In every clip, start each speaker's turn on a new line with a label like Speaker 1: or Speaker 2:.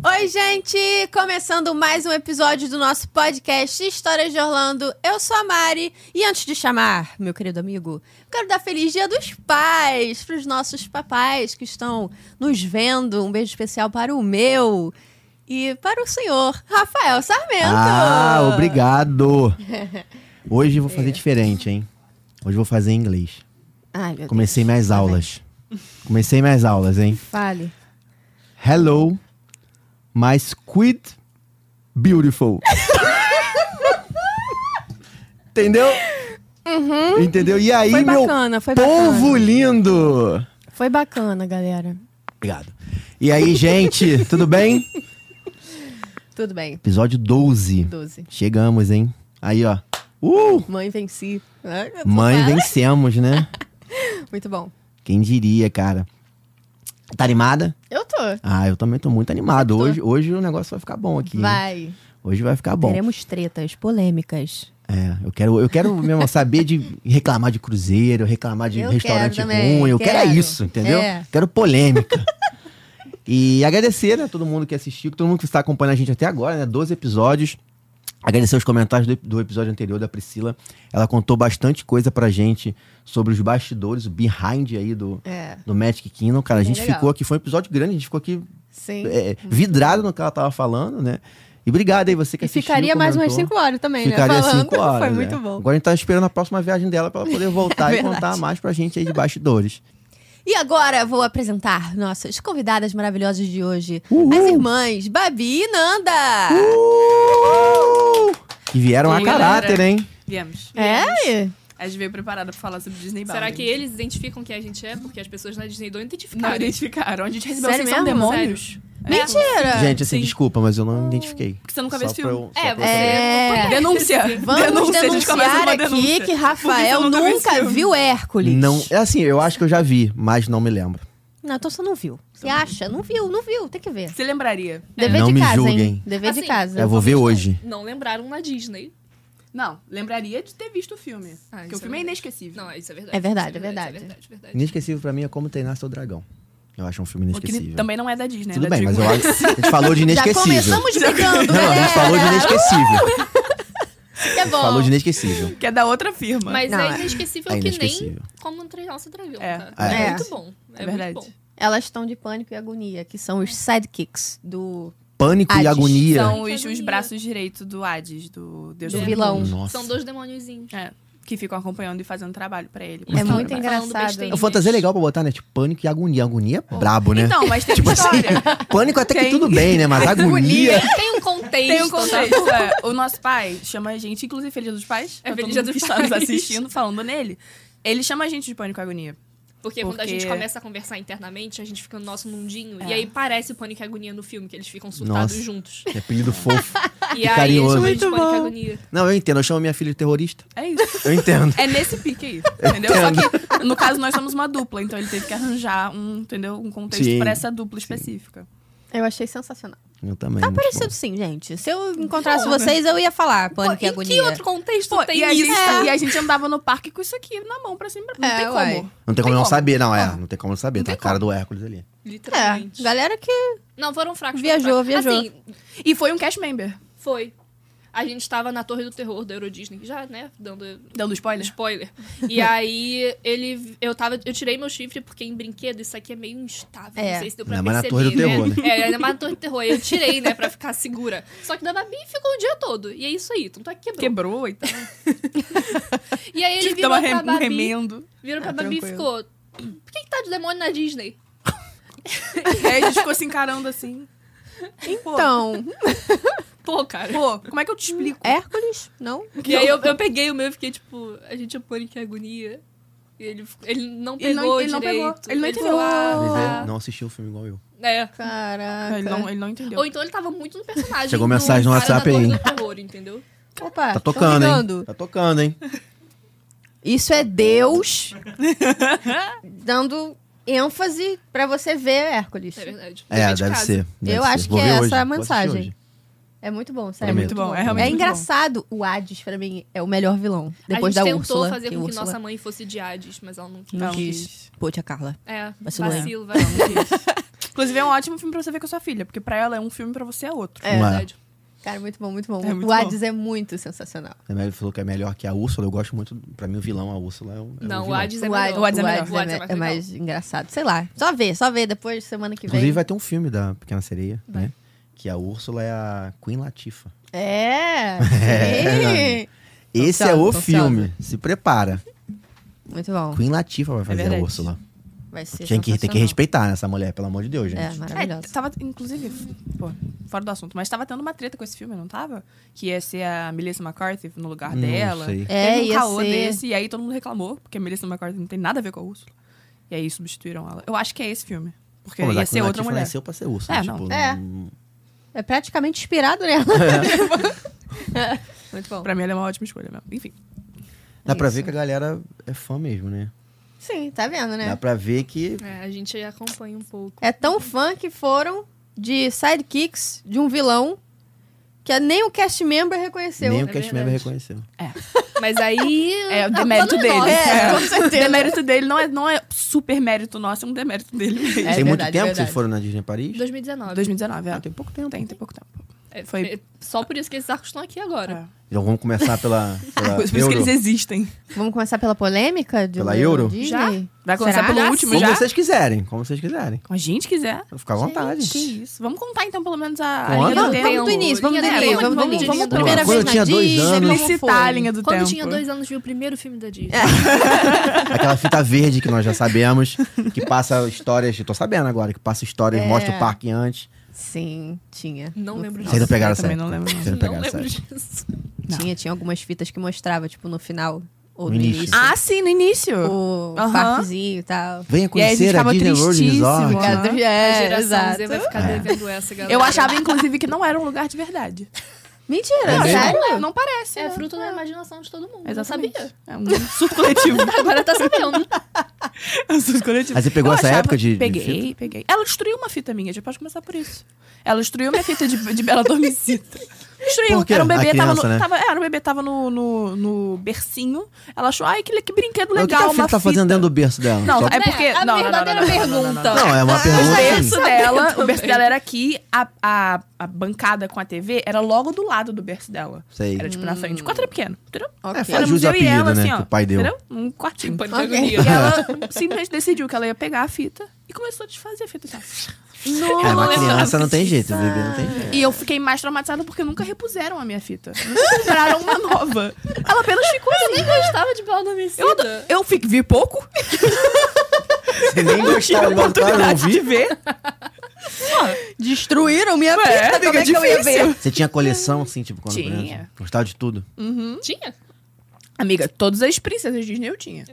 Speaker 1: Oi, gente! Começando mais um episódio do nosso podcast Histórias de Orlando. Eu sou a Mari e antes de chamar meu querido amigo, quero dar feliz dia dos pais para os nossos papais que estão nos vendo. Um beijo especial para o meu e para o senhor Rafael Sarmento.
Speaker 2: Ah, obrigado! Hoje eu vou
Speaker 1: É.
Speaker 2: fazer diferente, hein? Hoje eu vou fazer em inglês.
Speaker 1: Ai, meu
Speaker 2: Comecei
Speaker 1: Deus.
Speaker 2: minhas aulas. Comecei minhas aulas, hein?
Speaker 1: Fale.
Speaker 2: Hello, my squid beautiful. Entendeu? Entendeu? E aí,
Speaker 1: Uhum. Foi
Speaker 2: meu
Speaker 1: bacana, foi
Speaker 2: povo
Speaker 1: bacana.
Speaker 2: lindo!
Speaker 1: Foi bacana, galera.
Speaker 2: Obrigado. E aí, gente, tudo bem?
Speaker 1: Tudo bem.
Speaker 2: Episódio 12.
Speaker 1: 12.
Speaker 2: Chegamos, hein? Aí, ó. Uh!
Speaker 1: Mãe venci. Ah, Ai, meu
Speaker 2: Mãe,
Speaker 1: papai.
Speaker 2: vencemos, né?
Speaker 1: Muito bom.
Speaker 2: Quem diria, cara? Tá animada?
Speaker 1: Eu tô.
Speaker 2: Ah, eu também tô muito animado.
Speaker 1: tô.
Speaker 2: Hoje, hoje o negócio vai ficar bom aqui. hein?
Speaker 1: Vai.
Speaker 2: Hoje vai ficar bom.
Speaker 1: Teremos tretas polêmicas.
Speaker 2: É, eu quero, eu quero mesmo saber de reclamar de cruzeiro, reclamar de
Speaker 1: Eu
Speaker 2: restaurante
Speaker 1: quero também,
Speaker 2: ruim. Eu quero, é
Speaker 1: quero.
Speaker 2: isso, entendeu?
Speaker 1: É.
Speaker 2: Quero polêmica. e agradecer, né, todo mundo que assistiu, todo mundo que está acompanhando a gente até agora, né? 12 episódios. Agradecer os comentários do, do episódio anterior da Priscila. Ela contou bastante coisa pra gente sobre os bastidores, o behind aí do,
Speaker 1: É,
Speaker 2: do Magic Kingdom. Cara, a
Speaker 1: Bem
Speaker 2: gente
Speaker 1: É legal.
Speaker 2: ficou aqui, foi um episódio grande, a gente ficou aqui
Speaker 1: sim.
Speaker 2: é, vidrado no que ela tava falando, né? E obrigado aí você que
Speaker 1: E
Speaker 2: assistiu,
Speaker 1: ficaria mais umas
Speaker 2: comentou.
Speaker 1: 5 horas também,
Speaker 2: Ficaria
Speaker 1: né? Falando.
Speaker 2: cinco horas.
Speaker 1: Foi
Speaker 2: né?
Speaker 1: muito bom.
Speaker 2: Agora a gente tá esperando a próxima viagem dela pra ela poder voltar e
Speaker 1: verdade.
Speaker 2: contar mais pra gente aí de bastidores.
Speaker 1: E agora vou apresentar nossas convidadas maravilhosas de hoje.
Speaker 2: Uhul.
Speaker 1: As irmãs Babi e Nanda.
Speaker 2: Que vieram a
Speaker 3: Oi,
Speaker 2: caráter, hein?
Speaker 3: Viemos.
Speaker 1: É?
Speaker 3: A gente veio preparada pra falar sobre Disney
Speaker 4: Será
Speaker 3: Bound.
Speaker 4: que eles identificam quem a gente é? Porque as pessoas na Disney não identificaram. É,
Speaker 3: Não identificaram. A gente recebeu
Speaker 1: Sério
Speaker 3: vocês são
Speaker 1: mesmo?
Speaker 3: demônios? É.
Speaker 1: Mentira!
Speaker 2: gente, assim,
Speaker 3: sim.
Speaker 2: desculpa, mas eu não identifiquei.
Speaker 3: Porque você nunca vê
Speaker 2: Só
Speaker 3: esse filme.
Speaker 2: pra eu- só
Speaker 4: É, assim,
Speaker 2: pra eu
Speaker 4: você-
Speaker 2: saber.
Speaker 1: é.
Speaker 3: Denúncia!
Speaker 1: Vamos
Speaker 3: denúncia. A gente começa
Speaker 1: denunciar
Speaker 3: uma
Speaker 1: aqui
Speaker 3: denúncia.
Speaker 1: que
Speaker 3: Porque
Speaker 1: Rafael
Speaker 3: você nunca
Speaker 1: nunca
Speaker 3: venceu.
Speaker 1: viu Hércules.
Speaker 2: Não, é assim, eu acho que eu já vi, mas não me lembro.
Speaker 1: Não, então você não viu. Você acha? Não viu, não viu. Tem que ver.
Speaker 3: Você lembraria?
Speaker 1: Dever
Speaker 2: É, Não
Speaker 1: de
Speaker 2: me
Speaker 1: casa, hein?
Speaker 2: julguem. É
Speaker 1: Dever de
Speaker 4: Assim,
Speaker 1: casa.
Speaker 2: Eu vou ver hoje.
Speaker 4: Não lembraram na Disney.
Speaker 3: Não, lembraria de ter visto o filme.
Speaker 4: Ah,
Speaker 3: porque
Speaker 4: isso
Speaker 3: o filme
Speaker 4: é
Speaker 3: é
Speaker 4: verdade.
Speaker 3: inesquecível.
Speaker 4: Não, isso é verdade.
Speaker 1: É verdade,
Speaker 4: isso
Speaker 1: é verdade.
Speaker 4: isso É verdade, verdade.
Speaker 2: Inesquecível pra mim é Como Treinar Seu Dragão. Eu acho um filme
Speaker 3: O que
Speaker 2: inesquecível.
Speaker 3: também não é da Disney.
Speaker 2: Tudo
Speaker 3: é da
Speaker 2: bem, mas eu
Speaker 3: Dreamworks.
Speaker 2: acho. A gente falou de
Speaker 1: Né, Já
Speaker 2: inesquecível.
Speaker 1: começamos brigando,
Speaker 2: Não, a
Speaker 1: galera.
Speaker 2: gente falou de inesquecível.
Speaker 1: Que é bom.
Speaker 2: Falou de inesquecível.
Speaker 3: Que é da outra firma.
Speaker 4: Mas
Speaker 1: Não, é.
Speaker 4: é inesquecível
Speaker 2: É
Speaker 4: que
Speaker 2: inesquecível.
Speaker 4: nem como um treinar nosso dragão.
Speaker 3: É.
Speaker 4: Tá?
Speaker 2: É.
Speaker 1: É.
Speaker 4: muito bom. É,
Speaker 3: É verdade.
Speaker 4: muito bom.
Speaker 1: Elas estão de pânico e agonia, que são os sidekicks do,
Speaker 2: Pânico e
Speaker 1: Hades.
Speaker 2: agonia.
Speaker 3: São os, os
Speaker 4: Agonia.
Speaker 3: braços direitos do Hades, do Deus
Speaker 1: do
Speaker 4: Do
Speaker 1: vilão.
Speaker 2: Nossa.
Speaker 4: São dois demôniozinhos.
Speaker 3: É, que ficam acompanhando e fazendo trabalho pra ele. Então,
Speaker 1: É
Speaker 3: Fazendo
Speaker 1: muito
Speaker 3: trabalho.
Speaker 4: Falando
Speaker 1: engraçado.
Speaker 4: besteira.
Speaker 2: É uma fantasia legal pra botar, né? Tipo, pânico e agonia. Agonia é brabo, né?
Speaker 3: Então, mas tem
Speaker 2: tipo
Speaker 3: uma
Speaker 2: assim,
Speaker 3: história.
Speaker 2: pânico até que
Speaker 3: Tem.
Speaker 2: tudo bem, né? Mas agonia.
Speaker 4: Tem um contexto.
Speaker 3: Tem um
Speaker 4: tá?
Speaker 3: contexto. é. O nosso pai chama a gente, inclusive Feliz Dia dos Pais.
Speaker 4: É
Speaker 3: pra todo
Speaker 4: Feliz Dia
Speaker 3: mundo
Speaker 4: dos
Speaker 3: que está nos
Speaker 4: Pais.
Speaker 3: assistindo, falando nele. Ele chama a gente de pânico e agonia.
Speaker 4: Porque, quando a
Speaker 3: Porque-
Speaker 4: gente começa a conversar internamente, a gente fica no nosso mundinho. E
Speaker 3: É.
Speaker 4: aí parece o Pânico e Agonia no filme, que eles ficam surtados
Speaker 2: Nossa.
Speaker 4: juntos.
Speaker 2: É apelido fofo.
Speaker 4: E
Speaker 2: Que
Speaker 4: aí
Speaker 2: carinhoso.
Speaker 4: eles
Speaker 1: Muito
Speaker 4: chamam de Pânico e
Speaker 1: bom.
Speaker 4: Agonia.
Speaker 2: Não, eu entendo. Eu chamo minha filha de terrorista.
Speaker 3: É isso.
Speaker 2: Eu entendo.
Speaker 3: É nesse pique aí, entendeu? Só que, no caso, nós somos uma dupla, então ele teve que arranjar um, entendeu? Um contexto
Speaker 2: Sim,
Speaker 3: pra essa dupla específica.
Speaker 1: Eu achei sensacional.
Speaker 2: Eu também.
Speaker 1: Tá
Speaker 2: muito
Speaker 1: parecido sim, gente. Se eu encontrasse
Speaker 3: Então, né?
Speaker 1: vocês, eu ia falar
Speaker 4: Pô,
Speaker 1: pânico e
Speaker 4: em
Speaker 1: agonia.
Speaker 4: que outro contexto
Speaker 3: Pô,
Speaker 4: tem
Speaker 3: e, a gente, tá-
Speaker 4: isso? É.
Speaker 3: e a gente andava no parque com isso aqui na mão pra sempre. Não
Speaker 1: É,
Speaker 3: tem
Speaker 1: uai.
Speaker 3: como.
Speaker 2: bom. Não tem como não saber, não. É, não tem como não saber.
Speaker 3: Não
Speaker 2: Tá a
Speaker 3: tem
Speaker 2: cara do Hércules ali.
Speaker 1: É,
Speaker 4: Literalmente.
Speaker 1: galera que...
Speaker 4: Não, foram fracos.
Speaker 1: Viajou,
Speaker 4: foram
Speaker 1: viajou.
Speaker 4: fracos. Assim,
Speaker 3: E foi um cast member.
Speaker 4: foi. A gente tava na Torre do Terror da Euro Disney, já, né? Dando
Speaker 3: Dando spoiler.
Speaker 4: spoiler. E aí ele. Eu tava. Eu tirei meu chifre porque em brinquedo isso aqui é meio instável.
Speaker 1: É.
Speaker 4: Não sei se deu pra
Speaker 2: Ainda mais na
Speaker 4: perceber.
Speaker 2: Torre do Terror,
Speaker 4: né? É, ainda mais na Torre do Terror. Eu tirei, né? Pra ficar segura. Só que da Babi ficou o dia todo. E é isso aí. Tanto é que quebrou.
Speaker 3: Quebrou e tal.
Speaker 4: E aí ele
Speaker 3: Tive que
Speaker 4: virou
Speaker 3: tomar
Speaker 4: pra
Speaker 3: rem- um
Speaker 4: Babi.
Speaker 3: remendo.
Speaker 4: Virou pra
Speaker 3: Ah,
Speaker 4: Babi e ficou.
Speaker 3: tranquilo.
Speaker 4: Por que, que tá de demônio na Disney?
Speaker 3: E aí É, a gente ficou se encarando assim. Pô,
Speaker 1: Então,
Speaker 4: Pô, cara.
Speaker 3: Pô, como é que eu te explico?
Speaker 1: Hércules? Não?
Speaker 4: E aí eu, eu peguei o meu e fiquei tipo, a gente é pânico e agonia. E ele, ficou- ele não
Speaker 3: Ele não-
Speaker 4: pegou
Speaker 3: ele não
Speaker 4: direito.
Speaker 3: pegou. Ele não
Speaker 4: ficou,
Speaker 3: entendeu.
Speaker 2: Mas ele
Speaker 4: ah,
Speaker 2: não assistiu o filme igual eu.
Speaker 4: tá. É.
Speaker 1: Caraca.
Speaker 3: Ele não, ele não entendeu.
Speaker 4: Ou então ele tava muito no personagem.
Speaker 2: Chegou
Speaker 4: do
Speaker 2: mensagem no
Speaker 4: cara da
Speaker 2: WhatsApp aí,
Speaker 4: Torre
Speaker 2: hein?
Speaker 4: do Terror, entendeu?
Speaker 1: Opa,
Speaker 2: Tá
Speaker 1: tô
Speaker 2: tocando, hein?
Speaker 1: ligando.
Speaker 2: Tá tocando, hein?
Speaker 1: Isso é Deus dando ênfase pra você ver Hércules.
Speaker 4: É verdade.
Speaker 2: É,
Speaker 4: Dever de
Speaker 2: deve
Speaker 4: casa.
Speaker 2: ser. deve
Speaker 1: Eu
Speaker 2: ser.
Speaker 1: acho
Speaker 2: Vou
Speaker 1: que é
Speaker 2: ver hoje,
Speaker 1: essa a
Speaker 2: vou assistir
Speaker 1: mensagem.
Speaker 2: hoje.
Speaker 1: É muito bom, sério.
Speaker 2: É muito
Speaker 3: bom, é realmente
Speaker 1: É
Speaker 3: muito bom.
Speaker 1: engraçado. O Hades, pra mim, é o melhor vilão. Depois
Speaker 4: a
Speaker 1: da
Speaker 4: gente tentou
Speaker 1: Úrsula.
Speaker 4: fazer com que
Speaker 1: Úrsula-
Speaker 4: nossa mãe fosse de Hades, mas ela não quis.
Speaker 3: Não
Speaker 1: quis. Pô, tia Carla.
Speaker 4: É,
Speaker 1: Vacilou,
Speaker 4: vacilo,
Speaker 3: Não
Speaker 4: vai.
Speaker 3: quis. Inclusive, é um ótimo filme pra você ver com a sua filha, porque pra ela é um filme, pra você é outro.
Speaker 2: É.
Speaker 4: verdade.
Speaker 1: Cara, muito bom, muito bom.
Speaker 3: É muito
Speaker 1: o
Speaker 3: bom.
Speaker 1: Hades é muito sensacional.
Speaker 2: Ele falou que é melhor que a Úrsula. Eu gosto muito. Pra mim, o vilão, a Úrsula, é um. é um
Speaker 4: Não, o
Speaker 2: vilão.
Speaker 4: Hades é
Speaker 1: o Hades,
Speaker 4: melhor.
Speaker 1: o Hades é,
Speaker 3: melhor.
Speaker 4: O Hades
Speaker 1: me-
Speaker 4: mais
Speaker 1: é
Speaker 4: legal.
Speaker 1: mais engraçado. Sei lá. Só vê, só vê depois, semana que vem.
Speaker 2: Inclusive, vai ter um filme da Pequena Sereia, né? Que a Úrsula é a Queen Latifa.
Speaker 1: É.
Speaker 2: É.
Speaker 1: sim.
Speaker 2: Esse
Speaker 1: ansiosa,
Speaker 2: é o
Speaker 1: tô
Speaker 2: filme. Se prepara.
Speaker 1: Muito bom.
Speaker 2: Queen Latifa vai fazer a
Speaker 3: verdade.
Speaker 2: Úrsula.
Speaker 1: Vai ser
Speaker 2: Tem que, tem que
Speaker 1: sensacional.
Speaker 2: respeitar essa mulher, pelo amor de Deus, gente.
Speaker 1: É, maravilhoso.
Speaker 3: É, tava, inclusive, pô, fora do assunto, mas tava tendo uma treta com esse filme, não tava? Que ia ser a Melissa McCarthy no lugar
Speaker 2: Não
Speaker 3: dela.
Speaker 2: sei.
Speaker 1: É,
Speaker 3: Teve um
Speaker 1: ia
Speaker 3: caô
Speaker 1: ser.
Speaker 3: desse, e aí todo mundo reclamou, porque a Melissa McCarthy não tem nada a ver com a Úrsula. E aí substituíram ela. Eu acho que é esse filme. Porque
Speaker 2: Pô, mas a
Speaker 3: ia
Speaker 2: Queen
Speaker 3: ser outra
Speaker 2: Latifah
Speaker 3: mulher.
Speaker 2: nasceu pra ser Úrsula.
Speaker 3: É,
Speaker 2: tipo,
Speaker 3: não.
Speaker 1: É.
Speaker 2: não-
Speaker 1: É praticamente inspirado nela. Muito bom.
Speaker 3: Pra mim ela é uma ótima escolha mesmo. Enfim.
Speaker 2: Dá pra ver
Speaker 1: Isso.
Speaker 2: que a galera é fã mesmo, né?
Speaker 1: Sim, tá vendo, né?
Speaker 2: Dá pra ver que.
Speaker 4: É, a gente acompanha um pouco.
Speaker 1: É tão fã que foram de sidekicks de um vilão que nem o cast member reconheceu.
Speaker 2: Nem o
Speaker 4: é
Speaker 2: cast
Speaker 4: verdade.
Speaker 2: member reconheceu.
Speaker 4: Mas aí.
Speaker 1: Hum,
Speaker 3: É o
Speaker 4: a culpa
Speaker 3: demérito
Speaker 4: não
Speaker 3: dele.
Speaker 4: nossa.
Speaker 1: É, com certeza.
Speaker 3: O demérito dele não é, não é super mérito nosso, é um demérito dele mesmo.
Speaker 1: É
Speaker 2: tem muito
Speaker 1: verdade,
Speaker 2: tempo que
Speaker 1: verdade.
Speaker 2: vocês foram na Disney Paris?
Speaker 4: 2019.
Speaker 3: 2019,
Speaker 2: Ah,
Speaker 3: é.
Speaker 2: tem pouco tempo.
Speaker 3: Tem, tem pouco tempo.
Speaker 4: É,
Speaker 3: Foi-
Speaker 4: é só por isso que esses arcos estão aqui agora.
Speaker 2: Então vamos começar pela. pela
Speaker 3: É. Por isso que
Speaker 2: Euro.
Speaker 3: eles existem.
Speaker 1: Vamos começar pela polêmica de
Speaker 2: Pela
Speaker 1: do
Speaker 2: Euro?
Speaker 1: Disney?
Speaker 4: Já?
Speaker 3: Vai começar
Speaker 1: Será?
Speaker 3: pelo
Speaker 4: Já
Speaker 3: último
Speaker 2: Como
Speaker 3: já?
Speaker 2: vocês quiserem, como vocês quiserem.
Speaker 3: Como a gente quiser.
Speaker 2: Fica à vontade.
Speaker 3: Que isso. Vamos contar então pelo menos a,
Speaker 2: Conta.
Speaker 3: a linha do
Speaker 1: Vamos,
Speaker 3: tempo.
Speaker 1: vamos do início, vamos do
Speaker 4: Linha do
Speaker 1: início.
Speaker 4: tempo,
Speaker 1: Vamos do
Speaker 4: vamos
Speaker 1: início.
Speaker 4: de linha do
Speaker 1: Primeira
Speaker 2: tempo.
Speaker 1: vez na
Speaker 2: Quando eu tinha dois
Speaker 1: Disney,
Speaker 2: anos-
Speaker 1: como
Speaker 3: Explicitar a
Speaker 1: foi?
Speaker 3: linha do
Speaker 4: Quando
Speaker 3: tempo. É.
Speaker 4: tinha dois anos, vi o primeiro filme da Disney.
Speaker 2: Aquela fita verde que nós já sabemos, que passa histórias. Tô sabendo agora, que passa histórias,
Speaker 1: É.
Speaker 2: mostra o parque antes.
Speaker 1: Sim, tinha.
Speaker 4: Não lembro
Speaker 2: Vocês
Speaker 4: disso.
Speaker 2: não pegaram
Speaker 3: eu
Speaker 2: essa
Speaker 3: também
Speaker 2: época.
Speaker 3: não lembro, não.
Speaker 2: Vocês não
Speaker 4: Não
Speaker 2: pegaram essa
Speaker 4: lembro
Speaker 2: época.
Speaker 4: disso.
Speaker 1: Tinha, tinha algumas fitas que mostrava, tipo, no final ou no
Speaker 2: No início.
Speaker 1: início.
Speaker 3: Ah, sim, no início.
Speaker 1: o
Speaker 3: Aham.
Speaker 1: parquezinho e tal.
Speaker 2: Venha
Speaker 3: E aí a gente
Speaker 2: conhecer a,
Speaker 3: ficava
Speaker 2: Disney World
Speaker 3: tristíssimo.
Speaker 2: Resort.
Speaker 3: Cara,
Speaker 1: Cada-
Speaker 4: A
Speaker 1: É,
Speaker 4: geração
Speaker 1: exato.
Speaker 4: Z vai ficar
Speaker 2: É.
Speaker 4: devendo essa, galera.
Speaker 3: Eu achava, inclusive, que não era um lugar de verdade.
Speaker 1: Mentira,
Speaker 2: É mesmo?
Speaker 1: sério?
Speaker 3: Não, não parece.
Speaker 4: É
Speaker 3: né?
Speaker 4: fruto da imaginação de todo mundo. Eu
Speaker 3: Exatamente.
Speaker 4: sabia.
Speaker 3: É um surto coletivo.
Speaker 4: Agora tá sabendo.
Speaker 3: É um surto coletivo.
Speaker 2: Mas você pegou
Speaker 3: Eu
Speaker 2: essa
Speaker 3: achava-
Speaker 2: época de- de
Speaker 3: Peguei,
Speaker 2: fita?
Speaker 3: peguei. Ela destruiu uma fita minha, já pode começar por isso. Ela destruiu minha fita de, de Bela Adormecida. Destruiu.
Speaker 2: Por quê?
Speaker 3: Era um bebê,
Speaker 2: A
Speaker 3: tava,
Speaker 2: criança,
Speaker 3: no,
Speaker 2: né?
Speaker 3: tava, é, era um bebê tava no, no, no bercinho. Ela achou, ai, que, que brinquedo
Speaker 2: Mas
Speaker 3: legal,
Speaker 2: o que que a
Speaker 3: uma
Speaker 2: fita tá fazendo dentro do berço dela?
Speaker 3: Não,
Speaker 2: Só-
Speaker 3: é Ah, porque...
Speaker 4: É, a
Speaker 3: não, não, não, não,
Speaker 4: verdadeira
Speaker 3: não, não, não, não, não,
Speaker 4: pergunta.
Speaker 3: não, não.
Speaker 2: Não, é uma
Speaker 3: O
Speaker 2: pergunta. assim.
Speaker 3: berço dela, o berço dela era aqui, a, a, a bancada com a TV era logo do lado do berço dela.
Speaker 2: Sei.
Speaker 3: Era tipo na frente. O quarto era pequeno, entendeu?
Speaker 1: Ok.
Speaker 2: É, faz
Speaker 3: Era
Speaker 2: jus ao
Speaker 3: museu e
Speaker 2: apelido,
Speaker 3: ela,
Speaker 2: né,
Speaker 3: assim, ó.
Speaker 2: que o pai deu.
Speaker 3: Entendeu? Um quartinho.
Speaker 1: Ok.
Speaker 3: E ela simplesmente decidiu que ela ia pegar a fita e começou a desfazer a fita. Assim.
Speaker 1: Nossa.
Speaker 2: É, uma
Speaker 4: Nossa.
Speaker 2: criança não tem jeito, bebê não tem jeito.
Speaker 3: ó. E eu fiquei mais traumatizada porque nunca repuseram a minha fita. Nunca compraram uma nova. Ela apenas ficou
Speaker 4: Eu nem
Speaker 3: assim.
Speaker 4: gostava de Bela
Speaker 3: Eu, ado-
Speaker 4: Adormecida.
Speaker 3: eu fi- vi pouco,
Speaker 2: Você nem gostava, não, claro, não
Speaker 3: oportunidade de
Speaker 2: vi.
Speaker 3: ver.
Speaker 1: Destruíram minha
Speaker 3: Ué,
Speaker 1: pista, como
Speaker 3: fica
Speaker 1: é que eu ia ver?
Speaker 3: difícil.
Speaker 2: Você tinha coleção, assim, tipo, quando
Speaker 3: Tinha.
Speaker 2: criança? Gostava de tudo.
Speaker 4: Tinha?
Speaker 3: Amiga, todas as princesas Disney eu tinha.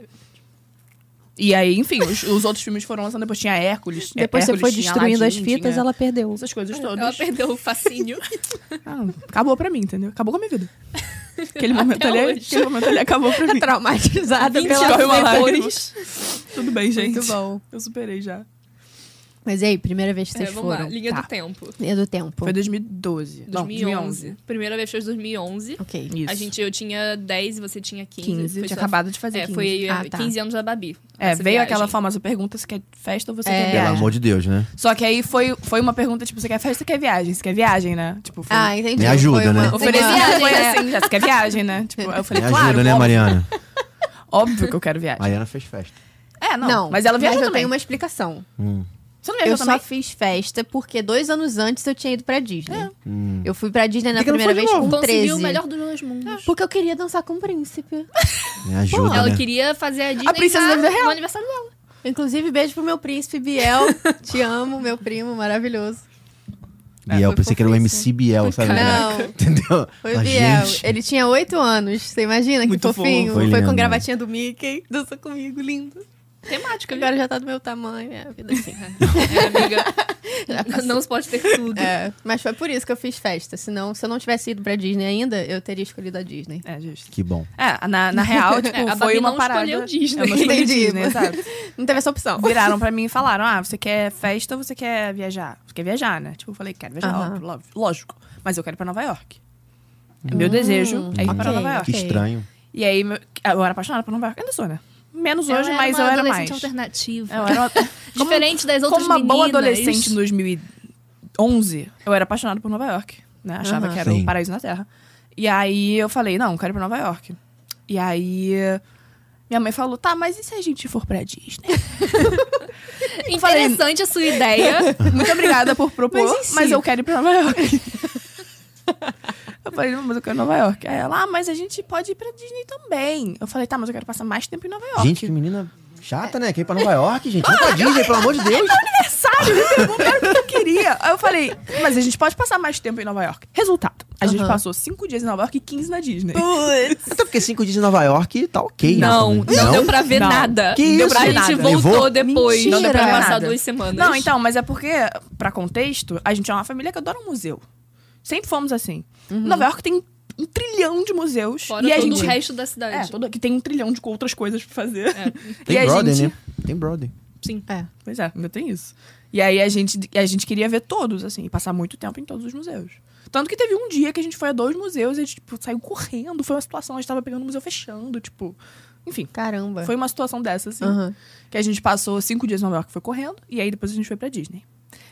Speaker 3: E aí, enfim, os, os outros filmes foram lançando. Depois tinha Hércules. É,
Speaker 1: Depois você
Speaker 3: Hércules,
Speaker 1: foi
Speaker 3: tinha
Speaker 1: destruindo as
Speaker 3: Aladdin,
Speaker 1: fitas,
Speaker 3: tinha
Speaker 1: ela perdeu.
Speaker 3: Essas coisas
Speaker 4: Ela
Speaker 3: todas.
Speaker 4: perdeu o fascínio.
Speaker 3: Ah, acabou pra mim, entendeu? Acabou com a minha vida. Aquele momento, ali,
Speaker 4: hoje.
Speaker 3: aquele momento ali acabou pra mim.
Speaker 1: Traumatizada
Speaker 4: 20
Speaker 1: pelas
Speaker 3: Escorre uma
Speaker 1: cores.
Speaker 3: Tudo bem, gente.
Speaker 1: Muito bom.
Speaker 3: Eu superei já.
Speaker 1: Mas e aí, primeira vez que
Speaker 4: É,
Speaker 1: vocês
Speaker 4: vamos
Speaker 1: foram?
Speaker 4: lá. Linha
Speaker 3: Tá.
Speaker 4: do Tempo.
Speaker 1: Linha do tempo.
Speaker 3: Foi 2012.
Speaker 4: 2011.
Speaker 3: Não, 2011.
Speaker 4: Primeira vez foi em 2011.
Speaker 1: Ok.
Speaker 3: Isso.
Speaker 4: A gente, eu tinha 10 e você tinha 15.
Speaker 3: 15.
Speaker 4: Foi
Speaker 3: Tinha
Speaker 4: sua-
Speaker 3: acabado de fazer
Speaker 4: É,
Speaker 3: 15.
Speaker 4: foi
Speaker 1: Ah,
Speaker 4: eh,
Speaker 1: tá.
Speaker 4: 15 anos da Babi.
Speaker 3: É,
Speaker 4: Essa
Speaker 3: veio
Speaker 4: viagem.
Speaker 3: aquela famosa pergunta: você quer festa ou você
Speaker 1: É.
Speaker 3: quer
Speaker 2: Pelo
Speaker 3: viagem?
Speaker 2: amor de Deus, né?
Speaker 3: Só que aí foi, foi uma pergunta, tipo, você quer festa ou quer viagem? Você quer viagem, né? Tipo, foi
Speaker 1: Ah, entendi.
Speaker 2: Me ajuda,
Speaker 1: Foi uma-
Speaker 2: né?
Speaker 1: uma-
Speaker 3: Ofereci
Speaker 4: Viagem,
Speaker 3: foi
Speaker 4: é.
Speaker 3: assim, já, você quer viagem, né? Tipo, aí eu
Speaker 2: Me
Speaker 3: falei,
Speaker 2: ajuda,
Speaker 3: claro,
Speaker 2: né,
Speaker 3: óbvio-
Speaker 2: Mariana?
Speaker 3: Óbvio que eu quero viagem.
Speaker 2: Mariana fez festa.
Speaker 3: É, não.
Speaker 1: Não,
Speaker 3: mas ela viajou
Speaker 1: eu
Speaker 3: também.
Speaker 1: tenho uma explicação.
Speaker 2: Hum.
Speaker 3: Você não
Speaker 1: É, Eu, só
Speaker 3: viajou também?
Speaker 1: fiz festa porque dois anos antes eu tinha ido pra Disney.
Speaker 2: Hum.
Speaker 1: Eu fui pra Disney na
Speaker 2: Por que não
Speaker 1: primeira
Speaker 2: foi
Speaker 1: vez
Speaker 2: de
Speaker 1: com
Speaker 2: novo?
Speaker 1: 13.
Speaker 4: Conseguiu o melhor dos dois mundos.
Speaker 1: Porque eu queria dançar com o príncipe.
Speaker 2: Me ajuda,
Speaker 4: Ela
Speaker 2: né?
Speaker 4: queria fazer a Disney
Speaker 3: princesa
Speaker 4: na-
Speaker 3: da vida real.
Speaker 4: no aniversário dela.
Speaker 1: Inclusive, beijo pro meu príncipe Biel. Te amo, meu primo maravilhoso.
Speaker 2: Biel,
Speaker 3: Ah, foi
Speaker 2: pensei que era o MC Biel, sabe?
Speaker 1: Não.
Speaker 2: Entendeu?
Speaker 1: Foi o
Speaker 2: Ah,
Speaker 1: Biel.
Speaker 2: gente.
Speaker 1: Ele tinha oito anos. Você imagina que
Speaker 3: Muito
Speaker 1: fofinho.
Speaker 3: fofo.
Speaker 2: Foi
Speaker 1: Foi, com a
Speaker 2: lindo.
Speaker 1: gravatinha do Mickey. Dançou comigo, lindo.
Speaker 4: Temática,
Speaker 1: Agora já tá do meu tamanho, é a vida assim.
Speaker 4: É, amiga.
Speaker 1: tá
Speaker 4: não se pode ter tudo.
Speaker 1: É, mas foi por isso que eu fiz festa. Senão, se eu não tivesse ido pra Disney ainda, eu teria escolhido a Disney.
Speaker 3: É, justo.
Speaker 2: Que bom.
Speaker 3: É, na, na real, tipo,
Speaker 4: É, a
Speaker 3: foi
Speaker 4: Babi
Speaker 3: uma
Speaker 4: não
Speaker 3: parada.
Speaker 4: escolheu Disney.
Speaker 3: Eu não escolhi
Speaker 1: Entendi.
Speaker 3: Disney, exato.
Speaker 1: Não teve essa opção.
Speaker 3: Viraram pra mim e falaram: Ah, você quer festa ou você quer viajar? Você quer viajar, né? Tipo, eu falei, quero viajar,
Speaker 1: Aham.
Speaker 3: óbvio, óbvio, lógico. Mas eu quero ir pra Nova York. É meu desejo é ir pra
Speaker 1: ok.
Speaker 3: Nova York.
Speaker 2: Que estranho.
Speaker 3: E aí, meu- eu era apaixonada por Nova York. Ainda sou, né? menos hoje, mas eu era mais.
Speaker 4: alternativa.
Speaker 3: Eu era
Speaker 4: Diferente das
Speaker 3: Como
Speaker 4: outras
Speaker 3: uma boa
Speaker 4: meninas.
Speaker 3: adolescente em 2011, eu era apaixonada por Nova York, né? Achava
Speaker 1: Aham.
Speaker 3: que era
Speaker 2: Sim.
Speaker 3: o paraíso na Terra. E aí eu falei, não, quero ir pra Nova York. E aí minha mãe falou, tá, mas e se a gente for pra Disney?
Speaker 4: Interessante a sua ideia.
Speaker 3: Muito obrigada por propor,
Speaker 1: Mas e
Speaker 3: mas,
Speaker 1: se?
Speaker 3: eu quero ir pra Nova York. eu falei, não, mas eu quero Nova York. Aí ela, ah, mas a gente pode ir pra Disney também. Eu falei, tá, mas eu quero passar mais tempo em Nova York.
Speaker 2: Gente, que menina chata, né? Quer ir pra Nova York, gente? Vai pra Disney, pelo amor de Deus.
Speaker 3: aniversário, me perguntaram o que eu queria. Aí eu falei, mas a gente pode passar mais tempo em Nova York. Resultado, a gente
Speaker 1: Aham.
Speaker 3: passou cinco dias em Nova York e 15 na Disney.
Speaker 1: Putz.
Speaker 2: Até porque cinco dias em Nova York tá ok, né?
Speaker 4: não, não, deu pra ver
Speaker 3: Não.
Speaker 4: nada.
Speaker 2: Que
Speaker 4: deu
Speaker 2: isso?
Speaker 4: pra a gente
Speaker 3: Nada.
Speaker 4: voltou
Speaker 2: Levou?
Speaker 4: depois. Não deu pra
Speaker 1: Mentira.
Speaker 4: passar
Speaker 1: Nada.
Speaker 4: duas semanas.
Speaker 3: Não, então, mas é porque, pra contexto, a gente é uma família que adora um museu. Sempre fomos assim. Nova York tem um trilhão de museus.
Speaker 4: Uhum. Fora
Speaker 3: e a
Speaker 4: todo
Speaker 3: gente...
Speaker 4: o resto É. da
Speaker 3: É,
Speaker 4: cidade.
Speaker 3: todo, que tem um trilhão de outras coisas pra fazer.
Speaker 2: Tem
Speaker 3: e a
Speaker 2: brother,
Speaker 3: gente...
Speaker 2: né? Tem brother.
Speaker 4: Sim.
Speaker 1: É.
Speaker 3: Pois é, ainda tem isso. E aí a gente, e a gente queria ver todos, assim, e passar muito tempo em todos os museus. Tanto que teve um dia que a gente foi a dois museus e a gente tipo, saiu correndo, foi uma situação, a gente tava pegando o museu fechando, tipo. Enfim,
Speaker 1: Caramba.
Speaker 3: foi uma situação dessa, assim.
Speaker 1: É. Aham.
Speaker 3: Que a gente passou cinco dias em Nova York, foi correndo, e aí depois a gente foi pra Disney.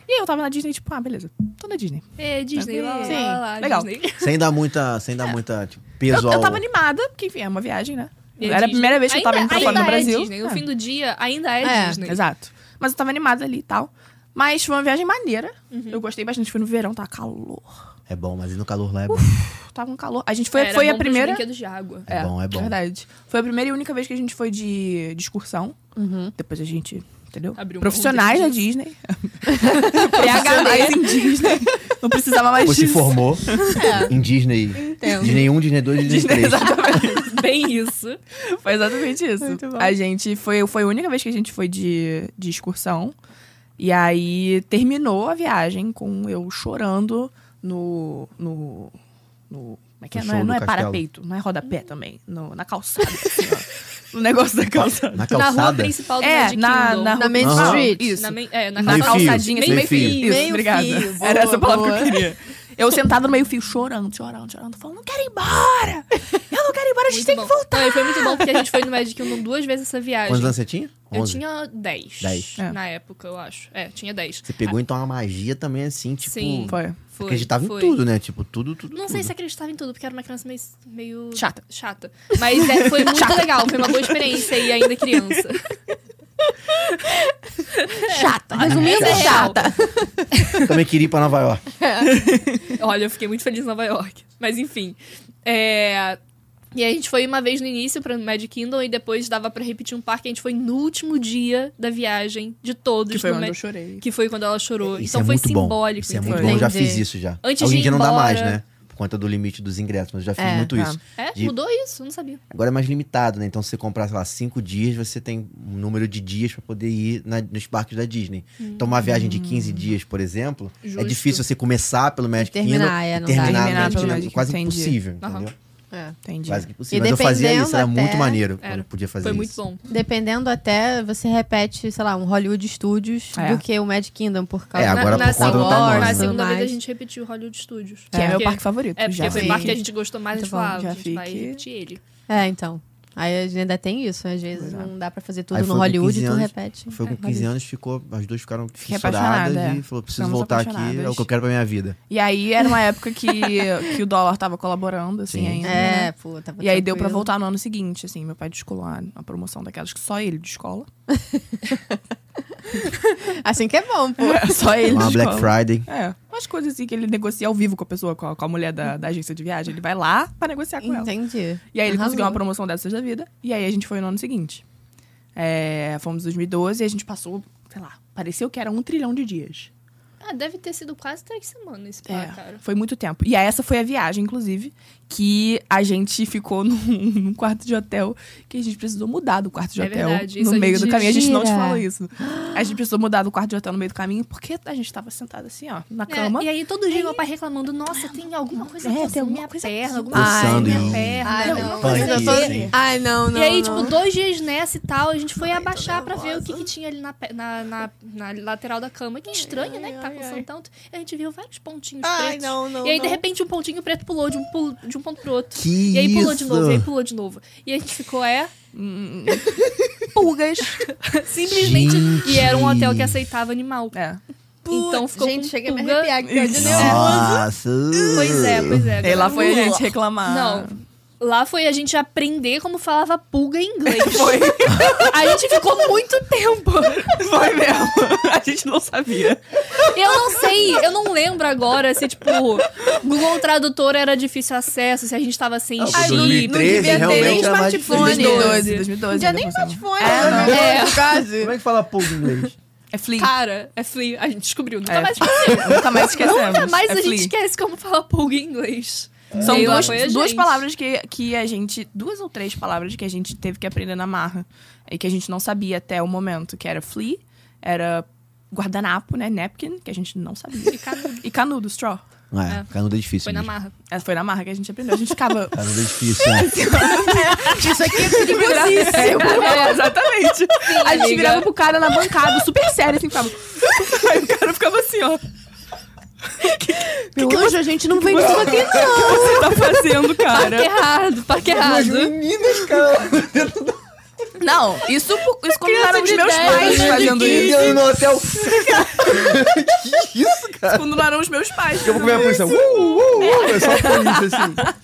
Speaker 3: E aí eu tava na Disney, tipo, ah, beleza, tô na Disney.
Speaker 4: É, Disney, lá, lá,
Speaker 1: Sim,
Speaker 4: lá, lá,
Speaker 3: legal.
Speaker 4: Disney.
Speaker 2: Sem dar muita, sem dar muita tipo,
Speaker 3: Eu,
Speaker 2: peso
Speaker 3: eu
Speaker 2: ao...
Speaker 3: tava animada, porque enfim, é uma viagem, né?
Speaker 4: E
Speaker 3: Era a
Speaker 4: Disney.
Speaker 3: primeira vez que eu tava indo pra
Speaker 4: ainda
Speaker 3: fora do
Speaker 4: é
Speaker 3: Brasil.
Speaker 4: Disney. No
Speaker 3: É.
Speaker 4: fim do dia, ainda é,
Speaker 1: É,
Speaker 4: Disney.
Speaker 3: Exato. Mas eu tava animada ali e tal. Mas foi uma viagem maneira.
Speaker 4: Uhum.
Speaker 3: Eu gostei bastante. Foi no verão, tava calor.
Speaker 2: É bom, mas e no calor lá é bom.
Speaker 3: Tava um calor. A gente foi,
Speaker 4: Era
Speaker 3: foi a
Speaker 4: bom pros
Speaker 3: primeira.
Speaker 4: brinquedos de água.
Speaker 2: É bom, é bom.
Speaker 3: Verdade. Foi a primeira e única vez que a gente foi de, de excursão. Depois a gente, entendeu?
Speaker 4: Uhum. Abriu um uma
Speaker 3: Profissionais da
Speaker 4: outra
Speaker 3: Disney. PHDs em Disney. Não precisava mais
Speaker 2: Você se
Speaker 3: disso.
Speaker 2: formou em Disney. Disney 1, Disney 2, Disney
Speaker 3: Disney,
Speaker 2: 3.
Speaker 3: exatamente.
Speaker 4: Bem isso.
Speaker 3: Foi exatamente isso.
Speaker 1: Muito bom.
Speaker 3: A gente foi, foi a única vez que a gente foi de, de excursão. E aí terminou a viagem com eu chorando no. no. no como é que é?
Speaker 2: No
Speaker 3: Não é,
Speaker 2: show
Speaker 3: não
Speaker 2: do
Speaker 3: é
Speaker 2: castelo.
Speaker 3: parapeito, não é rodapé também. No, na calçada. assim, ó. no negócio da calçada.
Speaker 2: Na
Speaker 4: Na rua
Speaker 2: calçada.
Speaker 4: principal do
Speaker 3: É,
Speaker 4: Magic
Speaker 3: na,
Speaker 4: Kingdom.
Speaker 3: na,
Speaker 1: Na Main
Speaker 2: Aham.
Speaker 1: Street.
Speaker 3: Isso.
Speaker 4: Na men- é, na,
Speaker 3: na
Speaker 2: Meio fio,
Speaker 3: calçadinha. assim,
Speaker 2: meio
Speaker 3: meio fio.
Speaker 2: fio.
Speaker 3: Isso,
Speaker 1: Meio
Speaker 3: obrigada.
Speaker 1: fio, boa,
Speaker 3: Era essa a palavra
Speaker 1: boa.
Speaker 3: que eu queria. Eu sentada no meio fio, chorando, chorando, chorando. Falando, não quero ir embora! Eu não quero ir embora, a gente
Speaker 4: Muito
Speaker 3: tem
Speaker 4: bom.
Speaker 3: que voltar!
Speaker 4: Não, e foi muito bom porque a gente foi no Magic Kingdom duas vezes essa viagem.
Speaker 2: Quantos anos você tinha?
Speaker 4: Eu
Speaker 2: 11.
Speaker 4: tinha 10.
Speaker 2: Dez.
Speaker 3: É.
Speaker 4: Na época, eu acho. É, tinha 10.
Speaker 2: Você pegou então uma magia também, assim, tipo...
Speaker 4: Sim.
Speaker 3: Foi.
Speaker 4: Foi,
Speaker 2: acreditava
Speaker 4: foi.
Speaker 2: em tudo, né? Tipo, tudo, tudo.
Speaker 4: Não sei
Speaker 2: tudo.
Speaker 4: se acreditava em tudo, porque era uma criança meio. meio...
Speaker 3: Chata.
Speaker 4: Chata. Mas é, foi muito legal, foi uma boa experiência e ainda criança.
Speaker 1: Chata. Resumindo,
Speaker 4: Mas é real.
Speaker 1: chata.
Speaker 2: Também queria ir pra Nova York.
Speaker 4: Olha, eu fiquei muito feliz em Nova York. Mas enfim. É, E a gente foi uma vez no início pra Magic Kingdom e depois dava pra repetir um parque. A gente foi no último dia da viagem de todos.
Speaker 3: Que foi
Speaker 4: no
Speaker 3: onde
Speaker 4: Ma-
Speaker 3: eu chorei.
Speaker 4: que foi quando ela chorou.
Speaker 2: Isso
Speaker 4: então
Speaker 2: é
Speaker 4: foi
Speaker 2: muito Bom.
Speaker 4: simbólico.
Speaker 2: Isso é
Speaker 4: entendeu?
Speaker 2: muito bom, eu já
Speaker 1: Entendi.
Speaker 2: fiz isso já.
Speaker 4: Antes
Speaker 2: Hoje
Speaker 4: de
Speaker 2: em
Speaker 4: ir
Speaker 2: dia não dá mais,
Speaker 4: embora.
Speaker 2: né? Por conta do limite dos ingressos, mas eu já fiz
Speaker 1: É,
Speaker 2: muito
Speaker 3: é.
Speaker 2: isso.
Speaker 4: É,
Speaker 2: De-
Speaker 4: mudou isso? Não sabia.
Speaker 2: Agora é mais limitado, né? Então, se você comprar, sei lá, cinco dias, você tem um número de dias pra poder ir na- nos parques da Disney. Então, uma viagem de 15 dias, por exemplo, é
Speaker 4: Justo.
Speaker 2: difícil você começar pelo Magic
Speaker 1: terminar,
Speaker 2: Kingdom
Speaker 1: é, não
Speaker 2: e terminar,
Speaker 1: dá.
Speaker 2: no
Speaker 3: Terminar
Speaker 2: Magic
Speaker 3: pelo
Speaker 2: Kingdom.
Speaker 3: Magic
Speaker 2: Quase
Speaker 3: Kingdom, entendi.
Speaker 2: impossível,
Speaker 4: Aham.
Speaker 2: entendeu?
Speaker 1: É.
Speaker 3: Entendi.
Speaker 2: Quase que
Speaker 1: E
Speaker 2: impossível. Mas eu fazia
Speaker 1: dependendo
Speaker 2: isso, era
Speaker 1: até-
Speaker 2: muito maneiro
Speaker 4: Era.
Speaker 2: quando eu podia fazer
Speaker 4: Foi
Speaker 2: isso.
Speaker 4: muito bom.
Speaker 1: Dependendo até, você repete, sei lá, um Hollywood Studios
Speaker 3: É.
Speaker 1: do que o Mad Kingdom, por causa
Speaker 2: É, agora
Speaker 4: na, na
Speaker 2: por conta do
Speaker 4: segunda,
Speaker 2: tamanho,
Speaker 4: na
Speaker 2: né?
Speaker 4: segunda vez a
Speaker 1: assim, mais.
Speaker 4: gente repetiu o Hollywood Studios.
Speaker 3: Que é, meu
Speaker 4: Porque-
Speaker 3: parque favorito.
Speaker 4: É, porque
Speaker 3: já.
Speaker 4: foi o
Speaker 1: Sim.
Speaker 4: parque que a gente gostou mais, a gente
Speaker 3: Muito Tá bom,
Speaker 4: falava,
Speaker 3: já
Speaker 4: a gente vai
Speaker 3: fique-
Speaker 4: repetir ele.
Speaker 1: É, então. Aí a gente ainda tem isso, às vezes
Speaker 3: Pois é.
Speaker 1: não dá pra fazer tudo
Speaker 2: Aí
Speaker 1: no
Speaker 2: foi com
Speaker 1: Hollywood,
Speaker 2: 15
Speaker 1: tu
Speaker 2: anos.
Speaker 1: repete.
Speaker 2: Foi com
Speaker 1: É,
Speaker 2: 15 anos, ficou, as duas ficaram
Speaker 3: Fiquei
Speaker 2: fissuradas
Speaker 3: apaixonada, é.
Speaker 2: e falou: preciso
Speaker 3: Ficamos
Speaker 2: voltar aqui, é o
Speaker 3: apaixonadas.
Speaker 2: que eu quero pra minha vida.
Speaker 3: E aí era uma época que, que o dólar tava colaborando, assim,
Speaker 2: Sim.
Speaker 3: ainda. né?
Speaker 1: É, pô, tava
Speaker 3: E aí deu pra
Speaker 1: tranquilo.
Speaker 3: voltar no ano seguinte, assim. Meu pai descolou a, a promoção daquelas que só ele descola.
Speaker 1: Assim que é bom, pô.
Speaker 3: só ele
Speaker 2: Uma
Speaker 3: descola.
Speaker 2: Black Friday.
Speaker 3: É, umas coisas assim que ele negocia ao vivo com a pessoa, com a, com a mulher da, da agência de viagem. Ele vai lá pra negociar com ela.
Speaker 1: Entendi.
Speaker 3: E aí ele
Speaker 1: Arrasou.
Speaker 3: conseguiu uma promoção dessas da vida. E aí a gente foi no ano seguinte. É, fomos em 2012 e a gente passou, sei lá, pareceu que era um trilhão de dias.
Speaker 4: Ah, deve ter sido quase três semanas esse
Speaker 3: É,
Speaker 4: par, Ah, cara.
Speaker 3: foi muito tempo. E essa foi a viagem, inclusive, que a gente ficou num, num quarto de hotel que a gente precisou mudar do quarto de
Speaker 4: É
Speaker 3: hotel
Speaker 4: verdade, isso
Speaker 3: no
Speaker 4: a
Speaker 3: meio
Speaker 4: gente-
Speaker 3: do caminho. A gente não te
Speaker 1: Mentira.
Speaker 3: falou isso. A gente precisou mudar do quarto de hotel no meio do caminho porque a gente tava sentado assim, ó, na
Speaker 4: É,
Speaker 3: cama.
Speaker 4: e aí todo dia meu pai reclamando, nossa,
Speaker 1: Ah,
Speaker 4: tem alguma coisa
Speaker 3: É,
Speaker 4: aqui,
Speaker 3: tem
Speaker 4: assim,
Speaker 3: alguma
Speaker 4: minha
Speaker 3: coisa
Speaker 4: perna,
Speaker 3: aqui.
Speaker 4: alguma coisa, assim."
Speaker 2: Coçando
Speaker 4: minha
Speaker 2: em- um.
Speaker 4: perna.
Speaker 1: Ai,
Speaker 4: alguma
Speaker 1: não.
Speaker 4: coisa
Speaker 2: Punk,
Speaker 4: aqui.
Speaker 2: assim.
Speaker 1: Ai, não, não.
Speaker 4: E
Speaker 1: não.
Speaker 4: aí, tipo, dois dias nessa e tal, a gente foi abaixar pra ver o que, que tinha ali na, pe- na, na- na lateral da cama. Que estranho, né? Que tava bagunçando tanto. A gente viu vários pontinhos
Speaker 1: Ai,
Speaker 4: pretos.
Speaker 1: não, não.
Speaker 4: e aí,
Speaker 1: não.
Speaker 4: de repente, um pontinho preto pulou de um, pulo- de um ponto pro outro.
Speaker 2: Que
Speaker 4: E aí pulou de
Speaker 2: isso?
Speaker 4: novo, e aí pulou de novo. E a gente ficou, é,
Speaker 3: Pulgas.
Speaker 4: simplesmente. E era um hotel que
Speaker 2: Gente.
Speaker 4: aceitava animal.
Speaker 3: É.
Speaker 4: Então ficou
Speaker 1: Gente,
Speaker 4: com
Speaker 1: cheguei a me
Speaker 4: pulga.
Speaker 1: arrepiar aqui, ó, de nervoso.
Speaker 2: Nossa.
Speaker 4: Pois é, pois é.
Speaker 3: E lá foi a
Speaker 4: Não.
Speaker 3: gente reclamar.
Speaker 4: Não. Lá foi a gente aprender como falava pulga em inglês. foi. A gente ficou muito tempo.
Speaker 3: Foi mesmo. A gente não sabia.
Speaker 4: Eu não sei, eu não lembro agora se, tipo, Google Tradutor era difícil acesso, se a gente tava sem
Speaker 2: Ah,
Speaker 4: chip.
Speaker 2: 2013
Speaker 1: devia ter
Speaker 2: realmente
Speaker 1: nem
Speaker 2: era mais
Speaker 1: smartphone.
Speaker 2: difícil.
Speaker 4: 2012,
Speaker 3: 2012.
Speaker 1: Não tinha nem
Speaker 3: ainda por cima.
Speaker 1: smartphone,
Speaker 3: É, não.
Speaker 1: né?
Speaker 4: É.
Speaker 1: quase.
Speaker 2: Como é que fala pouco em inglês?
Speaker 3: É Flea.
Speaker 4: Cara, é Flea. A gente descobriu. Nunca
Speaker 3: É.
Speaker 4: mais esqueceu.
Speaker 3: Nunca mais esquecemos.
Speaker 4: Nunca mais
Speaker 3: É
Speaker 4: a gente
Speaker 3: Flea.
Speaker 4: esquece como falar pulga em inglês.
Speaker 3: São
Speaker 4: Sei lá,
Speaker 3: duas,
Speaker 4: foi a
Speaker 3: duas
Speaker 4: gente.
Speaker 3: palavras que, que a gente. Duas ou três palavras que a gente teve que aprender na marra. E que a gente não sabia até o momento, que era flea, era guardanapo, né? Napkin, que a gente não sabia.
Speaker 4: E canudo.
Speaker 3: E canudo, straw.
Speaker 2: Ah,
Speaker 4: É.
Speaker 2: canudo é difícil.
Speaker 4: Foi na
Speaker 2: mesmo.
Speaker 4: marra.
Speaker 3: Essa foi na marra que a gente aprendeu. A gente ficava. Tipo
Speaker 2: Canudo é difícil, né?
Speaker 1: Isso aqui é perigosíssimo.
Speaker 3: É, exatamente. a gente
Speaker 4: amiga.
Speaker 3: virava pro cara na bancada, super sério, assim, ficava. Aí o cara ficava assim, ó. O que
Speaker 1: Meu anjo, a gente não vende isso aqui, não.
Speaker 3: você tá fazendo, cara?
Speaker 4: Parque errado, parque
Speaker 2: As
Speaker 4: errado.
Speaker 2: meninas, cara.
Speaker 3: Não, isso, isso
Speaker 1: Criança
Speaker 3: combinaram os
Speaker 1: de
Speaker 3: é meus
Speaker 1: 10,
Speaker 3: pais
Speaker 1: né, de
Speaker 3: fazendo
Speaker 2: Que
Speaker 3: isso.
Speaker 2: no hotel. que isso, cara?
Speaker 3: Combinaram os meus pais.
Speaker 2: Eu vou comer a polícia. Uh, uh, uh. É só a polícia, assim.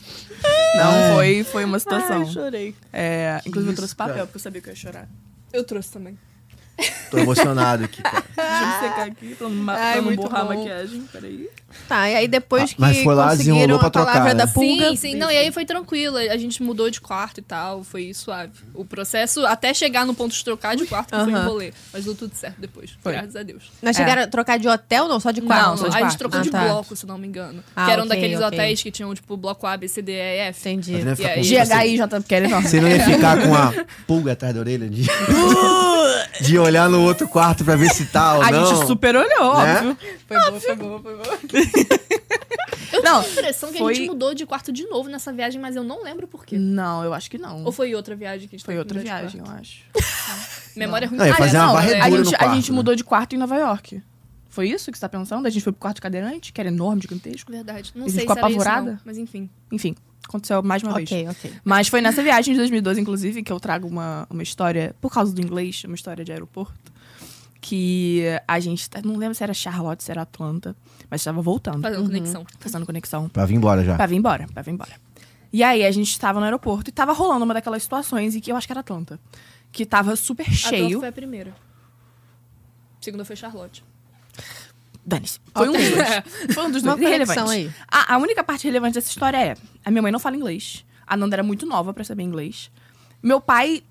Speaker 3: Não, foi, foi uma situação.
Speaker 1: chorei.
Speaker 3: É, inclusive eu
Speaker 2: isso,
Speaker 3: trouxe
Speaker 2: cara.
Speaker 3: papel, porque eu sabia que eu ia chorar.
Speaker 4: Eu trouxe também.
Speaker 2: Tô emocionado aqui, Tá cara.
Speaker 3: Deixa eu secar aqui pra não, ma-
Speaker 1: Ai,
Speaker 3: pra não
Speaker 1: muito
Speaker 3: borrar
Speaker 1: bom.
Speaker 3: a maquiagem. Peraí.
Speaker 1: Tá, e aí depois
Speaker 2: Ah,
Speaker 1: que
Speaker 2: mas foi lá,
Speaker 1: conseguiram
Speaker 2: desenrolou
Speaker 1: a
Speaker 2: pra trocar,
Speaker 1: palavra
Speaker 2: né?
Speaker 1: da pulga...
Speaker 4: Sim, sim. Não, e aí foi tranquilo. A gente mudou de quarto e tal. Foi suave. O processo, até chegar no ponto de trocar de quarto, que foi um
Speaker 1: Aham.
Speaker 4: rolê. Mas deu tudo certo depois.
Speaker 3: Foi.
Speaker 4: Graças a Deus.
Speaker 1: Mas chegaram a trocar de hotel, não? Só de quarto?
Speaker 3: É. Não, só de
Speaker 4: a gente
Speaker 3: quarto.
Speaker 4: trocou
Speaker 1: Ah,
Speaker 4: de
Speaker 1: tá.
Speaker 4: bloco, se não me engano.
Speaker 1: Ah,
Speaker 4: que eram
Speaker 1: ok,
Speaker 4: daqueles
Speaker 1: ok.
Speaker 4: hotéis que tinham, tipo, bloco A, B, C, D, E, F.
Speaker 1: Entendi.
Speaker 2: Mas não ia ficar
Speaker 4: E
Speaker 2: com-
Speaker 4: aí?
Speaker 2: você-
Speaker 3: J, porque era enorme.
Speaker 2: Você não ia ficar com a pulga atrás da orelha de, de olhar no outro quarto pra ver se tá ou
Speaker 3: A
Speaker 2: não?
Speaker 3: gente super olhou,
Speaker 2: Né?
Speaker 3: óbvio.
Speaker 1: Foi boa, foi boa, foi boa.
Speaker 4: Eu
Speaker 3: Não,
Speaker 4: tenho a impressão é que a
Speaker 3: foi-
Speaker 4: gente mudou de quarto de novo nessa viagem, mas eu não lembro por quê.
Speaker 3: Não, eu acho que não.
Speaker 4: Ou foi outra viagem que a gente
Speaker 3: Foi
Speaker 4: teve que
Speaker 3: outra
Speaker 4: mudar de
Speaker 3: viagem, eu acho.
Speaker 4: quarto? Memória ruim.
Speaker 2: Não, ia
Speaker 4: Ah,
Speaker 2: fazer uma
Speaker 4: não,
Speaker 2: varredura
Speaker 3: a
Speaker 4: é.
Speaker 2: no
Speaker 3: gente,
Speaker 2: quarto,
Speaker 3: a gente
Speaker 2: né?
Speaker 3: mudou de quarto em Nova York. Foi isso que você tá pensando? A gente foi pro quarto de cadeirante, que era enorme, gigantesco.
Speaker 4: Verdade. Não
Speaker 3: Ele
Speaker 4: sei
Speaker 3: ficou
Speaker 4: se era isso,
Speaker 3: apavorada?
Speaker 4: não, Mas enfim.
Speaker 3: Enfim, aconteceu mais uma vez.
Speaker 1: Ok, ok.
Speaker 3: Mas foi nessa viagem de 2012, inclusive, que eu trago uma, uma história, por causa do inglês, uma história de aeroporto. Que a gente. tá- Não lembro se era Charlotte, se era Atlanta, mas estava voltando, Uhum.
Speaker 4: Fazendo conexão.
Speaker 3: fazendo conexão.
Speaker 2: Pra vir embora já.
Speaker 3: Pra vir embora, pra vir embora. E aí a gente estava no aeroporto e tava rolando uma daquelas situações em que eu acho que era Atlanta. Que tava super
Speaker 4: A Adolfo
Speaker 3: cheio.
Speaker 4: foi a primeira. Segunda foi Charlotte.
Speaker 3: Dane-se. Foi um dos dois. Foi um dos
Speaker 1: Uma
Speaker 3: dois. Irrelevante.
Speaker 1: conexão aí.
Speaker 3: A, a única parte relevante dessa história é: a minha mãe não fala inglês. A Nanda era muito nova pra saber inglês. Meu pai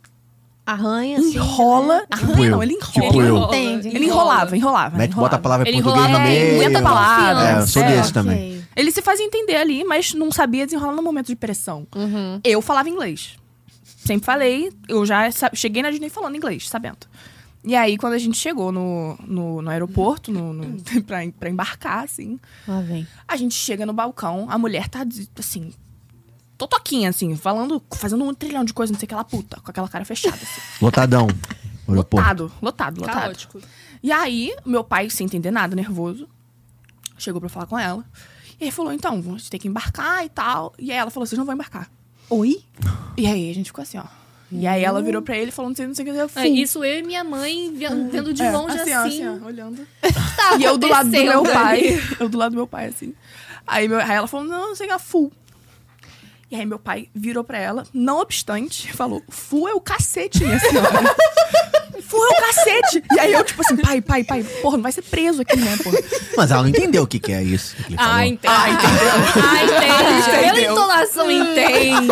Speaker 1: Arranha, assim.
Speaker 3: enrola.
Speaker 2: Tipo
Speaker 3: Ah,
Speaker 2: eu.
Speaker 3: não, ele enrola.
Speaker 2: Tipo eu.
Speaker 1: Entende.
Speaker 3: Ele enrolava, enrolava.
Speaker 2: Mete, bota
Speaker 3: enrolava.
Speaker 2: a palavra em
Speaker 4: Ele
Speaker 2: português no
Speaker 4: enrolava. É,
Speaker 2: meio.
Speaker 3: aguenta a palavra.
Speaker 1: né?
Speaker 2: É, eu sou
Speaker 3: É,
Speaker 2: desse
Speaker 3: ok.
Speaker 2: também.
Speaker 3: Ele se faz entender ali, mas não sabia desenrolar no momento de pressão. Eu falava inglês. Sempre falei, eu já sa- cheguei na Disney falando inglês, sabendo. E aí, quando a gente chegou no, no, no aeroporto, no, no, pra, em- pra embarcar, assim,
Speaker 1: Lá vem.
Speaker 3: a gente chega no balcão, a mulher tá, de- assim, totoquinha, assim, falando, fazendo um trilhão de coisa, não sei o que, ela puta, com aquela cara fechada, assim.
Speaker 2: Lotadão. Aeroporto.
Speaker 3: Lotado, lotado, lotado.
Speaker 4: Caótico.
Speaker 3: E aí, meu pai, sem entender nada, nervoso, chegou pra falar com ela. E aí falou, então, a gente tem que embarcar e tal. E aí ela falou, vocês não vão embarcar.
Speaker 1: Oi?
Speaker 3: E aí a gente ficou assim, ó. E aí ela virou pra ele e falou, não sei, não sei o que. Eu
Speaker 4: É,
Speaker 3: fui.
Speaker 4: isso eu e minha mãe vi- vendo de
Speaker 3: É,
Speaker 4: longe assim.
Speaker 3: ó, ó, olhando.
Speaker 4: Tá
Speaker 3: E eu do lado do meu
Speaker 4: acontecendo
Speaker 3: pai.
Speaker 4: ali.
Speaker 3: Eu do lado do meu pai, assim. Aí, meu- aí ela falou, não, não sei o que, full. E aí meu pai virou pra ela, não obstante, falou, full é o cacete, minha senhora. full é o cacete. E aí eu, tipo assim, pai, pai, pai, porra, não vai ser preso aqui, né, porra.
Speaker 2: Mas ela não entendeu o que, que é isso. que ele
Speaker 3: Tá
Speaker 2: falou.
Speaker 4: Ah, entendeu. Ah, entendeu. Pela
Speaker 3: Entendeu.
Speaker 4: entonação entende.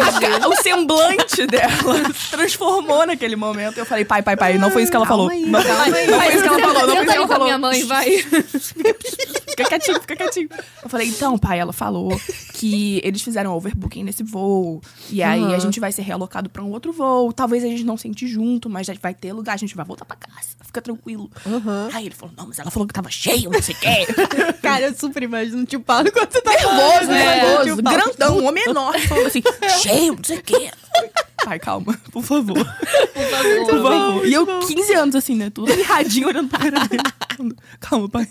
Speaker 3: o semblante dela se transformou naquele momento. Eu falei, pai, pai, pai, não foi isso que ela falou.
Speaker 1: aí,
Speaker 3: não,
Speaker 1: calma aí.
Speaker 3: não foi isso que ela
Speaker 4: Senta-
Speaker 3: falou, não foi
Speaker 4: senta
Speaker 3: isso que ela
Speaker 4: ali com a
Speaker 3: falou.
Speaker 4: minha mãe, vai.
Speaker 3: Fica quietinho, fica quietinho. Eu falei, então, pai, ela falou que eles fizeram overbooking nesse voo. E aí
Speaker 1: Aham.
Speaker 3: a gente vai ser realocado pra um outro voo. Talvez a gente não sente junto, mas já vai ter lugar, a gente vai voltar pra casa. Fica tranquilo. Aí ele falou, não, mas ela falou que tava cheio, não sei o quê.
Speaker 1: Cara, eu super imagino um tio Paulo quando você tá nervoso,
Speaker 3: nervoso,
Speaker 1: né?
Speaker 3: nervoso, grandão, um homem enorme, falando assim, cheio, não sei o quê. Pai, calma, por favor.
Speaker 4: Por favor.
Speaker 3: Por favor. E eu, 15 anos, assim, né? Tudo mirradinho olhando pra cara dele. Calma, pai.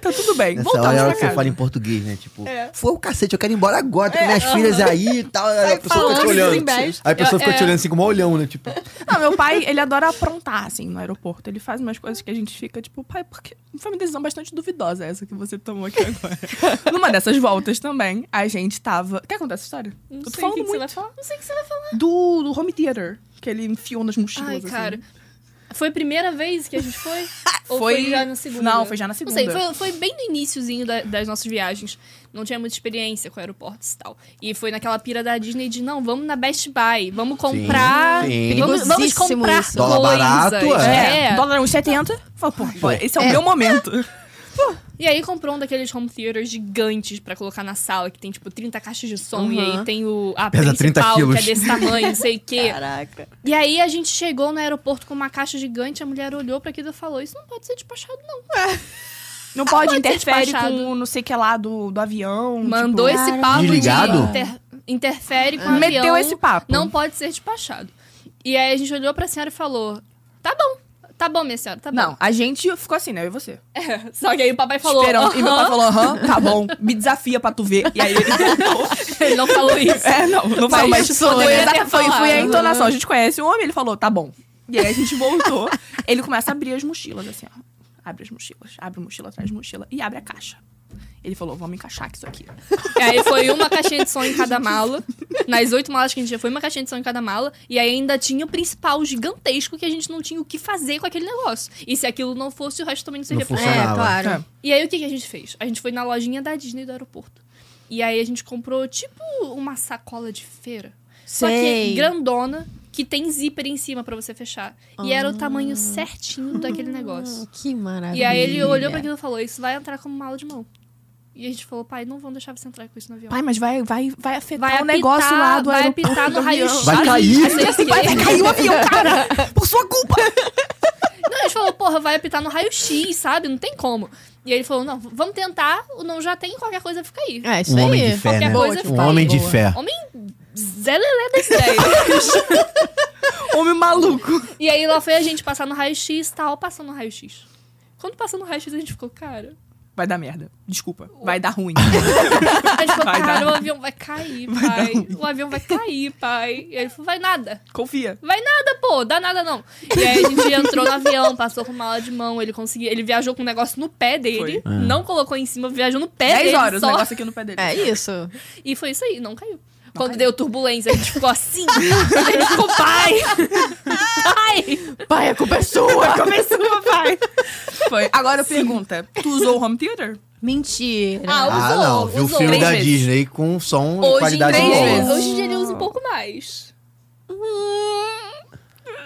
Speaker 3: Tá tudo bem.
Speaker 2: Nessa
Speaker 3: Voltamos
Speaker 2: hora é a hora
Speaker 3: pra
Speaker 2: que você
Speaker 3: casa.
Speaker 2: fala em português, né? Tipo,
Speaker 3: É.
Speaker 2: foi o cacete, eu quero ir embora agora,
Speaker 4: É,
Speaker 2: tô com minhas filhas aí e tal. Aí a pessoa fica
Speaker 4: falando,
Speaker 2: te olhando.
Speaker 4: desembesta.
Speaker 2: Aí a pessoa fica
Speaker 4: É.
Speaker 2: te olhando assim com um olhão, né? Tipo,
Speaker 3: Não, meu pai, ele adora aprontar, assim, no aeroporto. Ele faz umas coisas que a gente fica, tipo, pai, porque foi uma decisão bastante duvidosa essa que você tomou aqui agora. Numa dessas voltas também, a gente tava... Quer contar essa história?
Speaker 4: Não
Speaker 3: Eu tô
Speaker 4: sei o
Speaker 3: falando
Speaker 4: que, que você
Speaker 3: muito
Speaker 4: vai falar. Não sei o que você vai falar.
Speaker 3: do, do home theater, que ele enfiou nas mochilas,
Speaker 4: Ai,
Speaker 3: assim. Ah,
Speaker 4: cara. Foi a primeira vez que a gente foi? Ou
Speaker 3: Foi-
Speaker 4: foi, já na segunda?
Speaker 3: Não, foi já na segunda.
Speaker 4: Não sei, foi, foi bem no iníciozinho da- das nossas viagens. Não tinha muita experiência com aeroportos e tal. E foi naquela pira da Disney de, não, vamos na Best Buy, vamos comprar...
Speaker 2: sim.
Speaker 4: Vamos, vamos
Speaker 1: Perigosíssimo
Speaker 4: comprar
Speaker 1: isso.
Speaker 4: coisas.
Speaker 2: Dólar barato,
Speaker 3: É,
Speaker 4: é.
Speaker 3: dólar 1,70. Fala, pô, pô, esse é o
Speaker 1: É.
Speaker 3: meu momento.
Speaker 4: E aí comprou um daqueles home theaters gigantes pra colocar na sala, que tem, tipo, 30 caixas de som. E
Speaker 1: Uhum.
Speaker 4: aí tem o, a
Speaker 2: Pesa 30
Speaker 4: principal, que é
Speaker 2: quilos.
Speaker 4: desse tamanho, não sei o quê.
Speaker 1: Caraca.
Speaker 4: E aí a gente chegou no aeroporto com uma caixa gigante, a mulher olhou pra aquilo e falou: Isso não pode ser despachado, não.
Speaker 3: Não pode,
Speaker 4: Pode ser
Speaker 3: interfere
Speaker 4: despachado.
Speaker 3: com o não sei o que lá do, do avião.
Speaker 4: Mandou
Speaker 3: tipo,
Speaker 4: esse papo
Speaker 2: Desligado?
Speaker 4: de inter- interfere com o
Speaker 3: Meteu
Speaker 4: avião,
Speaker 3: esse papo.
Speaker 4: Não pode ser despachado. E aí a gente olhou pra senhora e falou: Tá bom, tá bom, minha senhora, tá bom.
Speaker 3: Não, a gente ficou assim, né? Eu e você.
Speaker 4: É, Só que aí o papai falou:
Speaker 3: Esperando. E meu pai
Speaker 4: "Aham."
Speaker 3: falou, aham, tá bom, me desafia pra tu ver. E aí ele voltou.
Speaker 4: Ele não falou isso.
Speaker 3: É, não, não
Speaker 4: Mas né?
Speaker 3: falou mais
Speaker 4: isso eu ia ter
Speaker 3: foi,
Speaker 4: falado.
Speaker 3: foi a entonação. A gente conhece o homem, ele falou, tá bom. E aí a gente voltou. ele começa a abrir as mochilas, assim, ó. Abre as mochilas, abre mochila atrás de mochila e abre a caixa. Ele falou, vamos encaixar isso aqui.
Speaker 4: E aí foi uma caixinha de som em cada mala. Nas oito malas que a gente já foi, uma caixinha de som em cada mala. E aí ainda tinha o principal gigantesco que a gente não tinha o que fazer com aquele negócio. E se aquilo não fosse, o resto também não seria
Speaker 2: Não
Speaker 4: possível.
Speaker 2: Funcionava.
Speaker 1: É, claro.
Speaker 3: É.
Speaker 4: E aí o que, que a gente fez? A gente foi na lojinha da Disney do aeroporto. E aí a gente comprou tipo uma sacola de feira. Só que
Speaker 1: Sei.
Speaker 4: grandona, que tem zíper em cima pra você fechar. E era o
Speaker 3: Ah.
Speaker 4: tamanho certinho daquele negócio.
Speaker 1: Que maravilha.
Speaker 4: E aí ele olhou
Speaker 2: É.
Speaker 4: pra aquilo e falou: Isso vai entrar como mala de mão. E a gente falou: Pai, não vão deixar você entrar com isso no avião.
Speaker 3: Pai, mas vai, vai, vai afetar
Speaker 4: Vai
Speaker 3: o negócio lá do
Speaker 4: vai
Speaker 3: aeroporto.
Speaker 4: apitar no
Speaker 3: do avião.
Speaker 4: raio-x.
Speaker 2: Vai cair.
Speaker 4: Assim, assim,
Speaker 3: Vai, vai cair o avião, cara! Por sua culpa!
Speaker 4: Não, a gente falou, porra, vai apitar no raio-x, sabe? Não tem como. E ele falou, não, vamos tentar, o não já tem, qualquer coisa fica aí.
Speaker 1: É, isso
Speaker 2: um
Speaker 1: aí.
Speaker 2: homem de fé,
Speaker 4: Qualquer
Speaker 2: né?
Speaker 4: coisa
Speaker 2: Um
Speaker 4: fica aí,
Speaker 2: homem de
Speaker 1: boa.
Speaker 2: fé.
Speaker 4: Homem Zé Lelé das ideias.
Speaker 3: Homem maluco!
Speaker 4: e aí lá foi a gente passar no raio-x e tal, passando no raio-x. Quando passou no raio-x, a gente ficou, cara...
Speaker 3: Vai dar merda. Desculpa. Vai dar ruim.
Speaker 4: A gente ficou,
Speaker 3: Vai dar. um-"
Speaker 4: cara, o avião vai cair, pai. O avião vai cair, pai. E ele falou, vai nada.
Speaker 3: Confia.
Speaker 4: Vai nada, pô, dá nada não. E aí a gente entrou no avião, passou com mala de mão, ele conseguiu, ele viajou com um negócio no pé dele, não colocou em cima, viajou no pé
Speaker 3: 10
Speaker 4: É dele
Speaker 3: horas o
Speaker 4: só.
Speaker 3: negócio aqui no pé dele.
Speaker 1: É isso.
Speaker 4: E foi isso aí, não caiu. Quando deu turbulência, a gente ficou assim. a gente ficou, pai! Pai!
Speaker 1: Pai, a culpa é sua.
Speaker 3: Começou, papai. Foi. Agora pergunta. Tu usou o home theater?
Speaker 1: Mentira.
Speaker 4: Ah, usou,
Speaker 2: Ah, não. Viu o
Speaker 4: usou.
Speaker 2: filme da
Speaker 4: Três vezes.
Speaker 2: Disney com som de
Speaker 4: Hoje em,
Speaker 2: qualidade
Speaker 4: dia,
Speaker 2: boa.
Speaker 3: vezes.
Speaker 4: hoje em dia ele usa um pouco mais.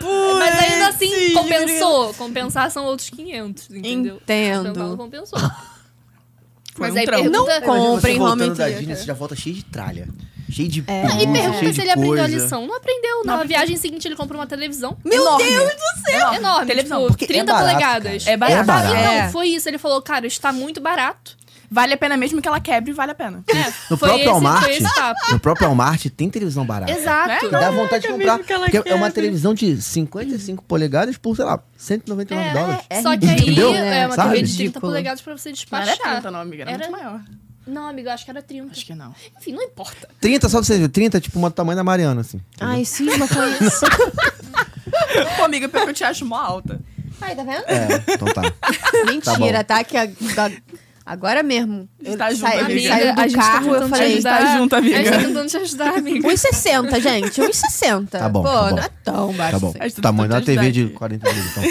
Speaker 4: Mas ainda assim, compensou. Compensar são outros 500, entendeu?
Speaker 1: Entendo.
Speaker 4: Então, compensou.
Speaker 3: Foi
Speaker 4: Mas
Speaker 3: um
Speaker 4: aí
Speaker 3: trampo.
Speaker 4: pergunta...
Speaker 1: Não
Speaker 2: Imagina você
Speaker 1: Comprem home
Speaker 2: voltando da
Speaker 1: theater.
Speaker 2: Disney, você já volta cheio de tralha. Cheio de
Speaker 1: É. Não,
Speaker 4: E
Speaker 2: pulso,
Speaker 4: pergunta
Speaker 2: cheio
Speaker 4: se
Speaker 2: de
Speaker 4: ele aprendeu a
Speaker 2: coisa.
Speaker 4: lição. Não aprendeu. Na viagem seguinte, ele comprou uma televisão
Speaker 3: Meu Deus do céu! Enorme.
Speaker 4: enorme,
Speaker 3: Televisão.
Speaker 4: tipo,
Speaker 2: porque é
Speaker 4: 30
Speaker 2: barato,
Speaker 4: polegadas.
Speaker 2: cara.
Speaker 3: É barato.
Speaker 2: É barato.
Speaker 4: Então,
Speaker 3: É.
Speaker 4: foi isso. Ele falou, cara, está muito barato.
Speaker 3: Vale a pena mesmo que ela quebre, vale a pena.
Speaker 4: É,
Speaker 2: No
Speaker 4: foi,
Speaker 2: próprio
Speaker 4: esse,
Speaker 2: Walmart,
Speaker 4: foi esse papo.
Speaker 2: no próprio Walmart tem televisão barata.
Speaker 4: Exato.
Speaker 3: Né?
Speaker 2: Que dá vontade de comprar.
Speaker 1: mesmo que ela
Speaker 2: Porque é uma
Speaker 1: quer,
Speaker 2: televisão de 55 polegadas por, sei lá, 199 dólares.
Speaker 1: é
Speaker 4: Só que aí
Speaker 2: Entendeu?
Speaker 4: é uma
Speaker 2: Sabe?
Speaker 4: TV de 30
Speaker 1: Ridículo.
Speaker 4: polegadas pra você
Speaker 3: Não era
Speaker 4: despachar.
Speaker 3: 30, então, não, amiga. Era,
Speaker 4: Era-
Speaker 3: muito maior.
Speaker 4: Não, amigo, eu acho que era 30.
Speaker 3: Acho que não.
Speaker 4: Enfim, não importa.
Speaker 2: 30, só pra você ver, 30 é tipo uma tamanho da Mariana, assim.
Speaker 1: Ai, sim, eu conheço.
Speaker 3: Então, Pô, amiga, pior que eu te acho mó alta.
Speaker 1: Ai, tá vendo?
Speaker 2: É, então tá.
Speaker 1: Mentira, tá? Que agora, agora mesmo. Eu
Speaker 3: Tá junto,
Speaker 1: saí, É,
Speaker 3: amiga.
Speaker 1: ele saiu
Speaker 4: a
Speaker 1: do
Speaker 4: gente tá
Speaker 1: carro, eu
Speaker 4: tentando te
Speaker 1: falei.
Speaker 4: ajudar.
Speaker 3: A gente tá junto, amiga.
Speaker 4: A gente tá tentando te ajudar, amiga.
Speaker 1: 1,60, gente. 1,60.
Speaker 2: Tá bom,
Speaker 1: Pô,
Speaker 2: tá bom.
Speaker 1: não é tão baixo.
Speaker 2: Tá bom.
Speaker 1: assim.
Speaker 3: Acho que
Speaker 2: Tamanho da
Speaker 3: tudo
Speaker 2: TV de
Speaker 3: idade.
Speaker 2: 40 mil, então.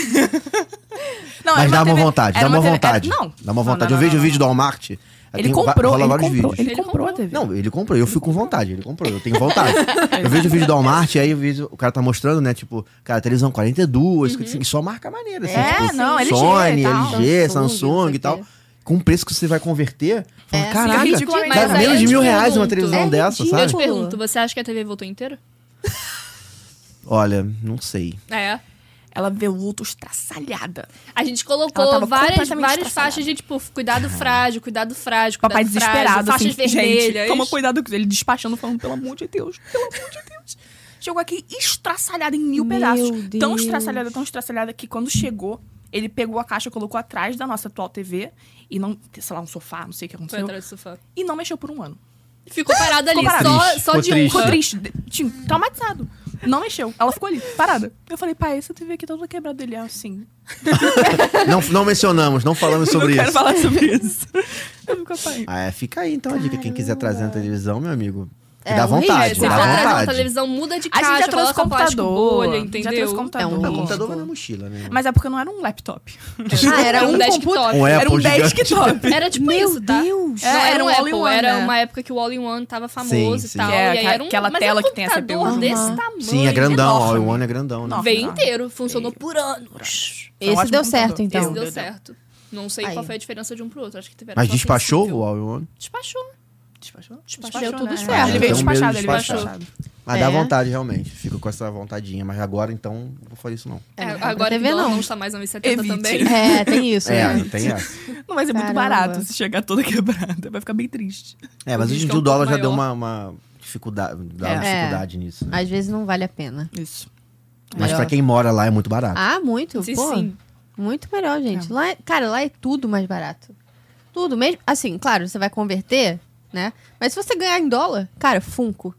Speaker 3: Não, é era
Speaker 2: Mas dá uma
Speaker 3: TV
Speaker 2: vontade,
Speaker 3: era
Speaker 2: dá uma
Speaker 3: TV
Speaker 2: vontade.
Speaker 3: Era- é, Não.
Speaker 2: Dá uma
Speaker 3: Não,
Speaker 2: vontade.
Speaker 3: não,
Speaker 2: Eu vejo
Speaker 3: não,
Speaker 2: o vídeo do
Speaker 3: não.
Speaker 2: Walmart.
Speaker 3: Ele
Speaker 2: tem-
Speaker 3: comprou,
Speaker 2: rola
Speaker 3: ele
Speaker 2: vários
Speaker 3: comprou,
Speaker 2: vídeos.
Speaker 3: ele
Speaker 4: Ele
Speaker 3: comprou a
Speaker 4: comprou.
Speaker 3: TV.
Speaker 2: Não, ele comprou, eu fico com vontade, ele comprou, eu tenho vontade. eu vejo o vídeo do Walmart, aí eu vejo, o cara tá mostrando, né, tipo, cara, televisão 42, 55, e só marca maneira, assim,
Speaker 3: É,
Speaker 2: tipo,
Speaker 3: não, LG e
Speaker 2: Sony,
Speaker 3: tal.
Speaker 2: LG,
Speaker 1: Samsung,
Speaker 2: Samsung e
Speaker 1: não
Speaker 2: tal, com o preço que você vai converter, fala,
Speaker 1: É,
Speaker 2: caraca,
Speaker 3: sim, é ridículo,
Speaker 2: dá
Speaker 3: mas aí
Speaker 2: menos de
Speaker 4: eu
Speaker 2: mil
Speaker 4: te
Speaker 2: reais uma
Speaker 4: pergunto.
Speaker 2: televisão
Speaker 1: É
Speaker 2: dessa,
Speaker 1: ridículo.
Speaker 4: Eu te
Speaker 2: sabe?
Speaker 4: pergunto, você acha que a TV voltou inteira?
Speaker 2: Olha, não sei.
Speaker 4: É.
Speaker 3: Ela veio luto estraçalhada.
Speaker 4: A gente
Speaker 3: Ela
Speaker 4: colocou
Speaker 3: tava
Speaker 4: várias,
Speaker 3: completamente
Speaker 4: várias
Speaker 3: estraçalhada.
Speaker 4: faixas de, tipo, cuidado frágil, cuidado frágil, cuidado
Speaker 3: Papai
Speaker 4: frágil,
Speaker 3: desesperado, assim,
Speaker 4: faixas vermelhas.
Speaker 3: gente, toma cuidado com isso. Ele despachando, falando, pelo amor de Deus, pelo amor de Deus. Chegou aqui estraçalhada em mil
Speaker 1: Meu
Speaker 3: pedaços. Tão
Speaker 1: Deus.
Speaker 3: estraçalhada, tão estraçalhada que quando chegou, ele pegou a caixa, colocou atrás da nossa atual TV e não, sei lá, um sofá, não sei o que
Speaker 4: Foi
Speaker 3: aconteceu.
Speaker 4: atrás do sofá.
Speaker 3: E não mexeu por um ano.
Speaker 4: Ficou parado ali,
Speaker 3: Ficou parado.
Speaker 4: só,
Speaker 2: Triste,
Speaker 4: só
Speaker 2: ficou
Speaker 4: de
Speaker 2: triste.
Speaker 3: Ficou
Speaker 4: honra.
Speaker 3: triste, de- tinha- traumatizado. Não mexeu. Ela ficou ali, parada. Eu falei, pai, essa TV aqui tá toda quebrada. Ele, ah, sim.
Speaker 2: Não, não mencionamos, não falamos sobre
Speaker 3: não
Speaker 2: isso.
Speaker 3: quero falar sobre isso. Eu fico, pai.
Speaker 2: Ah, é, fica aí então a dica. Quem quiser trazer na televisão, meu amigo,
Speaker 1: É,
Speaker 2: dá
Speaker 1: um risco.
Speaker 4: É,
Speaker 2: vontade.
Speaker 4: você
Speaker 1: Dá
Speaker 4: tá atrás
Speaker 2: dá
Speaker 4: uma
Speaker 2: vontade.
Speaker 4: televisão, muda de
Speaker 3: A
Speaker 4: caixa,
Speaker 3: gente já trouxe
Speaker 4: coloca plástico
Speaker 3: computador.
Speaker 4: bolha,
Speaker 3: Já trouxe
Speaker 4: entendeu?
Speaker 3: computador.
Speaker 1: É um
Speaker 2: O
Speaker 1: risco.
Speaker 2: computador vai na mochila, né?
Speaker 3: Mas é porque não era um laptop.
Speaker 1: Ah, era
Speaker 4: um
Speaker 1: um
Speaker 4: desktop.
Speaker 2: Um
Speaker 3: era
Speaker 2: Apple
Speaker 3: um
Speaker 2: gigante.
Speaker 3: desktop.
Speaker 4: Era tipo isso, tá?
Speaker 1: Deus!
Speaker 4: Não,
Speaker 3: É,
Speaker 4: era,
Speaker 3: era
Speaker 4: um
Speaker 3: um
Speaker 4: Apple,
Speaker 3: all-in-one,
Speaker 4: era
Speaker 3: né?
Speaker 4: uma época que o All-in-One tava famoso
Speaker 2: Sim,
Speaker 4: e
Speaker 2: sim.
Speaker 4: tal.
Speaker 3: Que é
Speaker 4: e aí era um,
Speaker 3: aquela
Speaker 4: mas
Speaker 3: tela
Speaker 4: era um
Speaker 3: que tem a CPU.
Speaker 4: computador desse
Speaker 1: Aham.
Speaker 4: tamanho.
Speaker 2: Sim, é grandão. ó,
Speaker 4: enorme.
Speaker 2: O One é grandão, né?
Speaker 3: Não.
Speaker 4: Veio
Speaker 3: Enorme.
Speaker 4: inteiro, funcionou por anos.
Speaker 3: Foi um
Speaker 1: Esse
Speaker 3: ótimo
Speaker 1: deu
Speaker 3: computador.
Speaker 1: certo, então.
Speaker 4: Esse deu
Speaker 3: deu.
Speaker 4: certo. Não sei
Speaker 1: Aí.
Speaker 4: qual foi a diferença de um pro outro. Acho que tiveram
Speaker 2: Mas
Speaker 4: só
Speaker 2: despachou o
Speaker 4: princípio.
Speaker 2: All in One?
Speaker 4: Despachou.
Speaker 3: Despachou?
Speaker 4: Despachou,
Speaker 1: Deu tudo
Speaker 3: né?
Speaker 1: certo.
Speaker 3: Ele veio
Speaker 2: Então, meio
Speaker 3: despachado, ele veio
Speaker 2: despachado.
Speaker 3: despachado.
Speaker 2: Mas Ah, dá
Speaker 1: É.
Speaker 2: vontade, realmente. Fico com essa vontadinha. Mas agora, então, não vou fazer isso, não.
Speaker 1: É,
Speaker 4: É,
Speaker 1: não dá pra
Speaker 4: agora
Speaker 1: TV
Speaker 4: que o dólar
Speaker 1: não.
Speaker 4: não está mais a 1,70
Speaker 3: Evite.
Speaker 4: também.
Speaker 1: É, tem isso.
Speaker 2: É,
Speaker 1: né?
Speaker 2: não tem essa.
Speaker 3: Não vai ser muito
Speaker 1: Caramba.
Speaker 3: barato se chegar toda quebrada. Vai ficar bem triste.
Speaker 2: É, mas
Speaker 4: O
Speaker 2: hoje em
Speaker 4: risco é
Speaker 2: dia o
Speaker 4: um
Speaker 2: dólar
Speaker 4: pouco
Speaker 2: já deu uma,
Speaker 4: maior.
Speaker 2: uma dificuldade, dá uma
Speaker 3: É.
Speaker 2: dificuldade nisso, né?
Speaker 1: Às vezes não vale a pena.
Speaker 3: Isso.
Speaker 2: Mas
Speaker 1: melhor.
Speaker 2: pra quem mora lá é muito barato.
Speaker 1: Ah, muito,
Speaker 4: Sim,
Speaker 1: pô.
Speaker 4: sim.
Speaker 1: Muito
Speaker 2: Tá.
Speaker 1: melhor, gente. Lá, é- cara, lá é tudo mais barato. Tudo mesmo. Assim, claro, você vai converter, né? Mas se você ganhar em dólar, cara, Funko.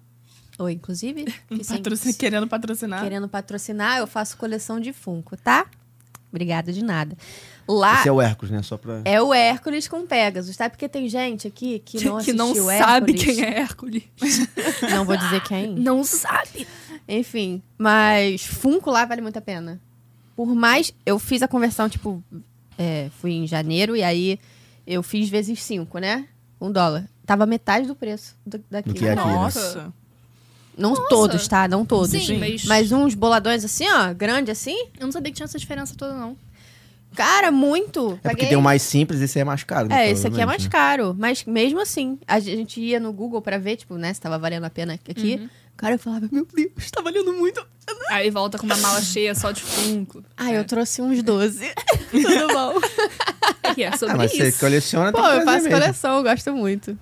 Speaker 1: Ou, inclusive, fiz sem-
Speaker 3: Patrocin- Querendo patrocinar.
Speaker 1: querendo patrocinar, eu faço coleção de Funko, tá? Obrigada de nada. Lá
Speaker 2: Esse é o Hércules, né? Só pra...
Speaker 1: Ah. é o Hércules com Pegasus, tá? Porque tem gente aqui que não
Speaker 4: que não
Speaker 1: assistiu
Speaker 4: sabe
Speaker 1: Hércules.
Speaker 4: quem é Hércules.
Speaker 1: Não vou dizer quem.
Speaker 4: Não sabe.
Speaker 1: Enfim, mas Funko lá vale muito a pena. Por mais. Eu fiz a conversão, tipo. é, fui em janeiro e aí eu fiz vezes 5, né? Um dólar. Tava metade do preço do- daqui.
Speaker 2: Do que é aqui, né?
Speaker 3: Nossa.
Speaker 1: Não todos, tá? Não todos.
Speaker 4: Sim, mas-
Speaker 1: uns boladões assim, ó, grande assim.
Speaker 4: Eu não sabia que tinha essa diferença toda, não.
Speaker 1: Cara, muito.
Speaker 2: É porque tem o mais simples e esse é mais caro. né,
Speaker 1: É, esse aqui é mais
Speaker 2: provavelmente,
Speaker 1: caro. Mas mesmo assim, a gente ia no Google pra ver, tipo, né, se tava valendo a pena aqui.
Speaker 4: Uhum.
Speaker 1: Cara, eu falava, meu Deus, tá valendo muito.
Speaker 4: Aí volta com uma mala cheia só de funko.
Speaker 1: Ah, eu trouxe uns 12. Tudo bom.
Speaker 4: É que é sobre
Speaker 2: né? Ah, mas você
Speaker 4: isso.
Speaker 2: coleciona,
Speaker 1: Pô,
Speaker 2: tem que
Speaker 1: eu
Speaker 2: fazer
Speaker 1: faço
Speaker 2: mesmo.
Speaker 1: coleção, eu gosto muito.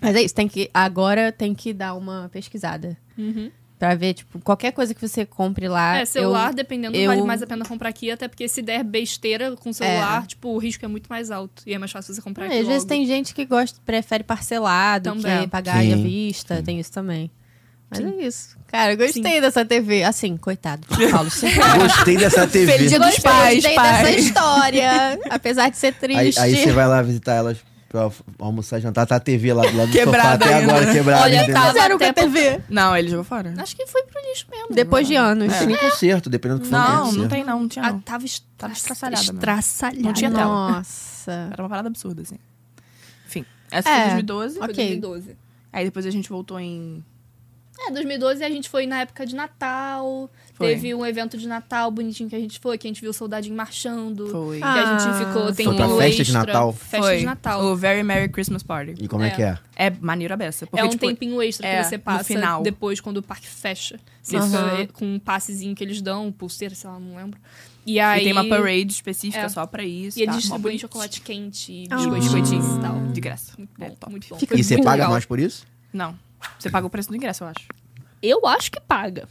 Speaker 1: Mas é isso, tem que. Agora tem que dar uma pesquisada.
Speaker 4: Uhum.
Speaker 1: Pra ver, tipo, qualquer coisa que você compre lá.
Speaker 4: É, celular, dependendo,
Speaker 1: Ah, eu-
Speaker 4: vale mais a pena comprar aqui, até porque se der besteira com celular, tipo, o risco é muito mais alto. E é mais fácil você
Speaker 1: Eu...
Speaker 4: comprar
Speaker 1: Ah,
Speaker 4: aqui
Speaker 1: às vezes
Speaker 4: logo.
Speaker 1: tem gente que gosta, prefere parcelado, que é
Speaker 4: Também.
Speaker 1: pagar à
Speaker 2: Sim,
Speaker 1: vista, tem isso também. Mas é isso. Cara, eu gostei dessa TV. Assim, coitado, Paulo.
Speaker 2: Gostei dessa TV.
Speaker 3: Feliz Dia dos
Speaker 1: Gostei
Speaker 3: pais,
Speaker 1: dessa
Speaker 3: pais.
Speaker 1: história. apesar de ser
Speaker 2: Aí,
Speaker 1: triste.
Speaker 2: aí você vai lá visitar elas pra almoçar, jantar, tá a TV lá do lado do sofá
Speaker 3: Quebrada
Speaker 2: até
Speaker 3: ainda,
Speaker 2: agora,
Speaker 3: né?
Speaker 2: quebrada.
Speaker 4: Olha,
Speaker 2: entendeu?
Speaker 4: tá-
Speaker 1: Fizeram com a
Speaker 4: Até
Speaker 1: TV.
Speaker 3: Não, ele jogou fora.
Speaker 4: Acho que foi pro lixo mesmo.
Speaker 1: Depois de anos.
Speaker 2: Não tem nem conserto, dependendo do que for né? não tem
Speaker 3: Não,
Speaker 2: conserto.
Speaker 3: não tem não, não tinha
Speaker 4: Ah,
Speaker 3: não.
Speaker 4: tava, est-
Speaker 3: Tava estraçalhada mesmo.
Speaker 4: Estraçalhada.
Speaker 3: Não tinha tela.
Speaker 1: Nossa.
Speaker 3: Era uma parada absurda, assim. Enfim, essa
Speaker 1: É.
Speaker 3: foi 2012.
Speaker 4: Foi
Speaker 1: Ok.
Speaker 4: 2012.
Speaker 3: Aí depois a gente voltou em...
Speaker 4: É, 2012 a gente foi na época de Natal.
Speaker 3: Foi.
Speaker 4: Teve um evento de Natal bonitinho que a gente foi, que a gente viu o soldadinho marchando.
Speaker 3: Foi.
Speaker 4: Que a
Speaker 1: Ah.
Speaker 4: gente ficou, tem
Speaker 2: Foi pra
Speaker 4: um
Speaker 2: festa de
Speaker 4: extra,
Speaker 2: Natal?
Speaker 4: Festa
Speaker 3: Foi.
Speaker 4: de Natal.
Speaker 3: O Very Merry Christmas Party.
Speaker 2: E como é,
Speaker 4: É.
Speaker 2: que é?
Speaker 3: É maneiro a beça. Porque,
Speaker 4: é um
Speaker 3: tipo,
Speaker 4: tempinho extra
Speaker 3: é,
Speaker 4: que você
Speaker 3: no
Speaker 4: passa
Speaker 3: final.
Speaker 4: depois quando o parque fecha. Você
Speaker 1: Aham.
Speaker 4: fica, é, com um passezinho que eles dão, pulseira, sei lá, não lembro. E aí.
Speaker 3: E tem uma parade específica
Speaker 4: É.
Speaker 3: só pra isso.
Speaker 4: E eles
Speaker 3: tá? Mó
Speaker 4: distribuem
Speaker 3: bonito.
Speaker 4: chocolate quente,
Speaker 1: Ah.
Speaker 4: biscoitinhos e tal.
Speaker 2: Hum.
Speaker 3: De graça.
Speaker 4: Muito
Speaker 3: É
Speaker 4: bom,
Speaker 3: top.
Speaker 4: muito bom.
Speaker 1: Fica
Speaker 2: E você
Speaker 1: muito
Speaker 2: paga
Speaker 4: legal.
Speaker 2: mais por isso?
Speaker 3: Não. Você paga o preço do ingresso, eu acho.
Speaker 4: Eu acho que paga.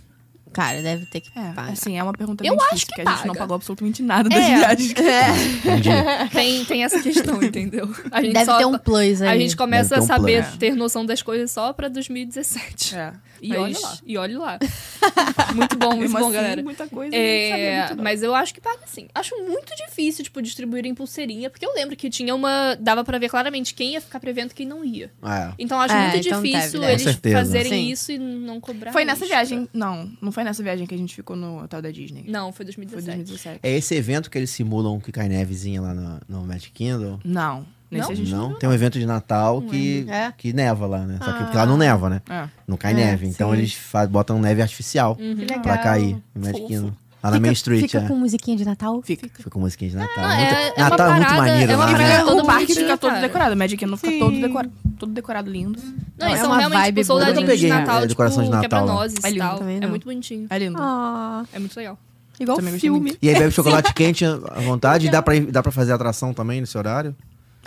Speaker 1: Cara, deve ter que
Speaker 3: É,
Speaker 1: pagar.
Speaker 3: assim, é uma pergunta
Speaker 4: Eu
Speaker 3: bem
Speaker 4: acho
Speaker 3: difícil,
Speaker 4: que
Speaker 3: porque a gente não
Speaker 4: paga.
Speaker 3: pagou absolutamente nada das
Speaker 4: É.
Speaker 3: viagens. Que...
Speaker 2: Entendi.
Speaker 4: Tem, tem essa questão, entendeu? A gente
Speaker 1: Deve
Speaker 4: só-
Speaker 1: ter um plus aí.
Speaker 4: A gente começa
Speaker 2: Deve
Speaker 4: a
Speaker 2: ter um plano.
Speaker 4: saber,
Speaker 3: É.
Speaker 4: ter noção das coisas só pra 2017.
Speaker 3: É. E
Speaker 4: Mas-
Speaker 3: olha lá.
Speaker 4: E olhe lá. muito bom, muito
Speaker 3: Mesmo
Speaker 4: bom,
Speaker 3: assim,
Speaker 4: galera.
Speaker 3: muita coisa,
Speaker 4: É,
Speaker 3: não sabia muito não.
Speaker 4: mas eu acho que paga sim. Acho muito difícil, tipo, distribuírem pulseirinha, porque eu lembro que tinha uma. Dava pra ver claramente quem ia ficar pro evento e quem não ia.
Speaker 2: Ah,
Speaker 4: Então acho
Speaker 1: É,
Speaker 4: muito
Speaker 1: então deve,
Speaker 4: difícil
Speaker 1: deve.
Speaker 2: Com
Speaker 4: eles
Speaker 2: certeza.
Speaker 4: fazerem
Speaker 1: Sim.
Speaker 4: isso e não cobrar.
Speaker 3: Foi nessa
Speaker 4: extra.
Speaker 3: viagem. Não, não foi nessa viagem que a gente ficou no hotel da Disney.
Speaker 4: Não,
Speaker 3: Foi
Speaker 4: foi 2017.
Speaker 3: 2017.
Speaker 2: é. é esse evento que eles simulam que cai nevezinha lá no, no Magic Kingdom?
Speaker 3: Não. Nesse
Speaker 4: Não?
Speaker 3: a gente não.
Speaker 2: Tem um evento de Natal que,
Speaker 1: É.
Speaker 2: que neva lá, né? Só
Speaker 4: Ah.
Speaker 2: que porque lá não neva, né?
Speaker 3: É.
Speaker 2: Não cai
Speaker 1: É,
Speaker 2: neve. Então
Speaker 1: sim.
Speaker 2: eles fa- botam neve artificial
Speaker 4: Uhum. Hum.
Speaker 1: Que legal.
Speaker 2: pra cair no Magic
Speaker 3: Fofo.
Speaker 2: Kingdom. Lá na Main Street,
Speaker 1: Fica
Speaker 2: é.
Speaker 1: com musiquinha de Natal.
Speaker 3: Fica.
Speaker 2: Fica com musiquinha de Natal.
Speaker 4: Não, é-
Speaker 2: Muito-
Speaker 4: é uma
Speaker 2: Natal é muito
Speaker 4: parada-
Speaker 2: maneiro
Speaker 4: é uma
Speaker 2: lá, né?
Speaker 4: parada- todo
Speaker 3: o parque
Speaker 4: mundo
Speaker 3: fica todo
Speaker 4: cara.
Speaker 3: decorado. O Magic Kingdom
Speaker 1: Sim.
Speaker 3: fica todo decorado, todo decorado lindo.
Speaker 4: Não,
Speaker 1: É
Speaker 4: e são
Speaker 1: uma
Speaker 4: realmente
Speaker 1: vibe boa.
Speaker 4: tipo, soldadinhos
Speaker 2: Eu nunca
Speaker 4: de
Speaker 2: peguei
Speaker 4: Natal,
Speaker 2: a decoração
Speaker 4: tipo,
Speaker 2: de Natal, não.
Speaker 4: quebra-nozes
Speaker 3: É
Speaker 4: e
Speaker 3: lindo
Speaker 4: tal.
Speaker 1: também,
Speaker 4: É
Speaker 1: não.
Speaker 4: muito bonitinho.
Speaker 3: É lindo.
Speaker 1: Ah,
Speaker 4: É muito legal.
Speaker 1: igual
Speaker 3: Também gostei
Speaker 1: filme.
Speaker 3: muito.
Speaker 2: E aí bebe chocolate quente à vontade. E dá pra, dá pra fazer atração também nesse horário?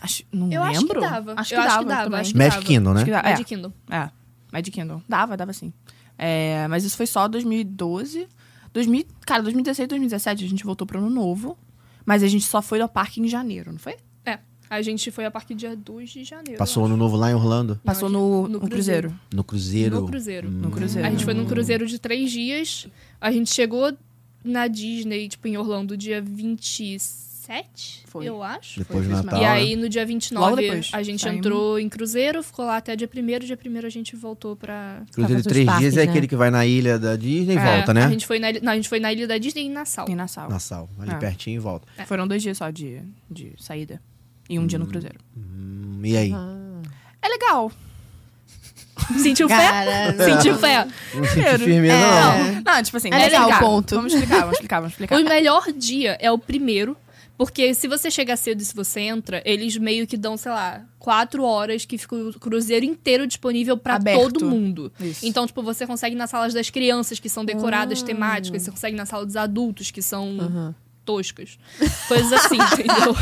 Speaker 3: Acho, não
Speaker 4: Eu acho que
Speaker 3: lembro.
Speaker 4: dava. Eu acho que dava,
Speaker 3: também.
Speaker 4: acho
Speaker 2: Magic
Speaker 4: que-
Speaker 1: Ah,
Speaker 4: dava.
Speaker 1: é.
Speaker 2: Kingdom, né?
Speaker 3: Acho que dava.
Speaker 4: Magic
Speaker 3: É,
Speaker 4: Kingdom.
Speaker 3: é, Magic Kingdom. Dava, dava sim. É, mas isso foi só 2012. 2000, cara, 2016, 2017 a gente voltou pro ano novo. Mas a gente só foi ao parque em janeiro, não foi?
Speaker 4: É. A gente foi a partir dia 2 de janeiro.
Speaker 2: Passou o
Speaker 4: eu
Speaker 2: ano
Speaker 4: acho.
Speaker 2: novo lá em Orlando?
Speaker 3: Passou
Speaker 4: Não,
Speaker 3: no,
Speaker 4: no
Speaker 3: no cruzeiro.
Speaker 4: cruzeiro.
Speaker 2: No Cruzeiro?
Speaker 4: No Cruzeiro.
Speaker 3: No cruzeiro.
Speaker 4: A gente foi num cruzeiro de três dias. A gente chegou na Disney, tipo, em Orlando, dia 27,
Speaker 3: Foi.
Speaker 4: eu acho.
Speaker 3: Foi
Speaker 2: Depois do
Speaker 3: isso mesmo.
Speaker 2: Natal.
Speaker 4: E
Speaker 2: né?
Speaker 4: aí, no dia
Speaker 3: Logo
Speaker 4: 29,
Speaker 3: depois.
Speaker 4: a gente
Speaker 3: Saímos.
Speaker 4: entrou em cruzeiro, ficou lá até dia 1 Dia 1 a gente voltou pra...
Speaker 2: Cruzeiro de
Speaker 1: Pra fazer os
Speaker 2: três dias
Speaker 1: parques,
Speaker 2: é
Speaker 1: né?
Speaker 2: aquele que vai na ilha da Disney e
Speaker 4: É,
Speaker 2: volta, né?
Speaker 4: A gente, foi na, ilha- não, a gente foi na Ilha da Disney e em Nassau.
Speaker 3: E na sala.
Speaker 2: Nassau, ali
Speaker 3: É.
Speaker 2: pertinho e volta.
Speaker 3: Foram dois dias só de, de saída. E um dia no cruzeiro.
Speaker 2: Hum, e aí?
Speaker 4: Uhum.
Speaker 3: É legal.
Speaker 4: Sentiu fé?
Speaker 1: Cara,
Speaker 4: Sentiu fé.
Speaker 2: Não senti
Speaker 3: Primeiro.
Speaker 2: firmeza, não.
Speaker 1: É.
Speaker 3: Não, tipo assim,
Speaker 1: É
Speaker 3: vamos
Speaker 1: legal,
Speaker 3: explicar.
Speaker 1: ponto.
Speaker 3: Vamos explicar, vamos explicar, vamos explicar.
Speaker 4: O melhor dia é o primeiro, porque se você chega cedo e se você entra, eles meio que dão, sei lá, quatro horas que fica o cruzeiro inteiro disponível pra
Speaker 3: Aberto.
Speaker 4: todo mundo.
Speaker 3: Isso.
Speaker 4: Então, tipo, você consegue nas salas das crianças, que são
Speaker 3: Ah.
Speaker 4: decoradas, temáticas, você consegue na sala dos adultos, que são toscas. Coisas assim, entendeu?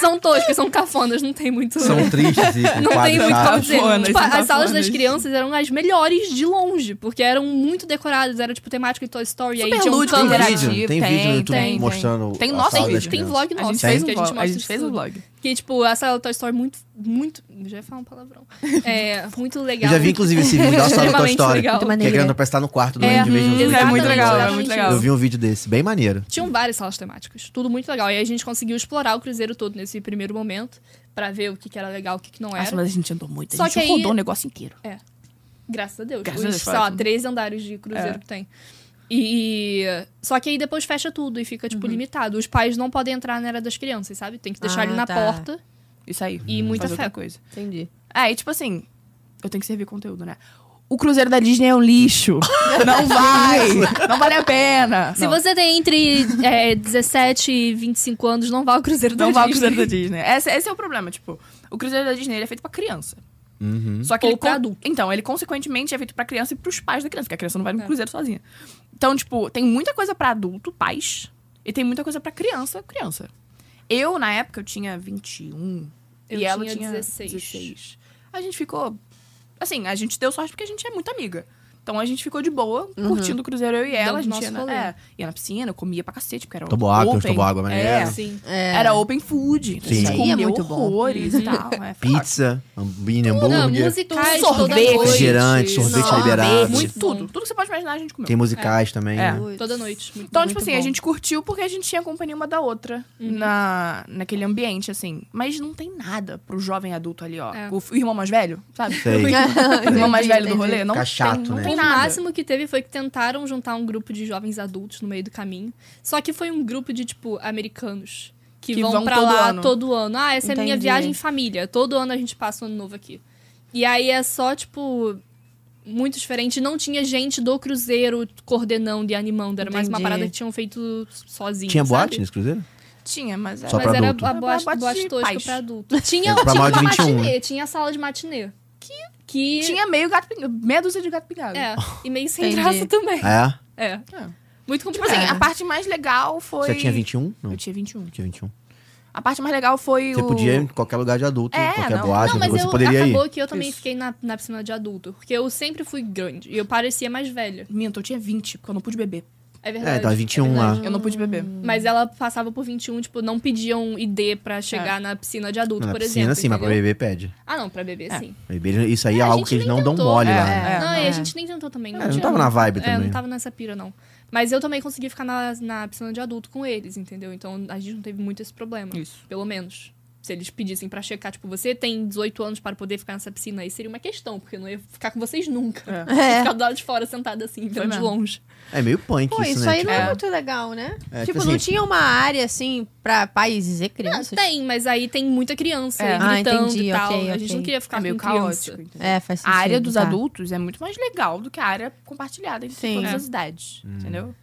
Speaker 4: são toscas, são cafonas, não tem muito.
Speaker 2: São tristes e com
Speaker 4: Não
Speaker 2: quadros
Speaker 4: tem muito como
Speaker 2: chatos.
Speaker 4: dizer.
Speaker 3: Cafonas,
Speaker 4: Tipo,
Speaker 3: são
Speaker 4: as salas das
Speaker 3: cafonas.
Speaker 4: crianças eram as melhores de longe, porque eram muito decoradas, era tipo temática de Toy Story, aí
Speaker 3: Super
Speaker 4: tinha um
Speaker 3: lúdico,
Speaker 2: Tem
Speaker 4: câmera.
Speaker 3: interativo,
Speaker 2: vídeo, tem,
Speaker 3: tem,
Speaker 2: vídeo no YouTube
Speaker 4: tem, tem.
Speaker 2: mostrando.
Speaker 3: Tem
Speaker 2: a
Speaker 3: nosso
Speaker 2: sala
Speaker 4: Tem,
Speaker 2: das
Speaker 3: vídeo,
Speaker 4: tem
Speaker 2: crianças.
Speaker 4: vlog
Speaker 3: né? a
Speaker 4: nosso
Speaker 3: gente fez
Speaker 4: que
Speaker 3: um
Speaker 4: a gente
Speaker 3: vlog.
Speaker 4: mostra
Speaker 3: A gente fez
Speaker 4: isso
Speaker 3: um
Speaker 4: tudo.
Speaker 3: vlog.
Speaker 4: Que, tipo, a sala do Toy Story muito, muito... Já ia falar um palavrão. É, muito legal.
Speaker 2: Eu já vi, inclusive, esse vídeo da sala da Toy
Speaker 4: Extremamente
Speaker 2: Story. é
Speaker 4: legal.
Speaker 2: Que a grana parece estar no quarto do
Speaker 4: É,
Speaker 2: Andy
Speaker 4: hum,
Speaker 2: vez
Speaker 3: É muito legal, é
Speaker 4: exatamente
Speaker 3: muito
Speaker 4: isso.
Speaker 3: legal.
Speaker 2: Eu vi um vídeo desse, bem maneiro.
Speaker 4: Tinham várias salas temáticas, tudo muito legal. E a gente conseguiu explorar o cruzeiro todo nesse primeiro momento, pra ver o que, que era legal, o que, que não era.
Speaker 3: Nossa, mas a gente andou muito.
Speaker 4: Só
Speaker 3: a gente
Speaker 4: que aí-
Speaker 3: rodou o negócio inteiro.
Speaker 4: Graças a Deus.
Speaker 3: Graças
Speaker 4: Os,
Speaker 3: a Deus,
Speaker 4: sei
Speaker 3: foi
Speaker 4: lá,
Speaker 3: ótimo.
Speaker 4: três andares de cruzeiro
Speaker 3: É.
Speaker 4: que tem. E. Só que aí depois fecha tudo e fica, tipo, limitado. Os pais não podem entrar na era das crianças, sabe? Tem que deixar
Speaker 1: Ah,
Speaker 4: ele na
Speaker 1: tá.
Speaker 4: porta.
Speaker 3: Isso aí.
Speaker 4: E muita
Speaker 3: Fazer outra
Speaker 4: fé.
Speaker 3: coisa.
Speaker 1: entendi.
Speaker 3: É, e tipo assim, eu tenho que servir conteúdo, né? O cruzeiro da Disney é um lixo. Não vai. não vale a pena.
Speaker 4: Se
Speaker 3: não.
Speaker 4: você tem entre é, 17 e 25 anos, não vá ao Cruzeiro da
Speaker 3: Não vai ao
Speaker 4: Disney.
Speaker 3: Cruzeiro da Disney. Esse, esse é o problema, tipo, o Cruzeiro da Disney ele é feito pra criança.
Speaker 2: Uhum.
Speaker 3: Só que
Speaker 4: Ou
Speaker 3: ele
Speaker 4: pra
Speaker 3: con-
Speaker 4: adulto.
Speaker 3: Então, ele consequentemente é feito pra criança e pros pais da criança, porque a criança não
Speaker 4: É.
Speaker 3: vai no cruzeiro sozinha. Então, tipo, tem muita coisa pra adulto, pais, e tem muita coisa pra criança, criança. Eu, na época, eu tinha 21
Speaker 4: Eu
Speaker 3: e ela
Speaker 4: tinha
Speaker 3: tinha
Speaker 4: 16.
Speaker 3: 16. A gente ficou assim, a gente deu sorte porque a gente é muito amiga. Então a gente ficou de boa, curtindo o cruzeiro eu e ela, a
Speaker 4: Uhum. Dando
Speaker 3: gente ia
Speaker 4: nosso
Speaker 3: na,
Speaker 4: rolê.
Speaker 3: é, ia na piscina, eu comia pra cacete, porque era
Speaker 2: Toboágua, uns
Speaker 3: open.
Speaker 2: toboágua
Speaker 3: é,
Speaker 2: maneiro.
Speaker 4: Sim.
Speaker 1: É.
Speaker 3: era open food. Então,
Speaker 2: Sim.
Speaker 3: A gente
Speaker 1: Isso aí é
Speaker 3: comia
Speaker 1: muito bom.
Speaker 3: horrores
Speaker 4: Uhum.
Speaker 3: e tal. É, foi ótimo.
Speaker 2: Pizza, hambine,
Speaker 4: Não,
Speaker 2: hambúrguer.
Speaker 4: musicais
Speaker 3: Tudo.
Speaker 4: toda
Speaker 3: Sorvete.
Speaker 4: noite.
Speaker 2: Refrigerante, sorvete
Speaker 4: Nossa.
Speaker 2: liberado.
Speaker 4: Muito
Speaker 3: tudo.
Speaker 4: tudo.
Speaker 3: Tudo que você pode imaginar, a gente comeu.
Speaker 2: Tem musicais também,
Speaker 3: É.
Speaker 2: né?
Speaker 4: Toda noite. Muito
Speaker 3: Então,
Speaker 4: bom. Uhum.
Speaker 1: Muito
Speaker 3: tipo assim, a
Speaker 1: bom.
Speaker 3: gente curtiu porque a gente tinha companhia uma da outra na, naquele ambiente, assim. Mas não tem nada pro jovem adulto ali, ó.
Speaker 4: É.
Speaker 3: O, f- o irmão mais velho, sabe?
Speaker 2: Sei.
Speaker 3: O irmão mais
Speaker 1: Entendi,
Speaker 3: velho do
Speaker 1: entendi.
Speaker 3: rolê. Não
Speaker 2: Fica chato,
Speaker 3: tem, não
Speaker 2: né?
Speaker 3: tem
Speaker 4: O
Speaker 3: nada.
Speaker 4: máximo que teve foi que tentaram juntar um grupo de jovens adultos no meio do caminho. Só que foi um grupo de, tipo, americanos. Que,
Speaker 3: Que
Speaker 4: vão,
Speaker 3: vão
Speaker 4: pra
Speaker 3: todo
Speaker 4: lá
Speaker 3: ano.
Speaker 4: todo ano. Ah, essa é minha
Speaker 1: Entendi.
Speaker 4: viagem em família. Todo ano a gente passa o ano novo aqui. E aí é só, tipo, muito diferente. Não tinha gente do cruzeiro coordenando e animando. Era mais uma
Speaker 1: Entendi.
Speaker 4: parada que tinham feito sozinhos.
Speaker 2: Tinha boate
Speaker 4: sabe?
Speaker 2: nesse cruzeiro?
Speaker 3: Tinha, mas era.
Speaker 2: Só
Speaker 4: Mas
Speaker 2: pra
Speaker 4: era
Speaker 2: adulto.
Speaker 4: a boate,
Speaker 3: Era boate
Speaker 4: boate
Speaker 3: de
Speaker 4: tosca
Speaker 3: pais.
Speaker 4: pra adulto. Tinha,
Speaker 2: É Pra
Speaker 4: tinha
Speaker 2: maior de
Speaker 4: uma
Speaker 2: 21.
Speaker 4: matinê, tinha sala de matinê. Que...
Speaker 3: é, Tinha meio gato pingado. Meia dúzia de gato pingado.
Speaker 4: É, e meio sem
Speaker 1: Entendi.
Speaker 4: graça também.
Speaker 2: É.
Speaker 4: É. Muito
Speaker 3: Tipo
Speaker 4: complicado.
Speaker 3: assim,
Speaker 1: É.
Speaker 3: a parte mais legal foi.
Speaker 2: Você tinha 21? Não,
Speaker 3: Eu tinha 21.
Speaker 2: tinha 21.
Speaker 3: A parte mais legal foi
Speaker 2: Você
Speaker 3: o.
Speaker 2: podia ir em qualquer lugar de adulto,
Speaker 3: É,
Speaker 2: qualquer
Speaker 3: não.
Speaker 2: boate,
Speaker 4: Não, mas
Speaker 2: Ah, você
Speaker 4: eu,
Speaker 2: poderia ir.
Speaker 4: acabou que eu também
Speaker 3: Isso.
Speaker 4: fiquei na, na piscina de adulto. Porque eu sempre fui grande. E eu parecia mais velha.
Speaker 3: Minto, eu tinha 20, porque eu não pude beber.
Speaker 4: É verdade.
Speaker 2: É, então, 21 lá.
Speaker 4: verdade.
Speaker 3: Eu não pude beber.
Speaker 4: Mas ela passava por 21, tipo, não pediam ID pra chegar na piscina de adulto,
Speaker 2: Na
Speaker 4: por
Speaker 2: piscina,
Speaker 4: exemplo.
Speaker 2: sim, mas pra
Speaker 4: entendeu?
Speaker 2: beber pede.
Speaker 4: Ah, não, pra beber, sim.
Speaker 2: Beber, isso aí é,
Speaker 4: É, a
Speaker 2: algo
Speaker 4: gente
Speaker 2: que eles
Speaker 4: nem
Speaker 2: não dão
Speaker 4: tentou.
Speaker 2: mole lá,
Speaker 3: É,
Speaker 2: né?
Speaker 3: é.
Speaker 4: não, e
Speaker 1: é.
Speaker 4: a gente nem tentou também.
Speaker 2: É, eu não
Speaker 4: tinha-
Speaker 2: tava na vibe
Speaker 4: É, eu
Speaker 2: também.
Speaker 4: não tava nessa pira, não. Mas eu também consegui ficar na, na piscina de adulto com eles, entendeu? Então a gente não teve muito esse problema.
Speaker 3: Isso.
Speaker 4: Pelo menos. Se eles pedissem pra checar, tipo, você tem 18 anos para poder ficar nessa piscina, aí seria uma questão, porque eu não ia ficar com vocês nunca.
Speaker 3: É.
Speaker 4: Eu ia
Speaker 1: É.
Speaker 4: Ficar do lado de fora, sentada assim, vendo de
Speaker 3: mesmo.
Speaker 4: longe.
Speaker 2: É meio punk
Speaker 1: Pô,
Speaker 2: isso,
Speaker 1: isso
Speaker 2: né?
Speaker 1: aí
Speaker 2: Tipo,
Speaker 1: não é
Speaker 3: é.
Speaker 1: muito legal, né?
Speaker 2: É,
Speaker 1: tipo,
Speaker 2: tipo
Speaker 1: não
Speaker 2: assim-
Speaker 1: tinha uma área, assim, pra pais e crianças?
Speaker 4: Ah, Tem, mas aí tem muita criança
Speaker 3: É.
Speaker 4: e
Speaker 1: Ah,
Speaker 4: gritando
Speaker 1: entendi,
Speaker 4: e tal.
Speaker 1: ok,
Speaker 4: A gente
Speaker 1: ok.
Speaker 4: não queria ficar
Speaker 3: É meio
Speaker 4: com
Speaker 3: caótico.
Speaker 4: criança.
Speaker 3: entendeu?
Speaker 1: É, faz
Speaker 3: a
Speaker 1: sentido.
Speaker 3: área dos
Speaker 1: tá.
Speaker 3: adultos é muito mais legal do que a área compartilhada entre
Speaker 1: Sim.
Speaker 3: todas
Speaker 1: É.
Speaker 3: as idades,
Speaker 2: Hum.
Speaker 3: entendeu?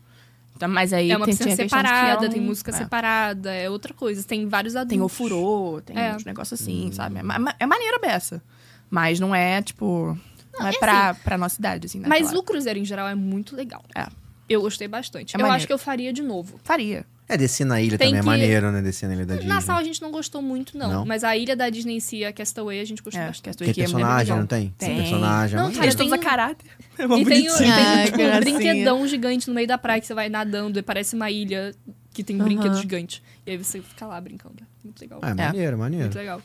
Speaker 3: Então, mas aí
Speaker 4: É uma
Speaker 3: tem, tinha
Speaker 4: piscina
Speaker 3: a questão de que
Speaker 4: separada,
Speaker 3: é um-
Speaker 4: tem música
Speaker 3: é,
Speaker 4: separada, é outra coisa. Tem vários adultos.
Speaker 3: Tem ofurô, tem
Speaker 4: É.
Speaker 3: uns negócios
Speaker 2: Hum.
Speaker 3: assim, sabe? É, ma- é maneira beça. Mas não é, tipo... Não, é,
Speaker 4: é
Speaker 3: pra, pra nossa idade, assim, né?
Speaker 4: Mas
Speaker 3: Claro.
Speaker 4: o cruzeiro em geral é muito legal.
Speaker 3: É.
Speaker 4: Eu gostei bastante.
Speaker 3: É
Speaker 4: eu
Speaker 3: maneiro.
Speaker 4: acho que eu faria de novo.
Speaker 3: Faria.
Speaker 2: É, descer na ilha
Speaker 4: Tem
Speaker 2: também
Speaker 4: que-
Speaker 2: é maneiro, né? Descer na ilha da Disney.
Speaker 4: Nassau a gente não gostou muito, não.
Speaker 2: Não?
Speaker 4: Mas a ilha da Disney em si, a Castaway, a gente gostou
Speaker 3: É,
Speaker 4: bastante.
Speaker 2: Tem personagem, né? não tem?
Speaker 3: Tem.
Speaker 2: personagem. é
Speaker 4: Não,
Speaker 2: maneiro.
Speaker 4: cara,
Speaker 3: Eles todos a
Speaker 4: tem-
Speaker 3: caráter. É
Speaker 4: E tem, o- tem,
Speaker 1: Ah,
Speaker 4: tipo,
Speaker 1: gracinha.
Speaker 4: um brinquedão gigante no meio da praia que você vai nadando e parece uma ilha que tem um
Speaker 1: Aham.
Speaker 4: brinquedo gigante. E aí você fica lá brincando. Muito legal.
Speaker 2: Ah, é maneiro, maneiro.
Speaker 4: Muito legal.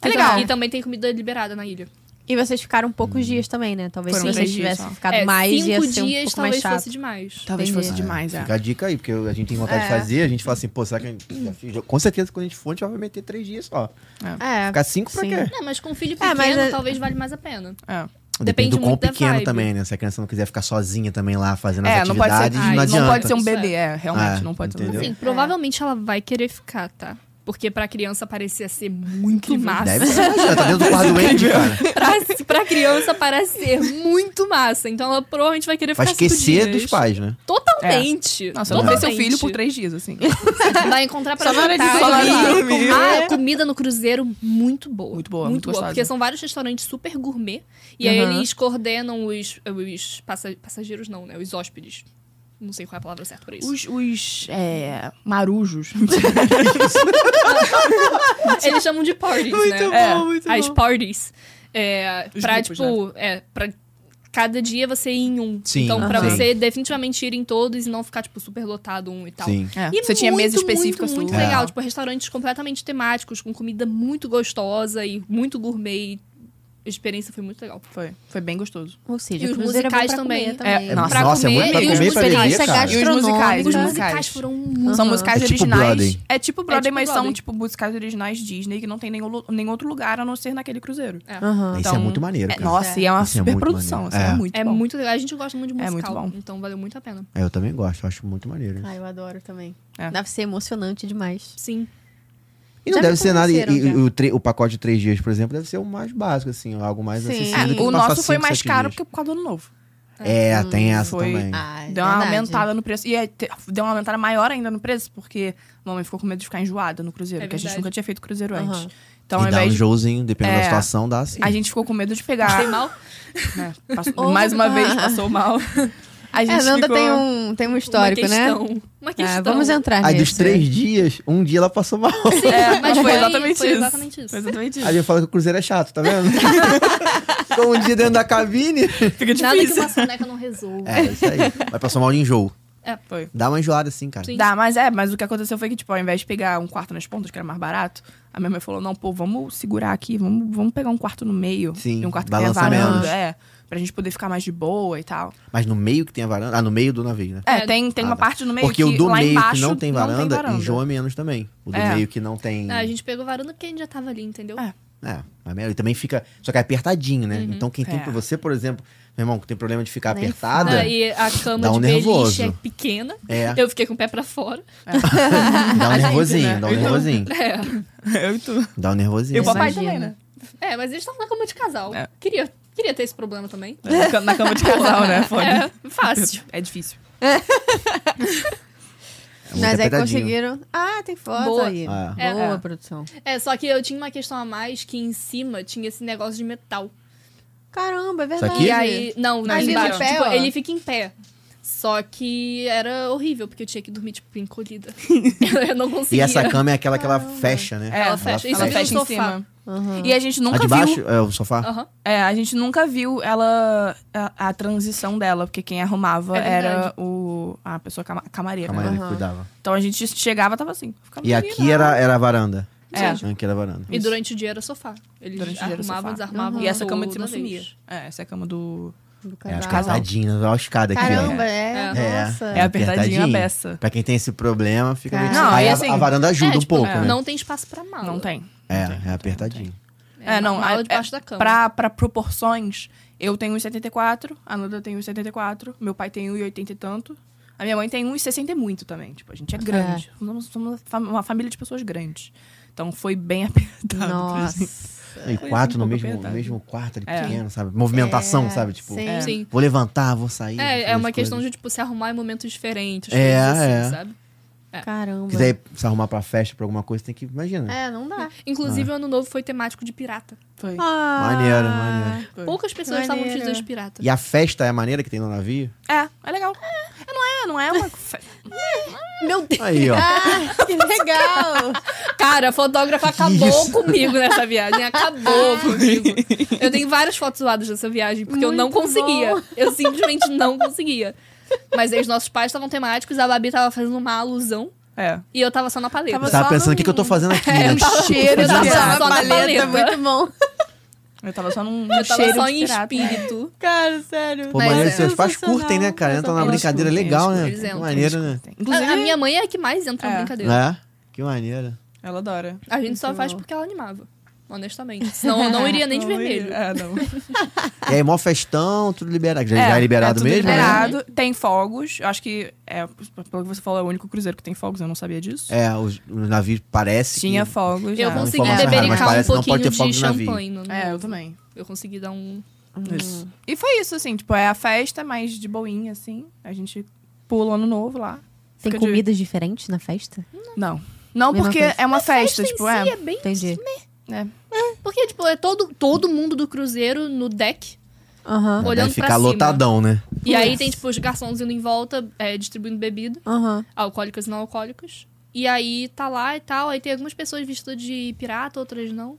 Speaker 1: É legal.
Speaker 4: E também tem comida liberada na ilha.
Speaker 1: E vocês ficaram poucos dias também, né? Talvez
Speaker 3: Foram
Speaker 1: se
Speaker 3: três
Speaker 1: vocês
Speaker 3: dias
Speaker 1: tivessem
Speaker 3: só.
Speaker 1: ficado
Speaker 4: É,
Speaker 1: mais,
Speaker 4: cinco
Speaker 1: ia
Speaker 4: dias
Speaker 1: ser um pouco mais
Speaker 4: talvez
Speaker 1: chato.
Speaker 4: fosse demais.
Speaker 3: Talvez
Speaker 1: Entendi.
Speaker 3: fosse
Speaker 2: É,
Speaker 3: demais, é.
Speaker 2: Fica a dica aí, porque a gente tem vontade
Speaker 3: É.
Speaker 2: de fazer, a gente fala assim, pô, será que a gente já fez? Com certeza, quando a gente for, a gente vai meter três dias só.
Speaker 1: É.
Speaker 2: Ficar cinco pra
Speaker 1: Sim.
Speaker 2: quê?
Speaker 4: Não, mas com um filho
Speaker 1: É,
Speaker 4: pequeno,
Speaker 1: mas é-
Speaker 4: talvez vale mais a pena.
Speaker 3: É.
Speaker 2: Depende do quão
Speaker 4: muito da
Speaker 2: pequeno
Speaker 4: vibe.
Speaker 2: também, né? Se a criança não quiser ficar sozinha também lá fazendo
Speaker 3: É,
Speaker 2: as
Speaker 3: não pode ser,
Speaker 2: atividades, não,
Speaker 4: Ai,
Speaker 2: adianta.
Speaker 3: não pode ser um
Speaker 4: Isso é.
Speaker 3: bebê, é,
Speaker 2: É,
Speaker 3: realmente, não pode ser um
Speaker 2: entendeu?
Speaker 3: bebê.
Speaker 4: Assim, provavelmente ela vai querer ficar, tá? Porque pra criança parecia ser muito massa.
Speaker 2: Deve ser, imagina, tá dentro do quarto doente, cara.
Speaker 4: pra, pra criança parece ser muito massa. Então ela provavelmente vai querer
Speaker 2: Vai
Speaker 4: ficar cinco
Speaker 2: esquecer
Speaker 4: dias.
Speaker 2: dos pais, né?
Speaker 4: Totalmente.
Speaker 1: É.
Speaker 3: Nossa, eu não
Speaker 4: Totalmente.
Speaker 3: vê seu filho por três dias, assim.
Speaker 4: Vai encontrar
Speaker 3: Só
Speaker 4: pra
Speaker 3: na hora de
Speaker 4: jantar,
Speaker 3: falar
Speaker 4: vai-
Speaker 3: de dormir. né?
Speaker 4: Ah, comida no cruzeiro muito boa.
Speaker 3: Muito boa, muito gostosa.
Speaker 4: Porque são vários restaurantes super gourmet. E aí
Speaker 1: Aham.
Speaker 4: eles coordenam os, os passa- passageiros, não, né? Os hóspedes. Não sei qual é a palavra certa pra isso.
Speaker 3: Os, os é, marujos.
Speaker 4: Eles chamam de parties, né?
Speaker 3: É,
Speaker 1: muito
Speaker 4: As parties. É,
Speaker 3: Os
Speaker 4: pra,
Speaker 3: grupos, né?
Speaker 4: tipo, é, pra cada dia você ir em um.
Speaker 2: Sim,
Speaker 4: então, pra
Speaker 2: sim.
Speaker 4: você definitivamente ir em todos e não ficar, tipo, super lotado um e tal.
Speaker 2: Sim.
Speaker 3: É,
Speaker 4: E
Speaker 3: você tinha
Speaker 4: muito,
Speaker 3: mesa específica
Speaker 4: muito, muito
Speaker 3: sua.
Speaker 4: legal.
Speaker 3: É.
Speaker 4: Tipo, restaurantes completamente temáticos, com comida muito gostosa e muito gourmet. A experiência foi muito legal.
Speaker 3: Foi, foi bem gostoso.
Speaker 1: Ou seja,
Speaker 4: E os
Speaker 1: cruzeiro é bom
Speaker 4: musicais
Speaker 1: pra
Speaker 4: também.
Speaker 1: comer
Speaker 3: É,
Speaker 1: também.
Speaker 3: nossa,
Speaker 4: pra
Speaker 2: Nossa, é
Speaker 4: comer
Speaker 2: muito pra
Speaker 4: e
Speaker 2: comer
Speaker 4: os
Speaker 2: e pra beber,
Speaker 1: experiência
Speaker 4: musicais
Speaker 2: cara.
Speaker 3: E os
Speaker 1: gastronômica.
Speaker 3: musicais,
Speaker 4: Os
Speaker 3: Uhum.
Speaker 4: musicais né? foram muito...
Speaker 3: São
Speaker 1: Aham.
Speaker 3: musicais
Speaker 2: É tipo
Speaker 3: originais.
Speaker 2: Broadway.
Speaker 3: Uhum. É tipo Broadway, mas são
Speaker 4: Broadway.
Speaker 3: tipo musicais originais Disney que não tem nenhum, lu- nenhum outro lugar a não ser naquele cruzeiro.
Speaker 1: Aham.
Speaker 2: Isso é
Speaker 3: Então,
Speaker 2: muito maneiro,
Speaker 3: É,
Speaker 2: cara.
Speaker 3: nossa, e é uma
Speaker 2: Isso é muito
Speaker 3: super produção.
Speaker 2: maneiro.
Speaker 3: assim, é.
Speaker 2: É.
Speaker 3: muito
Speaker 4: É
Speaker 3: bom.
Speaker 4: muito legal. A gente gosta muito de
Speaker 3: É muito
Speaker 4: musical.
Speaker 3: bom.
Speaker 4: Então valeu muito a pena.
Speaker 2: É, Eu também gosto, eu acho muito maneiro.
Speaker 1: Ah, eu adoro também.
Speaker 3: É.
Speaker 1: Deve ser emocionante demais.
Speaker 4: Sim.
Speaker 2: E não
Speaker 1: Já me
Speaker 2: deve ser nada. E,
Speaker 1: convenceram,
Speaker 2: e
Speaker 1: já.
Speaker 2: o, tre- o pacote de três dias, por exemplo, deve ser o mais básico, assim, algo mais
Speaker 1: Sim.
Speaker 2: acessível.
Speaker 1: É,
Speaker 2: do que
Speaker 3: o
Speaker 2: passar
Speaker 3: nosso foi
Speaker 2: cinco,
Speaker 3: mais
Speaker 2: sete
Speaker 3: caro
Speaker 2: dias.
Speaker 3: porque por causa do ano novo.
Speaker 2: É, tem essa
Speaker 3: foi-
Speaker 2: também.
Speaker 1: Ah, é
Speaker 3: deu uma
Speaker 1: verdade.
Speaker 3: aumentada no preço. E é, te- deu uma aumentada maior ainda no preço, porque a mamãe ficou com medo de ficar enjoada no cruzeiro,
Speaker 4: É
Speaker 3: porque a gente
Speaker 4: verdade.
Speaker 3: nunca tinha feito cruzeiro
Speaker 1: Aham.
Speaker 3: antes. Então, ao
Speaker 2: e dá um
Speaker 3: invés de.
Speaker 2: jogozinho, dependendo
Speaker 3: É.
Speaker 2: da situação, dá assim.
Speaker 3: A gente ficou com medo de pegar.
Speaker 4: Achei mal.
Speaker 3: né, passou-
Speaker 1: Ou-
Speaker 3: mais uma vez
Speaker 1: Ah.
Speaker 3: passou mal. A gente
Speaker 1: É, Nanda
Speaker 3: ficou...
Speaker 1: tem um, tem um histórico,
Speaker 4: uma
Speaker 1: né?
Speaker 4: questão. Uma questão.
Speaker 1: Ah, vamos entrar
Speaker 2: Aí
Speaker 1: nisso.
Speaker 2: dos três dias, um dia ela passou mal.
Speaker 3: É, mas foi
Speaker 4: foi-
Speaker 3: exatamente
Speaker 4: foi
Speaker 3: isso.
Speaker 4: exatamente isso.
Speaker 3: Foi exatamente isso.
Speaker 2: Aí eu falo que o cruzeiro é chato, tá vendo? Ficou um dia dentro da cabine.
Speaker 3: Fica
Speaker 4: Nada que
Speaker 3: difícil.
Speaker 4: uma soneca não resolva.
Speaker 2: É, isso aí. Mas passou mal de enjoo.
Speaker 3: Foi.
Speaker 2: Dá uma enjoada assim, cara.
Speaker 4: Sim.
Speaker 3: Dá, mas é, mas o que aconteceu foi que, tipo, ao invés de pegar um quarto nas pontas, que era mais barato, a minha mãe falou: não, pô, vamos segurar aqui, vamos, vamos pegar um quarto no meio.
Speaker 2: Sim,
Speaker 3: e um quarto que tem a
Speaker 2: balança menos.
Speaker 3: varanda, é. Pra gente poder ficar mais de boa e tal.
Speaker 2: Mas no meio que tem a varanda. Ah, no meio do navio, né?
Speaker 3: É,
Speaker 4: É,
Speaker 3: tem, tem
Speaker 2: Ah,
Speaker 3: uma
Speaker 2: tá.
Speaker 3: parte no meio
Speaker 2: Porque
Speaker 3: que
Speaker 2: o do
Speaker 3: lá
Speaker 2: meio
Speaker 3: embaixo
Speaker 2: que não tem varanda,
Speaker 3: varanda.
Speaker 2: enjoa menos também. O do
Speaker 3: É.
Speaker 2: meio que não tem.
Speaker 4: Ah, a gente pegou varanda porque a gente já tava ali, entendeu?
Speaker 3: É.
Speaker 2: É, mas melhor. E também fica. Só que é apertadinho, né? Então quem tem.
Speaker 3: É.
Speaker 2: Você, por exemplo, meu irmão, que tem problema de ficar
Speaker 1: Nem
Speaker 2: apertada.
Speaker 4: Ah, e a cama
Speaker 2: Dá um
Speaker 4: de beliche
Speaker 2: nervoso.
Speaker 4: é pequena.
Speaker 2: É.
Speaker 4: Eu fiquei com o pé pra fora.
Speaker 2: Dá um
Speaker 3: gente,
Speaker 2: nervosinho,
Speaker 3: né?
Speaker 2: dá um nervosinho.
Speaker 4: É,
Speaker 3: Eu e tu.
Speaker 2: Dá um nervosinho.
Speaker 3: E o papai
Speaker 1: Imagina.
Speaker 3: também, né?
Speaker 4: É, mas eles estavam na cama de casal.
Speaker 3: É.
Speaker 4: Queria, queria ter esse problema também.
Speaker 3: Na ca- Na cama de casal, né? Foda.
Speaker 4: É, fácil.
Speaker 3: É difícil.
Speaker 2: É muito
Speaker 1: Mas aí
Speaker 2: apertadinho.
Speaker 1: conseguiram. Ah, tem foto
Speaker 4: Boa.
Speaker 1: aí.
Speaker 2: Ah.
Speaker 4: É.
Speaker 1: Boa
Speaker 3: É.
Speaker 1: produção.
Speaker 4: É, só que eu tinha uma questão a mais que em cima tinha esse negócio de metal.
Speaker 1: Caramba, é
Speaker 2: Isso
Speaker 1: verdade.
Speaker 2: aqui?
Speaker 4: E aí, não, não
Speaker 3: Mas ele
Speaker 4: embaixo.
Speaker 1: em pé,
Speaker 4: tipo,
Speaker 1: ó.
Speaker 4: ele fica em pé. Só que era horrível, porque eu tinha que dormir, tipo, encolhida. eu não
Speaker 2: E
Speaker 4: conseguia.
Speaker 2: essa cama é aquela que ela fecha, né?
Speaker 3: É,
Speaker 4: Ela fecha. Isso
Speaker 3: ela
Speaker 4: vira um
Speaker 3: fecha em
Speaker 4: sofá.
Speaker 3: cima.
Speaker 1: Aham.
Speaker 3: E a gente nunca
Speaker 2: a de
Speaker 3: viu
Speaker 2: baixo é o sofá?
Speaker 4: Aham.
Speaker 3: É, a gente nunca viu ela a, a transição dela, porque quem arrumava
Speaker 4: É
Speaker 3: era
Speaker 4: verdade.
Speaker 3: o a pessoa cama, camareira.
Speaker 2: A maneira
Speaker 3: né?
Speaker 2: que cuidava.
Speaker 3: Então a gente chegava tava assim. Ficava
Speaker 2: E
Speaker 3: ali,
Speaker 2: aqui
Speaker 3: né?
Speaker 2: era, era a varanda.
Speaker 3: É.
Speaker 2: Aqui era a varanda.
Speaker 4: E durante o dia era sofá. Eles
Speaker 3: Durante o dia era
Speaker 4: arrumavam,
Speaker 3: sofá.
Speaker 4: desarmavam.
Speaker 3: E essa cama de cima
Speaker 4: toda
Speaker 3: sumia.
Speaker 4: vez.
Speaker 3: É, essa é a cama do
Speaker 1: Do
Speaker 2: É, as
Speaker 1: casal.
Speaker 3: casal.
Speaker 2: casadinhas, olha a escada aqui, ó.
Speaker 1: Caramba, é.
Speaker 4: É.
Speaker 2: É,
Speaker 1: Nossa.
Speaker 3: É apertadinho a beça.
Speaker 2: Pra quem tem esse problema, fica meio...
Speaker 1: Não,
Speaker 2: Aí
Speaker 3: e
Speaker 2: a-
Speaker 3: assim-
Speaker 2: a, varanda ajuda
Speaker 4: É,
Speaker 2: um
Speaker 4: tipo,
Speaker 2: pouco, né?
Speaker 4: Não tem espaço pra mala.
Speaker 3: Não tem.
Speaker 2: É, é apertadinho.
Speaker 4: É, não.
Speaker 3: a-
Speaker 4: Mala debaixo da cama.
Speaker 3: Pra, pra proporções, eu tenho 1,74, a Nanda tem 1,74, meu pai tem 1,80 e tanto. A minha mãe tem 1,60 e muito também. Tipo, a gente é grande. Somos, somos uma fam- uma família de pessoas grande. Então foi bem apertado.
Speaker 2: É.
Speaker 3: pra gente.
Speaker 1: Nossa.
Speaker 2: E quatro no
Speaker 3: pouco
Speaker 2: mesmo,
Speaker 3: apertado.
Speaker 2: mesmo quarto ali,
Speaker 3: É.
Speaker 2: pequeno, sabe? Movimentação,
Speaker 1: É,
Speaker 2: sabe? Tipo,
Speaker 1: sim.
Speaker 4: Sim.
Speaker 2: vou levantar, vou sair. vou fazer
Speaker 4: É, é
Speaker 2: as
Speaker 4: uma questão
Speaker 2: coisas.
Speaker 4: de, tipo, se arrumar em momentos diferentes.
Speaker 2: É,
Speaker 4: coisas assim,
Speaker 2: é.
Speaker 4: sabe?
Speaker 1: Caramba.
Speaker 2: quiser se arrumar pra festa, pra alguma coisa, tem que... Imagina.
Speaker 1: É, não dá.
Speaker 4: Inclusive, o ano novo foi temático de pirata.
Speaker 3: Foi.
Speaker 2: Maneiro, maneiro.
Speaker 3: Foi.
Speaker 4: Poucas pessoas estavam
Speaker 1: Maneiro.
Speaker 4: vestidas de pirata.
Speaker 2: E a festa é a maneira que tem no navio?
Speaker 3: É, é legal. É, não é, não é uma.
Speaker 1: Meu Deus.
Speaker 2: Aí, ó.
Speaker 1: Ah, que legal.
Speaker 4: Cara, a fotógrafa acabou
Speaker 2: Isso.
Speaker 4: comigo nessa viagem. Acabou comigo. Eu tenho várias fotos zoadas dessa viagem, porque eu não
Speaker 1: Muito
Speaker 4: conseguia. Eu simplesmente não conseguia. Mas aí os nossos pais estavam temáticos, a Babi tava fazendo uma alusão
Speaker 3: É.
Speaker 4: e eu tava só um na paleta. É,
Speaker 2: Eu
Speaker 3: Tava-
Speaker 2: tava
Speaker 3: só
Speaker 2: pensando, o
Speaker 3: no-
Speaker 2: que, que eu tô fazendo aqui? né?
Speaker 4: eu tava-
Speaker 1: Cheiro de
Speaker 4: eu tava
Speaker 1: pirata.
Speaker 4: só na paleta.
Speaker 1: paleta, é muito bom.
Speaker 3: Eu tava só num
Speaker 4: Eu tava
Speaker 3: cheiro
Speaker 4: só
Speaker 3: de
Speaker 4: em
Speaker 3: pirata.
Speaker 4: espírito.
Speaker 1: Cara, sério.
Speaker 2: Pô,
Speaker 4: Mas
Speaker 2: maneiro,
Speaker 4: é
Speaker 2: seus pais curtem, né, cara? Entram na
Speaker 3: Eles
Speaker 2: brincadeira
Speaker 3: curtem,
Speaker 2: legal,
Speaker 3: eles
Speaker 2: né? Que
Speaker 4: curtem, eles
Speaker 3: É.
Speaker 2: maneiro, né?
Speaker 4: A, a
Speaker 3: Inclusive,
Speaker 4: minha mãe é a que mais entra na
Speaker 3: É.
Speaker 4: brincadeira.
Speaker 2: É? Que maneiro.
Speaker 3: ela adora.
Speaker 4: A gente só
Speaker 1: Muito
Speaker 4: faz
Speaker 1: bom.
Speaker 4: porque ela animava. Honestamente. Senão eu não iria nem de
Speaker 3: Não,
Speaker 4: vermelho.
Speaker 3: É, não.
Speaker 2: E aí, mó festão, tudo liberado. Já já é,
Speaker 3: É,
Speaker 2: liberado
Speaker 3: tudo
Speaker 2: mesmo? né?
Speaker 3: Liberado. Tem fogos. Eu acho que, é, pelo que você falou, é o único cruzeiro que tem fogos. Eu não sabia disso.
Speaker 2: É, os, os navios parece
Speaker 3: Tinha
Speaker 2: que...
Speaker 3: fogos.
Speaker 4: Eu
Speaker 3: já.
Speaker 2: vou-
Speaker 4: consegui
Speaker 2: informação errada, mas
Speaker 4: bebericar um
Speaker 2: parece que não pode ter
Speaker 4: pouquinho
Speaker 2: fogo
Speaker 4: de
Speaker 2: de navio.
Speaker 4: champanhe. No, no-
Speaker 3: É, eu também.
Speaker 4: Eu consegui dar um.
Speaker 3: Isso. E foi isso, assim. Tipo, é a festa, mas de boinha, assim. A gente pula ano novo lá.
Speaker 1: Tem
Speaker 3: Fica de-
Speaker 1: comidas diferentes na festa?
Speaker 3: Não. Não,
Speaker 1: Mesma
Speaker 3: porque
Speaker 1: coisa.
Speaker 3: é uma festa,
Speaker 4: Festa em
Speaker 3: tipo,
Speaker 4: si
Speaker 3: é.
Speaker 4: é bem
Speaker 1: Entendi.
Speaker 3: é.
Speaker 4: Porque, tipo, é todo, todo mundo do cruzeiro no deck,
Speaker 1: Aham.
Speaker 2: Deve
Speaker 4: olhando pra
Speaker 2: ficar
Speaker 4: cima.
Speaker 2: lotadão, né?
Speaker 4: E aí
Speaker 1: Yes.
Speaker 4: tem, tipo, os garçons indo em volta, é, distribuindo bebida,
Speaker 1: Aham.
Speaker 4: alcoólicas e não alcoólicas. E aí tá lá e tal. Aí tem algumas pessoas vestidas de pirata, outras não.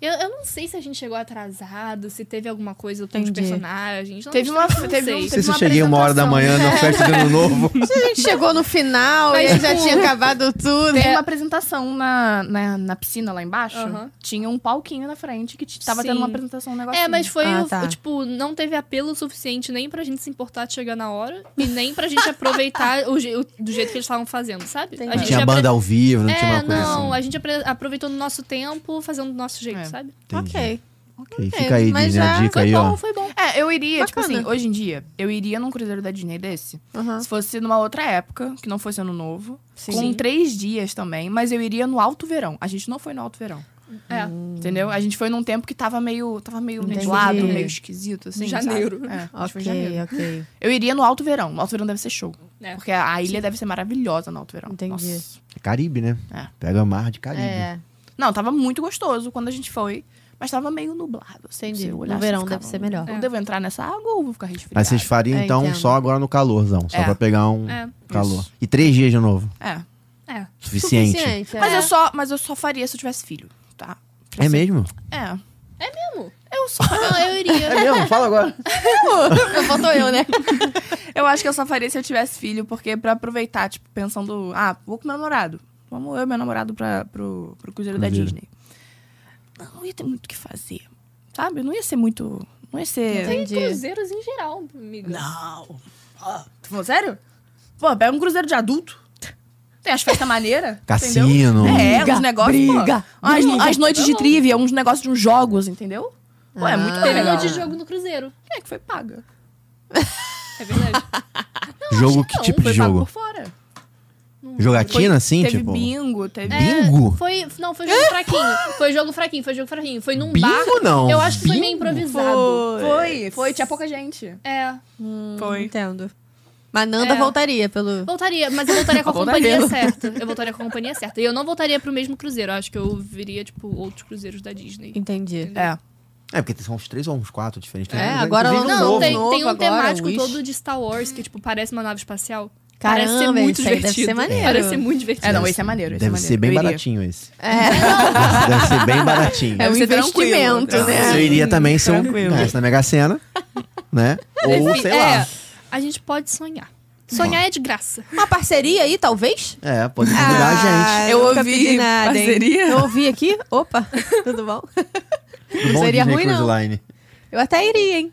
Speaker 4: Eu, eu não sei se a gente chegou atrasado, se teve alguma coisa com os
Speaker 1: Entendi.
Speaker 4: personagens. Não,
Speaker 3: Teve uma-
Speaker 4: não
Speaker 3: teve
Speaker 4: sei.
Speaker 3: um-
Speaker 2: Não sei se eu
Speaker 3: uma
Speaker 2: cheguei uma hora da manhã na festa de ano novo.
Speaker 1: A gente chegou no final
Speaker 4: Mas,
Speaker 1: e já
Speaker 4: tipo,
Speaker 1: tinha acabado tudo.
Speaker 3: Teve uma apresentação na, na, na piscina lá embaixo.
Speaker 4: Aham.
Speaker 3: Tinha um palquinho na frente que t- tava
Speaker 4: Sim.
Speaker 3: tendo uma apresentação, um negocinho.
Speaker 4: É, mas foi,
Speaker 1: Ah,
Speaker 4: o-
Speaker 1: tá.
Speaker 4: o, tipo, não teve apelo suficiente nem pra gente se importar de chegar na hora e nem pra gente aproveitar o, je- o- do jeito que eles estavam fazendo, sabe?
Speaker 1: Entendi.
Speaker 4: A
Speaker 2: Não
Speaker 4: gente
Speaker 2: tinha
Speaker 4: apre-
Speaker 2: banda ao vivo, não tinha
Speaker 4: É,
Speaker 2: uma coisa
Speaker 4: não,
Speaker 2: assim.
Speaker 4: a gente apre- aproveitou no nosso tempo, fazendo do nosso jeito,
Speaker 3: É.
Speaker 4: sabe?
Speaker 2: assim. Entendi.
Speaker 1: Ok.
Speaker 2: Ok, Fica aí,
Speaker 1: Mas
Speaker 2: Disney, a
Speaker 1: já-
Speaker 2: dica
Speaker 4: Foi
Speaker 2: aí,
Speaker 4: bom,
Speaker 2: ó.
Speaker 4: foi bom.
Speaker 3: É, eu iria, tipo
Speaker 1: Bacana.
Speaker 3: assim, hoje em dia, eu iria num cruzeiro da Disney desse.
Speaker 1: Aham.
Speaker 3: Se fosse numa outra época, que não fosse ano novo.
Speaker 1: Sim.
Speaker 3: Com
Speaker 4: Sim.
Speaker 3: três dias também, mas eu iria no alto verão. A gente não foi no alto verão.
Speaker 4: É.
Speaker 1: Hum.
Speaker 3: Entendeu? A gente foi num tempo que tava meio. Tava meio
Speaker 1: Entendi.
Speaker 3: nublado, meio esquisito, assim.
Speaker 4: Em
Speaker 3: sabe?
Speaker 4: janeiro.
Speaker 3: É, acho que foi em janeiro.
Speaker 1: Ok, ok.
Speaker 3: Eu iria no alto verão. No alto verão deve ser show.
Speaker 4: É.
Speaker 3: Porque a ilha deve ser maravilhosa no alto verão.
Speaker 1: Entendi.
Speaker 3: Nossa.
Speaker 2: É Caribe, né?
Speaker 3: É.
Speaker 2: Pega mar de Caribe.
Speaker 1: É,
Speaker 3: Não, tava muito gostoso quando a gente foi, mas tava meio nublado. Assim,
Speaker 1: Entendi.
Speaker 3: se eu
Speaker 1: No
Speaker 3: olhasse,
Speaker 1: verão
Speaker 3: eu ficava,
Speaker 1: deve ser melhor.
Speaker 3: Eu
Speaker 4: É.
Speaker 3: devo entrar nessa água ou vou ficar resfriado?
Speaker 2: Mas vocês fariam,
Speaker 1: É,
Speaker 2: então,
Speaker 1: entendo.
Speaker 2: só agora no calorzão. Só
Speaker 3: É.
Speaker 2: pra pegar um
Speaker 4: É.
Speaker 2: calor.
Speaker 3: Isso.
Speaker 2: E três dias de novo.
Speaker 3: É.
Speaker 4: É.
Speaker 2: Suficiente.
Speaker 1: Suficiente, é.
Speaker 3: Mas, eu só, mas eu só faria se eu tivesse filho, tá? Pra
Speaker 2: É
Speaker 3: ser-
Speaker 2: mesmo?
Speaker 3: É.
Speaker 4: Mesmo?
Speaker 3: Eu só.
Speaker 4: Não, eu iria.
Speaker 2: É mesmo? Fala agora.
Speaker 1: Faltou eu, né?
Speaker 3: eu acho que eu só faria se eu tivesse filho, porque pra aproveitar, tipo, pensando, ah, vou com meu namorado. Vamos eu e meu namorado pra, pro, pro Cruzeiro, da
Speaker 2: Cruzeiro.
Speaker 3: Disney. Não, não ia ter muito o que fazer. Sabe? Não ia ser muito. Não ia ser.
Speaker 4: E
Speaker 1: Entendi.
Speaker 4: cruzeiros em geral, amiga.
Speaker 3: Não. Ah, tô falando sério? Pô, pega um cruzeiro de adulto. Tem as festas maneiras.
Speaker 2: Cassino.
Speaker 3: Entendeu? É,
Speaker 1: Briga,
Speaker 3: uns negócios.
Speaker 1: briga,
Speaker 3: pô, as,
Speaker 1: briga.
Speaker 3: as noites de
Speaker 4: Tá bom.
Speaker 3: trivia, é uns negócios de uns jogos, entendeu? Pô, é muito
Speaker 1: Ah.
Speaker 4: Teve
Speaker 3: legal.
Speaker 4: noite de jogo no cruzeiro.
Speaker 3: Quem é que foi paga?
Speaker 4: É verdade.
Speaker 2: jogo,
Speaker 4: acho que
Speaker 2: que
Speaker 4: não,
Speaker 2: tipo de
Speaker 3: foi pago
Speaker 2: jogo?
Speaker 3: por fora.
Speaker 2: Jogatina,
Speaker 3: Foi-
Speaker 2: assim,
Speaker 3: teve
Speaker 2: tipo?
Speaker 3: bingo, teve...
Speaker 4: É.
Speaker 2: Bingo?
Speaker 4: Foi, não, foi jogo fraquinho. Foi jogo fraquinho, foi jogo fraquinho. Foi num
Speaker 2: Bingo
Speaker 4: bar.
Speaker 2: não.
Speaker 4: Eu acho que foi meio
Speaker 2: Bingo.
Speaker 4: improvisado.
Speaker 3: Foi, foi, tinha pouca gente.
Speaker 4: É.
Speaker 3: Foi.
Speaker 1: Hum, Entendo. Mas Nanda
Speaker 4: É.
Speaker 1: voltaria pelo...
Speaker 4: Voltaria, mas eu voltaria com a
Speaker 3: Voltaria.
Speaker 4: companhia certa. Eu voltaria com a companhia certa. E eu não voltaria pro mesmo cruzeiro. Eu acho que eu viria, tipo, outros cruzeiros da Disney.
Speaker 1: Entendi.
Speaker 3: É.
Speaker 2: É, porque são uns três ou uns quatro diferentes.
Speaker 1: É,
Speaker 2: Tem um-
Speaker 1: agora
Speaker 2: inclusive,
Speaker 1: não-
Speaker 2: um
Speaker 4: Não,
Speaker 1: novo,
Speaker 4: tem,
Speaker 1: novo
Speaker 4: tem um
Speaker 1: agora,
Speaker 4: temático
Speaker 1: Wish.
Speaker 4: todo de Star Wars que, tipo, parece uma nave espacial. parece ser
Speaker 1: Caramba,
Speaker 4: muito
Speaker 1: isso aí deve
Speaker 4: divertido.
Speaker 1: ser maneiro.
Speaker 4: Parece ser muito divertido.
Speaker 3: É, não, esse é maneiro. esse é
Speaker 2: Deve
Speaker 3: maneiro.
Speaker 2: ser bem
Speaker 3: Eu iria.
Speaker 2: baratinho esse. Esse Deve ser bem baratinho.
Speaker 1: É um
Speaker 3: Deve ser tranquilo,
Speaker 1: investimento,
Speaker 3: cara.
Speaker 1: né?
Speaker 2: Eu iria também se eu
Speaker 3: Tranquilo.
Speaker 2: ganhasse na Mega Sena, né? Ou sei
Speaker 4: é,
Speaker 2: lá.
Speaker 4: a gente pode sonhar. Sonhar é de graça.
Speaker 1: Uma parceria aí, talvez?
Speaker 2: É, pode convidar a
Speaker 1: Ah, eu
Speaker 3: nunca
Speaker 1: ouvi
Speaker 3: pedi
Speaker 1: nada, hein?
Speaker 3: parceria.
Speaker 1: Eu ouvi aqui. Opa, tudo bom?
Speaker 2: gente. Do bom
Speaker 1: seria
Speaker 2: Disney
Speaker 1: ruim, não.
Speaker 2: Cruise Line.
Speaker 1: Eu até iria, hein?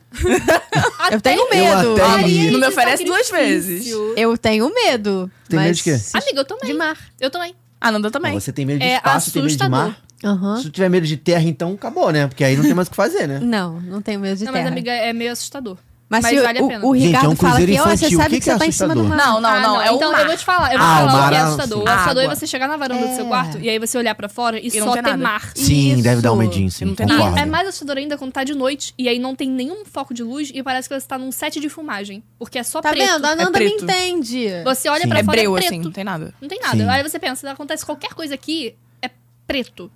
Speaker 1: eu tenho medo.
Speaker 2: até
Speaker 1: Olha,
Speaker 2: iria.
Speaker 3: Não me
Speaker 4: Esse
Speaker 3: oferece duas
Speaker 4: sacrifício.
Speaker 3: vezes.
Speaker 1: Eu tenho medo.
Speaker 2: Tem medo
Speaker 1: mas...
Speaker 2: de quê?
Speaker 4: Amiga, eu também. De mar. Eu também.
Speaker 3: A Nanda
Speaker 2: Ah,
Speaker 3: também.
Speaker 2: você tem medo de
Speaker 4: É
Speaker 2: espaço, tem medo de
Speaker 4: assustador.
Speaker 2: mar.
Speaker 1: Aham.
Speaker 2: Se tu tiver medo de terra, então acabou, né? Porque aí não tem mais o que fazer, né?
Speaker 1: Não, não tenho medo de
Speaker 4: Não,
Speaker 1: terra.
Speaker 4: mas, amiga, é meio assustador.
Speaker 1: Mas
Speaker 4: mas
Speaker 1: se o-
Speaker 4: vale a
Speaker 1: o,
Speaker 4: pena.
Speaker 1: o
Speaker 2: Gente, é um
Speaker 1: Ricardo fala
Speaker 2: cruzeiro
Speaker 1: que, ó, você
Speaker 2: infantil,
Speaker 1: sabe
Speaker 2: o que
Speaker 1: que,
Speaker 2: que é
Speaker 1: você tá em cima do
Speaker 2: assustador?
Speaker 1: mar.
Speaker 3: Não, não,
Speaker 4: Ah,
Speaker 3: não. É o
Speaker 4: então
Speaker 3: mar.
Speaker 4: eu vou te falar. Eu vou
Speaker 2: Ah, o
Speaker 4: te falar o
Speaker 2: mar
Speaker 4: que é
Speaker 2: é
Speaker 4: assustador. O
Speaker 3: assim,
Speaker 4: assustador é
Speaker 3: água.
Speaker 4: você chegar na varanda do seu
Speaker 1: É.
Speaker 4: quarto e aí você olhar pra fora e,
Speaker 3: E não
Speaker 4: só
Speaker 3: ter
Speaker 4: ter
Speaker 3: nada.
Speaker 4: mar.
Speaker 2: Sim,
Speaker 1: Isso.
Speaker 2: deve dar um medinho, sim.
Speaker 3: Não tem nada.
Speaker 2: concordo.
Speaker 4: E é mais assustador ainda quando tá de noite e aí não tem nenhum foco de luz e parece que você tá num set de filmagem. Porque é só
Speaker 1: Tá
Speaker 4: preto.
Speaker 1: vendo? A Nanda me
Speaker 3: preto.
Speaker 1: entende.
Speaker 4: Você olha
Speaker 2: Sim.
Speaker 4: pra
Speaker 3: É
Speaker 4: fora,
Speaker 3: breu,
Speaker 4: é preto.
Speaker 3: assim, não tem nada.
Speaker 4: Não tem nada.
Speaker 2: Sim.
Speaker 4: Aí você pensa, acontece qualquer coisa aqui, é preto.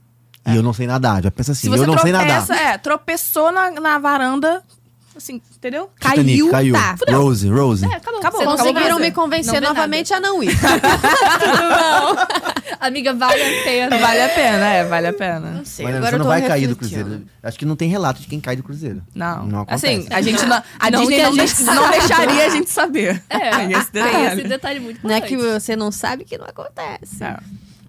Speaker 2: E eu não sei nadar. Já pensa assim,
Speaker 3: Se você
Speaker 2: eu não sei nadar.
Speaker 3: tropeça, é, tropeçou na, na varanda, Assim, entendeu?
Speaker 2: Titanic,
Speaker 3: caiu.
Speaker 2: caiu.
Speaker 1: tá.
Speaker 2: Rose, Rose.
Speaker 4: É,
Speaker 3: Acabou,
Speaker 4: acabou. Você não
Speaker 3: acabou.
Speaker 4: tem
Speaker 1: Conseguiram
Speaker 4: nada.
Speaker 1: me convencer
Speaker 4: Não vê
Speaker 1: novamente a não ir.
Speaker 4: nada. Amiga, vale a pena.
Speaker 3: Vale a pena, é, vale a pena.
Speaker 1: Não sei,
Speaker 2: Mas
Speaker 1: agora
Speaker 2: você
Speaker 1: eu
Speaker 2: não
Speaker 1: tô
Speaker 2: vai cair do
Speaker 1: refletindo.
Speaker 2: Cruzeiro. né? Acho que não tem relato de quem cai do Cruzeiro.
Speaker 3: Não.
Speaker 2: Não acontece.
Speaker 3: Assim, a gente não. A
Speaker 4: Não
Speaker 3: Disney
Speaker 4: que a
Speaker 3: não,
Speaker 4: gente
Speaker 3: deix- não deixaria a gente saber.
Speaker 4: É,
Speaker 3: Tem esse
Speaker 4: Tem
Speaker 3: detalhe.
Speaker 4: esse detalhe muito
Speaker 1: Não é que
Speaker 4: importante.
Speaker 1: você não sabe que não acontece.
Speaker 3: É.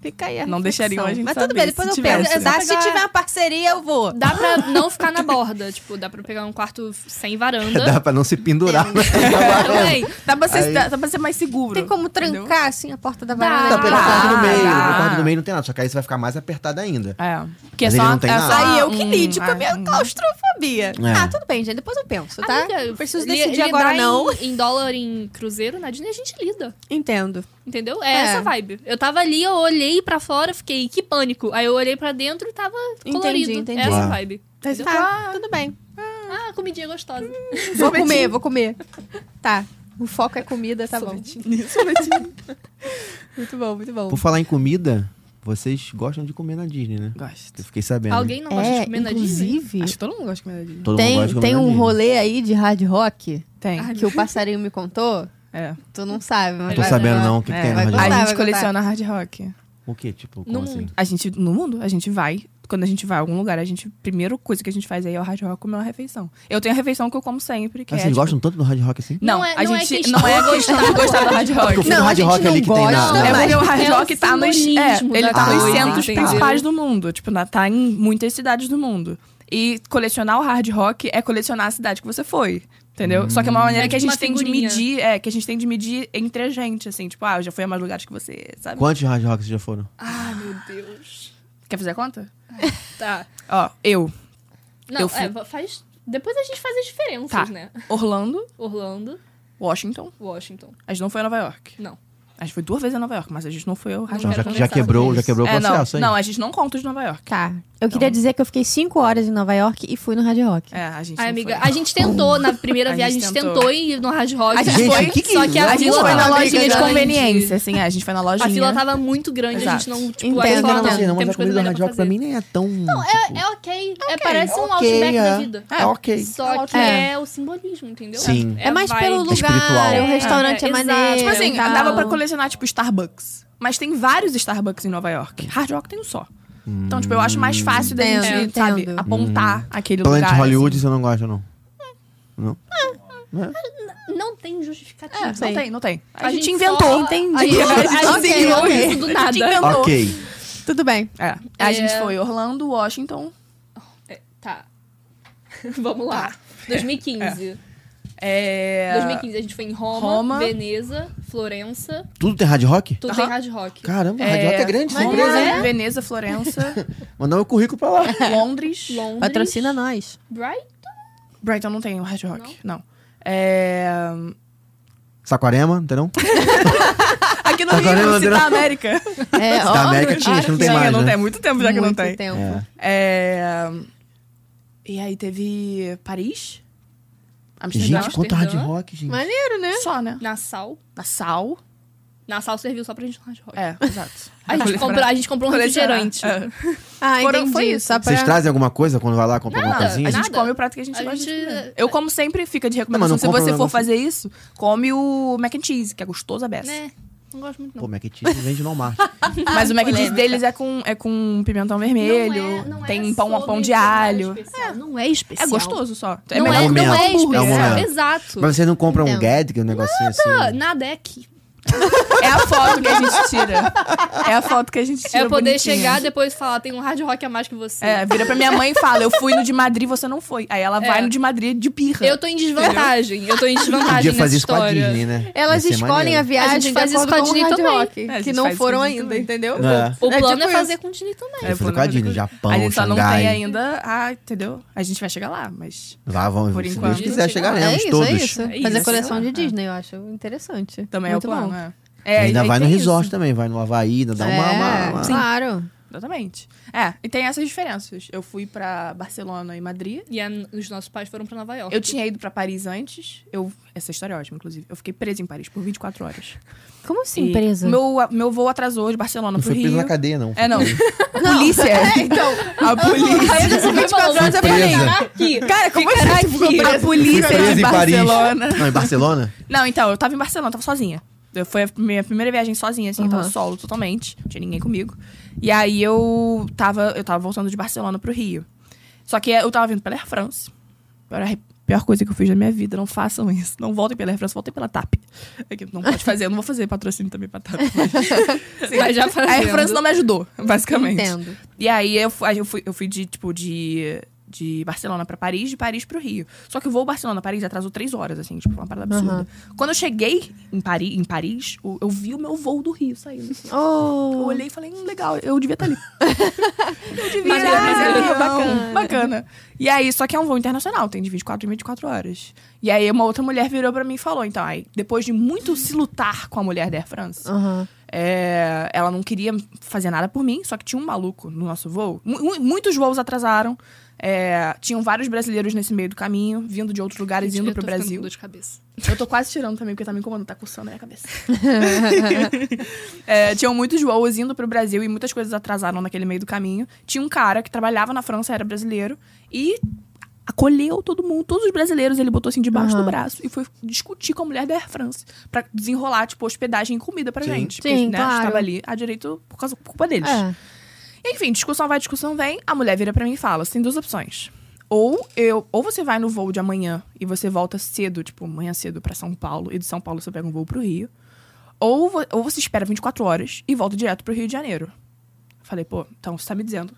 Speaker 1: Fica aí a
Speaker 3: Não
Speaker 1: reflexão.
Speaker 3: deixariam a gente
Speaker 1: Mas tudo
Speaker 3: saber
Speaker 1: bem,
Speaker 3: se
Speaker 1: depois eu
Speaker 3: tivesse,
Speaker 1: penso.
Speaker 3: né?
Speaker 1: Tá, se
Speaker 4: Agora-
Speaker 1: tiver uma parceria, eu vou.
Speaker 4: Dá pra não ficar na borda. Tipo, dá pra pegar um quarto sem varanda.
Speaker 2: Dá pra não se pendurar. né?
Speaker 4: Também.
Speaker 3: Dá pra, ser,
Speaker 2: Aí-
Speaker 3: dá dá pra ser mais seguro.
Speaker 1: Tem como trancar,
Speaker 3: Entendeu?
Speaker 1: assim, a porta da
Speaker 4: Dá.
Speaker 2: Tá
Speaker 1: varanda?
Speaker 2: pela
Speaker 3: Ah,
Speaker 2: parte do meio.
Speaker 3: ah.
Speaker 2: Na parte do meio não tem nada. Só que aí você vai ficar mais apertado ainda.
Speaker 3: É. Porque é
Speaker 2: Mas
Speaker 3: só,
Speaker 2: ele não
Speaker 3: é
Speaker 2: tem
Speaker 3: só
Speaker 2: nada.
Speaker 1: Aí eu que lide
Speaker 3: Hum,
Speaker 1: com a minha
Speaker 3: hum.
Speaker 1: claustrofobia.
Speaker 2: É.
Speaker 1: Ah, tudo bem, gente. Depois eu penso, tá?
Speaker 4: Amiga,
Speaker 1: Não preciso
Speaker 4: li-
Speaker 1: decidir
Speaker 4: lidar
Speaker 1: agora, não.
Speaker 4: Em, em dólar, em cruzeiro, na Disney a gente lida.
Speaker 1: Entendo.
Speaker 4: Entendeu? É,
Speaker 1: É.
Speaker 4: essa vibe. Eu tava ali, eu olhei pra fora, fiquei, que pânico. Aí eu olhei pra dentro e tava
Speaker 1: Entendi,
Speaker 4: colorido.
Speaker 1: entendi.
Speaker 4: Essa
Speaker 2: Claro.
Speaker 4: vibe. Entendeu?
Speaker 1: Tá, tudo bem.
Speaker 4: Ah, comidinha gostosa.
Speaker 1: Vou comer, vou comer. Tá. O foco é comida, tá bom. Muito bom, muito bom.
Speaker 2: Por falar em comida, vocês gostam de comer na Disney, né?
Speaker 3: Gosto.
Speaker 2: Eu fiquei sabendo.
Speaker 4: Alguém não gosta de comer na Disney?
Speaker 1: É, inclusive,
Speaker 3: Acho que todo mundo gosta de comer da Disney.
Speaker 2: Todo mundo gosta de
Speaker 1: tem,
Speaker 2: comer
Speaker 1: tem
Speaker 2: na
Speaker 1: um
Speaker 2: Disney.
Speaker 1: rolê aí de hard rock
Speaker 3: Tem.
Speaker 4: Ai,
Speaker 1: que o passarinho me contou.
Speaker 3: É.
Speaker 1: Tu não sabe, mas
Speaker 2: Não tô
Speaker 1: vai-
Speaker 2: sabendo não o que, que
Speaker 3: É,
Speaker 2: tem
Speaker 1: vai
Speaker 2: na
Speaker 1: gostar.
Speaker 2: Disney.
Speaker 3: a
Speaker 1: vai
Speaker 3: gente coleciona hard rock.
Speaker 2: O que, tipo, como
Speaker 4: Não-
Speaker 2: assim?
Speaker 3: A gente, no mundo, a gente vai. Quando a gente vai a algum lugar, a gente. Primeira coisa que a gente faz aí é o hard rock comer uma refeição. Eu tenho a refeição que eu como sempre, que
Speaker 2: Ah,
Speaker 3: é.
Speaker 2: vocês
Speaker 3: tipo-
Speaker 2: gostam tanto do hard rock assim?
Speaker 3: Não,
Speaker 4: Não é-
Speaker 3: a
Speaker 4: não é
Speaker 3: gente
Speaker 4: questão
Speaker 3: não é
Speaker 4: de
Speaker 3: gostar,
Speaker 4: gostar.
Speaker 3: gostar do hard
Speaker 2: Porque eu
Speaker 3: rock.
Speaker 2: fui no
Speaker 1: Não, a
Speaker 2: hard
Speaker 1: gente
Speaker 2: rock
Speaker 1: não
Speaker 2: ali que tem na-
Speaker 1: gosta,
Speaker 2: na...
Speaker 3: É
Speaker 1: mas-
Speaker 3: porque o hard
Speaker 4: é um
Speaker 3: rock tá nos, é,
Speaker 4: simbolismo
Speaker 3: ele
Speaker 4: da
Speaker 3: tá nos
Speaker 2: coisa,
Speaker 3: centros
Speaker 4: entendeu?
Speaker 3: principais do mundo. Tipo, na, tá em muitas cidades do mundo. E colecionar o hard rock é colecionar a cidade que você foi. Entendeu? Só que é uma maneira
Speaker 4: É
Speaker 3: que a
Speaker 4: tipo
Speaker 3: gente
Speaker 4: uma
Speaker 3: tem de
Speaker 4: figurinha.
Speaker 3: medir, é, que a gente tem de medir entre a gente, assim, tipo, ah, eu já fui a mais lugares que você, sabe?
Speaker 2: Quantos hard rocks já foram?
Speaker 4: Ah, meu Deus.
Speaker 3: Quer fazer a conta?
Speaker 4: Tá.
Speaker 3: Ó, eu,
Speaker 4: Não,
Speaker 3: Eu fui-
Speaker 4: é, faz... Depois a gente faz as diferenças,
Speaker 3: Tá.
Speaker 4: né?
Speaker 3: Orlando,
Speaker 4: Orlando,
Speaker 3: Washington.
Speaker 4: Washington.
Speaker 3: A gente não foi a Nova York.
Speaker 4: Não.
Speaker 3: A gente foi duas vezes a Nova York, mas a gente não foi ao hard
Speaker 4: Não
Speaker 2: Então, já,
Speaker 3: rock.
Speaker 4: quero
Speaker 2: já
Speaker 4: conversar
Speaker 2: quebrou,
Speaker 4: sobre
Speaker 2: já quebrou
Speaker 3: É,
Speaker 2: o processo
Speaker 3: não, não,
Speaker 2: aí.
Speaker 3: a gente não conta os de Nova York.
Speaker 1: Tá. Eu queria dizer que eu fiquei cinco horas em Nova York e fui no hard rock.
Speaker 3: É, a gente
Speaker 4: Ai,
Speaker 3: não
Speaker 4: amiga,
Speaker 3: foi.
Speaker 4: a gente tentou na primeira
Speaker 3: A gente
Speaker 4: viagem, a gente tentou
Speaker 3: tentou
Speaker 4: ir no Hard Rock.
Speaker 3: A gente
Speaker 2: Gente,
Speaker 3: foi-
Speaker 2: o que que é
Speaker 4: Só que a
Speaker 3: A gente
Speaker 4: fila
Speaker 3: foi na
Speaker 4: tava
Speaker 3: lojinha de
Speaker 4: gigante.
Speaker 3: conveniência, assim, é, a gente foi na lojinha.
Speaker 4: A fila tava muito grande, a
Speaker 3: Exato.
Speaker 4: gente não, tipo,
Speaker 1: Entendo,
Speaker 4: aí
Speaker 1: não,
Speaker 4: fala,
Speaker 1: não,
Speaker 4: não,
Speaker 1: assim,
Speaker 2: não, mas a comida
Speaker 4: temos coisa
Speaker 2: do
Speaker 4: melhor
Speaker 2: hard rock pra
Speaker 4: fazer.
Speaker 2: mim nem é tão... Não,
Speaker 4: É ok, é, parece um outback da vida.
Speaker 2: É ok.
Speaker 4: Só que é. o simbolismo, entendeu?
Speaker 2: Sim.
Speaker 1: É, mais
Speaker 4: a vibe.
Speaker 1: pelo lugar,
Speaker 2: espiritual.
Speaker 1: o restaurante é,
Speaker 4: É, exato.
Speaker 1: maneiro.
Speaker 4: Tipo
Speaker 3: Tipo assim,
Speaker 1: e tal.
Speaker 3: dava pra colecionar, tipo, Starbucks. Mas tem vários Starbucks em Nova York. Hard Rock tem um só. Então, tipo, eu acho mais fácil da
Speaker 1: Entendo,
Speaker 3: gente, sabe,
Speaker 1: entendo.
Speaker 3: apontar aquele
Speaker 2: Planet
Speaker 3: lugar.
Speaker 2: Hum.
Speaker 3: assim.
Speaker 2: Hollywood você não gosta, não? Não?
Speaker 4: Não tem justificativa.
Speaker 3: assim. Não tem, não tem. A,
Speaker 4: A
Speaker 3: gente,
Speaker 4: gente
Speaker 3: inventou.
Speaker 4: só-
Speaker 1: Entendi.
Speaker 4: A gente, a gente
Speaker 1: Ok,
Speaker 4: criou
Speaker 1: ok.
Speaker 4: isso do
Speaker 3: A gente
Speaker 4: nada.
Speaker 3: inventou.
Speaker 2: Ok.
Speaker 1: Tudo bem.
Speaker 3: É. A
Speaker 4: É.
Speaker 3: gente foi Orlando, Washington.
Speaker 4: É, tá. Vamos lá. 2015.
Speaker 3: É...
Speaker 4: 2015 a gente foi em Roma,
Speaker 3: Roma.
Speaker 4: Veneza, Florença.
Speaker 2: Tudo tem hard rock?
Speaker 4: Tudo
Speaker 3: Aham.
Speaker 4: tem Hard Rock.
Speaker 2: Caramba, hard rock é grande. essa
Speaker 3: Roma,
Speaker 2: empresa, hein?
Speaker 1: né?
Speaker 3: Veneza, Florença,
Speaker 2: Mandar meu currículo pra lá.
Speaker 3: Londres.
Speaker 4: Londres.
Speaker 1: Patrocina nós.
Speaker 4: Bright?
Speaker 3: Brighton não tem o Hard Rock, não. É...
Speaker 2: Saquarema, entendeu?
Speaker 3: Aqui no
Speaker 2: Tá
Speaker 3: Rio,
Speaker 2: valendo,
Speaker 3: Cita
Speaker 2: né?
Speaker 3: América.
Speaker 1: É,
Speaker 2: Da América tinha, acho que não tem
Speaker 3: Tinha,
Speaker 2: mais,
Speaker 3: não
Speaker 2: né?
Speaker 3: tem muito tempo já que não
Speaker 1: Muito
Speaker 3: tem.
Speaker 1: tempo.
Speaker 2: É.
Speaker 3: É... E aí teve Paris, Amsterdã,
Speaker 2: Gente, quanto hard rock, gente.
Speaker 1: Maneiro, né?
Speaker 3: só, né?
Speaker 4: Nassau.
Speaker 3: Nassau.
Speaker 4: Nassau serviu só pra gente no Hard Rock.
Speaker 3: É, exato.
Speaker 4: A, gente comprou, a gente comprou um
Speaker 3: Colecionar.
Speaker 4: refrigerante.
Speaker 3: É.
Speaker 1: Ah,
Speaker 3: Foram-
Speaker 1: entendi.
Speaker 3: foi isso.
Speaker 1: Só pra...
Speaker 2: Vocês trazem alguma coisa quando vai lá, compra alguma
Speaker 4: Nada.
Speaker 2: coisinha?
Speaker 3: A gente
Speaker 4: Nada.
Speaker 3: come o prato que a gente
Speaker 4: A
Speaker 3: gosta de
Speaker 4: gente-
Speaker 3: comer. Eu como sempre, fica de
Speaker 2: Não, mas
Speaker 3: recomendação.
Speaker 2: não
Speaker 3: Se
Speaker 2: compra um
Speaker 3: você for
Speaker 2: negócio-
Speaker 3: fazer isso, come o mac and cheese, que é gostoso a beça.
Speaker 4: Né? Não gosto muito,
Speaker 2: Pô,
Speaker 4: não.
Speaker 2: Mac and Cheese vende no Walmart.
Speaker 3: Mas
Speaker 4: Ah,
Speaker 3: o mac and cheese deles é com, é com pimentão vermelho, tem pão, pão de alho.
Speaker 4: É, não é especial.
Speaker 3: É gostoso só. É
Speaker 4: Não
Speaker 2: melhor
Speaker 4: é,
Speaker 2: do
Speaker 4: não
Speaker 2: que
Speaker 4: é
Speaker 2: hambúrguer.
Speaker 4: especial.
Speaker 2: É o momento.
Speaker 4: Exato.
Speaker 2: Mas você não compra um
Speaker 1: Então.
Speaker 2: Gadget, um negocinho assim?
Speaker 4: Nada é aqui.
Speaker 3: É a foto que a gente tira. É a foto que a gente tira.
Speaker 4: É poder
Speaker 3: bonitinha.
Speaker 4: chegar depois e falar, tem um hard rock a mais que você.
Speaker 3: É, vira pra minha mãe e fala: Eu fui no de Madrid, você não foi. Aí ela vai
Speaker 4: É.
Speaker 3: no de Madrid de pirra. É,
Speaker 4: Eu tô em desvantagem. Eu tô em desvantagem
Speaker 2: Podia fazer
Speaker 4: nessa
Speaker 2: isso com a
Speaker 4: história.
Speaker 2: Disney, né?
Speaker 1: Elas
Speaker 2: Ia ser
Speaker 1: escolhem
Speaker 2: maneiro.
Speaker 1: a viagem
Speaker 4: A gente
Speaker 1: de
Speaker 4: faz
Speaker 1: acordo
Speaker 4: isso com a
Speaker 1: com o
Speaker 4: Disney
Speaker 1: Hard
Speaker 4: também.
Speaker 1: Rock,
Speaker 3: É, a gente
Speaker 1: que não
Speaker 3: faz
Speaker 1: foram
Speaker 3: com a Disney
Speaker 1: ainda,
Speaker 3: também.
Speaker 1: entendeu?
Speaker 2: É.
Speaker 4: O plano
Speaker 1: tipo
Speaker 4: é fazer
Speaker 1: isso.
Speaker 4: com o Disney também.
Speaker 2: Ia fazer
Speaker 3: plano
Speaker 2: com a
Speaker 3: é fazer
Speaker 2: Disney,
Speaker 3: com-
Speaker 2: Japão,
Speaker 3: a gente só não
Speaker 2: Xangai.
Speaker 3: tem ainda, ah, entendeu? A gente vai chegar lá, mas
Speaker 2: Vá, vamos.
Speaker 3: Por
Speaker 2: se
Speaker 3: enquanto.
Speaker 2: Deus quiser,
Speaker 1: É
Speaker 2: chegaremos
Speaker 1: isso,
Speaker 2: todos.
Speaker 1: é isso.
Speaker 4: É
Speaker 1: Fazer
Speaker 4: isso.
Speaker 1: coleção de
Speaker 3: É.
Speaker 1: Disney, eu acho interessante.
Speaker 3: também
Speaker 1: Muito
Speaker 3: é o plano,
Speaker 1: bom.
Speaker 3: é.
Speaker 2: E
Speaker 3: É,
Speaker 2: ainda
Speaker 3: aí
Speaker 2: vai no
Speaker 3: tem
Speaker 2: resort
Speaker 3: isso.
Speaker 2: também, vai no Havaí, ainda dá uma...
Speaker 1: É,
Speaker 2: uma- uma-
Speaker 1: Claro.
Speaker 3: Exatamente. É, e tem essas diferenças. Eu fui pra Barcelona e Madrid.
Speaker 4: E a- os nossos pais foram pra Nova York.
Speaker 3: Eu tinha ido pra Paris antes. Eu, essa história é ótima, inclusive. Eu fiquei presa em Paris por 24 horas.
Speaker 1: Como assim,
Speaker 3: E
Speaker 1: presa?
Speaker 3: Meu, a- meu voo atrasou de Barcelona
Speaker 2: Não
Speaker 3: pro
Speaker 2: foi preso
Speaker 3: Rio.
Speaker 2: na cadeia, não.
Speaker 3: É, não.
Speaker 1: Não.
Speaker 3: Polícia.
Speaker 1: É, então.
Speaker 3: A polícia.
Speaker 1: Aí desse 24 horas eu falei,
Speaker 2: Presa.
Speaker 4: "Tá aqui.
Speaker 3: Cara, como é
Speaker 1: Ficará
Speaker 3: que
Speaker 1: aqui.
Speaker 3: ficou presa? A polícia é
Speaker 2: Preso
Speaker 3: de
Speaker 2: em Paris.
Speaker 3: Barcelona.
Speaker 2: Não, em Barcelona?
Speaker 3: Não, então, eu tava em Barcelona, tava sozinha. Eu, foi a minha primeira viagem sozinha, assim, então
Speaker 1: Aham.
Speaker 3: solo totalmente. Não tinha ninguém comigo. E aí eu tava, eu tava voltando de Barcelona pro Rio. Só que eu tava vindo pela Air France. Era a pior coisa que eu fiz na minha vida. Não façam isso. Não voltem pela Air France, voltem pela TAP. É que não pode fazer, eu não vou fazer patrocínio também pra TAP. mas- Sim.
Speaker 4: Mas já fazendo.
Speaker 3: a Air France não me ajudou, basicamente.
Speaker 1: Entendo.
Speaker 3: E aí eu, fu- aí eu fui, eu fui de, tipo, de, de Barcelona pra Paris, de Paris pro Rio. Só que o voo Barcelona-Paris atrasou três horas, assim, tipo, uma parada absurda.
Speaker 1: Aham.
Speaker 3: Quando eu cheguei em, Pari em Paris, o- eu vi o meu voo do Rio saindo. Eu
Speaker 1: Oh.
Speaker 3: olhei e falei, hum, legal, eu devia estar ali. eu devia
Speaker 1: é
Speaker 4: Mas era- mas era
Speaker 3: estar ali.
Speaker 1: bacana.
Speaker 3: Bacana. bacana. E aí, só que é um voo internacional, tem de 24 em 24 horas. E aí uma outra mulher virou pra mim e falou, então, aí, depois de muito se lutar com a mulher da Air France,
Speaker 1: Aham.
Speaker 3: é, ela não queria fazer nada por mim, só que tinha um maluco no nosso voo. Mu- mu- muitos voos atrasaram. é, tinham vários brasileiros nesse meio do caminho, vindo de outros lugares,
Speaker 4: Gente,
Speaker 3: indo
Speaker 4: eu
Speaker 3: pro
Speaker 4: tô ficando com
Speaker 3: Brasil.
Speaker 4: dor de cabeça.
Speaker 3: Eu tô quase tirando também, porque tá me incomodando, tá coçando aí a cabeça. É, tinham muitos voos indo pro Brasil e muitas coisas atrasaram naquele meio do caminho. Tinha um cara que trabalhava na França, era brasileiro, e acolheu todo mundo, todos os brasileiros, ele botou assim debaixo
Speaker 1: Aham.
Speaker 3: do braço e foi discutir com a mulher da Air France pra desenrolar, tipo, hospedagem e comida pra
Speaker 2: Sim.
Speaker 3: gente.
Speaker 1: Sim,
Speaker 3: né,
Speaker 1: claro.
Speaker 3: estava ali a direito por causa por culpa deles.
Speaker 1: É.
Speaker 3: Enfim, discussão vai, discussão vem. A mulher vira pra mim e fala: você tem duas opções. Ou eu, ou você vai no voo de amanhã e você volta cedo, tipo, amanhã cedo pra São Paulo, e de São Paulo você pega um voo pro Rio. Ou, vo- ou você espera 24 horas e volta direto pro Rio de Janeiro. Falei, pô, então você tá me dizendo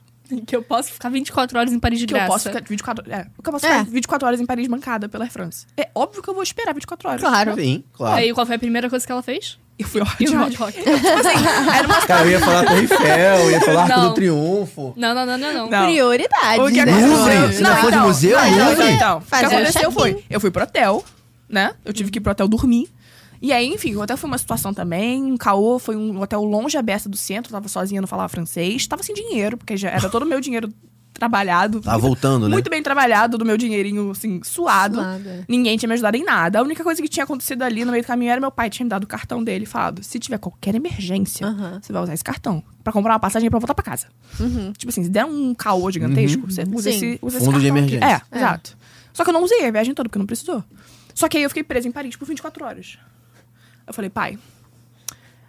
Speaker 4: Que eu posso ficar 24 horas em Paris de
Speaker 3: que
Speaker 4: graça.
Speaker 3: eu posso ficar 24 horas. É, que eu posso
Speaker 1: É.
Speaker 3: ficar 24 horas em Paris bancada pela Air France. É óbvio que eu vou esperar 24 horas.
Speaker 1: Claro.
Speaker 2: Sim, claro.
Speaker 4: Aí qual foi a primeira coisa que ela fez?
Speaker 3: E fui ao
Speaker 4: E
Speaker 3: Hard Rock.
Speaker 4: o Hard Rock.
Speaker 3: Era uma
Speaker 2: Cara, eu ia falar Torre Eiffel, ia falar Arco
Speaker 4: Não.
Speaker 2: do Triunfo.
Speaker 4: Não, não, não, não, não.
Speaker 3: Não.
Speaker 1: Prioridades,
Speaker 3: O que
Speaker 1: né?
Speaker 3: aconteceu?
Speaker 2: Louvre? Você já foi de museu?
Speaker 3: Não, então,
Speaker 2: Louvre?
Speaker 3: então, o que
Speaker 1: Fazer o
Speaker 3: aconteceu
Speaker 1: check-in.
Speaker 3: foi, eu fui pro hotel, né? Eu tive que ir pro hotel dormir. E aí, enfim, o hotel foi uma situação também, um caô, foi um hotel longe a beça do centro, tava sozinha, não falava francês, tava sem dinheiro, porque já era todo o meu dinheiro trabalhado.
Speaker 2: Tá voltando, né?
Speaker 3: Muito bem trabalhado, do meu dinheirinho, assim, suado.
Speaker 1: Suado, é.
Speaker 3: Ninguém tinha me ajudado em nada. A única coisa que tinha acontecido ali no meio do caminho era meu pai tinha me dado o cartão dele e falado: se tiver qualquer emergência,
Speaker 1: Aham. Uhum.
Speaker 3: você vai usar esse cartão pra comprar uma passagem pra voltar pra casa. Tipo assim, se der um caô gigantesco, você usa
Speaker 1: Sim.
Speaker 3: esse, usa esse
Speaker 2: Uhum. Fundo de
Speaker 3: cartão aqui.
Speaker 2: emergência.
Speaker 3: É, exato. Só que eu não usei a viagem toda, porque não precisou. Só que aí eu fiquei presa em Paris tipo, por 24 horas. Eu falei, pai,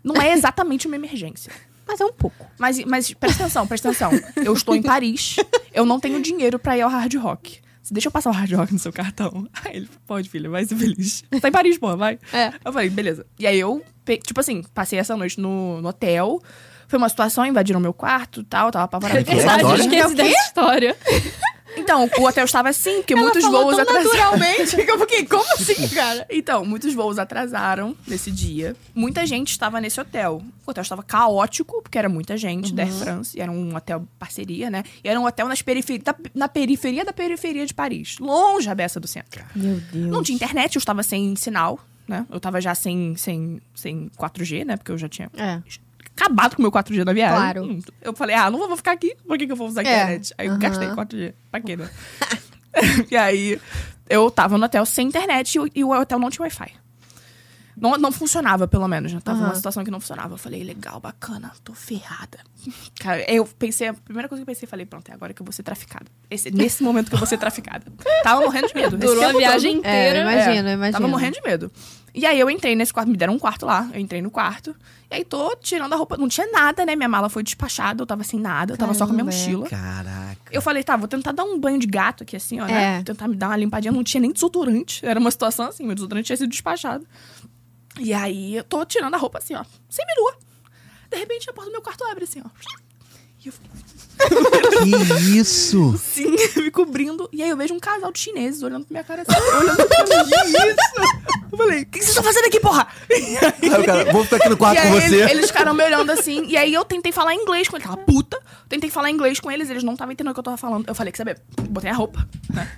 Speaker 3: não é exatamente uma emergência.
Speaker 1: Mas é um pouco.
Speaker 3: Mas, mas presta atenção, presta atenção. Eu estou em Paris, eu não tenho dinheiro pra ir ao Hard Rock. Você deixa eu passar o Hard Rock no seu cartão. Aí ele, pode, filha, vai ser feliz. Você tá em Paris, pô, vai.
Speaker 1: É.
Speaker 3: Eu falei, beleza. E aí eu, pe- tipo assim, passei essa noite no, no hotel. Foi uma situação, invadiram meu quarto e tal, tava apavorada.
Speaker 2: Que é a história?
Speaker 4: esqueci dessa história.
Speaker 3: Então, o hotel estava assim, porque muitos voos atrasaram.
Speaker 1: naturalmente. que eu fiquei, como assim, cara?
Speaker 3: Então, muitos voos atrasaram nesse dia. Muita gente estava nesse hotel. O hotel estava caótico, porque era muita gente da Air
Speaker 1: Uhum.
Speaker 3: France. E era um hotel parceria, né? E era um hotel nas periferi da- na periferia da periferia de Paris. Longe a beça do centro.
Speaker 1: Meu Deus.
Speaker 3: Não tinha internet, eu estava sem sinal, né? Eu estava já sem, sem, sem 4G, né? Porque eu já tinha
Speaker 1: É.
Speaker 3: acabado com o meu 4G na viagem.
Speaker 1: Claro.
Speaker 3: Hum, Eu falei, ah, não vou vou ficar aqui. Por que, que eu vou usar
Speaker 1: É,
Speaker 3: internet? Aí eu
Speaker 1: aham.
Speaker 3: gastei 4G. Pra quê, né? e aí, eu tava no hotel sem internet e, o- e o hotel não tinha Wi-Fi. Não, não funcionava, pelo menos. Já tava
Speaker 1: Aham.
Speaker 3: numa situação que não funcionava. Eu falei, legal, bacana, tô ferrada. Cara, eu pensei, a primeira coisa que eu pensei, falei, pronto, é agora que eu vou ser traficada. Esse- nesse momento que eu vou ser traficada. Tava morrendo de medo. Esse
Speaker 4: Durou a
Speaker 3: tempo todo-
Speaker 4: viagem inteira.
Speaker 1: É, imagino, imagino.
Speaker 3: Tava morrendo de medo. E aí eu entrei nesse quarto, me deram um quarto lá, eu entrei no quarto. E aí tô tirando a roupa, não tinha nada, né? Minha mala foi despachada, eu tava sem nada, eu tava só com a minha
Speaker 1: Caramba, é.
Speaker 3: mochila.
Speaker 2: Caraca.
Speaker 3: Eu falei, tá, vou tentar dar um banho de gato aqui assim, ó, né?
Speaker 1: É.
Speaker 3: Tentar me dar uma limpadinha, não tinha nem desodorante. Era uma situação assim, meu desodorante tinha sido despachado. E aí eu tô tirando a roupa assim, ó, sem minua. De repente a porta do meu quarto abre assim, ó. E eu fico
Speaker 2: Que isso?
Speaker 3: assim, me cobrindo. E aí eu vejo um casal de chineses olhando pra minha cara assim, olhando pra mim. Que isso? Eu falei, o que vocês estão fazendo aqui, porra?
Speaker 2: Aí o cara, vou ficar aqui no
Speaker 3: E
Speaker 2: quarto
Speaker 3: aí
Speaker 2: com você.
Speaker 3: Eles, eles ficaram me olhando assim. E aí eu tentei falar inglês com eles. Aquela puta. Tentei falar inglês com eles, eles não estavam entendendo o que eu tava falando. Eu falei, quer saber? Botei a roupa. né?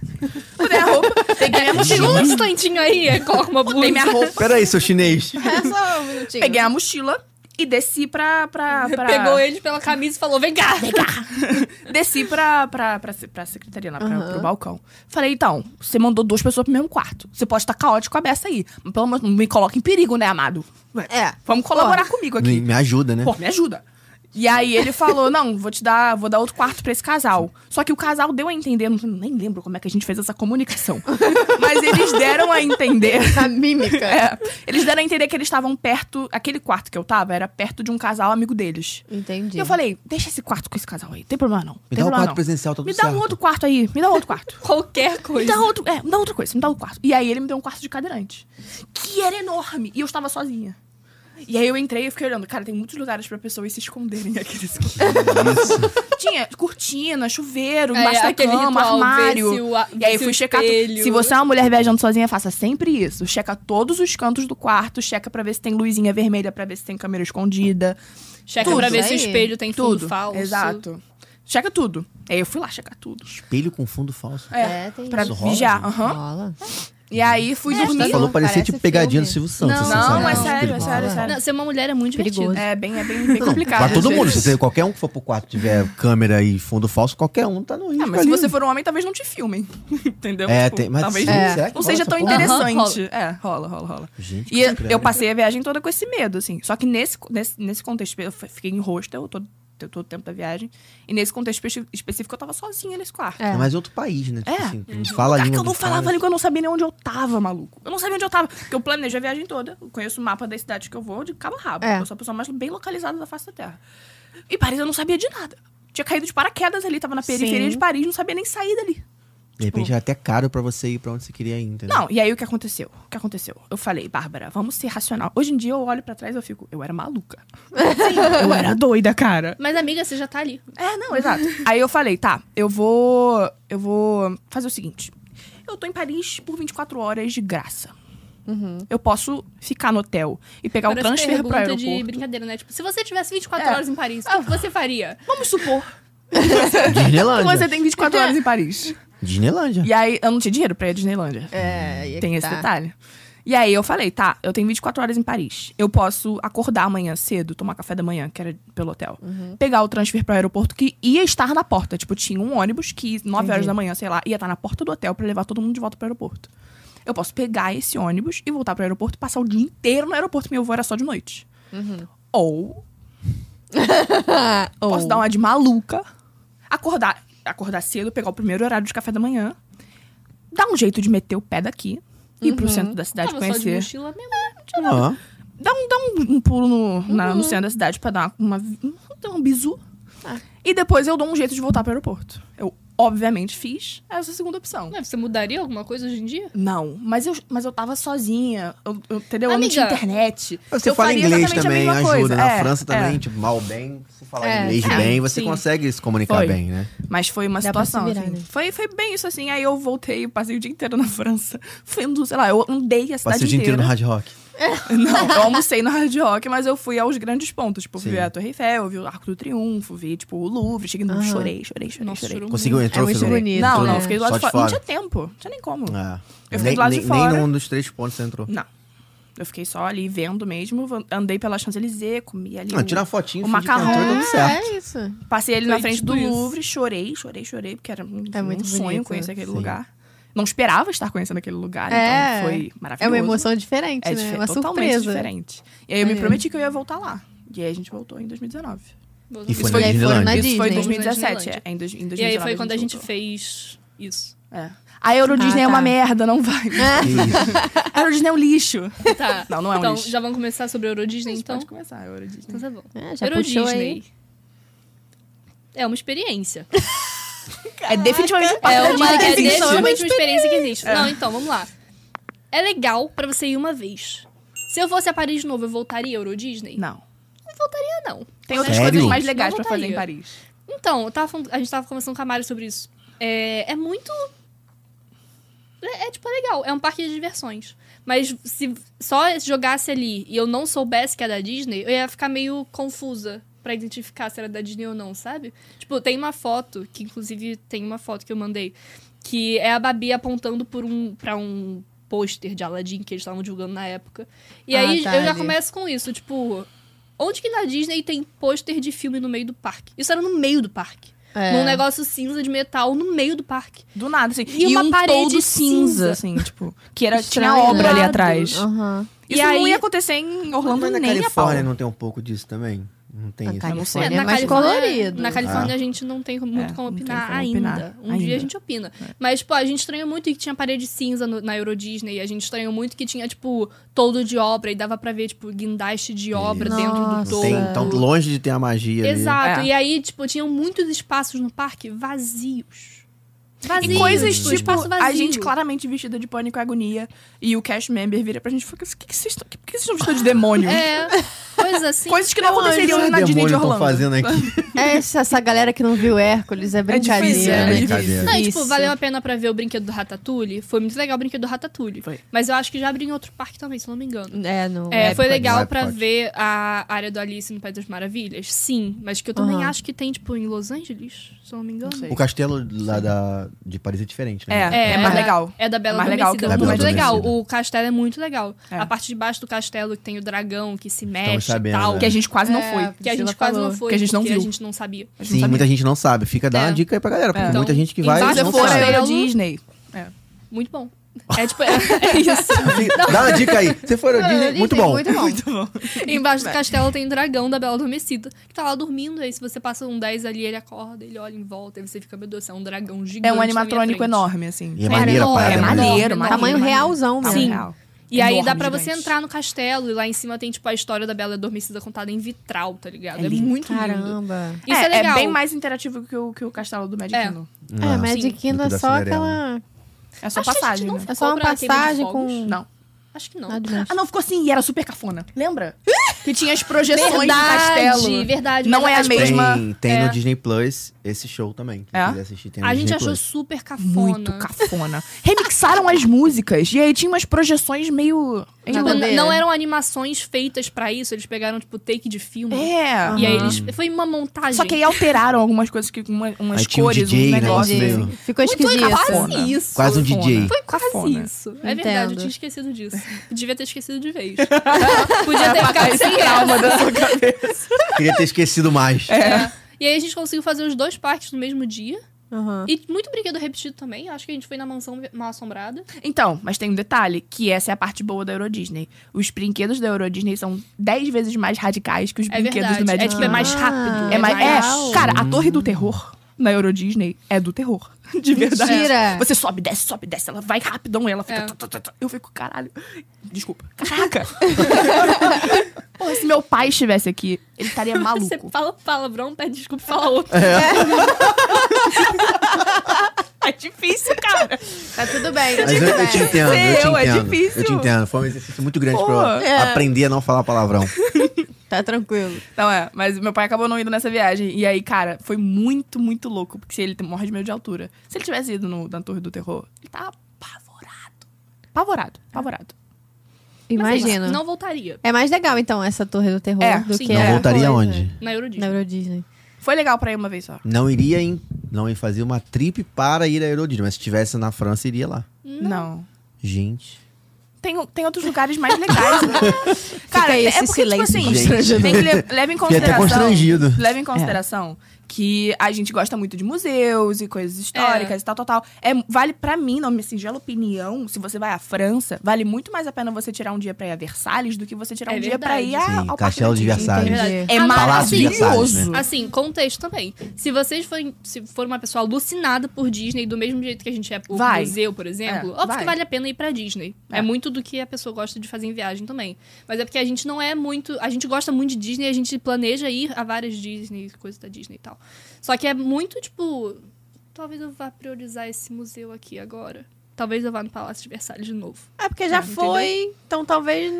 Speaker 3: Botei a roupa. Peguei a
Speaker 4: Chegou
Speaker 3: mochila.
Speaker 4: um instantinho aí, coloca uma blusa.
Speaker 3: Botei minha roupa.
Speaker 2: Peraí, seu chinês.
Speaker 1: É só um minutinho.
Speaker 3: Peguei a mochila. E desci pra. pra, pra
Speaker 4: Pegou ele pela camisa e falou: vem cá! Vem cá!
Speaker 3: Desci pra, pra, pra, se- pra secretaria, lá, pra,
Speaker 1: Aham.
Speaker 3: pro balcão. Falei, então, você mandou duas pessoas pro mesmo quarto. Você pode estar caótico a beça aí. Mas pelo menos não me coloca em perigo, né, amado?
Speaker 1: É.
Speaker 3: Vamos colaborar comigo aqui.
Speaker 2: Me, me ajuda, né?
Speaker 3: Pô, me ajuda. E aí ele falou: não, vou te dar, vou dar outro quarto pra esse casal. Só que o casal deu a entender, não- nem lembro como é que a gente fez essa comunicação. Mas eles deram a entender.
Speaker 1: A mímica.
Speaker 3: É, eles deram a entender que eles estavam perto. Aquele quarto que eu tava era perto de um casal amigo deles.
Speaker 1: Entendi.
Speaker 3: E eu falei, deixa esse quarto com esse casal aí, tem problema não.
Speaker 2: Me
Speaker 3: tem
Speaker 2: dá um
Speaker 3: problema
Speaker 2: quarto
Speaker 3: não.
Speaker 2: presencial, tá
Speaker 3: Me
Speaker 2: tudo
Speaker 3: dá um
Speaker 2: certo.
Speaker 3: outro quarto aí, me dá um outro quarto.
Speaker 4: Qualquer
Speaker 3: me
Speaker 4: coisa.
Speaker 3: dá outro, é, me dá outra coisa, me dá um quarto. E aí ele me deu um quarto de cadeirante. Que era enorme. E eu estava sozinha. E aí eu entrei e fiquei olhando. Cara, tem muitos lugares pra pessoas se esconderem aqueles. Tinha cortina, chuveiro,
Speaker 4: É,
Speaker 3: embaixo da
Speaker 4: aquele
Speaker 3: cama,
Speaker 4: ritual, ver
Speaker 3: armário.
Speaker 4: se o a-
Speaker 3: e aí
Speaker 4: se
Speaker 3: fui
Speaker 4: o
Speaker 3: checar. tu-
Speaker 4: espelho-
Speaker 3: Se você é uma mulher viajando sozinha, faça sempre isso. Checa todos os cantos do quarto, checa pra ver se tem luzinha vermelha, pra ver se tem câmera escondida.
Speaker 4: Checa
Speaker 1: Tudo.
Speaker 4: pra ver se o
Speaker 1: Isso aí.
Speaker 4: espelho tem fundo
Speaker 3: né? Tudo.
Speaker 4: falso.
Speaker 3: Exato. Checa tudo. Aí eu fui lá checar tudo.
Speaker 2: Espelho com fundo falso.
Speaker 1: É, tem
Speaker 3: pra
Speaker 1: isso.
Speaker 2: rola,
Speaker 3: vigiar.
Speaker 2: gente?
Speaker 3: aham.
Speaker 1: Rola.
Speaker 3: E aí fui
Speaker 1: É,
Speaker 2: Você
Speaker 1: Ih,
Speaker 3: dormir.
Speaker 4: tá
Speaker 2: falou, parecia
Speaker 1: parece
Speaker 2: tipo pegadinha
Speaker 1: filme.
Speaker 2: do Silvio Santos.
Speaker 4: Não,
Speaker 2: assim,
Speaker 4: não,
Speaker 2: sabe?
Speaker 4: é
Speaker 2: Espelho
Speaker 3: sério,
Speaker 2: com
Speaker 3: é
Speaker 2: fundo
Speaker 3: sério, é
Speaker 2: falso.
Speaker 3: sério.
Speaker 4: Não, ser uma mulher é muito
Speaker 1: Perigoso.
Speaker 4: divertido.
Speaker 3: É bem, é bem, bem complicado.
Speaker 2: Mas
Speaker 3: às
Speaker 2: todo mundo,
Speaker 3: vezes.
Speaker 2: se você- qualquer um que for pro quarto tiver câmera e fundo falso, qualquer um tá no risco.
Speaker 3: Ah, mas se
Speaker 2: ali.
Speaker 3: você for um homem, talvez não te filmem. Entendeu?
Speaker 2: É,
Speaker 3: Tipo,
Speaker 2: tem, mas
Speaker 3: talvez
Speaker 2: sim,
Speaker 3: não,
Speaker 1: É.
Speaker 2: será que
Speaker 3: não seja
Speaker 2: rola
Speaker 3: tão
Speaker 2: essa porra?
Speaker 4: Aham,
Speaker 3: interessante. É, rola, rola, rola.
Speaker 2: Gente,
Speaker 3: E eu,
Speaker 2: pode crer,
Speaker 3: eu
Speaker 2: né?
Speaker 3: passei a viagem toda com esse medo, assim. Só que nesse, nesse, nesse contexto, eu f- fiquei em hostel todo, todo o tempo da viagem. E nesse contexto espe- específico, eu tava sozinha nesse quarto.
Speaker 1: É.
Speaker 2: É mais outro país, né? Tipo
Speaker 3: É.
Speaker 2: assim, tu não fala a
Speaker 3: Cara, que
Speaker 2: língua
Speaker 3: eu não
Speaker 2: dos
Speaker 3: falava
Speaker 2: caras.
Speaker 3: língua, eu não sabia nem onde eu tava, maluco. Eu não sabia onde eu tava. Porque eu planejo a viagem toda. Eu conheço o mapa das cidades que eu vou de cabo a rabo.
Speaker 1: É.
Speaker 3: Eu sou a pessoa mais bem localizada da face da Terra. E Paris eu não sabia de nada. Tinha caído de paraquedas ali, tava na periferia
Speaker 1: Sim.
Speaker 3: de Paris, não sabia nem sair dali.
Speaker 2: De repente era até caro pra você ir pra onde você queria ir, entendeu?
Speaker 3: tipo, Não, e aí o que aconteceu? O que aconteceu? Eu falei, Bárbara, vamos ser racional. Hoje em dia eu olho pra trás e eu fico, eu era maluca. eu era doida, cara.
Speaker 4: Mas, amiga, você já tá ali.
Speaker 3: É, não, exato. Aí eu falei, tá, eu vou. Eu vou fazer o seguinte. Eu tô em Paris por 24 horas de graça.
Speaker 4: Uhum.
Speaker 3: Eu posso ficar no hotel e pegar
Speaker 4: Parece
Speaker 3: o transfer pro
Speaker 4: pergunta
Speaker 3: aeroporto.
Speaker 4: de brincadeira, né? Tipo, se você tivesse 24
Speaker 3: É.
Speaker 4: horas em Paris, o que que você faria?
Speaker 3: Vamos supor que
Speaker 2: Disneylândia.
Speaker 3: você tem 24 horas em Paris.
Speaker 2: Disneylândia.
Speaker 3: E aí, eu não tinha dinheiro pra ir à Disneylândia.
Speaker 1: É, e é
Speaker 3: Tem
Speaker 1: que
Speaker 3: esse
Speaker 1: tá.
Speaker 3: detalhe. E aí eu falei, tá, eu tenho 24 horas em Paris. Eu posso acordar amanhã cedo, tomar café da manhã, que era pelo hotel.
Speaker 1: Uhum.
Speaker 3: Pegar o transfer pro aeroporto que ia estar na porta. Tipo, tinha um ônibus que 9 horas da manhã, sei lá, ia estar na porta do hotel pra levar todo mundo de volta pro aeroporto. Eu posso pegar esse ônibus e voltar pro aeroporto e passar o dia inteiro no aeroporto, porque meu voo era só de noite.
Speaker 1: Uhum.
Speaker 3: Ou
Speaker 1: Ou-
Speaker 3: Posso
Speaker 4: Oh.
Speaker 3: dar uma de maluca. Acordar, acordar cedo, pegar o primeiro horário de café da manhã. Dar um jeito de meter o pé daqui. Ir pro centro da cidade
Speaker 4: Tava Uhum. só de
Speaker 3: conhecer.
Speaker 4: mochila mesmo, né? Não tinha
Speaker 2: Ah,
Speaker 3: Dar um, dar um, um pulo no, na-
Speaker 4: Uhum.
Speaker 3: no centro da cidade pra dar uma, um, dar um bizu.
Speaker 4: Ah.
Speaker 3: E depois eu dou um jeito de voltar pro aeroporto. Eu, obviamente, fiz essa segunda opção.
Speaker 4: nada. Você mudaria alguma coisa hoje em dia?
Speaker 3: Não, mas eu, mas eu tava sozinha. Eu, eu, entendeu? eu não
Speaker 4: Amiga,
Speaker 3: tinha internet.
Speaker 2: Você
Speaker 3: eu
Speaker 2: fala
Speaker 3: faria
Speaker 2: inglês
Speaker 3: exatamente a
Speaker 2: também,
Speaker 3: mesma
Speaker 2: ajuda.
Speaker 3: coisa.
Speaker 2: Na
Speaker 3: É,
Speaker 2: França também,
Speaker 3: é.
Speaker 2: tipo, mal bem, se falar
Speaker 1: É,
Speaker 2: inglês
Speaker 4: é,
Speaker 2: bem, você
Speaker 4: sim.
Speaker 2: consegue se comunicar
Speaker 3: Foi.
Speaker 2: bem, né?
Speaker 3: Mas foi uma
Speaker 1: Dá pra se
Speaker 3: situação.
Speaker 1: virar,
Speaker 3: assim.
Speaker 1: né?
Speaker 3: foi, foi bem isso, assim. Aí eu voltei, passei o dia inteiro na França. Fui, indo, sei lá, eu andei a cidade
Speaker 2: Passei o dia
Speaker 3: inteira.
Speaker 2: inteiro no hard rock.
Speaker 3: Não, eu almocei no Hard Rock, mas eu fui aos grandes pontos. Tipo,
Speaker 2: Sim.
Speaker 3: vi a Torre Eiffel, vi o Arco do Triunfo, vi, tipo, o Louvre. Cheguei no
Speaker 1: Aham.
Speaker 3: chorei, chorei, chorei,
Speaker 4: Nossa,
Speaker 3: chorei.
Speaker 4: chorou
Speaker 2: Conseguiu, entrou,
Speaker 1: Ah. muito
Speaker 2: fez um-
Speaker 1: bonito,
Speaker 2: entrou
Speaker 3: É Não, não,
Speaker 2: no-
Speaker 1: né?
Speaker 3: fiquei do lado
Speaker 2: só
Speaker 3: de fora. Não tinha tempo, não tinha nem como.
Speaker 2: É.
Speaker 3: Eu fiquei
Speaker 2: nem,
Speaker 3: do lado de
Speaker 2: nem,
Speaker 3: fora.
Speaker 2: nem num dos três pontos você entrou.
Speaker 3: Não. Eu fiquei só ali vendo mesmo, van- andei pela Champs-Élysées, comi ali.
Speaker 2: Não,
Speaker 3: o-
Speaker 2: tira uma fotinho,
Speaker 3: Uhum. o
Speaker 2: finge que entrou
Speaker 3: macarrão.
Speaker 2: e Tá tudo certo.
Speaker 1: É isso.
Speaker 3: Passei ali
Speaker 4: Foi
Speaker 3: na frente
Speaker 4: tipo
Speaker 3: do
Speaker 4: isso.
Speaker 3: Louvre, chorei, chorei, chorei, porque era um,
Speaker 1: É muito
Speaker 3: um sonho
Speaker 1: bonito,
Speaker 3: conhecer aquele
Speaker 2: sim.
Speaker 3: lugar. Não esperava estar conhecendo aquele lugar,
Speaker 1: É.
Speaker 3: então foi maravilhoso.
Speaker 1: É uma emoção diferente,
Speaker 3: É
Speaker 1: né?
Speaker 3: dife-
Speaker 1: uma
Speaker 3: totalmente
Speaker 1: surpresa.
Speaker 3: diferente. E aí eu me
Speaker 1: Maneiro.
Speaker 3: prometi que eu ia voltar lá. E aí a gente voltou em 2019.
Speaker 2: E
Speaker 4: Isso
Speaker 2: foi
Speaker 1: E
Speaker 2: na
Speaker 1: aí foram na
Speaker 2: Disneylândia.
Speaker 1: Disney.
Speaker 3: Isso foi em
Speaker 4: Vamos na
Speaker 3: 2017.
Speaker 4: Disneylândia.
Speaker 3: É, em, dois, em 2019.
Speaker 4: E aí foi quando a gente
Speaker 3: voltou.
Speaker 4: fez isso.
Speaker 3: É. A Euro Disney
Speaker 1: Ah,
Speaker 3: é uma
Speaker 1: tá.
Speaker 3: merda, não vai.
Speaker 2: Isso.
Speaker 3: A Euro Disney é um lixo.
Speaker 4: Tá.
Speaker 3: Não, não é um
Speaker 4: então,
Speaker 3: lixo.
Speaker 4: já vamos começar sobre a Euro Disney,
Speaker 3: Gente,
Speaker 4: então?
Speaker 3: pode começar a Euro
Speaker 4: Então
Speaker 3: Disney.
Speaker 4: tá bom.
Speaker 1: É, já
Speaker 4: Euro
Speaker 1: puxou
Speaker 4: Disney.
Speaker 1: aí.
Speaker 4: É uma experiência.
Speaker 3: É definitivamente um
Speaker 4: É
Speaker 3: pastel
Speaker 4: uma,
Speaker 3: de
Speaker 4: é
Speaker 3: que existe.
Speaker 4: definitivamente uma experiência que existe. Não, então, vamos lá. É legal pra você ir uma vez. Se eu fosse a Paris de novo, eu voltaria à Euro Disney?
Speaker 3: Não.
Speaker 4: Não voltaria, não.
Speaker 3: Tem outras
Speaker 2: Sério?
Speaker 3: coisas mais legais
Speaker 4: Não
Speaker 3: pra fazer em
Speaker 4: voltaria.
Speaker 3: Paris.
Speaker 4: Então, eu tava falando- a gente tava conversando com a Mari sobre isso. É, é muito. É, é, tipo, é legal. É um parque de diversões. Mas se só jogasse ali e eu não soubesse que é da Disney, eu ia ficar meio confusa pra identificar se era da Disney ou não, sabe? Tipo, tem uma foto, que inclusive tem uma foto que eu mandei, que é a Babi apontando por um, pra um pôster de Aladdin que eles estavam julgando na época. E
Speaker 1: Ah,
Speaker 4: aí
Speaker 1: tá,
Speaker 4: eu já
Speaker 1: ali.
Speaker 4: começo com isso, tipo. Onde que na Disney tem pôster de filme no meio do parque? Isso era no meio do parque.
Speaker 1: É,
Speaker 4: Num negócio cinza de metal no meio do parque.
Speaker 3: Do nada, assim.
Speaker 4: E uma
Speaker 3: um
Speaker 4: parede
Speaker 3: todo
Speaker 4: cinza.
Speaker 3: cinza, assim, tipo. Que era, tinha
Speaker 4: Estranho.
Speaker 3: obra ali
Speaker 4: Irado.
Speaker 3: atrás.
Speaker 1: Aham.
Speaker 3: Isso
Speaker 4: Uhum. E
Speaker 3: não
Speaker 4: aí-
Speaker 3: ia acontecer em Orlando
Speaker 2: Mas na
Speaker 3: nem a pau.
Speaker 2: Califórnia não tem um pouco disso também? Não tem
Speaker 1: Na
Speaker 2: isso.
Speaker 1: Califórnia.
Speaker 4: É,
Speaker 1: Ele
Speaker 4: na
Speaker 1: mais
Speaker 4: Califórnia-
Speaker 1: colorido.
Speaker 4: Na Califórnia
Speaker 2: Ah.
Speaker 4: a gente não tem muito
Speaker 3: É,
Speaker 4: como
Speaker 3: não tem
Speaker 4: opinar
Speaker 3: como
Speaker 4: ainda.
Speaker 3: opinar
Speaker 4: um dia a
Speaker 3: ainda.
Speaker 4: gente opina. Mas, pô, a gente estranha muito que tinha parede cinza no- na Euro Disney. A gente estranhou muito que tinha, tipo, todo de obra e dava pra ver, tipo, guindaste de obra dentro do
Speaker 1: Nossa.
Speaker 4: todo.
Speaker 2: Não tem, tão longe de ter a magia ali.
Speaker 4: Exato.
Speaker 3: É.
Speaker 4: E aí, tipo, tinham muitos espaços no parque vazios. Vazios.
Speaker 3: E coisas
Speaker 4: tipo,
Speaker 3: tipo,
Speaker 4: espaço vazio.
Speaker 3: a gente claramente vestida de pânico e agonia. E o cast member vira pra gente e fala: "O que que vocês estão- Por que vocês estão vestidos de demônio?
Speaker 4: É, coisas assim.
Speaker 3: Coisas que não
Speaker 2: O que
Speaker 3: aconteceriam
Speaker 2: os
Speaker 3: na Disney de
Speaker 2: demônios estão
Speaker 3: Orlando.
Speaker 2: fazendo aqui?
Speaker 1: É Essa, essa galera que não viu Hércules é brincadeira.
Speaker 3: difícil,
Speaker 2: é
Speaker 1: né?
Speaker 2: brincadeira.
Speaker 4: Não, e, tipo,
Speaker 1: Isso.
Speaker 4: valeu a pena pra ver o brinquedo do Ratatouille. Foi muito legal o brinquedo do Ratatouille.
Speaker 3: Foi.
Speaker 4: Mas eu acho que já abriu em outro parque também, se eu não me engano.
Speaker 1: É, no
Speaker 4: É, foi
Speaker 1: Epcot.
Speaker 4: legal
Speaker 2: No
Speaker 4: pra
Speaker 2: Epcot.
Speaker 4: ver a área do Alice no País das Maravilhas, sim. Mas que eu também
Speaker 1: Aham.
Speaker 4: acho que tem, tipo, em Los Angeles, se eu não me engano.
Speaker 3: Não sei.
Speaker 2: O castelo lá da, de Paris é diferente,
Speaker 3: É,
Speaker 2: né?
Speaker 3: é, mais
Speaker 4: da-
Speaker 3: legal.
Speaker 4: É da Bela
Speaker 3: É mais legal que
Speaker 2: o
Speaker 4: Adormecida. é
Speaker 2: da
Speaker 4: muito
Speaker 2: Bela
Speaker 4: legal.
Speaker 2: Adormecida.
Speaker 4: O castelo é muito legal.
Speaker 3: É.
Speaker 4: A parte de baixo do castelo que tem o dragão que se mexe
Speaker 2: sabendo,
Speaker 4: e tal.
Speaker 2: né?
Speaker 3: Que a gente quase não
Speaker 4: É,
Speaker 3: foi.
Speaker 4: Que a gente
Speaker 1: Priscila
Speaker 4: quase
Speaker 1: falou.
Speaker 4: não foi.
Speaker 3: Que a gente não
Speaker 4: porque
Speaker 3: viu.
Speaker 4: A gente não sabia.
Speaker 3: A gente
Speaker 2: Sim,
Speaker 3: não
Speaker 2: muita
Speaker 3: sabia.
Speaker 2: gente não sabe. Fica dando
Speaker 4: É.
Speaker 2: uma dica aí pra galera, porque
Speaker 3: É.
Speaker 2: muita
Speaker 4: Então,
Speaker 2: gente que vai
Speaker 4: embaixo
Speaker 2: não
Speaker 4: eu
Speaker 2: sabe.
Speaker 4: for- gente-
Speaker 3: Estrela Disney.
Speaker 4: Muito bom. É tipo, é, é isso.
Speaker 2: Fica- Dá uma dica aí. Você foi ao Ah, Disney, muito bom.
Speaker 1: Muito bom.
Speaker 4: Embaixo do castelo tem o dragão da Bela Adormecida, que tá lá dormindo. Aí se você passa um 10 ali, ele acorda, ele olha em volta, aí você fica, meu Deus, é um dragão gigante.
Speaker 3: É um
Speaker 4: na minha
Speaker 3: animatrônico
Speaker 4: frente.
Speaker 3: enorme, assim.
Speaker 2: E é
Speaker 4: Cara,
Speaker 2: maneiro a
Speaker 4: enorme,
Speaker 2: parada.
Speaker 3: É
Speaker 2: né?
Speaker 3: maneiro,
Speaker 4: enorme.
Speaker 3: maneiro.
Speaker 1: Tamanho
Speaker 3: maneiro.
Speaker 1: realzão mesmo.
Speaker 3: Tamanho
Speaker 4: Sim.
Speaker 3: real.
Speaker 4: E aí
Speaker 3: Enorme,
Speaker 4: dá pra
Speaker 3: gigante.
Speaker 4: você entrar no castelo e lá em cima tem, tipo, a história da Bela Adormecida contada em vitral, tá ligado?
Speaker 3: É
Speaker 4: É,
Speaker 3: lindo.
Speaker 4: muito lindo.
Speaker 1: Caramba.
Speaker 4: Isso é, legal.
Speaker 3: bem mais interativo que o, que o castelo do Magic
Speaker 4: É.
Speaker 3: Kingdom.
Speaker 1: É, Magic
Speaker 4: Sim.
Speaker 1: Kingdom é
Speaker 2: Do que da
Speaker 1: só
Speaker 2: Ah, Cinderela.
Speaker 1: aquela...
Speaker 3: É só
Speaker 4: Acho que a gente
Speaker 3: passagem,
Speaker 4: não
Speaker 3: né?
Speaker 1: É só uma
Speaker 4: Comprar queima de
Speaker 1: passagem
Speaker 4: fogos?
Speaker 1: com...
Speaker 3: Não.
Speaker 4: Acho que não.
Speaker 1: Nada mais.
Speaker 3: assim. Ah, não, ficou assim. E era super cafona. Lembra? que tinha as projeções
Speaker 4: verdade,
Speaker 3: do castelo.
Speaker 4: verdade.
Speaker 3: Não
Speaker 4: mas
Speaker 3: é a
Speaker 4: as
Speaker 3: mesma.
Speaker 2: Tem, tem
Speaker 4: É.
Speaker 2: no Disney Plus esse show também. Quem
Speaker 3: É?
Speaker 2: quiser assistir, tem no
Speaker 4: A
Speaker 2: Disney
Speaker 4: gente achou
Speaker 2: Plus.
Speaker 4: super cafona.
Speaker 3: Muito cafona. Remixaram as músicas. E aí tinha umas projeções meio.
Speaker 4: Tipo,
Speaker 1: Nada a ver.
Speaker 4: n- não eram animações feitas pra isso, eles pegaram, tipo, take de filme.
Speaker 3: É.
Speaker 4: E aí
Speaker 1: Aham.
Speaker 4: eles. Foi uma montagem.
Speaker 3: Só que aí alteraram algumas coisas, que uma, umas
Speaker 2: Aí tinha um
Speaker 3: cores,
Speaker 2: DJ,
Speaker 3: um
Speaker 2: né?
Speaker 3: negócio.
Speaker 2: Entendi.
Speaker 3: meio-
Speaker 2: Meu.
Speaker 1: Ficou esquisito.
Speaker 4: Foi
Speaker 3: Cafona.
Speaker 4: quase isso.
Speaker 2: Quase um
Speaker 3: Cafona.
Speaker 2: DJ.
Speaker 4: Foi quase
Speaker 3: Cafona.
Speaker 4: isso. É verdade,
Speaker 1: Entendo.
Speaker 4: eu tinha esquecido disso. Eu devia ter esquecido de vez. Podia ter ficado
Speaker 3: assim.
Speaker 4: sem ela.
Speaker 3: Calma da sua cabeça.
Speaker 2: Queria ter esquecido mais.
Speaker 4: E aí a gente conseguiu fazer os dois parques no mesmo dia.
Speaker 1: Aham.
Speaker 4: E muito brinquedo repetido também. Acho que a gente foi na mansão mal assombrada.
Speaker 3: Então, mas tem um detalhe, que essa é a parte boa da Euro Disney. Os brinquedos da Euro Disney são 10 vezes mais radicais que os
Speaker 4: É
Speaker 3: brinquedos
Speaker 4: verdade.
Speaker 3: do Magic
Speaker 4: É tipo, é
Speaker 3: Kingdom.
Speaker 4: mais rápido.
Speaker 1: Ah,
Speaker 3: É mais,
Speaker 1: legal.
Speaker 3: é, cara, a Torre do Terror na Euro Disney é do terror. De verdade.
Speaker 1: Mentira.
Speaker 3: Você sobe, desce, sobe, desce. Ela vai rapidão e ela fica.
Speaker 4: É.
Speaker 3: tu, tu, tu, tu. Eu fico, caralho. Desculpa. Caraca. Pô, se meu pai estivesse aqui, ele estaria
Speaker 4: Você
Speaker 3: maluco.
Speaker 4: fala palavrão, pede desculpa e fala outro. tá
Speaker 3: É difícil, cara.
Speaker 1: Tá tudo bem. tá
Speaker 2: Mas tipo eu,
Speaker 1: tudo
Speaker 2: eu te
Speaker 1: bem.
Speaker 2: entendo, eu te
Speaker 3: Seu, é
Speaker 2: entendo.
Speaker 3: difícil.
Speaker 2: eu te entendo. Foi um exercício muito grande
Speaker 3: Pô,
Speaker 2: pra eu
Speaker 1: é.
Speaker 2: aprender a não falar palavrão.
Speaker 1: Tá tranquilo.
Speaker 3: Não, é, mas meu pai acabou não indo nessa viagem. E aí, cara, foi muito, muito louco. Porque se ele morre de medo de altura. Se ele tivesse ido no, na Torre do Terror, ele tá apavorado. Apavorado, apavorado.
Speaker 1: Imagino.
Speaker 4: assim, Não voltaria
Speaker 1: É mais legal, então, essa torre do terror
Speaker 3: É,
Speaker 1: do
Speaker 4: sim.
Speaker 1: que
Speaker 2: não
Speaker 1: a
Speaker 4: É.
Speaker 2: voltaria
Speaker 1: coisa
Speaker 2: onde?
Speaker 4: na Euro Disney.
Speaker 1: Na Euro Disney.
Speaker 3: Foi legal pra ir uma vez só.
Speaker 2: Não iria em, não ia fazer uma trip para ir à Eurodisney, mas se estivesse na França, iria lá.
Speaker 3: Não.
Speaker 2: Gente.
Speaker 3: Tem, tem outros lugares mais legais. né? é
Speaker 1: Fica aí esse silêncio constrangedor.
Speaker 3: tipo assim, tem que le- leva em
Speaker 2: Fiquei até
Speaker 3: consideração.
Speaker 2: constrangido. É.
Speaker 3: Leva em consideração que a gente gosta muito de museus e coisas históricas e tal, tal, tal. É, vale pra mim, não me singela opinião, se você vai à França, vale muito mais a pena você tirar um dia pra ir a Versalhes do que você tirar
Speaker 4: É
Speaker 3: um
Speaker 4: verdade.
Speaker 3: dia pra ir a,
Speaker 2: Sim,
Speaker 3: ao
Speaker 2: Castelo
Speaker 3: Parque
Speaker 2: de
Speaker 3: do Disney.
Speaker 2: Versalhes.
Speaker 1: Ah, Entendi.
Speaker 3: É
Speaker 4: Ah, mas, assim,
Speaker 3: maravilhoso.
Speaker 2: né?
Speaker 4: Assim, contexto também. Se vocês forem, se for uma pessoa alucinada por Disney, do mesmo jeito que a gente é por
Speaker 3: Vai.
Speaker 4: museu, por
Speaker 3: É,
Speaker 4: exemplo, óbvio
Speaker 3: vai.
Speaker 4: que vale a pena ir pra Disney. É.
Speaker 3: É.
Speaker 4: muito do que a pessoa gosta de fazer em viagem também. Mas é porque a gente não é muito. A gente gosta muito de Disney, a gente planeja ir a várias Disney, coisas da Disney e tal. Só que é muito tipo. Talvez eu vá priorizar esse museu aqui agora. Talvez eu vá no Palácio de Versalhes de novo.
Speaker 1: É porque já
Speaker 4: Ah,
Speaker 1: foi, então talvez.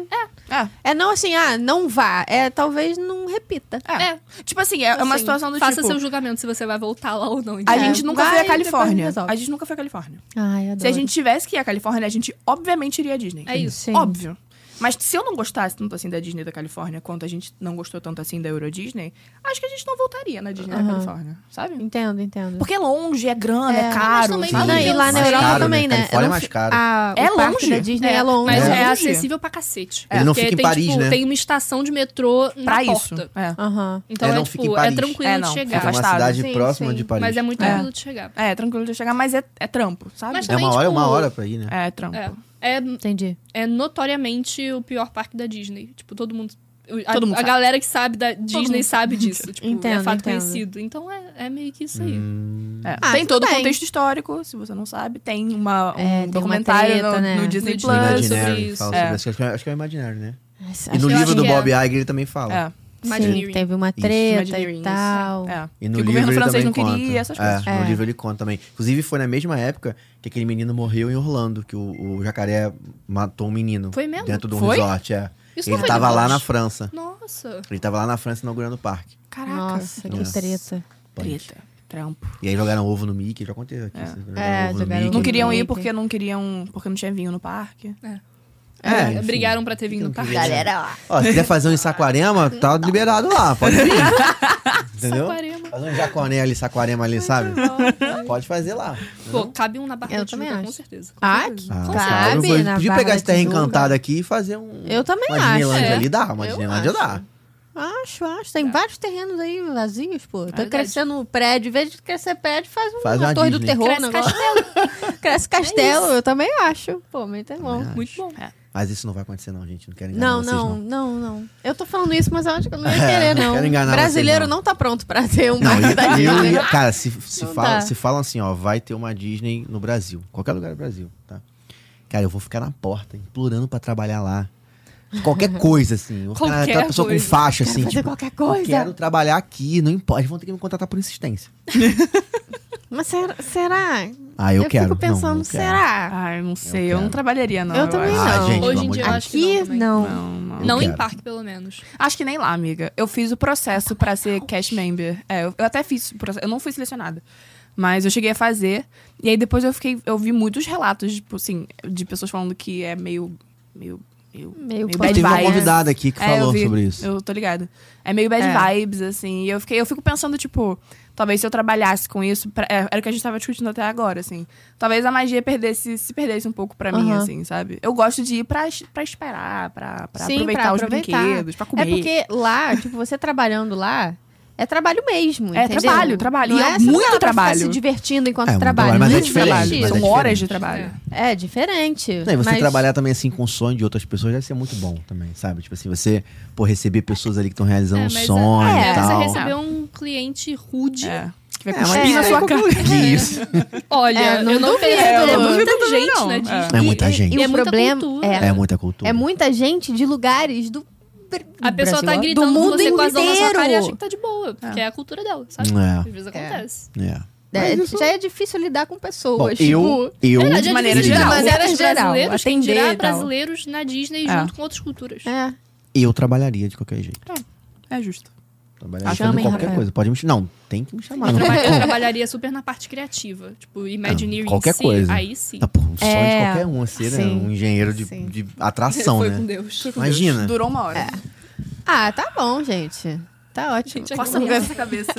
Speaker 3: É.
Speaker 1: É não assim, ah, não vá. É talvez não repita.
Speaker 3: É. Tipo assim, é, é uma
Speaker 4: Assim,
Speaker 3: situação do
Speaker 4: Faça
Speaker 3: tipo...
Speaker 4: seu julgamento se você vai voltar lá ou não.
Speaker 3: A
Speaker 4: entendeu?
Speaker 1: É.
Speaker 3: gente nunca
Speaker 1: Vai
Speaker 3: foi à
Speaker 1: e depois
Speaker 3: Califórnia.
Speaker 1: resolve.
Speaker 3: A gente nunca foi à Califórnia.
Speaker 1: Ai, adoro.
Speaker 3: Se a gente tivesse que ir à Califórnia, a gente obviamente iria à Disney.
Speaker 4: É isso.
Speaker 1: Sim.
Speaker 3: Óbvio. Mas se eu não gostasse tanto assim da Disney da Califórnia quanto a gente não gostou tanto assim da Euro Disney, acho que a gente não voltaria na Disney
Speaker 1: Aham.
Speaker 3: da Califórnia, sabe?
Speaker 1: Entendo, entendo.
Speaker 3: Porque é longe, é grana,
Speaker 1: É,
Speaker 3: é,
Speaker 1: mas
Speaker 3: caro.
Speaker 4: também
Speaker 3: sabe?
Speaker 1: Não, e lá na
Speaker 4: Mais
Speaker 1: Europa
Speaker 2: caro, né?
Speaker 1: também, né?
Speaker 2: Califórnia
Speaker 1: Eu
Speaker 2: é
Speaker 1: não
Speaker 2: mais
Speaker 1: fi-
Speaker 2: caro.
Speaker 1: A, o
Speaker 3: É
Speaker 1: Parque
Speaker 3: longe.
Speaker 1: da Disney é,
Speaker 4: É,
Speaker 1: longe.
Speaker 4: Mas
Speaker 1: né?
Speaker 4: é
Speaker 3: longe.
Speaker 4: acessível pra cacete.
Speaker 2: Ele não
Speaker 4: Porque
Speaker 2: fica em
Speaker 4: tem,
Speaker 2: Paris,
Speaker 4: tipo,
Speaker 2: né?
Speaker 4: Tem uma estação de metrô na
Speaker 3: pra isso.
Speaker 4: porta.
Speaker 3: É.
Speaker 1: Aham.
Speaker 4: Então
Speaker 2: É,
Speaker 4: é,
Speaker 2: não fica em
Speaker 4: tipo, é
Speaker 2: Paris.
Speaker 4: tranquilo
Speaker 3: É,
Speaker 4: de
Speaker 3: não,
Speaker 4: chegar.
Speaker 2: Fica uma
Speaker 1: Afastado.
Speaker 2: cidade
Speaker 1: Sim,
Speaker 2: próxima
Speaker 1: sim.
Speaker 2: de Paris.
Speaker 4: Mas é muito
Speaker 3: É.
Speaker 4: tranquilo de chegar.
Speaker 3: É, tranquilo de chegar, mas é, é trampo, sabe?
Speaker 4: Mas
Speaker 2: É
Speaker 4: também,
Speaker 2: uma hora, é
Speaker 4: tipo,
Speaker 2: uma hora pra ir, né?
Speaker 3: É trampo.
Speaker 4: É. É,
Speaker 1: Entendi.
Speaker 4: é notoriamente o pior parque da Disney. Tipo, todo mundo. o- A,
Speaker 3: Todo mundo
Speaker 4: a
Speaker 3: sabe.
Speaker 4: galera que sabe da Disney
Speaker 3: mundo
Speaker 4: sabe disso. Tipo,
Speaker 1: Entendo,
Speaker 4: é fato
Speaker 1: entendo.
Speaker 4: conhecido. Então é, é meio que isso aí.
Speaker 2: Hum,
Speaker 3: É.
Speaker 1: Ah,
Speaker 3: tem
Speaker 1: tudo
Speaker 3: todo o
Speaker 1: bem.
Speaker 3: contexto histórico, se você não sabe. Tem uma, um
Speaker 1: É, tem uma
Speaker 3: documentário
Speaker 1: treta,
Speaker 3: no,
Speaker 1: né?
Speaker 3: no
Speaker 4: No
Speaker 3: Disney
Speaker 4: Disney
Speaker 3: Plus.
Speaker 4: Plus.
Speaker 2: Imaginário.
Speaker 4: sobre isso.
Speaker 2: fala
Speaker 3: É.
Speaker 2: sobre isso. Acho que é- Acho que é o Imaginário, né?
Speaker 1: Acho
Speaker 2: E no
Speaker 1: que-
Speaker 4: eu
Speaker 2: livro do
Speaker 4: que é.
Speaker 2: Bob Iger ele também fala.
Speaker 3: É,
Speaker 1: Sim,
Speaker 4: Imagineering.
Speaker 1: teve uma
Speaker 2: Isso.
Speaker 1: treta
Speaker 3: Imagineering,
Speaker 1: e
Speaker 3: isso.
Speaker 1: tal.
Speaker 3: é.
Speaker 2: E no
Speaker 3: que o
Speaker 2: livro
Speaker 3: governo
Speaker 2: ele também
Speaker 3: francês não
Speaker 2: conta.
Speaker 3: queria essas
Speaker 2: É,
Speaker 3: coisas.
Speaker 1: É.
Speaker 2: No livro ele conta também. Inclusive foi na mesma época que aquele menino morreu em Orlando, que o, o jacaré matou um menino.
Speaker 4: Foi mesmo?
Speaker 2: Dentro de um
Speaker 3: Foi?
Speaker 2: resort, é.
Speaker 4: Isso não
Speaker 2: Ele
Speaker 4: foi
Speaker 2: tava
Speaker 4: depois.
Speaker 2: lá na França.
Speaker 4: Nossa.
Speaker 2: Ele tava lá na França inaugurando o parque.
Speaker 3: Caraca.
Speaker 1: Nossa, que
Speaker 2: Nossa.
Speaker 1: treta.
Speaker 3: Treta. Trampo.
Speaker 2: E aí jogaram ovo no Mickey, já aconteceu aqui.
Speaker 3: É.
Speaker 2: vocês
Speaker 1: É,
Speaker 2: Jogaram ovo no
Speaker 1: jogaram
Speaker 2: Mickey.
Speaker 1: ovo
Speaker 3: Não queriam
Speaker 1: Mickey.
Speaker 3: ir porque não queriam. Porque não tinha vinho no parque.
Speaker 2: É, enfim.
Speaker 4: Brigaram pra ter vindo
Speaker 2: Não
Speaker 4: no parque.
Speaker 2: queria, né?
Speaker 1: Galera, ó.
Speaker 2: Ó, se quiser fazer um em Saquarema, tá liberado lá, pode vir. Entendeu?
Speaker 4: Saquarema.
Speaker 2: Fazer um jaconé ali, Saquarema ali, sabe? Pode fazer lá.
Speaker 4: Pô, cabe um na Barra
Speaker 1: Eu
Speaker 4: da
Speaker 1: também
Speaker 4: Tijuca, com
Speaker 1: acho.
Speaker 4: certeza.
Speaker 1: Ah, que
Speaker 2: Ah,
Speaker 1: cabe.
Speaker 2: eu
Speaker 1: na
Speaker 2: podia
Speaker 1: Barra né?
Speaker 2: pegar
Speaker 1: da
Speaker 2: esse terra
Speaker 1: Tijuca.
Speaker 2: encantada aqui e fazer um.
Speaker 1: Eu também
Speaker 2: uma
Speaker 1: acho,
Speaker 2: Disneylândia
Speaker 4: é.
Speaker 2: ali dá, uma
Speaker 1: Eu
Speaker 2: Disneylândia
Speaker 1: acho.
Speaker 2: dá.
Speaker 1: Acho, acho. Tem vários terrenos aí vazios, pô. Tá
Speaker 4: verdade.
Speaker 1: crescendo um prédio. Em vez de crescer prédio, faz um
Speaker 2: Faz uma
Speaker 1: torre do
Speaker 2: Disney.
Speaker 1: terror.
Speaker 4: Cresce
Speaker 1: um negócio. Cresce castelo, eu também acho. Pô, muito bom.
Speaker 2: Também
Speaker 4: Muito bom.
Speaker 3: É.
Speaker 2: Mas isso não vai acontecer, não, gente. Não quero enganar
Speaker 1: Não,
Speaker 2: vocês,
Speaker 1: não,
Speaker 2: não.
Speaker 1: não, não. Eu tô falando isso, mas eu acho que eu não ia
Speaker 2: É,
Speaker 1: querer,
Speaker 2: não
Speaker 1: não.
Speaker 2: quero enganar
Speaker 1: Brasileiro
Speaker 2: vocês, não.
Speaker 1: não tá pronto pra ter um
Speaker 2: Não,
Speaker 1: barco da
Speaker 2: eu- eu
Speaker 1: Disney.
Speaker 2: ia- cara, se, se,
Speaker 1: Não
Speaker 2: fala,
Speaker 1: dá.
Speaker 2: se falam assim, ó, vai ter uma Disney no Brasil, qualquer lugar do Brasil, tá? Cara, eu vou ficar na porta, implorando pra trabalhar lá. Qualquer coisa, assim. Eu Vou ficar
Speaker 4: Qualquer
Speaker 2: aquela pessoa
Speaker 4: coisa.
Speaker 2: com faixa, assim.
Speaker 1: Fazer
Speaker 2: Tipo,
Speaker 1: qualquer
Speaker 2: eu
Speaker 1: coisa.
Speaker 2: quero trabalhar aqui, não importa. Eles vão ter que me contratar por insistência.
Speaker 1: Mas será? será?
Speaker 2: Ah, eu,
Speaker 1: fico
Speaker 2: quero. Não,
Speaker 1: pensando,
Speaker 2: não quero.
Speaker 1: será?
Speaker 3: Ah, eu não sei. Eu,
Speaker 2: quero.
Speaker 3: não trabalharia, não.
Speaker 1: Eu também
Speaker 3: acho.
Speaker 2: Ah,
Speaker 1: não.
Speaker 2: gente,
Speaker 4: Hoje
Speaker 2: pelo
Speaker 4: em
Speaker 2: amor de
Speaker 4: dia eu
Speaker 2: Deus.
Speaker 4: acho que
Speaker 1: Aqui,
Speaker 4: não. também.
Speaker 1: não.
Speaker 3: Não, não.
Speaker 2: Eu
Speaker 4: Não em
Speaker 2: quero.
Speaker 4: parque, pelo menos.
Speaker 3: Acho que nem lá, amiga. Eu fiz o processo pra ser cast member. É, eu, eu até fiz o processo. Eu não fui selecionada. Mas eu cheguei a fazer. E aí depois eu fiquei. Eu vi muitos relatos, tipo, assim, de pessoas falando que é meio. meio. meio
Speaker 1: Meio
Speaker 3: Meio
Speaker 1: punk.
Speaker 2: Teve uma
Speaker 3: vibes.
Speaker 2: convidada aqui que
Speaker 3: É, eu
Speaker 2: falou
Speaker 3: vi.
Speaker 2: sobre isso.
Speaker 3: Eu tô ligada. É meio bad
Speaker 1: É.
Speaker 3: vibes, assim. E eu, fiquei, eu fico pensando, tipo, talvez se eu trabalhasse com isso. pra- é, era o que a gente tava discutindo até agora, assim. Talvez a magia perdesse, se perdesse um pouco pra mim,
Speaker 1: Aham.
Speaker 3: assim, sabe? Eu gosto de ir pra, pra esperar, pra, pra
Speaker 1: Sim,
Speaker 3: aproveitar
Speaker 1: pra
Speaker 3: os
Speaker 1: aproveitar.
Speaker 3: brinquedos, pra comer.
Speaker 1: É porque lá, tipo, você trabalhando lá, é trabalho mesmo,
Speaker 3: É
Speaker 1: entendeu?
Speaker 3: trabalho, trabalho.
Speaker 1: Não
Speaker 3: E é
Speaker 1: essa
Speaker 3: muito
Speaker 1: parada pra ficar
Speaker 3: trabalho.
Speaker 1: se divertindo enquanto
Speaker 2: É, muito
Speaker 1: trabalha.
Speaker 2: trabalho, mas é
Speaker 1: Muito
Speaker 2: diferente,
Speaker 1: divertido.
Speaker 2: mas é
Speaker 3: tipo, São
Speaker 2: diferente.
Speaker 3: horas de trabalho.
Speaker 1: É diferente.
Speaker 2: Não, e você
Speaker 1: mas-
Speaker 2: trabalhar também assim com o sonho de outras pessoas deve ser muito bom também, sabe? Tipo assim, você pô, receber pessoas ali que estão realizando um
Speaker 4: mas
Speaker 2: sonho
Speaker 4: é,
Speaker 2: e
Speaker 4: você
Speaker 2: tal.
Speaker 4: receber um cliente rude.
Speaker 3: É. Que vai
Speaker 2: É, mas
Speaker 3: cuspir
Speaker 1: isso
Speaker 3: na
Speaker 1: aí
Speaker 3: sua cara.
Speaker 2: Que isso.
Speaker 4: Olha,
Speaker 1: É, não
Speaker 4: eu não
Speaker 1: duvido,
Speaker 4: percebo.
Speaker 1: eu
Speaker 4: É
Speaker 1: não
Speaker 3: duvido
Speaker 4: muita
Speaker 3: também,
Speaker 4: gente,
Speaker 3: não.
Speaker 4: né,
Speaker 3: É.
Speaker 4: Disney.
Speaker 2: É muita
Speaker 4: E-
Speaker 2: gente.
Speaker 1: E
Speaker 4: E é
Speaker 1: o
Speaker 4: muita
Speaker 1: problema
Speaker 4: cultura.
Speaker 1: é,
Speaker 2: É muita cultura.
Speaker 1: é muita gente de lugares do
Speaker 4: A pessoa tá
Speaker 1: Brasil,
Speaker 4: gritando
Speaker 1: do mundo
Speaker 4: com você com
Speaker 1: inteiro.
Speaker 4: as na sua cara e acha que tá de boa. Porque é, a cultura dela, sabe?
Speaker 2: É.
Speaker 4: Às vezes acontece.
Speaker 2: É.
Speaker 1: É,
Speaker 2: Mas isso-
Speaker 1: Já é difícil lidar com pessoas.
Speaker 2: Bom,
Speaker 1: tipo,
Speaker 2: eu, eu,
Speaker 4: É,
Speaker 3: de maneira
Speaker 4: difícil,
Speaker 3: geral.
Speaker 4: Mas era
Speaker 1: Maneira geral,
Speaker 4: brasileiros, quem
Speaker 1: atender
Speaker 4: dirá
Speaker 1: e tal.
Speaker 4: brasileiros na Disney
Speaker 3: É.
Speaker 4: junto com outras culturas.
Speaker 1: É.
Speaker 2: eu trabalharia de qualquer jeito.
Speaker 3: É justo.
Speaker 2: Trabalharia
Speaker 1: Chamem,
Speaker 2: fazendo qualquer
Speaker 1: Rafael.
Speaker 2: coisa. Pode me chamar. Não, tem que me chamar. Não
Speaker 4: Eu, traba- eu
Speaker 2: tem como.
Speaker 4: trabalharia super na parte criativa. Tipo, Imagineering em
Speaker 2: qualquer
Speaker 4: si,
Speaker 2: coisa.
Speaker 4: Aí sim.
Speaker 2: Tá, pô, o sonho
Speaker 1: É,
Speaker 2: de qualquer um é ser né,
Speaker 1: sim,
Speaker 2: um engenheiro de,
Speaker 1: sim.
Speaker 2: de atração,
Speaker 4: Foi
Speaker 2: né?
Speaker 4: com Deus.
Speaker 2: Imagina.
Speaker 3: Durou uma
Speaker 1: É.
Speaker 3: hora.
Speaker 1: Ah, tá bom, gente. Tá ótimo.
Speaker 4: Gente,
Speaker 3: Passa a mão nessa cabeça.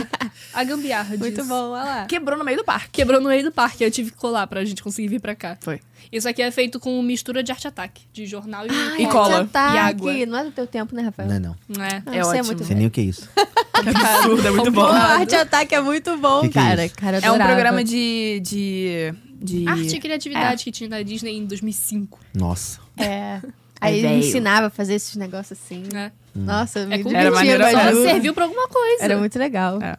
Speaker 4: A gambiarra disso.
Speaker 1: olha lá.
Speaker 3: Quebrou no meio do parque.
Speaker 4: Quebrou no meio do parque, eu tive que colar pra gente conseguir vir pra cá.
Speaker 3: Foi.
Speaker 4: Isso aqui é feito com mistura de arte-ataque, de jornal e,
Speaker 1: Ah,
Speaker 3: E
Speaker 1: é
Speaker 4: cola.
Speaker 3: cola.
Speaker 1: ataque.
Speaker 4: E água.
Speaker 1: Não é do teu tempo, né, Rafael?
Speaker 2: Não é não.
Speaker 4: É.
Speaker 1: Ah,
Speaker 3: É
Speaker 1: você
Speaker 3: ótimo.
Speaker 1: muito
Speaker 2: Não
Speaker 1: bom.
Speaker 2: sei nem o que é isso.
Speaker 3: Que absurdo, é muito
Speaker 1: Pô,
Speaker 3: bom.
Speaker 1: arte ataque é muito bom,
Speaker 2: Que que é
Speaker 1: cara.
Speaker 2: isso?
Speaker 1: cara
Speaker 3: É um
Speaker 1: adorava.
Speaker 3: programa de. de. de.
Speaker 4: Arte e criatividade que tinha na Disney em 2005,
Speaker 2: Nossa.
Speaker 1: É.
Speaker 3: Aí
Speaker 1: Aí ele
Speaker 3: veio.
Speaker 1: ensinava a fazer esses negócios assim.
Speaker 4: né?
Speaker 1: Nossa, eu me
Speaker 4: É com
Speaker 1: divertia,
Speaker 3: Era maneiro,
Speaker 1: mas
Speaker 4: Ela
Speaker 3: Baju.
Speaker 1: eu-
Speaker 4: serviu pra alguma coisa.
Speaker 1: Era muito legal.
Speaker 3: É.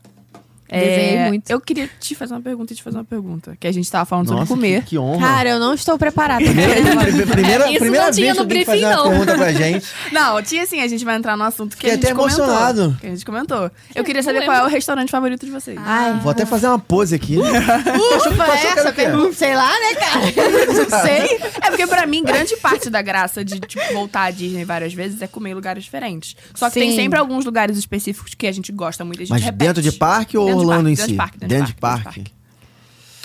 Speaker 1: Desenhei muito.
Speaker 3: Eu queria te fazer uma pergunta e te fazer uma pergunta. Que a gente tava falando
Speaker 2: Nossa,
Speaker 3: sobre comer.
Speaker 2: Que, que honra.
Speaker 1: Cara, eu não estou preparada.
Speaker 2: primeira primeira,
Speaker 4: Isso não
Speaker 2: primeira vez
Speaker 4: tinha
Speaker 2: que
Speaker 4: no
Speaker 2: alguém
Speaker 4: briefing,
Speaker 2: faz uma
Speaker 4: não.
Speaker 2: pergunta pra gente.
Speaker 3: Não, tinha assim, a gente vai entrar no assunto que
Speaker 2: Fiquei
Speaker 3: a gente
Speaker 2: até
Speaker 3: comentou.
Speaker 2: emocionado.
Speaker 3: Que a gente comentou. Eu queria
Speaker 4: não
Speaker 3: saber
Speaker 4: lembro.
Speaker 3: qual é o restaurante favorito de vocês.
Speaker 1: Ai,
Speaker 2: Vou até fazer uma pose aqui.
Speaker 1: ufa,
Speaker 2: Passou o
Speaker 1: é
Speaker 2: cara
Speaker 1: essa
Speaker 2: o quê?
Speaker 1: pergunta, sei lá, né, cara? Não sei.
Speaker 3: É porque pra mim, grande parte da graça de tipo, voltar à Disney várias vezes é comer em lugares diferentes. Só que tem
Speaker 1: Sim.
Speaker 3: sempre alguns lugares específicos que a gente gosta muito, e a gente
Speaker 2: Mas
Speaker 3: repete.
Speaker 2: dentro de parque ou
Speaker 3: Dentro de
Speaker 2: Orlando em
Speaker 3: parque, dentro
Speaker 2: si?
Speaker 3: de parque, dentro de parque, dentro de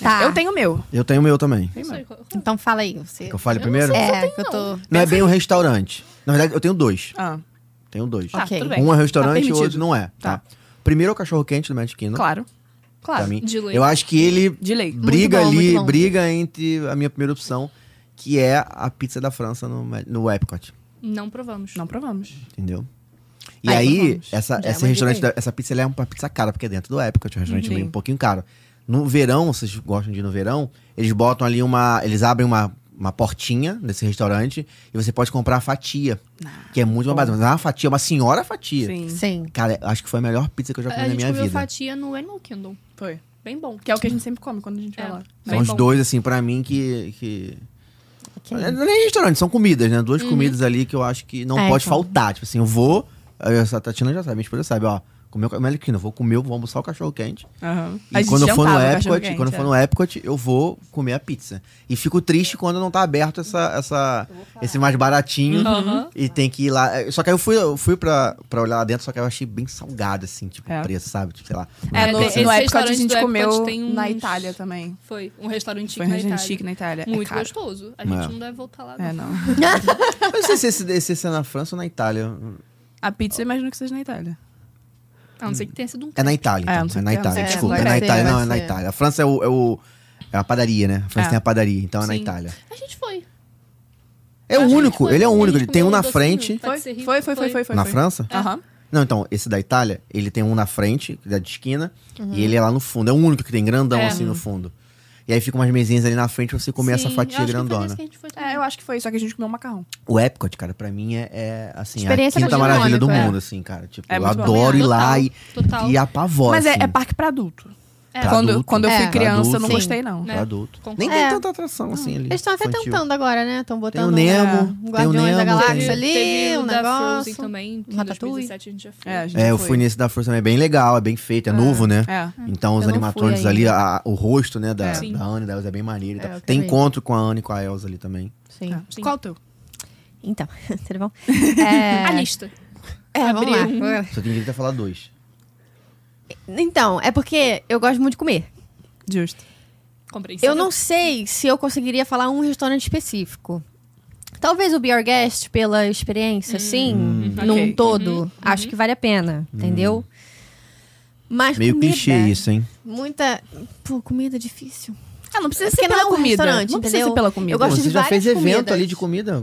Speaker 1: Tá.
Speaker 3: Ah. Eu tenho o meu.
Speaker 2: Eu tenho o meu também.
Speaker 4: Não sei qual-
Speaker 1: Então fala aí, você.
Speaker 2: Que eu fale primeiro?
Speaker 1: É, que eu tô.
Speaker 2: Não é bem um restaurante. Na verdade, eu tenho dois.
Speaker 3: Ah,
Speaker 2: Tenho dois.
Speaker 3: tá,
Speaker 1: Ok.
Speaker 3: tudo bem.
Speaker 2: Um é
Speaker 3: Tá
Speaker 2: restaurante e o
Speaker 3: permitido.
Speaker 2: outro não é. Tá.
Speaker 3: Tá.
Speaker 2: Primeiro é o cachorro quente do Magic Kingdom.
Speaker 3: Claro.
Speaker 2: pra
Speaker 3: Claro.
Speaker 2: mim.
Speaker 4: De leite.
Speaker 2: Eu acho que ele
Speaker 3: De lei.
Speaker 2: briga
Speaker 1: bom,
Speaker 2: ali,
Speaker 1: muito bom.
Speaker 2: briga entre a minha primeira opção, que é a pizza da França no, Ma- no Epcot.
Speaker 4: Não provamos.
Speaker 3: Não provamos.
Speaker 2: Entendeu? E
Speaker 3: Aí,
Speaker 2: aí,
Speaker 3: vamos.
Speaker 2: essa,
Speaker 3: Já é
Speaker 2: esse
Speaker 3: uma
Speaker 2: restaurante,
Speaker 3: dica
Speaker 2: da- essa pizza ela é uma pizza cara, porque é dentro do Epcot, é um restaurante meio
Speaker 3: Sim.
Speaker 2: um pouquinho caro. No verão, vocês gostam de ir no verão, eles botam ali uma. Eles abrem uma, uma portinha desse restaurante e você pode comprar a fatia. que é muito mais barata. Mas é uma fatia, uma senhora fatia.
Speaker 3: Ah, Sim.
Speaker 1: Sim.
Speaker 2: Cara, eu acho que foi a melhor pizza que eu já comi
Speaker 4: É, A
Speaker 2: na
Speaker 4: gente
Speaker 2: minha
Speaker 4: comeu
Speaker 2: vida.
Speaker 4: fatia no Animal Kingdom.
Speaker 3: Foi.
Speaker 4: Bem bom.
Speaker 3: Que é o que a gente sempre come quando a gente vai
Speaker 4: É.
Speaker 3: lá.
Speaker 2: São
Speaker 4: Bem
Speaker 2: os
Speaker 4: bom.
Speaker 2: dois, assim, pra mim, que. que...
Speaker 1: ok.
Speaker 2: Não é nem restaurante, são comidas, né?
Speaker 4: Uhum.
Speaker 2: Duas comidas ali que eu acho que não
Speaker 1: É,
Speaker 2: pode
Speaker 1: então.
Speaker 2: faltar. Tipo assim, eu vou. A Tatiana já sabe, minha esposa sabe, ó. Comeu com a Meliquina, eu vou comer, eu vou almoçar o cachorro quente.
Speaker 3: Aham. A
Speaker 2: E
Speaker 3: gente
Speaker 2: quando eu for no
Speaker 3: jantava
Speaker 2: Epcot,
Speaker 3: cachorro-quente,
Speaker 2: quando eu
Speaker 3: é.
Speaker 2: for no Epcot, eu vou comer a pizza. E fico triste quando não tá aberto essa, essa, esse mais baratinho.
Speaker 4: Aham.
Speaker 2: E tem que ir lá. É, Só que aí eu fui, eu fui pra, pra olhar lá dentro, só que eu achei bem salgado, assim, tipo,
Speaker 3: É.
Speaker 2: o preço, sabe? Tipo, sei lá.
Speaker 3: É, no,
Speaker 4: É, esse
Speaker 3: no Epcot a
Speaker 4: restaurante do
Speaker 3: gente
Speaker 4: Epcot
Speaker 3: comeu
Speaker 4: tem uns-
Speaker 3: na Itália também.
Speaker 4: Foi. Um restaurante
Speaker 3: Foi
Speaker 4: chique
Speaker 3: um
Speaker 4: na
Speaker 3: restaurante
Speaker 4: Itália.
Speaker 3: chique na Itália. É
Speaker 4: Muito
Speaker 3: caro.
Speaker 4: gostoso. A gente
Speaker 2: É.
Speaker 4: não deve voltar lá. não.
Speaker 3: É, não.
Speaker 2: Eu não sei se esse, esse, esse é na França ou na Itália.
Speaker 3: A pizza eu imagino que seja na Itália.
Speaker 4: A não ser que tenha sido um
Speaker 2: É na Itália,
Speaker 3: É,
Speaker 2: então.
Speaker 3: não sei
Speaker 2: É, na
Speaker 3: o que é, não
Speaker 2: Itália,
Speaker 1: sei.
Speaker 2: desculpa.
Speaker 1: É,
Speaker 2: É na
Speaker 1: vai ser,
Speaker 2: Itália, não,
Speaker 1: vai
Speaker 2: é na
Speaker 1: ser.
Speaker 2: Itália. A França é, o, é, o- é a padaria, né? A França
Speaker 3: É.
Speaker 2: tem a padaria, então é na
Speaker 4: Sim.
Speaker 2: Itália.
Speaker 4: A gente foi.
Speaker 2: É o
Speaker 4: Acho que
Speaker 2: único,
Speaker 4: foi.
Speaker 2: ele é o
Speaker 4: A gente
Speaker 2: único. Ele tem
Speaker 4: comeu
Speaker 2: um na
Speaker 4: docinho,
Speaker 2: frente.
Speaker 4: pode
Speaker 3: Foi?
Speaker 4: ser rico,
Speaker 3: Foi, foi, foi, foi, foi.
Speaker 2: Na
Speaker 3: foi.
Speaker 2: França?
Speaker 3: Aham.
Speaker 2: Não, então, esse da Itália, ele tem um na frente, da de esquina,
Speaker 3: Uhum.
Speaker 2: e ele é lá no fundo. É o único que tem grandão
Speaker 4: É.
Speaker 2: assim no fundo. E aí fica umas mesinhas ali na frente pra você comer
Speaker 4: Sim,
Speaker 2: essa fatia
Speaker 4: eu acho que foi
Speaker 2: grandona.
Speaker 4: nesse que a gente foi também.
Speaker 3: É, eu acho que foi, só que a gente comeu um macarrão.
Speaker 2: O Epcot, cara, pra mim é, é, assim,
Speaker 1: Experiência
Speaker 2: a quinta
Speaker 1: gastronômica,
Speaker 2: maravilha do
Speaker 1: é.
Speaker 2: mundo, assim, cara. Tipo,
Speaker 3: É
Speaker 2: eu
Speaker 3: muito bom.
Speaker 2: adoro ir lá
Speaker 4: Total,
Speaker 2: e,
Speaker 4: total.
Speaker 2: e apavoro.
Speaker 3: Mas é, é
Speaker 2: assim,
Speaker 3: parque pra adulto.
Speaker 4: É.
Speaker 2: Pra
Speaker 3: quando,
Speaker 2: adulto.
Speaker 3: quando eu fui
Speaker 1: É.
Speaker 3: criança, eu
Speaker 2: Pra
Speaker 3: não
Speaker 2: adulto.
Speaker 3: gostei, não.
Speaker 2: pra
Speaker 4: né?
Speaker 2: adulto.
Speaker 4: Concordo.
Speaker 2: Nem tem
Speaker 1: É.
Speaker 2: tanta atração assim ali.
Speaker 1: Eles estão até
Speaker 2: infantil.
Speaker 1: tentando agora, né? Estão
Speaker 2: Tem
Speaker 1: botando
Speaker 2: o
Speaker 1: um-
Speaker 2: Nemo,
Speaker 1: um
Speaker 2: tem o
Speaker 1: Guardiões da
Speaker 2: Nemo,
Speaker 1: Galáxia
Speaker 2: tem-
Speaker 1: ali,
Speaker 4: o
Speaker 1: um
Speaker 4: da
Speaker 1: negócio.
Speaker 4: Frozen também, que em
Speaker 1: Ratatouille.
Speaker 4: 2017 a gente já foi.
Speaker 3: É, a gente
Speaker 2: É,
Speaker 3: não
Speaker 2: eu fui nesse da Força também. É bem legal, é bem feito, é novo, né?
Speaker 3: É.
Speaker 2: Então os
Speaker 1: Eu não
Speaker 2: animatrônicos
Speaker 1: fui
Speaker 2: ali,
Speaker 1: ainda.
Speaker 2: a- o rosto, né, da,
Speaker 3: É.
Speaker 4: Sim.
Speaker 2: da Anne, da Elsa é bem maneiro e tal.
Speaker 1: É, eu
Speaker 2: Tem
Speaker 1: também.
Speaker 2: encontro com a Anne e com a Elsa ali também.
Speaker 1: Sim.
Speaker 3: É.
Speaker 4: Sim.
Speaker 3: Qual o teu?
Speaker 1: Então, tudo bom? É,
Speaker 4: A lista.
Speaker 1: é vamos lá.
Speaker 4: Abriu.
Speaker 2: Só tem direito a falar dois.
Speaker 1: Então, é porque eu gosto muito de comer.
Speaker 3: Justo.
Speaker 4: Compreensível.
Speaker 2: é
Speaker 1: Eu não sei se eu conseguiria falar um restaurante específico. Talvez o Be Our Guest, pela
Speaker 2: Hum.
Speaker 1: experiência, assim, num
Speaker 3: Ok.
Speaker 1: todo,
Speaker 2: Uhum.
Speaker 1: acho que vale a pena, entendeu? Mas
Speaker 2: Meio
Speaker 1: comida, né?
Speaker 2: clichê isso, hein?
Speaker 1: Muita. Pô, comida é difícil.
Speaker 3: Ah, não precisa
Speaker 1: Porque
Speaker 3: ser
Speaker 1: não
Speaker 3: pela
Speaker 1: é um
Speaker 3: comida.
Speaker 1: restaurante,
Speaker 3: não precisa
Speaker 1: entendeu?
Speaker 3: ser pela comida.
Speaker 1: Eu gosto
Speaker 2: Pô,
Speaker 1: de
Speaker 2: você já
Speaker 1: várias
Speaker 2: fez evento
Speaker 1: comidas.
Speaker 2: ali de comida?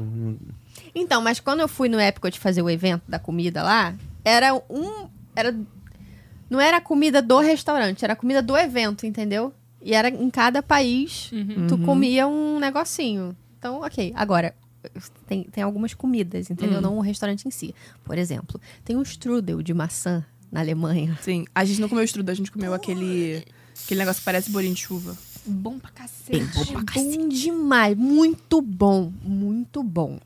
Speaker 1: Então, mas quando eu fui no Epcot fazer o evento da comida lá, era um. Era, não era a comida do restaurante, era a comida do evento, entendeu? E era em cada país,
Speaker 4: Uhum.
Speaker 1: tu comia um negocinho. Então, ok. Agora, tem, tem algumas comidas, entendeu?
Speaker 4: Hum.
Speaker 1: Não o restaurante em si. Por exemplo, tem um strudel de maçã na Alemanha.
Speaker 3: Sim, a gente não comeu estrudo, a gente comeu aquele... Aquele negócio que parece bolinho de chuva.
Speaker 4: Bom pra cacete.
Speaker 1: Bom demais, muito bom, muito bom.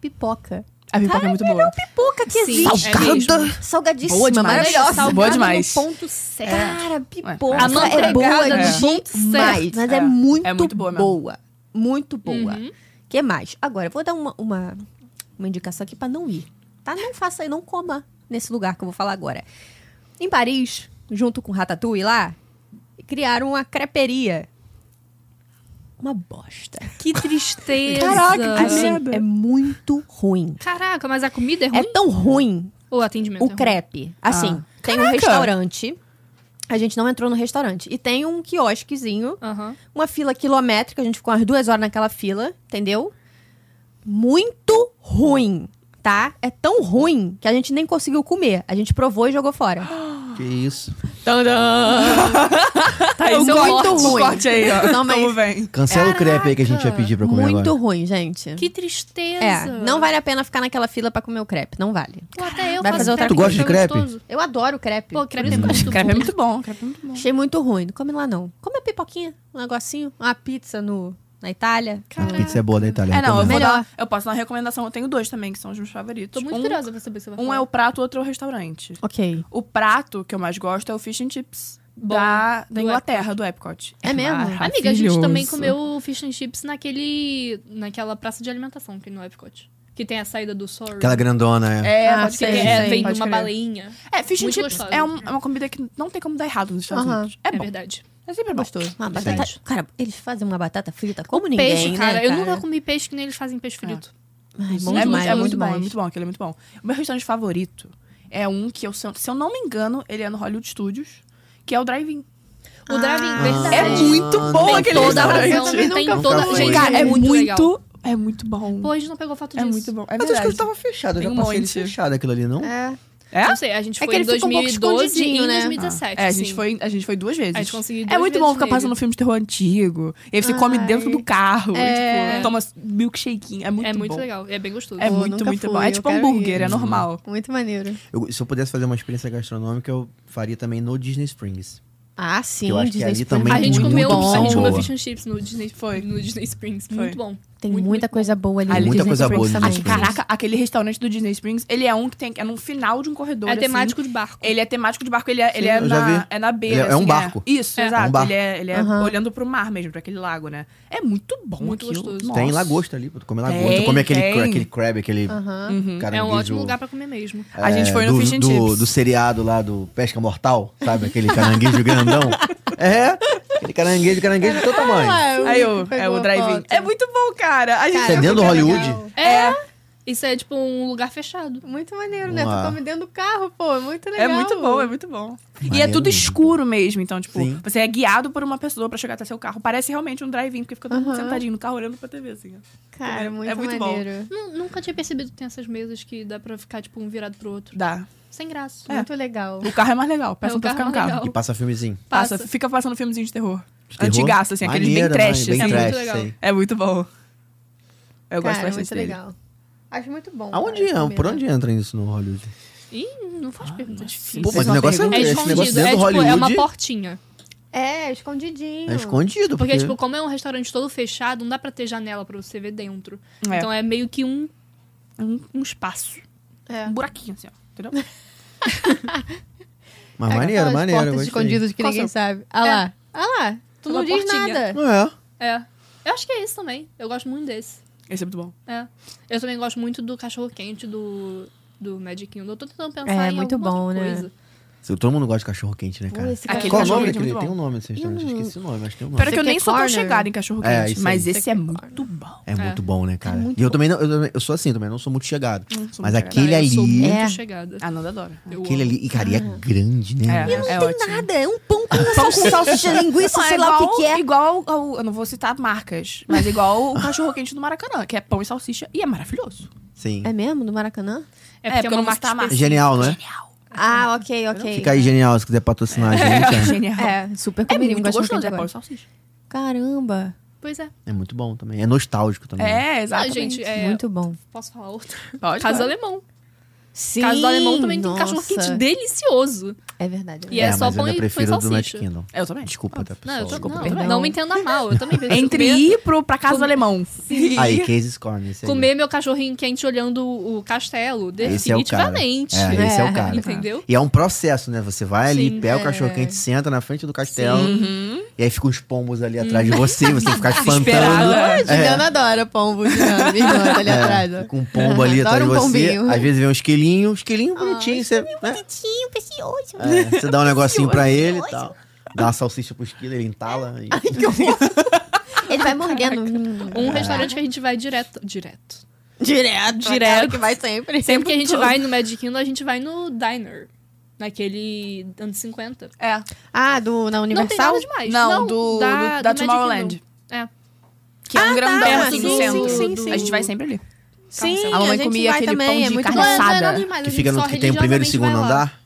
Speaker 1: Pipoca.
Speaker 3: A pipoca é muito boa.
Speaker 1: Pipoca que
Speaker 4: Sim,
Speaker 1: existe.
Speaker 4: é mesmo.
Speaker 1: Salgadíssima, É.
Speaker 3: Boa demais.
Speaker 1: maravilhosa.
Speaker 3: Boa
Speaker 4: Salgado
Speaker 3: demais.
Speaker 4: No ponto certo.
Speaker 1: Cara, pipoca
Speaker 3: A
Speaker 1: é
Speaker 4: manteiga
Speaker 1: boa
Speaker 4: do ponto
Speaker 1: demais.
Speaker 4: certo.
Speaker 1: Mas é,
Speaker 3: É,
Speaker 1: muito
Speaker 3: é muito
Speaker 1: boa.
Speaker 3: boa mesmo.
Speaker 1: Muito boa.
Speaker 4: Uhum.
Speaker 1: que mais? Agora, eu vou dar uma, uma, uma indicação aqui pra não ir. Tá? Não faça aí, não coma nesse lugar que eu vou falar agora. Em Paris, junto com Ratatouille lá, criaram uma creperia. Uma bosta.
Speaker 4: Que tristeza.
Speaker 3: Caraca, que
Speaker 1: Assim,
Speaker 3: merda.
Speaker 1: é muito ruim.
Speaker 4: Caraca, mas a comida é ruim?
Speaker 1: É tão ruim
Speaker 4: Ou o atendimento
Speaker 1: o
Speaker 4: é ruim?
Speaker 1: crepe.
Speaker 3: Ah.
Speaker 1: Assim, tem um
Speaker 3: Caraca!
Speaker 1: restaurante. A gente não entrou no restaurante. E tem um quiosquezinho,
Speaker 4: Aham.
Speaker 1: uma fila quilométrica. A gente ficou umas duas horas naquela fila, entendeu? Muito ruim, tá? É tão ruim que a gente nem conseguiu comer. A gente provou e jogou fora.
Speaker 2: Que isso.
Speaker 3: Tá
Speaker 1: Eu
Speaker 3: seu
Speaker 1: gosto
Speaker 3: corte,
Speaker 1: ruim.
Speaker 3: corte aí, ó.
Speaker 1: Não, mas-
Speaker 3: Como vem.
Speaker 2: Cancela o crepe aí que a gente ia pedir pra comer
Speaker 1: Muito
Speaker 2: agora.
Speaker 1: ruim, gente.
Speaker 4: Que tristeza.
Speaker 1: É, não vale a pena ficar naquela fila pra comer o crepe. Não vale.
Speaker 4: Pô, até eu
Speaker 1: Vai
Speaker 4: faço
Speaker 1: fazer outra
Speaker 2: coisa.
Speaker 4: crepe,
Speaker 2: Tu gosta de
Speaker 4: que é
Speaker 2: crepe?
Speaker 4: gostoso.
Speaker 1: Eu adoro crepe.
Speaker 4: Pô, crepe é muito
Speaker 3: Crepe é
Speaker 4: bom.
Speaker 3: muito bom, crepe é muito bom.
Speaker 1: Achei muito ruim. Não come lá, não. Come a pipoquinha, um negocinho, uma pizza no, na Itália.
Speaker 2: A pizza é boa da Itália.
Speaker 3: É, não, eu,
Speaker 2: recomendo.
Speaker 3: vou
Speaker 1: Melhor.
Speaker 3: dar, eu posso dar uma recomendação. Eu tenho dois também, que são os meus favoritos.
Speaker 4: Tô muito
Speaker 3: um,
Speaker 4: curiosa pra saber se você vai
Speaker 3: Um
Speaker 4: falar.
Speaker 3: é o prato, o outro é o restaurante.
Speaker 1: Ok.
Speaker 3: O prato que eu mais gosto é o fish and chips
Speaker 4: Bom,
Speaker 3: da, da
Speaker 4: do
Speaker 3: Inglaterra, do Epcot.
Speaker 1: É mesmo?
Speaker 3: maravilhoso.
Speaker 4: Amiga, a gente também comeu o fish and chips naquele, naquela praça de alimentação que tem no Epcot. Que tem a saída do Sorry.
Speaker 2: Aquela grandona, é.
Speaker 3: É,
Speaker 1: Ah,
Speaker 3: pode
Speaker 4: que
Speaker 1: sei,
Speaker 3: crer.
Speaker 4: é,
Speaker 1: sei,
Speaker 4: vem
Speaker 3: pode
Speaker 4: numa
Speaker 3: crer.
Speaker 4: baleinha.
Speaker 3: É, fish and
Speaker 4: Muito
Speaker 3: chips
Speaker 4: gostosa.
Speaker 3: é, um- é uma comida que não tem como dar errado nos Estados
Speaker 1: Aham.
Speaker 3: Unidos. É
Speaker 4: É
Speaker 3: bom.
Speaker 4: verdade.
Speaker 3: É sempre bom.
Speaker 1: Gostoso. Uma
Speaker 4: Verdade.
Speaker 1: batata- Cara, eles fazem uma batata frita como
Speaker 4: O
Speaker 1: ninguém,
Speaker 4: peixe, cara.
Speaker 1: né,
Speaker 4: Eu nunca comi peixe que nem eles fazem peixe frito.
Speaker 1: Ai, bom
Speaker 3: é, muito,
Speaker 1: demais.
Speaker 3: é muito bom,
Speaker 1: demais.
Speaker 3: é muito bom, aquele é muito bom. O meu restaurante favorito é um que eu, se eu, se eu não me engano, ele é no Hollywood Studios, que é o Drive-In.
Speaker 4: O drive
Speaker 1: Ah,
Speaker 4: verdade.
Speaker 3: é muito bom
Speaker 4: tem
Speaker 3: aquele
Speaker 4: toda a
Speaker 3: restaurante.
Speaker 4: razão,
Speaker 1: Eu
Speaker 4: Tem
Speaker 1: nunca
Speaker 4: toda...
Speaker 1: fui.
Speaker 4: Ah, Gente,
Speaker 3: Cara, é muito,
Speaker 4: legal.
Speaker 3: é muito bom.
Speaker 4: Pô, a gente não pegou foto
Speaker 3: é
Speaker 4: disso.
Speaker 3: muito bom.
Speaker 2: Mas
Speaker 3: É
Speaker 2: acho que
Speaker 3: verdade.
Speaker 2: ele tava fechado, eu
Speaker 3: Tem
Speaker 2: já
Speaker 3: um
Speaker 2: passei ele
Speaker 3: monte.
Speaker 2: fechado aquilo ali, não?
Speaker 1: É.
Speaker 3: É?
Speaker 4: Não sei, a gente
Speaker 1: É
Speaker 4: foi
Speaker 1: que
Speaker 4: em
Speaker 1: ele fica um pouco
Speaker 4: 2012 e
Speaker 1: escondidinho,
Speaker 4: em
Speaker 1: né?
Speaker 4: 2017.
Speaker 3: É, a gente,
Speaker 4: sim.
Speaker 3: foi, a gente foi duas vezes.
Speaker 4: A gente conseguiu
Speaker 3: É
Speaker 4: duas
Speaker 3: muito
Speaker 4: vezes
Speaker 3: bom ficar
Speaker 4: nele.
Speaker 3: passando filme de terror antigo. E aí você come
Speaker 1: Ai.
Speaker 3: dentro do carro.
Speaker 1: É.
Speaker 3: E, tipo, toma milkshake. É muito
Speaker 4: É muito
Speaker 3: bom.
Speaker 4: legal. É bem gostoso.
Speaker 3: É
Speaker 1: Pô,
Speaker 3: muito,
Speaker 1: nunca
Speaker 3: muito
Speaker 1: fui,
Speaker 3: bom. É
Speaker 1: eu
Speaker 3: tipo
Speaker 1: quero
Speaker 3: hambúrguer,
Speaker 1: ir.
Speaker 3: é normal.
Speaker 1: Muito maneiro.
Speaker 2: Eu- se eu pudesse fazer uma experiência gastronômica, eu faria também no Disney Springs.
Speaker 1: Ah, sim.
Speaker 2: Eu acho que
Speaker 1: Disney
Speaker 2: ali
Speaker 1: Springs
Speaker 2: também
Speaker 1: é
Speaker 4: a gente
Speaker 1: muito
Speaker 4: comeu,
Speaker 1: bom.
Speaker 4: a gente comeu
Speaker 2: Boa.
Speaker 4: fish and chips no Disney,
Speaker 3: Foi.
Speaker 4: no Disney Springs.
Speaker 3: Foi.
Speaker 4: Muito bom. É
Speaker 1: Tem
Speaker 4: Muito,
Speaker 1: muita
Speaker 4: muito
Speaker 1: coisa boa ali.
Speaker 3: Ali
Speaker 1: no
Speaker 3: muita
Speaker 1: Disney
Speaker 2: coisa boa
Speaker 1: Springs
Speaker 2: no
Speaker 1: também.
Speaker 2: Disney Springs.
Speaker 3: Caraca, aquele restaurante do Disney Springs, ele é um que tem. É num final de um corredor.
Speaker 4: É
Speaker 3: assim.
Speaker 4: temático de barco.
Speaker 3: Ele é temático de barco, ele é, ele é,
Speaker 2: eu já vi.
Speaker 3: na, é na beira.
Speaker 2: Ele é um
Speaker 3: assim,
Speaker 2: barco.
Speaker 3: Isso,
Speaker 4: É.
Speaker 3: exato.
Speaker 2: É um barco.
Speaker 3: Ele é, ele é
Speaker 1: Aham.
Speaker 3: olhando pro mar mesmo, pra aquele lago, né? É muito bom.
Speaker 4: Muito
Speaker 3: aquilo.
Speaker 4: gostoso.
Speaker 3: Nossa.
Speaker 2: Tem lagosta ali, pô, tu come lagosta.
Speaker 3: Tem,
Speaker 2: tu come aquele,
Speaker 3: tem.
Speaker 2: cra- aquele crab, aquele
Speaker 3: Uhum.
Speaker 1: Aham.
Speaker 4: É
Speaker 2: caranguejo.
Speaker 4: um ótimo lugar pra comer mesmo.
Speaker 3: A gente foi
Speaker 2: é,
Speaker 3: no
Speaker 2: do,
Speaker 3: Fish and
Speaker 2: do,
Speaker 3: Chips.
Speaker 2: do seriado lá do Pesca Mortal, sabe? Aquele caranguejo grandão. É, aquele caranguejo, caranguejo de todo tamanho.
Speaker 1: Ah, eu
Speaker 3: Aí eu,
Speaker 1: pegou
Speaker 3: é o
Speaker 1: a
Speaker 3: drive-in.
Speaker 1: foto.
Speaker 3: É muito bom, cara. A gente
Speaker 1: Cara,
Speaker 2: Isso é dentro do
Speaker 1: muito
Speaker 2: Hollywood?
Speaker 1: legal.
Speaker 4: É. Isso é tipo um lugar fechado.
Speaker 1: Muito maneiro, né?
Speaker 2: Vamos lá.
Speaker 1: Tu come dentro do carro, pô. É muito legal.
Speaker 3: É muito bom, é muito bom. e é
Speaker 2: Maneiro
Speaker 3: tudo
Speaker 2: mesmo.
Speaker 3: escuro mesmo, então, tipo,
Speaker 2: Sim.
Speaker 3: você é guiado por uma pessoa pra chegar até seu carro. Parece realmente um drive-in, porque fica todo mundo
Speaker 1: Aham.
Speaker 3: sentadinho no carro olhando pra TV, assim. ó.
Speaker 1: Cara,
Speaker 3: É
Speaker 1: muito,
Speaker 3: muito bom.
Speaker 1: maneiro.
Speaker 4: Nu- Nunca tinha percebido que tem essas mesas que dá pra ficar, tipo, um virado pro outro.
Speaker 3: Dá.
Speaker 4: Sem graça.
Speaker 1: Muito legal.
Speaker 3: O carro é mais legal, peça
Speaker 4: É, o
Speaker 3: pra ficar
Speaker 4: carro
Speaker 3: no
Speaker 4: é mais
Speaker 3: carro.
Speaker 4: legal.
Speaker 2: E passa filmezinho.
Speaker 3: Passa,
Speaker 4: Passa.
Speaker 3: fica passando filmezinho de terror.
Speaker 2: De terror.
Speaker 3: Antigaço, assim, aqueles bem
Speaker 2: Maneiro,
Speaker 3: trash,
Speaker 2: né? Bem
Speaker 3: assim.
Speaker 4: É
Speaker 2: trash,
Speaker 4: muito legal.
Speaker 2: sei.
Speaker 3: É muito bom. Eu gosto
Speaker 1: Cara, é muito
Speaker 3: bastante dele.
Speaker 1: legal. Acho muito bom.
Speaker 2: Aonde
Speaker 1: cara,
Speaker 2: é?
Speaker 1: comer,
Speaker 2: Por
Speaker 1: né?
Speaker 2: onde entra isso no Hollywood?
Speaker 4: Ih, não faz pergunta difícil.
Speaker 2: Pô,
Speaker 3: Vocês
Speaker 2: mas o
Speaker 3: não
Speaker 2: negócio é,
Speaker 3: perguntam.
Speaker 4: É
Speaker 2: esse negócio
Speaker 4: escondido.
Speaker 2: dentro
Speaker 4: É,
Speaker 2: do
Speaker 4: tipo,
Speaker 2: Hollywood
Speaker 4: é uma portinha.
Speaker 1: É, escondidinho.
Speaker 2: é escondido.
Speaker 4: Porque, tipo, como é um restaurante todo fechado, não dá pra ter janela pra você ver dentro.
Speaker 3: É.
Speaker 4: Então é meio que um, um, um espaço.
Speaker 1: É.
Speaker 3: Um buraquinho, assim, ó. Entendeu?
Speaker 1: É,
Speaker 2: mas Ah, maneiro,
Speaker 1: aquelas
Speaker 2: maneiro.
Speaker 1: portas
Speaker 2: gostei.
Speaker 1: escondidas que
Speaker 3: Qual
Speaker 1: ninguém
Speaker 3: seu?
Speaker 1: sabe. Ah
Speaker 4: É.
Speaker 1: lá. Ah lá. Tu
Speaker 4: Uma
Speaker 1: não diz
Speaker 4: portinha.
Speaker 1: nada.
Speaker 2: Não é.
Speaker 4: É. Eu acho que é esse também. Eu gosto muito desse.
Speaker 3: Esse é muito bom.
Speaker 4: É. Eu também gosto muito do cachorro-quente do, do Magic Kingdom. Eu tô tentando pensar
Speaker 1: É,
Speaker 4: em
Speaker 1: muito
Speaker 4: alguma
Speaker 1: bom,
Speaker 4: outra
Speaker 1: né?
Speaker 4: coisa.
Speaker 2: Se- Todo mundo gosta de cachorro quente, né, cara?
Speaker 1: Esse cara-
Speaker 3: Aquele
Speaker 2: Qual o
Speaker 3: cachorro
Speaker 2: nome
Speaker 3: quente é
Speaker 2: daquele?
Speaker 3: muito
Speaker 2: Tem um
Speaker 3: bom.
Speaker 2: nome desse restaurante.
Speaker 1: Hum.
Speaker 2: Esqueci o nome, mas tem um nome.
Speaker 3: Pera que eu nem sou tão chegada em cachorro
Speaker 2: É,
Speaker 3: quente,
Speaker 2: isso aí.
Speaker 3: mas esse é
Speaker 4: Chicken
Speaker 3: muito bom.
Speaker 2: É muito bom, né, cara?
Speaker 1: muito
Speaker 2: e eu também não, eu, também- eu sou assim também, eu não sou muito chegado.
Speaker 3: sou
Speaker 2: mas
Speaker 3: muito
Speaker 2: aquele
Speaker 4: Cara, eu sou
Speaker 2: ali,
Speaker 4: muito
Speaker 1: É.
Speaker 4: chegada.
Speaker 3: A Nanda adora.
Speaker 4: Eu
Speaker 2: aquele
Speaker 4: amo.
Speaker 2: ali, e cara, e é grande, né?
Speaker 3: É.
Speaker 1: E não tem
Speaker 3: ótimo.
Speaker 1: nada. É um pão com uma
Speaker 3: Pão com
Speaker 1: salsicha, linguiça,
Speaker 3: Não,
Speaker 1: sei lá o que que é.
Speaker 3: Igual ao, eu não vou citar marcas, mas igual o cachorro quente do Maracanã, que é pão e salsicha e é maravilhoso.
Speaker 2: Sim.
Speaker 1: É mesmo? Do Maracanã?
Speaker 4: É porque eu não
Speaker 3: vou citar
Speaker 4: marca
Speaker 3: a marca.
Speaker 4: específica.
Speaker 2: Genial, não é?
Speaker 3: Genial.
Speaker 1: Ah, ok, ok.
Speaker 2: Fica aí, genial, se quiser patrocinar a gente.
Speaker 3: Genial. É,
Speaker 1: É, né, super
Speaker 3: é
Speaker 1: comigo.
Speaker 3: muito gostoso, é pão e salsicha.
Speaker 1: Caramba.
Speaker 4: Pois é.
Speaker 2: É. é muito bom também. É nostálgico também.
Speaker 3: É, exatamente.
Speaker 4: gente, é-
Speaker 1: Muito bom.
Speaker 4: Posso falar outra?
Speaker 3: Pode,
Speaker 4: Casa
Speaker 3: pode.
Speaker 4: Alemão.
Speaker 1: Sim,
Speaker 4: Casa do Alemão também tem
Speaker 1: nossa.
Speaker 4: cachorro-quente delicioso.
Speaker 1: É verdade. é
Speaker 4: E é,
Speaker 2: mas
Speaker 4: só
Speaker 2: eu
Speaker 4: pão
Speaker 2: ainda
Speaker 4: e- pão e
Speaker 2: prefiro o do Magic
Speaker 4: salsicha.
Speaker 2: Kingdom.
Speaker 3: Eu também.
Speaker 2: Desculpa, tá,
Speaker 4: Não, eu
Speaker 2: pessoal?
Speaker 4: tô,
Speaker 2: Desculpa.
Speaker 4: não,
Speaker 1: perdão.
Speaker 4: não me entenda mal. Eu também preciso
Speaker 3: Entre
Speaker 4: comer-
Speaker 3: ir pro, pra Casa do
Speaker 4: Com-
Speaker 3: Alemão. E-
Speaker 2: Aí, Casey's Corner, esse aí.
Speaker 4: comer meu cachorrinho quente olhando o castelo,
Speaker 2: Esse é o cara.
Speaker 4: definitivamente.
Speaker 2: É, esse é o cara.
Speaker 4: Entendeu?
Speaker 2: E é um processo, né? Você vai ali,
Speaker 4: Sim,
Speaker 2: pega o
Speaker 1: é.
Speaker 2: cachorro quente, senta na frente do castelo. E aí fica uns pombos ali atrás de você, você fica espantando.
Speaker 3: Desesperada.
Speaker 1: Ah, Juliana adora pombo, Juliana, minha irmã, tá ali atrás. ó.
Speaker 2: Fica um pombo ali
Speaker 1: Adoro
Speaker 2: atrás de
Speaker 1: um
Speaker 2: você.
Speaker 1: pombinho.
Speaker 2: Às vezes vem um esquilinho, um esquilinho bonitinho. Você, né?
Speaker 1: Bonitinho, precioso.
Speaker 2: É, você dá um negocinho pra ele e tal. Dá uma salsicha pro esquilo, ele entala. e-
Speaker 1: Ele vai mordendo.
Speaker 4: Um
Speaker 2: É.
Speaker 4: restaurante que a gente vai direto. Direto.
Speaker 1: Direto, direto. que vai sempre.
Speaker 4: Sempre que a gente
Speaker 1: Todo.
Speaker 4: vai no Magic Kingdom, a gente vai no Diner. Naquele anos 50.
Speaker 3: É.
Speaker 1: Ah, do, na
Speaker 4: Não tem
Speaker 1: Universal?
Speaker 4: nada demais.
Speaker 3: Não, do, do-
Speaker 4: da,
Speaker 3: da
Speaker 4: do Magic
Speaker 3: Tomorrowland.
Speaker 4: Kingdom. É.
Speaker 3: Que é um grandão
Speaker 1: tá,
Speaker 3: assim
Speaker 1: sim,
Speaker 3: no centro.
Speaker 1: sim, sim, sim.
Speaker 3: A gente vai sempre ali.
Speaker 1: Sim,
Speaker 3: A mamãe
Speaker 1: gente
Speaker 3: comia
Speaker 1: vai
Speaker 3: aquele
Speaker 1: também,
Speaker 3: pão de
Speaker 1: é muito
Speaker 3: carne
Speaker 4: Não, é- não é
Speaker 3: assada.
Speaker 4: nada demais.
Speaker 2: Que
Speaker 4: a
Speaker 2: fica
Speaker 4: gente
Speaker 2: no
Speaker 4: só
Speaker 2: que tem o primeiro e
Speaker 4: religiosamente
Speaker 2: segundo
Speaker 4: vai lá.
Speaker 2: andar.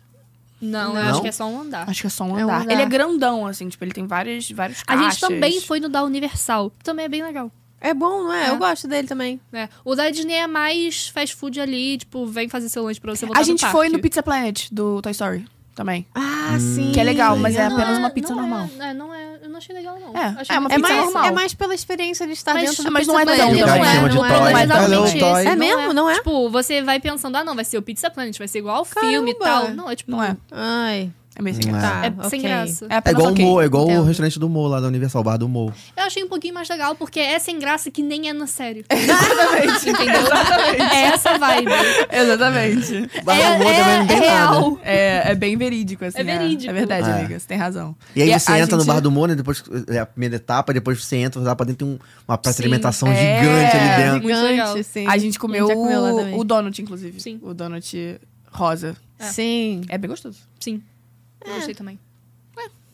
Speaker 4: Não, eu
Speaker 2: Não?
Speaker 4: acho que é só um andar.
Speaker 3: Acho que é só um
Speaker 1: É um
Speaker 3: andar.
Speaker 1: andar.
Speaker 3: Ele é grandão, assim, tipo, ele tem vários, vários
Speaker 4: A gente
Speaker 3: caixas.
Speaker 4: também foi no da Universal. Também é bem legal.
Speaker 1: É bom, não é?
Speaker 4: É.
Speaker 1: Eu gosto dele também.
Speaker 4: né? O da Disney é mais fast food ali, tipo, vem fazer seu lanche pra você voltar
Speaker 3: A gente
Speaker 4: pro
Speaker 3: foi no
Speaker 4: parque.
Speaker 3: Pizza Planet do Toy Story também.
Speaker 1: Ah, sim.
Speaker 3: Que é legal, mas é
Speaker 1: Não
Speaker 3: apenas
Speaker 4: É,
Speaker 3: uma pizza
Speaker 4: não
Speaker 3: normal.
Speaker 4: É, é, não é. Eu não achei legal, não.
Speaker 3: É,
Speaker 4: Achei
Speaker 3: é uma
Speaker 1: É
Speaker 3: pizza
Speaker 4: muito
Speaker 1: mais,
Speaker 3: normal.
Speaker 1: é mais pela experiência de estar
Speaker 4: Mas-
Speaker 1: dentro do
Speaker 3: mas não
Speaker 1: Pizza
Speaker 3: é tão
Speaker 1: Planet.
Speaker 3: também.
Speaker 1: Não é,
Speaker 2: Chama de
Speaker 1: não
Speaker 2: toy.
Speaker 1: é,
Speaker 4: Mas
Speaker 2: Hello,
Speaker 4: exatamente
Speaker 2: toy.
Speaker 4: esse,
Speaker 1: É mesmo? Não é?
Speaker 4: Tipo, você vai pensando, ah, não, vai ser o Pizza Planet, vai ser igual o filme e
Speaker 1: Caramba.
Speaker 4: tal. Não, é tipo...
Speaker 3: Não é?
Speaker 1: Ai.
Speaker 3: É meio sem
Speaker 2: Não é.
Speaker 3: graça.
Speaker 1: Tá,
Speaker 4: É sem
Speaker 1: ok.
Speaker 4: graça.
Speaker 3: É,
Speaker 2: É
Speaker 3: apenas
Speaker 2: igual
Speaker 3: ok.
Speaker 2: o Mo, é igual
Speaker 4: entendo.
Speaker 2: o restaurante do Mo, lá da Universal Bar do Mo.
Speaker 4: Eu achei um pouquinho mais legal, porque é sem graça que nem é na série.
Speaker 3: Exatamente.
Speaker 4: Entendeu? É essa vibe.
Speaker 3: Exatamente.
Speaker 2: Bar do Mo
Speaker 4: é-
Speaker 2: também não tem nada.
Speaker 4: é real.
Speaker 3: É, é bem verídico, assim.
Speaker 4: É verídico.
Speaker 3: É, verdade,
Speaker 2: É.
Speaker 3: amiga. Você tem razão.
Speaker 2: E aí
Speaker 3: a-
Speaker 2: você
Speaker 3: a
Speaker 2: entra no
Speaker 3: gente-
Speaker 2: Bar do Mo, né? Depois é a primeira etapa, depois você entra, lá pra dentro tem um- uma praça de
Speaker 4: Sim,
Speaker 2: alimentação
Speaker 3: é.
Speaker 2: gigante ali dentro.
Speaker 4: Muito legal.
Speaker 1: Gigante, sim.
Speaker 3: A gente comeu,
Speaker 1: A gente já comeu lá também.
Speaker 3: o, o donut, inclusive.
Speaker 4: Sim.
Speaker 3: O donut rosa.
Speaker 4: É.
Speaker 1: Sim.
Speaker 3: É bem gostoso.
Speaker 4: Sim. Eu gostei também.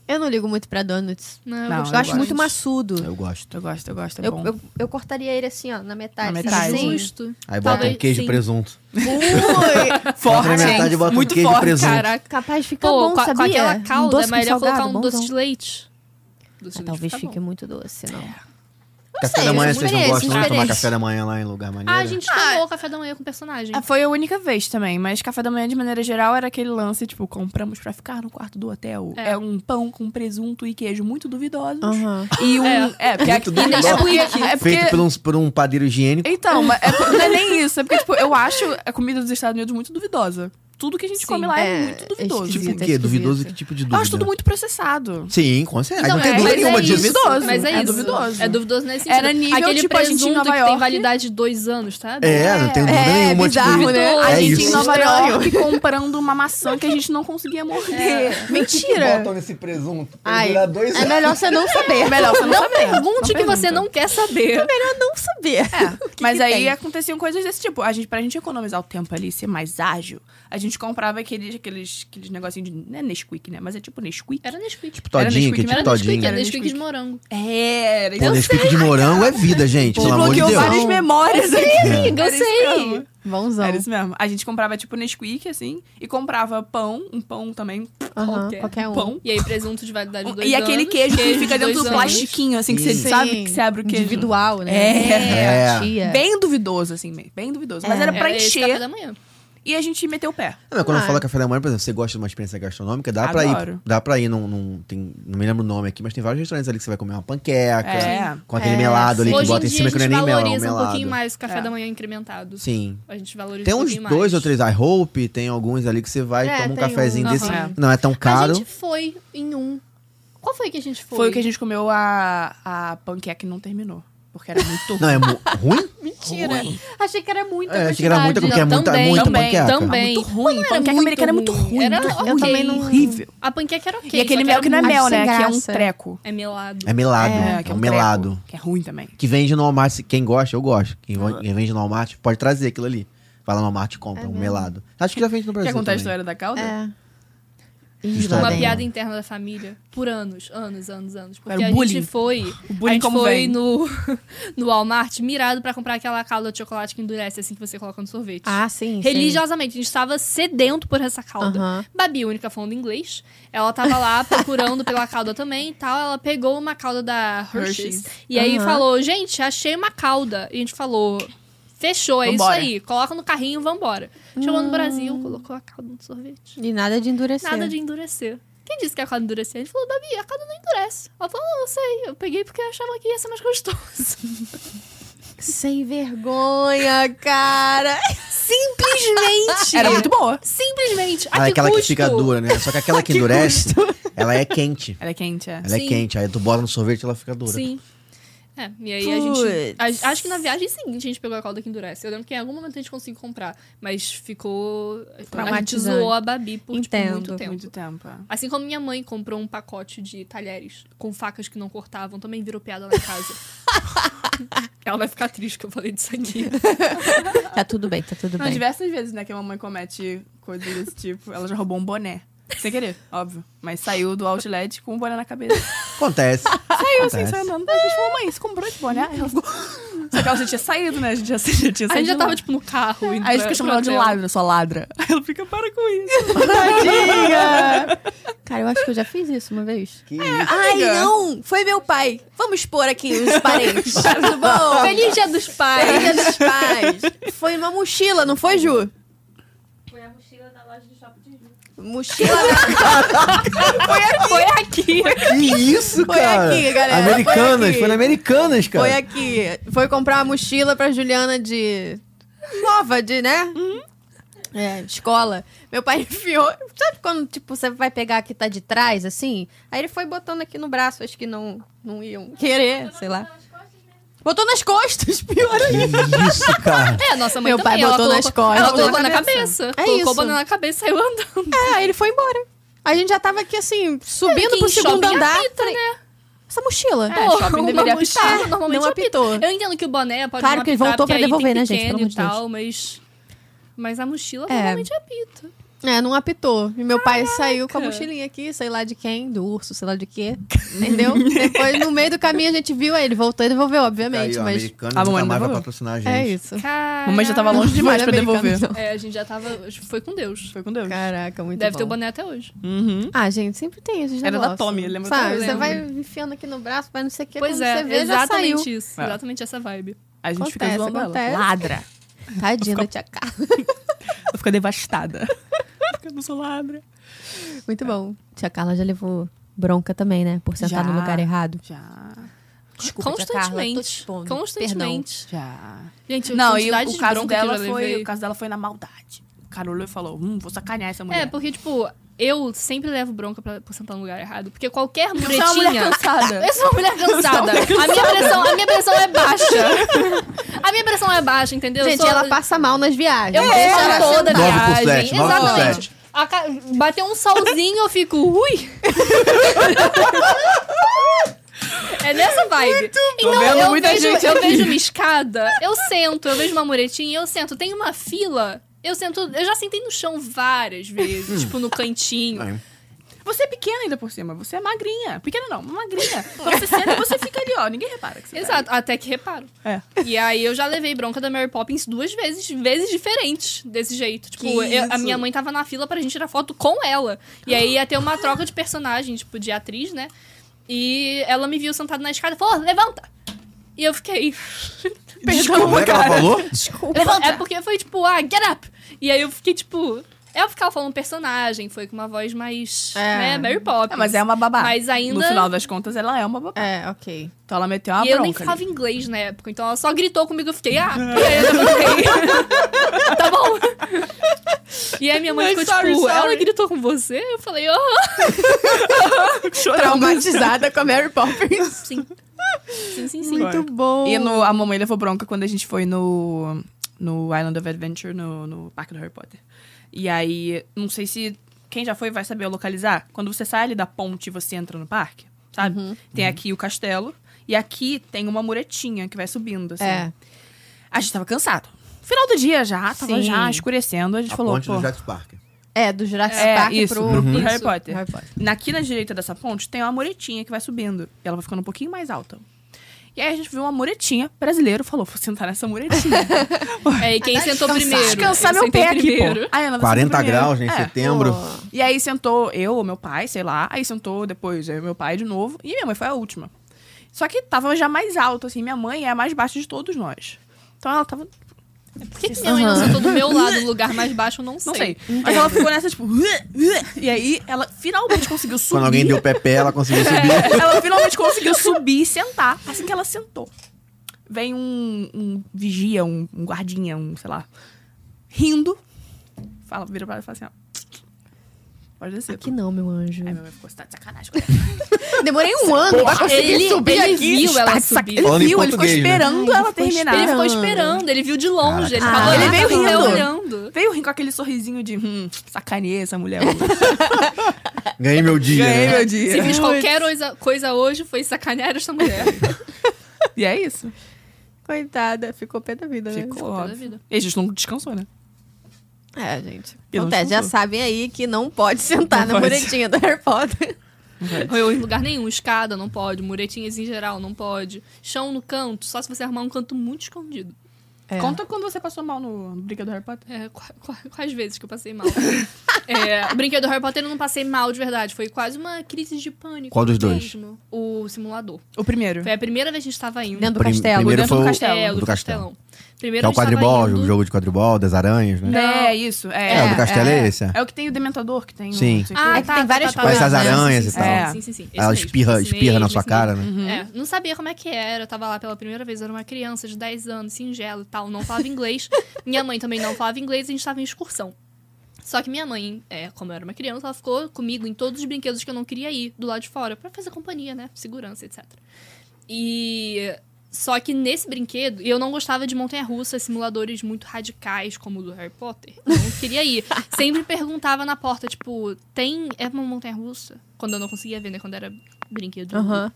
Speaker 1: Eu não ligo muito pra donuts.
Speaker 4: É. Não, eu
Speaker 3: Não,
Speaker 1: Eu
Speaker 4: gostei.
Speaker 1: acho
Speaker 3: Ah, gosto.
Speaker 1: muito maçudo.
Speaker 2: Eu gosto.
Speaker 3: Eu gosto, eu gosto. É
Speaker 1: Eu,
Speaker 3: bom.
Speaker 1: eu, eu cortaria ele assim, ó, na metade.
Speaker 3: Na
Speaker 4: Tá
Speaker 3: metade.
Speaker 1: Sim.
Speaker 4: justo.
Speaker 2: Aí bota
Speaker 4: Talvez-
Speaker 2: um queijo e
Speaker 4: sim.
Speaker 2: presunto.
Speaker 1: Ui,
Speaker 3: Forte,
Speaker 2: Bota na metade,
Speaker 3: hein?
Speaker 2: bota
Speaker 3: Muito
Speaker 2: um queijo
Speaker 3: forte.
Speaker 2: e presunto.
Speaker 4: Caraca.
Speaker 1: capaz de ficar
Speaker 4: Pô,
Speaker 1: bom,
Speaker 4: com, a- com
Speaker 1: sabia? Um
Speaker 4: aquela calda,
Speaker 1: doce
Speaker 4: é
Speaker 1: com
Speaker 4: melhor colocar um
Speaker 1: salgado,
Speaker 4: doce
Speaker 1: bonzão.
Speaker 4: de leite. Doce
Speaker 3: É,
Speaker 4: de
Speaker 1: Ah, Talvez
Speaker 3: tá
Speaker 4: fica
Speaker 1: fique
Speaker 4: bom.
Speaker 1: muito doce, não.
Speaker 2: Café
Speaker 1: sei,
Speaker 2: da manhã,
Speaker 1: é
Speaker 2: vocês não
Speaker 1: diferente,
Speaker 2: gostam, não? de Tomar
Speaker 1: diferente.
Speaker 2: café da manhã lá em lugar maneiro.
Speaker 4: Ah, a gente tomou o café da manhã com o personagem.
Speaker 3: Ah, Foi a única vez também, mas café da manhã, de maneira geral, era aquele lance, tipo, compramos pra ficar no quarto do hotel.
Speaker 4: É.
Speaker 3: É, um pão com presunto e queijo muito duvidosos.
Speaker 1: Aham.
Speaker 3: E um.
Speaker 4: É.
Speaker 3: É,
Speaker 2: Muito
Speaker 3: porque aqui-
Speaker 2: duvidoso.
Speaker 3: é porque- é porque-
Speaker 2: Feito por, uns- por um padeiro higiênico.
Speaker 3: Então, mas é por- não é nem isso. É porque, tipo, eu acho a comida dos Estados Unidos muito duvidosa. Tudo que a gente
Speaker 1: Sim,
Speaker 3: come lá é,
Speaker 1: é
Speaker 3: muito duvidoso.
Speaker 1: esquisito.
Speaker 2: Tipo o
Speaker 3: Tipo,
Speaker 2: quê?
Speaker 1: esquisito.
Speaker 2: Duvidoso? Que tipo de
Speaker 3: eu
Speaker 2: dúvida?
Speaker 3: acho tudo muito processado.
Speaker 2: Sim, com certeza.
Speaker 4: Então,
Speaker 2: não tem
Speaker 4: é,
Speaker 2: dúvida
Speaker 4: mas
Speaker 2: nenhuma
Speaker 4: é
Speaker 2: disso.
Speaker 4: isso.
Speaker 3: Duvidoso.
Speaker 4: Mas é,
Speaker 3: É
Speaker 4: isso.
Speaker 3: duvidoso.
Speaker 4: É duvidoso nesse sentido.
Speaker 3: Era nível,
Speaker 4: Aquele
Speaker 3: tipo, a gente em
Speaker 4: presunto
Speaker 3: Nova
Speaker 4: que tem
Speaker 3: York.
Speaker 4: validade de dois anos, sabe?
Speaker 2: É, não tem dúvida
Speaker 1: É,
Speaker 2: nenhuma. tipo,
Speaker 1: bizarro, né?
Speaker 4: duvidoso.
Speaker 3: A
Speaker 2: É
Speaker 3: gente
Speaker 2: isso.
Speaker 3: em Nova
Speaker 1: Estranho.
Speaker 3: York comprando uma maçã que a gente não conseguia morder.
Speaker 1: É. Mentira!
Speaker 2: nesse presunto.
Speaker 1: Ai, é melhor você não saber.
Speaker 3: É melhor você não,
Speaker 4: Não
Speaker 3: saber.
Speaker 4: pergunte o que você
Speaker 3: pergunta.
Speaker 4: não quer saber.
Speaker 1: não saber. que
Speaker 3: Mas
Speaker 1: que
Speaker 3: aí
Speaker 1: tem?
Speaker 3: aconteciam coisas desse tipo. A gente, pra gente economizar o tempo ali, ser mais ágil, a gente comprava aqueles, aqueles, aqueles negocinhos de. Não é Nesquik, né? Mas é tipo Nesquik.
Speaker 4: Era Nesquik. Tipo,
Speaker 2: Todinho, que é
Speaker 3: Era
Speaker 4: era
Speaker 2: tipo
Speaker 4: Nesquik,
Speaker 2: todinho.
Speaker 4: era
Speaker 3: Era
Speaker 4: Nesquik de
Speaker 3: Nesquik.
Speaker 4: morango.
Speaker 3: É, era
Speaker 2: Pô, Nesquik de morango é vida, gente. Pelo amor de
Speaker 3: Desbloqueou
Speaker 2: Deus.
Speaker 3: várias
Speaker 1: Não.
Speaker 3: memórias aqui.
Speaker 4: Amiga, eu
Speaker 3: Era isso
Speaker 4: sei.
Speaker 3: mesmo.
Speaker 1: Bonzão.
Speaker 3: Era isso mesmo. A gente comprava, tipo, Nesquik, assim, e comprava pão, um pão também,
Speaker 1: Aham,
Speaker 4: Qualquer.
Speaker 1: Qualquer um.
Speaker 3: pão.
Speaker 4: E aí, presunto de validade de dois
Speaker 3: E
Speaker 4: anos.
Speaker 3: aquele queijo, que
Speaker 4: de
Speaker 3: fica dentro
Speaker 4: dois
Speaker 3: do
Speaker 4: anos.
Speaker 3: plastiquinho, assim, que você
Speaker 1: Sim.
Speaker 3: sabe que você abre o queijo.
Speaker 1: Individual, né?
Speaker 2: É.
Speaker 1: A Tia.
Speaker 3: Bem duvidoso, assim, meio- bem duvidoso. Mas
Speaker 1: É.
Speaker 3: era
Speaker 4: Era
Speaker 3: pra
Speaker 4: esse
Speaker 3: encher
Speaker 4: café da manhã.
Speaker 3: e a gente meteu o pé.
Speaker 2: Não, mas quando
Speaker 1: Ah.
Speaker 2: eu falo café da manhã, por exemplo, você gosta de uma experiência gastronômica, dá pra ir.
Speaker 3: Adoro.
Speaker 2: Dá pra ir num. num- tem, não me lembro o nome aqui, mas tem vários restaurantes ali que você vai comer uma panqueca,
Speaker 3: É.
Speaker 2: com aquele
Speaker 1: É,
Speaker 2: melado ali
Speaker 1: sim.
Speaker 2: que
Speaker 4: Hoje em
Speaker 2: bota em
Speaker 4: dia, a
Speaker 2: cima que não é
Speaker 4: gente
Speaker 2: nem mel, é um
Speaker 4: valoriza um
Speaker 2: melado.
Speaker 4: pouquinho mais o café
Speaker 3: É.
Speaker 4: da manhã incrementado.
Speaker 2: Sim.
Speaker 4: A gente valoriza
Speaker 2: Tem
Speaker 4: um
Speaker 2: uns
Speaker 4: pouquinho mais.
Speaker 2: dois ou três I Hope, tem alguns ali que você vai
Speaker 1: É,
Speaker 2: e toma um
Speaker 1: tem
Speaker 2: cafezinho
Speaker 1: um.
Speaker 2: desse.
Speaker 3: Aham.
Speaker 2: Não é tão caro.
Speaker 4: A gente foi em um. Qual foi que a gente foi?
Speaker 3: Foi, o que a gente comeu a, a panqueca e não terminou. Porque era muito
Speaker 2: Não, é mu- ruim?
Speaker 4: Mentira. Achei que era muita
Speaker 2: É,
Speaker 4: quantidade.
Speaker 2: achei que era muita, porque é
Speaker 4: Não,
Speaker 2: muita,
Speaker 4: também,
Speaker 2: muita
Speaker 4: também,
Speaker 2: panqueca.
Speaker 4: Também.
Speaker 3: Tá Muito ruim.
Speaker 4: Não era
Speaker 3: panqueca
Speaker 4: muito
Speaker 3: americana é muito ruim.
Speaker 4: Era
Speaker 3: muito
Speaker 4: ok.
Speaker 3: ruim. Horrível.
Speaker 4: A panqueca era ok.
Speaker 3: E aquele
Speaker 4: só
Speaker 3: mel
Speaker 4: era
Speaker 3: que não é
Speaker 4: muito-
Speaker 3: mel,
Speaker 1: sem
Speaker 3: né? Que é um
Speaker 1: graça.
Speaker 3: treco.
Speaker 4: É melado.
Speaker 2: É melado.
Speaker 3: É,
Speaker 2: É,
Speaker 3: que é
Speaker 2: um
Speaker 3: um
Speaker 2: melado.
Speaker 3: treco, Que é ruim também.
Speaker 2: Que vende no Walmart. se- Quem gosta, eu gosto. Quem, vo- quem vende no Walmart, pode trazer aquilo ali. Vai lá no Walmart e compra,
Speaker 1: É
Speaker 2: um
Speaker 1: mesmo?
Speaker 2: melado. Acho que já vende no Brasil
Speaker 3: Quer contar a
Speaker 2: também.
Speaker 3: história da calda?
Speaker 1: É.
Speaker 2: História.
Speaker 4: Uma
Speaker 2: Tá bem.
Speaker 4: piada interna da família por anos, anos, anos, anos. Porque
Speaker 3: Era o
Speaker 4: a
Speaker 3: bullying.
Speaker 4: gente foi.
Speaker 3: O
Speaker 4: a
Speaker 3: bullying
Speaker 4: gente
Speaker 3: como
Speaker 4: foi
Speaker 3: vem.
Speaker 4: no, no Walmart mirado pra comprar aquela calda de chocolate que endurece assim que você coloca no sorvete.
Speaker 1: Ah, sim. sim.
Speaker 4: Religiosamente, a gente estava sedento por essa calda.
Speaker 1: Aham.
Speaker 4: Babi, única falando inglês, ela tava lá procurando pela calda também e tal. Ela pegou uma calda da Hershey's.
Speaker 3: Hershey's.
Speaker 4: E aí
Speaker 1: Aham.
Speaker 4: falou, gente, achei uma calda. E a gente falou, fechou, é
Speaker 3: Vambora.
Speaker 4: isso aí. Coloca no carrinho, vambora. Chegou no Brasil, colocou a calda no sorvete.
Speaker 1: E nada de endurecer.
Speaker 4: Nada de endurecer. Quem disse que a calda endurecia? A gente falou, Babi, a calda não endurece. Ela falou, não, eu sei. Eu peguei porque eu achava que ia ser mais gostoso.
Speaker 1: Sem vergonha, cara.
Speaker 4: Simplesmente.
Speaker 3: Era muito boa.
Speaker 4: Simplesmente. A
Speaker 2: Ela é
Speaker 4: que
Speaker 2: aquela
Speaker 4: custo?
Speaker 2: que fica dura, né? Só que aquela que endurece, ela é quente.
Speaker 3: Ela é quente, é.
Speaker 2: Ela
Speaker 4: Sim.
Speaker 2: é quente. Aí tu bota no sorvete ela fica dura.
Speaker 4: Sim. É, e aí a
Speaker 1: Puts.
Speaker 4: gente. a- acho que na viagem seguinte a gente pegou a calda que endurece. Eu lembro que em algum momento a gente conseguiu comprar, mas ficou. A gente
Speaker 1: Traumatizante.
Speaker 4: zoou a Babi por tipo,
Speaker 1: Entendo.
Speaker 4: muito tempo.
Speaker 3: Muito tempo. é.
Speaker 4: Assim como minha mãe comprou um pacote de talheres com facas que não cortavam, também virou piada na casa. Ela vai ficar triste que eu falei disso aqui.
Speaker 1: Tá tudo bem, tá tudo
Speaker 3: Não,
Speaker 1: bem.
Speaker 3: diversas vezes, né, que a mamãe comete coisas desse tipo. Ela já roubou um boné. Sem querer, óbvio. Mas saiu do outlet com um boné na cabeça.
Speaker 2: Acontece.
Speaker 3: Saiu assim,
Speaker 2: Acontece.
Speaker 3: saiu andando. Daí A gente falou, mãe, você comprou esse boné? Aí Ela ficou... Só que ela já tinha saído, né? A gente já, já tinha saído.
Speaker 4: A gente já
Speaker 3: de
Speaker 4: tava,
Speaker 3: lá.
Speaker 4: tipo, no carro. indo
Speaker 3: Aí a gente
Speaker 4: pra-
Speaker 3: fica chamando ela de
Speaker 4: pro hotel.
Speaker 3: ladra, só ladra. Aí ela fica, para com isso.
Speaker 1: Tadinha! Cara, eu acho que eu já fiz isso uma vez.
Speaker 2: Que isso.
Speaker 1: Ai,
Speaker 3: Amiga.
Speaker 1: não! Foi meu pai. Vamos expor aqui os parentes. Tudo Tá bom?
Speaker 4: Feliz dia dos pais!
Speaker 1: Feliz Dia dos pais. Foi uma mochila, não foi, Ju? Mochila
Speaker 4: Foi aqui!
Speaker 2: Que isso,
Speaker 1: Foi
Speaker 2: cara?
Speaker 1: aqui, galera, foi
Speaker 2: Americanas,
Speaker 1: aqui.
Speaker 2: foi na Americanas, cara.
Speaker 1: foi
Speaker 4: Uhum.
Speaker 1: aqui. Foi comprar uma mochila pra Juliana de. Nova, de, né? É, escola. Meu pai enfiou. Sabe quando, tipo, você vai pegar a que tá de trás, assim? Aí ele foi botando aqui no braço, acho que não, não iam querer, sei lá. Botou nas costas, pior ainda.
Speaker 2: Que isso, cara?
Speaker 4: É, nossa mãe
Speaker 1: Meu pai
Speaker 4: também, ela
Speaker 1: botou nas
Speaker 4: colocou-
Speaker 1: costas.
Speaker 4: Ela colocou na
Speaker 3: Na cabeça.
Speaker 4: cabeça.
Speaker 1: É
Speaker 4: colocou
Speaker 1: isso.
Speaker 4: a banana na cabeça e saiu andando.
Speaker 1: É, aí ele foi embora. A gente já tava aqui, assim, subindo
Speaker 4: Quem
Speaker 1: pro segundo
Speaker 4: shopping
Speaker 1: andar.
Speaker 4: apita,
Speaker 1: falei,
Speaker 4: né?
Speaker 1: Essa mochila.
Speaker 4: É,
Speaker 1: Pô,
Speaker 4: shopping
Speaker 1: uma
Speaker 4: deveria
Speaker 1: mochila. É,
Speaker 4: apitar, normalmente
Speaker 1: Não
Speaker 4: apita.
Speaker 1: apitou.
Speaker 4: Eu entendo que o boné pode
Speaker 1: Claro
Speaker 4: não
Speaker 1: que ele
Speaker 4: apitar,
Speaker 1: voltou pra
Speaker 4: porque é item
Speaker 1: devolver, né, gente?
Speaker 4: pequeno
Speaker 1: Pelo amor
Speaker 4: e
Speaker 1: de
Speaker 4: tal, mas... Mas a mochila
Speaker 1: É.
Speaker 4: normalmente apita.
Speaker 1: É, não apitou. E meu pai saiu com a mochilinha aqui, sei lá de quem, do urso, sei lá de quê. Entendeu? Depois, no meio do caminho, a gente viu aí, ele voltou e devolveu, obviamente.
Speaker 2: Aí, ó,
Speaker 1: mas
Speaker 2: americano
Speaker 3: Ah,
Speaker 2: nunca
Speaker 3: mamãe,
Speaker 2: mais vai
Speaker 3: devolveu.
Speaker 2: patrocinar a gente.
Speaker 1: é isso.
Speaker 4: Caraca.
Speaker 3: Mamãe já tava longe demais pra
Speaker 1: Americano,
Speaker 3: devolver.
Speaker 1: não.
Speaker 4: É, a gente já tava... Foi com Deus.
Speaker 3: Foi com Deus.
Speaker 1: Caraca, muito
Speaker 4: Deve
Speaker 1: bom.
Speaker 4: ter o boné até hoje.
Speaker 3: Uhum.
Speaker 1: Ah, gente, sempre tem esses
Speaker 3: Era da
Speaker 1: negócios.
Speaker 3: Tommy, lembra
Speaker 1: Sabe,
Speaker 4: que eu
Speaker 1: você
Speaker 4: lembro.
Speaker 1: vai enfiando aqui no braço, vai não sei o que,
Speaker 4: pois
Speaker 1: quando
Speaker 4: é,
Speaker 1: você vê, já saiu.
Speaker 4: exatamente isso.
Speaker 3: É.
Speaker 4: Exatamente essa vibe.
Speaker 3: A gente fica
Speaker 1: Acontece,
Speaker 3: zoando
Speaker 1: acontece.
Speaker 3: ela. Ladra.
Speaker 1: Tadinha da tia Carla.
Speaker 3: Ela fica devastada. Fica no ladra.
Speaker 1: Muito bom. Tia Carla já levou bronca também, né? Por sentar
Speaker 3: Já.
Speaker 1: no lugar errado.
Speaker 3: Já.
Speaker 1: Desculpa, tia Carla, tô te
Speaker 4: Constantemente.
Speaker 1: expondo.
Speaker 4: Constantemente.
Speaker 3: Já.
Speaker 4: Gente, a
Speaker 3: Não, e
Speaker 4: quantidade
Speaker 3: o,
Speaker 4: de
Speaker 3: caso
Speaker 4: bronca que eu
Speaker 3: dela
Speaker 4: já
Speaker 3: foi,
Speaker 4: levei.
Speaker 3: o caso dela foi na maldade. Carol olhou e falou: hum, vou sacanear essa mulher.
Speaker 4: É, porque, tipo, eu sempre levo bronca pra, por sentar no lugar errado. Porque qualquer
Speaker 3: Eu sou uma mulher
Speaker 4: muretinha.
Speaker 3: cansada.
Speaker 4: Eu sou uma mulher cansada. A minha pressão, a minha pressão é baixa. A minha pressão é baixa, entendeu? Eu
Speaker 1: Gente,
Speaker 4: sou-
Speaker 1: ela passa mal nas viagens.
Speaker 4: Eu deixo ela toda a
Speaker 2: Nove por
Speaker 4: viagem.
Speaker 2: sete, nove por
Speaker 4: Exatamente.
Speaker 2: sete.
Speaker 4: A ca- Bateu um solzinho, eu fico, ui. É nessa vibe. então,
Speaker 3: vendo
Speaker 4: eu,
Speaker 3: muita
Speaker 4: vejo,
Speaker 3: gente
Speaker 4: eu
Speaker 3: aqui.
Speaker 4: vejo uma escada, eu sento, eu vejo uma muretinha, eu sento. Tem uma fila, eu sento. Eu já sentei no chão várias
Speaker 2: Hum.
Speaker 4: vezes, tipo, no cantinho.
Speaker 2: Aí,
Speaker 3: Você é pequena ainda por cima, você é magrinha. Pequena não, magrinha. Quando você senta, você fica ali, ó. Ninguém repara que
Speaker 2: É.
Speaker 3: você tá
Speaker 4: Exato, até que reparo.
Speaker 3: ali. É.
Speaker 4: E aí eu já levei bronca da Mary Poppins duas vezes, vezes diferentes, desse jeito. Tipo,
Speaker 1: Que
Speaker 4: eu- a
Speaker 1: isso?
Speaker 4: minha mãe tava na fila pra gente tirar foto com ela. E aí ia ter uma troca de personagem, tipo, de atriz, né? E ela me viu sentada na escada e falou, "Ô, levanta! E eu fiquei.
Speaker 2: Como é que ela falou?
Speaker 4: Levanta. É porque foi tipo, ah, get up! E aí eu fiquei, tipo. Ela ficava falando personagem, foi com uma voz mais.
Speaker 1: É.
Speaker 4: né, Mary Poppins.
Speaker 3: É, mas é uma babá.
Speaker 4: Mas
Speaker 3: No
Speaker 4: ainda-
Speaker 3: final das contas, ela é uma babá.
Speaker 1: É, ok.
Speaker 3: Então ela meteu uma
Speaker 4: e
Speaker 3: bronca.
Speaker 4: eu nem
Speaker 3: ali.
Speaker 4: falava inglês na época, então ela só gritou comigo, eu fiquei, ah, e aí eu levantei. tá bom. E aí minha mãe
Speaker 3: Ai,
Speaker 4: ficou
Speaker 3: sorry,
Speaker 4: tipo,
Speaker 3: sorry.
Speaker 4: ela gritou com você? Eu falei, ó,
Speaker 3: Chorando.
Speaker 1: Traumatizada com a Mary Poppins.
Speaker 4: sim. Sim, sim, sim.
Speaker 1: Muito bom.
Speaker 3: E no, a mamãe levou bronca quando a gente foi no, no Island of Adventure, no, no parque do Harry Potter. E aí, não sei se quem já foi vai saber localizar. Quando você sai ali da ponte e você entra no parque, sabe?
Speaker 1: Uhum.
Speaker 3: Tem aqui o castelo e aqui tem uma muretinha que vai subindo, assim.
Speaker 1: É.
Speaker 3: A gente tava cansado. Final do dia já, tava
Speaker 1: Sim.
Speaker 3: já escurecendo. A gente
Speaker 2: A
Speaker 3: falou,
Speaker 2: ponte
Speaker 3: pô...
Speaker 2: do Jack Parker.
Speaker 1: É, do Jurassic
Speaker 3: É,
Speaker 1: Park
Speaker 3: isso,
Speaker 1: pro
Speaker 3: pro, pro
Speaker 1: isso, Uhum.
Speaker 3: Harry Potter.
Speaker 1: Harry Potter.
Speaker 3: Aqui na direita dessa ponte tem uma muretinha que vai subindo. E ela vai ficando um pouquinho mais alta. E aí a gente viu uma muretinha. Brasileiro falou, vou sentar nessa muretinha.
Speaker 4: É, e quem
Speaker 3: tá
Speaker 4: sentou primeiro?
Speaker 3: Descansar
Speaker 4: Quem
Speaker 3: meu
Speaker 4: sentou
Speaker 3: pé aqui, pô.
Speaker 4: primeiro?
Speaker 3: Aí Ah, é, ela vai sentar
Speaker 2: 40
Speaker 3: primeiro.
Speaker 2: graus, né? Em
Speaker 3: É.
Speaker 2: setembro.
Speaker 1: Pô.
Speaker 3: E aí sentou eu ou meu pai, sei lá. Aí sentou depois eu e meu pai de novo. E minha mãe foi a última. Só que tava já mais alto, assim. Minha mãe é a mais baixa de todos nós. Então ela tava...
Speaker 4: Por que, que minha mãe não sentou do meu lado, no lugar mais baixo, eu não sei.
Speaker 3: é- Não sei. Mas ela ficou nessa, tipo... E aí ela finalmente conseguiu subir.
Speaker 2: Quando alguém deu pé-pé, ela conseguiu subir.
Speaker 1: É.
Speaker 3: Ela finalmente conseguiu subir e sentar. Assim que ela sentou. Vem um, um vigia, um, um guardinha, um, sei lá, rindo. Fala, vira pra ela e fala assim, ó. Pode descer.
Speaker 1: Aqui não, meu anjo.
Speaker 3: Aí minha mãe ficou, você tá de sacanagem. com ela."
Speaker 1: Demorei um ano pra conseguir
Speaker 4: ele-
Speaker 1: subir
Speaker 4: ele
Speaker 1: aqui.
Speaker 4: viu ela
Speaker 3: Tá de saca-
Speaker 4: subir.
Speaker 3: Ele
Speaker 2: Falando em
Speaker 3: viu, ele ficou
Speaker 2: português, né?
Speaker 3: esperando
Speaker 1: Ai,
Speaker 3: ela
Speaker 1: ele ficou
Speaker 3: terminar.
Speaker 4: Ele ficou
Speaker 1: Esperando.
Speaker 4: esperando, ele viu de longe, ele ficava
Speaker 1: Ah,
Speaker 3: ele veio
Speaker 4: olhando,
Speaker 3: rindo.
Speaker 4: olhando.
Speaker 3: Veio rindo com aquele sorrisinho de, hum, sacaneia essa mulher. hoje."
Speaker 2: Ganhei meu dia.
Speaker 3: Ganhei
Speaker 2: né?
Speaker 3: meu
Speaker 4: Se
Speaker 3: dia.
Speaker 1: Putz.
Speaker 4: fiz qualquer coisa- coisa hoje, foi sacanear esta mulher.
Speaker 3: E é isso.
Speaker 1: Coitada, ficou pé da vida, né?
Speaker 3: Ficou
Speaker 4: toda a
Speaker 3: óbvio.
Speaker 4: vida.
Speaker 3: E a gente não descansou, né?
Speaker 1: É, gente.
Speaker 3: E não
Speaker 1: Acontece, já
Speaker 3: sentou.
Speaker 1: sabem aí que não pode sentar
Speaker 3: Não
Speaker 1: na
Speaker 3: pode.
Speaker 1: muretinha do Harry Potter.
Speaker 4: Ou eu em lugar nenhum, escada não pode, muretinhas em geral não pode, chão no canto, só se você arrumar um canto muito escondido.
Speaker 1: É.
Speaker 3: Conta quando você passou mal no Briga do Harry Potter.
Speaker 4: É, qu- qu- quais vezes que eu passei mal. É, o brinquedo do Harry Potter eu não passei mal de verdade. Foi quase uma crise de pânico.
Speaker 2: Qual dos dois?
Speaker 4: mesmo. O simulador.
Speaker 3: O primeiro.
Speaker 4: Foi a primeira vez que a gente tava indo.
Speaker 1: Dentro do
Speaker 2: Prim-
Speaker 1: castelo.
Speaker 2: primeiro
Speaker 1: dentro
Speaker 2: foi
Speaker 1: do
Speaker 2: o-
Speaker 1: castelo.
Speaker 4: É,
Speaker 2: do
Speaker 4: do castelão. Primeiro
Speaker 2: Que é
Speaker 4: a
Speaker 2: o
Speaker 4: gente tava
Speaker 2: quadribol,
Speaker 4: indo-
Speaker 2: o jogo de quadribol, das aranhas, né?
Speaker 3: É, isso. É,
Speaker 2: É, o do castelo é, esse. é.
Speaker 3: É o que tem o dementador que tem. o-
Speaker 2: Sim.
Speaker 3: não sei o
Speaker 4: Ah,
Speaker 3: quê.
Speaker 1: É que tem várias
Speaker 2: Com essas
Speaker 1: Né?
Speaker 2: aranhas
Speaker 4: sim,
Speaker 2: e
Speaker 4: sim,
Speaker 2: tal.
Speaker 3: É.
Speaker 4: Sim, sim, sim. Esse
Speaker 2: Ela
Speaker 4: Assim, mesmo,
Speaker 2: espirra,
Speaker 4: esse
Speaker 2: espirra na
Speaker 4: mesmo,
Speaker 2: sua
Speaker 4: esse
Speaker 2: cara, né?
Speaker 4: É, não sabia como é que era. Eu tava lá pela primeira vez, eu era uma criança de 10 anos, singela e tal, não falava inglês. minha mãe também não falava inglês, a gente tava em excursão. Só que minha mãe, é, como eu era uma criança, ela ficou comigo em todos os brinquedos que eu não queria ir, do lado de fora, pra fazer companhia, né? Segurança, etc. E. Só que nesse brinquedo, eu não gostava de montanha-russa, simuladores muito radicais, como o do Harry Potter. Eu não queria ir. Sempre perguntava na porta, tipo, tem. É uma montanha-russa? Quando eu não conseguia ver, né? Quando era brinquedo
Speaker 1: Aham.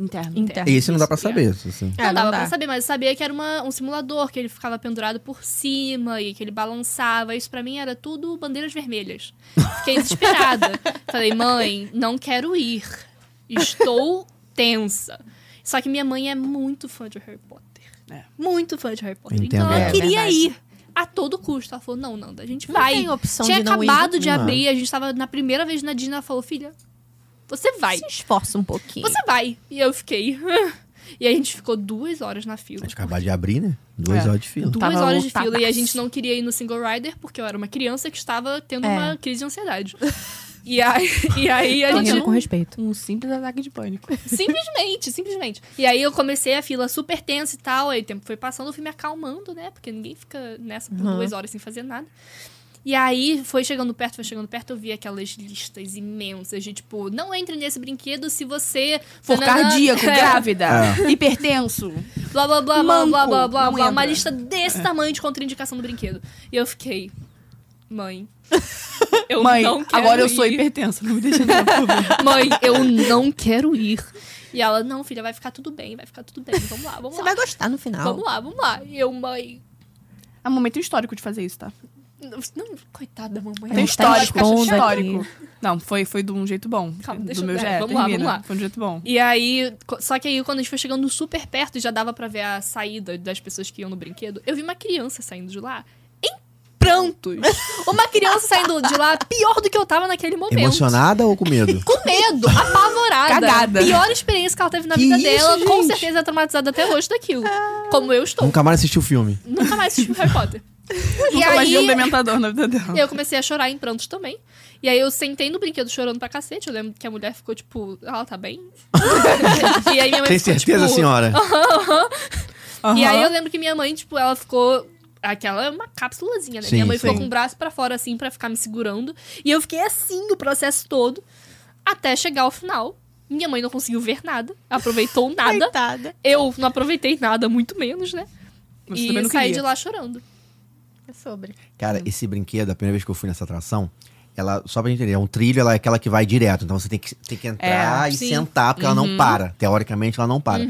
Speaker 3: Interno. Ah,
Speaker 4: interno.
Speaker 2: Esse não dá pra
Speaker 4: Isso, é.
Speaker 2: saber. assim.
Speaker 1: É,
Speaker 4: Não dava
Speaker 1: não
Speaker 4: pra
Speaker 1: dá.
Speaker 4: saber, mas eu sabia que era uma- um simulador, que ele ficava pendurado por cima e que ele balançava. Isso pra mim era tudo bandeiras vermelhas. Fiquei desesperada. Falei, mãe, não quero ir. Estou tensa. Só que minha mãe é muito fã de Harry Potter.
Speaker 3: É.
Speaker 4: Muito fã de Harry Potter.
Speaker 2: Entendo é
Speaker 4: Então ela
Speaker 2: ela.
Speaker 4: queria
Speaker 1: Verdade.
Speaker 4: ir a todo custo. Ela falou, não, Nanda, a gente
Speaker 1: Não
Speaker 4: vai.
Speaker 1: tem opção
Speaker 4: Tinha
Speaker 1: de não ir.
Speaker 4: acabado de
Speaker 2: Não.
Speaker 4: abrir, a gente tava na primeira vez na Dina. Ela falou, filha, você vai.
Speaker 1: Se esforça um pouquinho.
Speaker 4: Você vai. E eu fiquei. E a gente ficou duas horas na fila.
Speaker 2: A gente acabou de abrir, né? Duas
Speaker 3: É.
Speaker 2: horas de fila.
Speaker 4: Duas
Speaker 3: Tava
Speaker 4: horas de fila. E a
Speaker 3: lotadaço.
Speaker 4: gente não queria ir no single rider, porque eu era uma criança que estava tendo
Speaker 1: É.
Speaker 4: uma crise de ansiedade. E aí, e aí a
Speaker 1: Tô rindo
Speaker 4: gente.
Speaker 1: com respeito.
Speaker 3: Um simples ataque de pânico.
Speaker 4: Simplesmente, simplesmente. E aí eu comecei a fila super tensa e tal. Aí o tempo foi passando, eu fui me acalmando, né? Porque ninguém fica nessa por
Speaker 1: Uhum.
Speaker 4: duas horas sem fazer nada. E aí foi chegando perto, foi chegando perto, eu vi aquelas listas imensas de tipo, não entre nesse brinquedo se você
Speaker 3: For
Speaker 4: Nananã.
Speaker 3: cardíaco,
Speaker 4: É.
Speaker 3: grávida,
Speaker 2: É.
Speaker 3: hipertenso.
Speaker 4: blá blá blá blá
Speaker 3: Manco,
Speaker 4: blá blá blá,
Speaker 3: não
Speaker 4: blá uma
Speaker 3: entra.
Speaker 4: lista desse tamanho de contraindicação do brinquedo. E eu fiquei, mãe, eu
Speaker 3: Mãe,
Speaker 4: não quero
Speaker 3: agora eu
Speaker 4: ir.
Speaker 3: sou hipertensa, não me deixa entrar.
Speaker 4: Mãe, eu não quero ir. E ela, não, filha, vai ficar tudo bem, vai ficar tudo bem. Vamos lá, vamos
Speaker 1: Você
Speaker 4: lá.
Speaker 1: vai gostar no final.
Speaker 4: Vamos lá, vamos lá. E eu, mãe.
Speaker 3: É um momento histórico de fazer isso, tá?
Speaker 4: Não, não, coitada da
Speaker 3: É,
Speaker 4: mamãe.
Speaker 1: Tem
Speaker 4: Ela
Speaker 1: história
Speaker 4: tá
Speaker 1: de
Speaker 4: de caixa
Speaker 1: escondo
Speaker 4: chata.
Speaker 1: aqui.
Speaker 3: Não, foi, foi de um jeito bom.
Speaker 4: Calma,
Speaker 3: do
Speaker 4: deixa eu-
Speaker 3: meu
Speaker 4: é,
Speaker 3: jeito.
Speaker 4: vamos lá, vamos lá.
Speaker 3: Foi de um jeito bom.
Speaker 4: E aí, co- só que aí quando a gente foi chegando super perto e já dava pra ver a saída das pessoas que iam no brinquedo, eu vi uma criança saindo de lá em prantos. Uma criança saindo de lá pior do que eu tava naquele momento.
Speaker 2: Emocionada ou com medo?
Speaker 4: Com medo, apavorada.
Speaker 3: Cagada.
Speaker 4: Pior experiência que ela teve na
Speaker 2: Que
Speaker 4: vida
Speaker 2: isso,
Speaker 4: dela, com
Speaker 2: gente?
Speaker 4: certeza é traumatizada até hoje daquilo.
Speaker 3: Ah.
Speaker 4: Como eu estou. Nunca,
Speaker 2: Nunca mais assistiu o filme.
Speaker 4: mais assisti Harry Potter. E
Speaker 3: Nunca mais vi um
Speaker 4: aí,
Speaker 3: dementador na vida dela.
Speaker 4: e eu comecei a chorar em prantos também. E aí eu sentei no brinquedo chorando pra cacete. Eu lembro que a mulher ficou tipo, ela tá bem? e aí minha mãe
Speaker 2: Tem
Speaker 4: ficou,
Speaker 2: certeza,
Speaker 4: tipo,
Speaker 2: senhora?
Speaker 4: E
Speaker 3: Aham.
Speaker 4: aí eu lembro que minha mãe, tipo, ela ficou. Aquela é uma cápsulazinha, né?
Speaker 2: Sim,
Speaker 4: minha mãe ficou
Speaker 2: sim.
Speaker 4: com o braço pra fora, assim, pra ficar me segurando. E eu fiquei assim o processo todo, até chegar ao final. Minha mãe não conseguiu ver nada, aproveitou nada.
Speaker 1: Coitada.
Speaker 4: Eu não aproveitei nada, muito menos, né?
Speaker 3: Mas
Speaker 4: e
Speaker 3: também não
Speaker 4: saí
Speaker 3: queria.
Speaker 4: de lá chorando.
Speaker 1: É sobre.
Speaker 2: Cara, esse brinquedo, a primeira vez que eu fui nessa atração, ela, só pra gente entender, é um trilho, ela é aquela que vai direto. Então você tem que, tem que entrar
Speaker 4: É,
Speaker 2: e
Speaker 4: sim. Uhum.
Speaker 2: sentar, porque ela não para. Teoricamente, ela não para.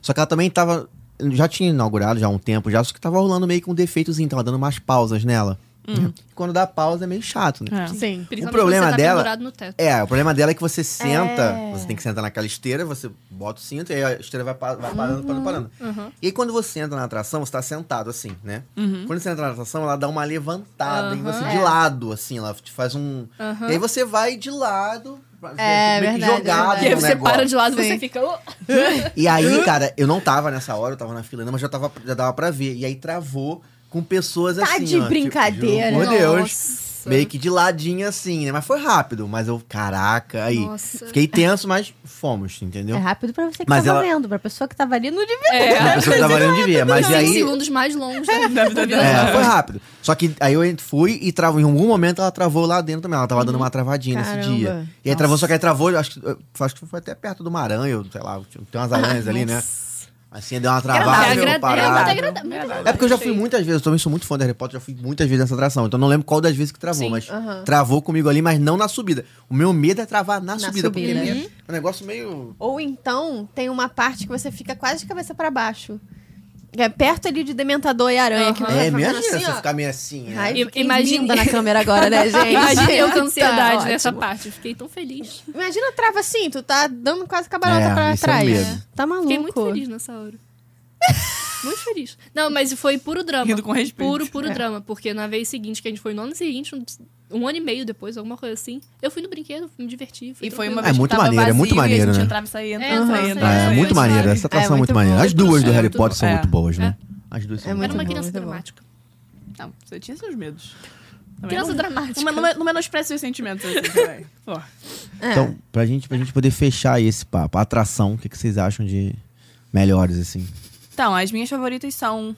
Speaker 2: Só que ela também tava. Já tinha inaugurado já há um tempo, já, só que tava rolando meio que um defeitozinho, tava dando umas pausas nela.
Speaker 4: Uhum.
Speaker 2: né? Quando dá pausa é meio chato, né?
Speaker 3: É.
Speaker 1: Sim.
Speaker 4: Principalmente
Speaker 2: problema
Speaker 4: quando você tá
Speaker 2: dela
Speaker 4: pendurado no teto.
Speaker 2: É, o problema dela é que você senta,
Speaker 1: É.
Speaker 2: você tem que sentar naquela esteira, você bota o cinto, e aí a esteira vai, pa- vai parando, parando, parando.
Speaker 4: Uhum.
Speaker 2: E aí, quando você entra na atração, você tá sentado assim, né?
Speaker 3: Uhum.
Speaker 2: Quando você entra na atração, ela dá uma levantada em
Speaker 4: Aham.
Speaker 2: você
Speaker 1: É.
Speaker 2: de lado, assim, ela te faz um.
Speaker 4: Aham.
Speaker 2: E aí você vai de lado, pra-
Speaker 1: É,
Speaker 2: meio que
Speaker 1: verdade,
Speaker 2: jogado
Speaker 4: E aí
Speaker 2: no
Speaker 4: você
Speaker 2: negócio.
Speaker 4: para de lado e você
Speaker 1: Sim.
Speaker 4: fica. "Oh".
Speaker 2: E aí, cara, eu não tava nessa hora, eu tava na fila, ainda, mas já, tava, já dava pra ver. E aí travou com pessoas
Speaker 1: Tá
Speaker 2: assim.
Speaker 1: de
Speaker 2: ó, tipo,
Speaker 1: brincadeira.
Speaker 2: juro por Deus.
Speaker 4: Nossa.
Speaker 2: Meio que de ladinho assim, né? Mas foi rápido, mas eu, caraca, aí.
Speaker 4: Nossa.
Speaker 2: Fiquei tenso, mas fomos,
Speaker 1: É
Speaker 2: entendeu?
Speaker 1: rápido pra você que
Speaker 2: Mas
Speaker 1: tava
Speaker 2: ela-
Speaker 1: vendo. Pra pessoa que tava ali no devia.
Speaker 2: A
Speaker 4: É.
Speaker 2: pessoa que tava olhando devia, mas e
Speaker 4: 20
Speaker 2: aí.
Speaker 4: segundos mais longos da
Speaker 3: Da vida dela.
Speaker 2: É, foi rápido. Só que aí eu ent- fui e travou. Em algum momento ela travou lá dentro também. Ela tava dando
Speaker 4: Uhum.
Speaker 2: uma travadinha nesse
Speaker 1: Caramba.
Speaker 2: dia. E aí travou, só que aí travou, eu acho que, eu acho que foi até perto de uma aranha, ou sei lá, tem umas
Speaker 4: Ah,
Speaker 2: aranhas ali, né? Assim, deu uma travada,
Speaker 4: Agradável.
Speaker 2: deu uma
Speaker 4: É muito
Speaker 2: parada.
Speaker 4: agradável, muito agradável.
Speaker 2: É porque eu já fui muitas vezes, eu também sou muito fã da Harry Potter, já fui muitas vezes nessa atração. Então não lembro qual das vezes que travou,
Speaker 4: Sim,
Speaker 2: mas
Speaker 1: aham.
Speaker 2: travou comigo ali, mas não na subida. O meu medo é travar na,
Speaker 1: Na
Speaker 2: subida, porque
Speaker 1: subida.
Speaker 2: é meio- é um negócio meio.
Speaker 1: Ou então tem uma parte que você fica quase de cabeça pra baixo. Que É perto ali de Dementador e Aranha. Que
Speaker 4: Aham.
Speaker 1: você
Speaker 2: É,
Speaker 1: tá
Speaker 2: imagina
Speaker 1: fazendo assim,
Speaker 2: você
Speaker 1: ó.
Speaker 2: ficar meio assim. né?
Speaker 1: Ai,
Speaker 4: E-
Speaker 1: fiquei
Speaker 4: imagina-
Speaker 1: linda na câmera agora, né, gente?
Speaker 4: Imagina eu com
Speaker 1: Tá,
Speaker 4: ansiedade né? nessa
Speaker 1: ótimo.
Speaker 4: parte. Eu Fiquei tão feliz.
Speaker 1: Imagina a trava assim, tu tá dando quase cabarota
Speaker 2: É,
Speaker 1: pra
Speaker 2: isso é um
Speaker 1: trás.
Speaker 2: medo.
Speaker 1: Tá maluco.
Speaker 4: Fiquei muito feliz nessa hora. Muito feliz. Não, mas foi puro drama.
Speaker 3: Rindo com respeito.
Speaker 4: Puro, puro
Speaker 1: É.
Speaker 4: drama. Porque na vez seguinte que a gente foi, no ano seguinte, um ano e meio depois, alguma coisa assim. Eu fui no brinquedo, me diverti. fui
Speaker 3: E foi
Speaker 4: tranquila.
Speaker 3: uma
Speaker 2: É
Speaker 3: vez que
Speaker 2: muito
Speaker 3: tava
Speaker 2: maneiro, é
Speaker 3: vazio
Speaker 2: muito
Speaker 3: e
Speaker 2: maneiro,
Speaker 3: A gente
Speaker 2: né?
Speaker 3: entrava e saía,
Speaker 4: É,
Speaker 3: entrava e
Speaker 4: entrava
Speaker 3: saía.
Speaker 4: e saía.
Speaker 3: entrava
Speaker 2: É,
Speaker 3: e
Speaker 4: Foi
Speaker 2: muito
Speaker 3: saía.
Speaker 2: maneiro.
Speaker 4: suave.
Speaker 2: Essa atração é
Speaker 1: É, muito
Speaker 2: muito maneira.
Speaker 1: bom.
Speaker 2: As duas do Harry
Speaker 3: Muito
Speaker 2: Potter são
Speaker 3: bom.
Speaker 2: muito
Speaker 3: É.
Speaker 2: boas, né? As duas são
Speaker 1: É
Speaker 2: muito
Speaker 4: Era uma
Speaker 1: bom,
Speaker 4: criança
Speaker 1: muito bom.
Speaker 4: dramática.
Speaker 3: Não, você tinha seus medos. Também
Speaker 4: Criança
Speaker 3: não-
Speaker 4: dramática.
Speaker 3: Não, não, não menospreze seus sentimentos assim, também. Pô.
Speaker 1: É.
Speaker 2: Então, pra gente, pra gente poder fechar esse papo, a atração, o que, que vocês acham de melhores, assim?
Speaker 3: Então, as minhas favoritas são.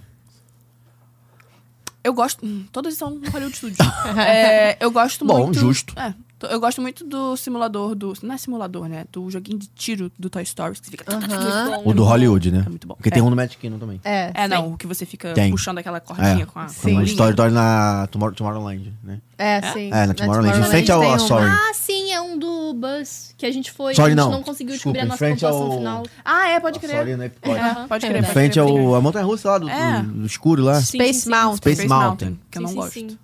Speaker 3: Eu gosto. hum, todas são no Hollywood Studios. É, eu gosto
Speaker 2: Bom,
Speaker 3: muito.
Speaker 2: justo.
Speaker 3: É, to- eu gosto muito do simulador do. Não é simulador, né? Do joguinho de tiro do Toy Story, que você fica.
Speaker 1: Aham.
Speaker 4: Bom,
Speaker 2: O do Hollywood, né?
Speaker 3: É muito bom.
Speaker 2: Porque tem um no Magic Kingdom também.
Speaker 1: É.
Speaker 3: É, não, o que você fica
Speaker 2: Tem.
Speaker 3: puxando aquela cordinha
Speaker 2: É.
Speaker 3: com a.
Speaker 2: Tem
Speaker 1: Sim.
Speaker 2: uma
Speaker 3: com a
Speaker 2: história, história na Tomorrow, Tomorrowland, né?
Speaker 1: É, sim.
Speaker 2: É, na Tomorrowland. Em frente ao
Speaker 1: tem uma.
Speaker 2: Sorry.
Speaker 4: Ah, sim, é um do Buzz que a gente foi.
Speaker 2: Sorry,
Speaker 4: a gente
Speaker 2: não.
Speaker 4: não, conseguiu
Speaker 2: Desculpa,
Speaker 4: descobrir a
Speaker 2: em frente
Speaker 4: nossa pontuação
Speaker 2: ao-
Speaker 4: final.
Speaker 3: Ah, é, pode crer.
Speaker 2: Sorry, né? Pode.
Speaker 3: É, pode crer.
Speaker 2: Em
Speaker 3: pode
Speaker 2: frente
Speaker 3: crer, pode crer.
Speaker 2: ao, a montanha russa lá do, do-
Speaker 3: É.
Speaker 2: do escuro lá.
Speaker 4: Sim,
Speaker 1: Space
Speaker 4: sim, sim.
Speaker 1: Mountain.
Speaker 2: Space Mountain.
Speaker 3: que eu não
Speaker 4: Sim, sim,
Speaker 3: gosto.
Speaker 4: sim.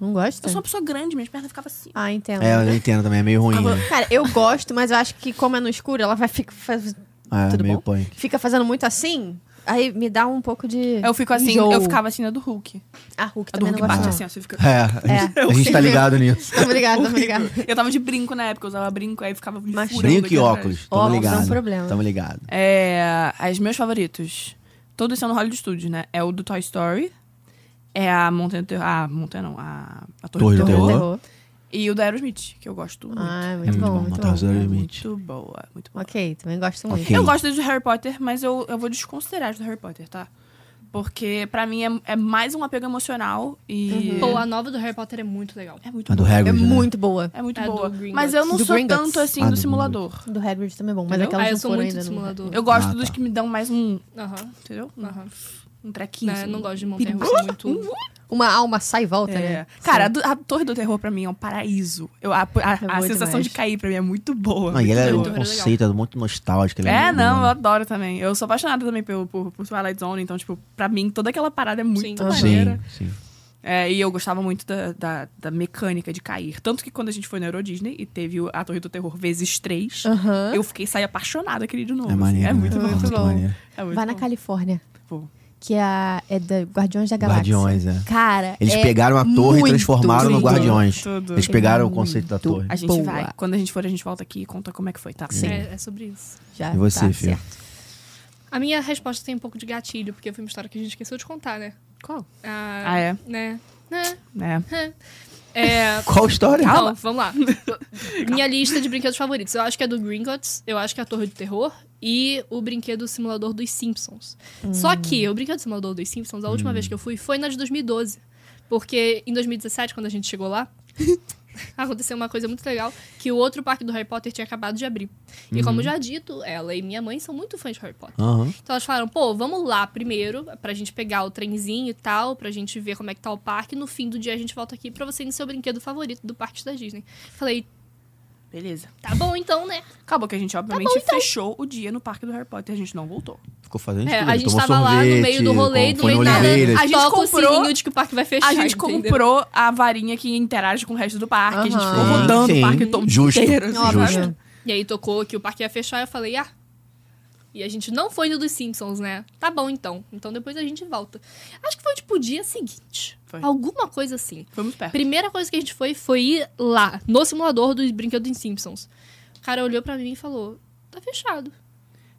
Speaker 1: Não gosta?
Speaker 3: Eu sou uma pessoa grande, minhas pernas ficavam assim.
Speaker 1: Ah, entendo.
Speaker 2: É, eu entendo também, é meio ruim. Né?
Speaker 1: Cara, eu gosto, mas eu acho que como é no escuro, ela vai ficar, faz-
Speaker 2: É,
Speaker 1: Tudo
Speaker 2: meio
Speaker 1: bom?
Speaker 2: punk.
Speaker 1: fica fazendo muito assim. Aí me dá um pouco
Speaker 4: É
Speaker 1: de.
Speaker 3: Eu fico assim,
Speaker 1: enjoo.
Speaker 3: eu ficava assim na do Hulk.
Speaker 1: A Ah, Hulk
Speaker 3: A do
Speaker 1: também
Speaker 3: Hulk
Speaker 1: não gosta.
Speaker 3: bate
Speaker 1: não.
Speaker 3: assim, ó, você fica.
Speaker 2: É, a gente,
Speaker 1: É.
Speaker 2: a gente tá ligado nisso.
Speaker 1: Tá ligado, tá ligado.
Speaker 3: Eu tava de brinco na época, eu usava brinco, aí ficava me
Speaker 1: Mas-
Speaker 3: furando
Speaker 2: Brinco
Speaker 3: aqui
Speaker 2: e
Speaker 3: atrás.
Speaker 2: óculos,
Speaker 1: Óculos
Speaker 2: tamo
Speaker 1: é um
Speaker 2: ligado.
Speaker 1: problema.
Speaker 2: Tamo ligado.
Speaker 3: É. As meus favoritos. Todos são no Hollywood Studios, né? É o do Toy Story. É a Montanha do Terror. Ah, Montanha não. A, a Torre, do Terror.
Speaker 1: Então, Terror.
Speaker 3: E o da Aerosmith, que eu gosto muito.
Speaker 1: Ah, é
Speaker 2: É
Speaker 1: muito bom, muito
Speaker 2: tá
Speaker 1: bom.
Speaker 2: usando
Speaker 3: é
Speaker 2: limite.
Speaker 3: muito boa, muito boa.
Speaker 1: Ok, também gosto muito.
Speaker 2: Ok.
Speaker 3: Eu gosto de Harry Potter, mas eu, eu vou desconsiderar as do Harry Potter, tá? Porque pra mim é, é mais um apego emocional e.
Speaker 1: Uhum.
Speaker 4: Pô, a nova do Harry Potter é muito legal.
Speaker 3: É muito
Speaker 2: A do
Speaker 3: boa.
Speaker 1: É
Speaker 2: Hagrid, né?
Speaker 1: muito boa.
Speaker 3: É muito
Speaker 4: É do
Speaker 3: boa.
Speaker 4: Gringotts.
Speaker 3: Mas eu não
Speaker 1: Do
Speaker 3: sou
Speaker 1: Gringotts.
Speaker 3: tanto assim
Speaker 2: Ah, do
Speaker 3: do simulador.
Speaker 1: Do Hagrid também é bom, mas
Speaker 3: Entendeu?
Speaker 1: aquelas
Speaker 4: ah, eu
Speaker 1: não
Speaker 4: sou
Speaker 1: foram
Speaker 4: muito
Speaker 1: ainda. não.
Speaker 4: simulador.
Speaker 3: Eu gosto
Speaker 2: Ah,
Speaker 3: dos
Speaker 2: tá.
Speaker 3: que me dão mais um.
Speaker 4: Aham,
Speaker 3: Entendeu? Um,
Speaker 4: aham.
Speaker 3: um trequinho.
Speaker 4: Né,
Speaker 3: assim.
Speaker 4: Ah. não gosto de montanha russa é
Speaker 1: Uhum.
Speaker 4: muito.
Speaker 1: Uma alma sai e volta,
Speaker 3: É.
Speaker 1: né?
Speaker 3: Cara, a, do- a Torre do Terror pra mim é um paraíso. Eu, a a- a
Speaker 4: É
Speaker 1: bom
Speaker 3: sensação
Speaker 1: demais.
Speaker 3: de cair pra mim é muito boa.
Speaker 2: Não, e
Speaker 3: muito
Speaker 2: ela é um
Speaker 3: boa.
Speaker 4: legal.
Speaker 2: conceito, é muito nostálgico. ela
Speaker 3: É,
Speaker 2: muito
Speaker 3: não, eu
Speaker 2: boa.
Speaker 3: adoro também. Eu sou apaixonada também pelo, por, por Twilight Zone, então, tipo, pra mim toda aquela parada é muito
Speaker 4: Sim.
Speaker 3: maneira.
Speaker 2: Sim, sim.
Speaker 3: É, e eu gostava muito da, da, da mecânica de cair. Tanto que quando a gente foi na Euro Disney e teve o- a Torre do Terror vezes três,
Speaker 1: Aham.
Speaker 3: eu fiquei saí apaixonada aquele de novo.
Speaker 2: É
Speaker 3: assim.
Speaker 2: maneiro.
Speaker 3: É muito
Speaker 2: né?
Speaker 3: bom.
Speaker 2: É muito
Speaker 1: bom.
Speaker 2: maneiro.
Speaker 3: É muito
Speaker 1: Vai na
Speaker 3: bom.
Speaker 1: Califórnia,
Speaker 3: Pô.
Speaker 1: que é, a, é da Guardiões da Galáxia.
Speaker 2: Guardiões, é.
Speaker 1: Cara,
Speaker 2: Eles
Speaker 1: é
Speaker 2: pegaram a torre
Speaker 1: muito
Speaker 2: e transformaram no
Speaker 1: lindo.
Speaker 2: Guardiões.
Speaker 3: Tudo.
Speaker 2: Eles pegaram o conceito da torre.
Speaker 3: A gente
Speaker 1: Boa.
Speaker 3: vai. Quando a gente for, a gente volta aqui e conta como é que foi, tá?
Speaker 1: Sim.
Speaker 4: É, é sobre isso.
Speaker 1: Já
Speaker 2: E você,
Speaker 1: tá
Speaker 2: Fio?
Speaker 1: certo.
Speaker 4: A minha resposta tem um pouco de gatilho, porque foi uma história que a gente esqueceu de contar, né?
Speaker 3: Qual?
Speaker 4: Ah,
Speaker 3: Ah, é?
Speaker 4: Né? Né?
Speaker 3: É.
Speaker 4: É.
Speaker 2: Qual história?
Speaker 4: Calma, vamos lá. Minha lista de brinquedos favoritos. Eu acho que é do Gringotts, eu acho que é a Torre do Terror e o brinquedo simulador dos Simpsons. Só que o brinquedo simulador dos Simpsons, a última vez que eu fui, foi na de 2012. Porque em 2017, quando a gente chegou lá, aconteceu uma coisa muito legal, que o outro parque do Harry Potter tinha acabado de abrir. E como já dito, ela e minha mãe são muito fãs de Harry Potter.
Speaker 2: Aham.
Speaker 4: Então elas falaram, pô, vamos lá primeiro, pra gente pegar o trenzinho e tal, pra gente ver como é que tá o parque. No fim do dia a gente volta aqui pra você ir no seu brinquedo favorito do parque da Disney. Falei,
Speaker 3: Beleza.
Speaker 4: tá bom então, né?
Speaker 3: Acabou então. que a gente, obviamente, fechou o dia no Parque do Harry Potter. A gente não voltou.
Speaker 2: Ficou fazendo
Speaker 4: É,
Speaker 2: tudo.
Speaker 4: a gente
Speaker 2: Tomou
Speaker 4: tava lá no meio do
Speaker 2: sorvete,
Speaker 4: rolê, do
Speaker 2: foi
Speaker 4: meio
Speaker 2: no
Speaker 4: nada.
Speaker 2: Oliveiras.
Speaker 4: A
Speaker 3: A
Speaker 4: gente
Speaker 3: gente
Speaker 4: toca o
Speaker 3: comprou-
Speaker 4: sininho de que o parque vai fechar.
Speaker 3: a gente
Speaker 4: entendeu?
Speaker 3: comprou a varinha que interage com o resto do parque. A gente
Speaker 1: Aham.
Speaker 3: ficou
Speaker 2: Sim,
Speaker 3: rodando
Speaker 2: sim.
Speaker 3: o parque todo
Speaker 2: Justo,
Speaker 3: inteiro. assim,
Speaker 1: Óbvio.
Speaker 3: sabe?
Speaker 4: E aí tocou que o parque ia fechar, eu falei, ah. E a gente não foi no dos Simpsons, né? Tá bom então. Então depois a gente volta. Acho que foi tipo o dia seguinte.
Speaker 3: Foi.
Speaker 4: Alguma coisa assim.
Speaker 3: Foi muito perto.
Speaker 4: Primeira coisa que a gente foi foi ir lá, no simulador dos brinquedos dos Simpsons. O cara olhou pra mim e falou: tá fechado.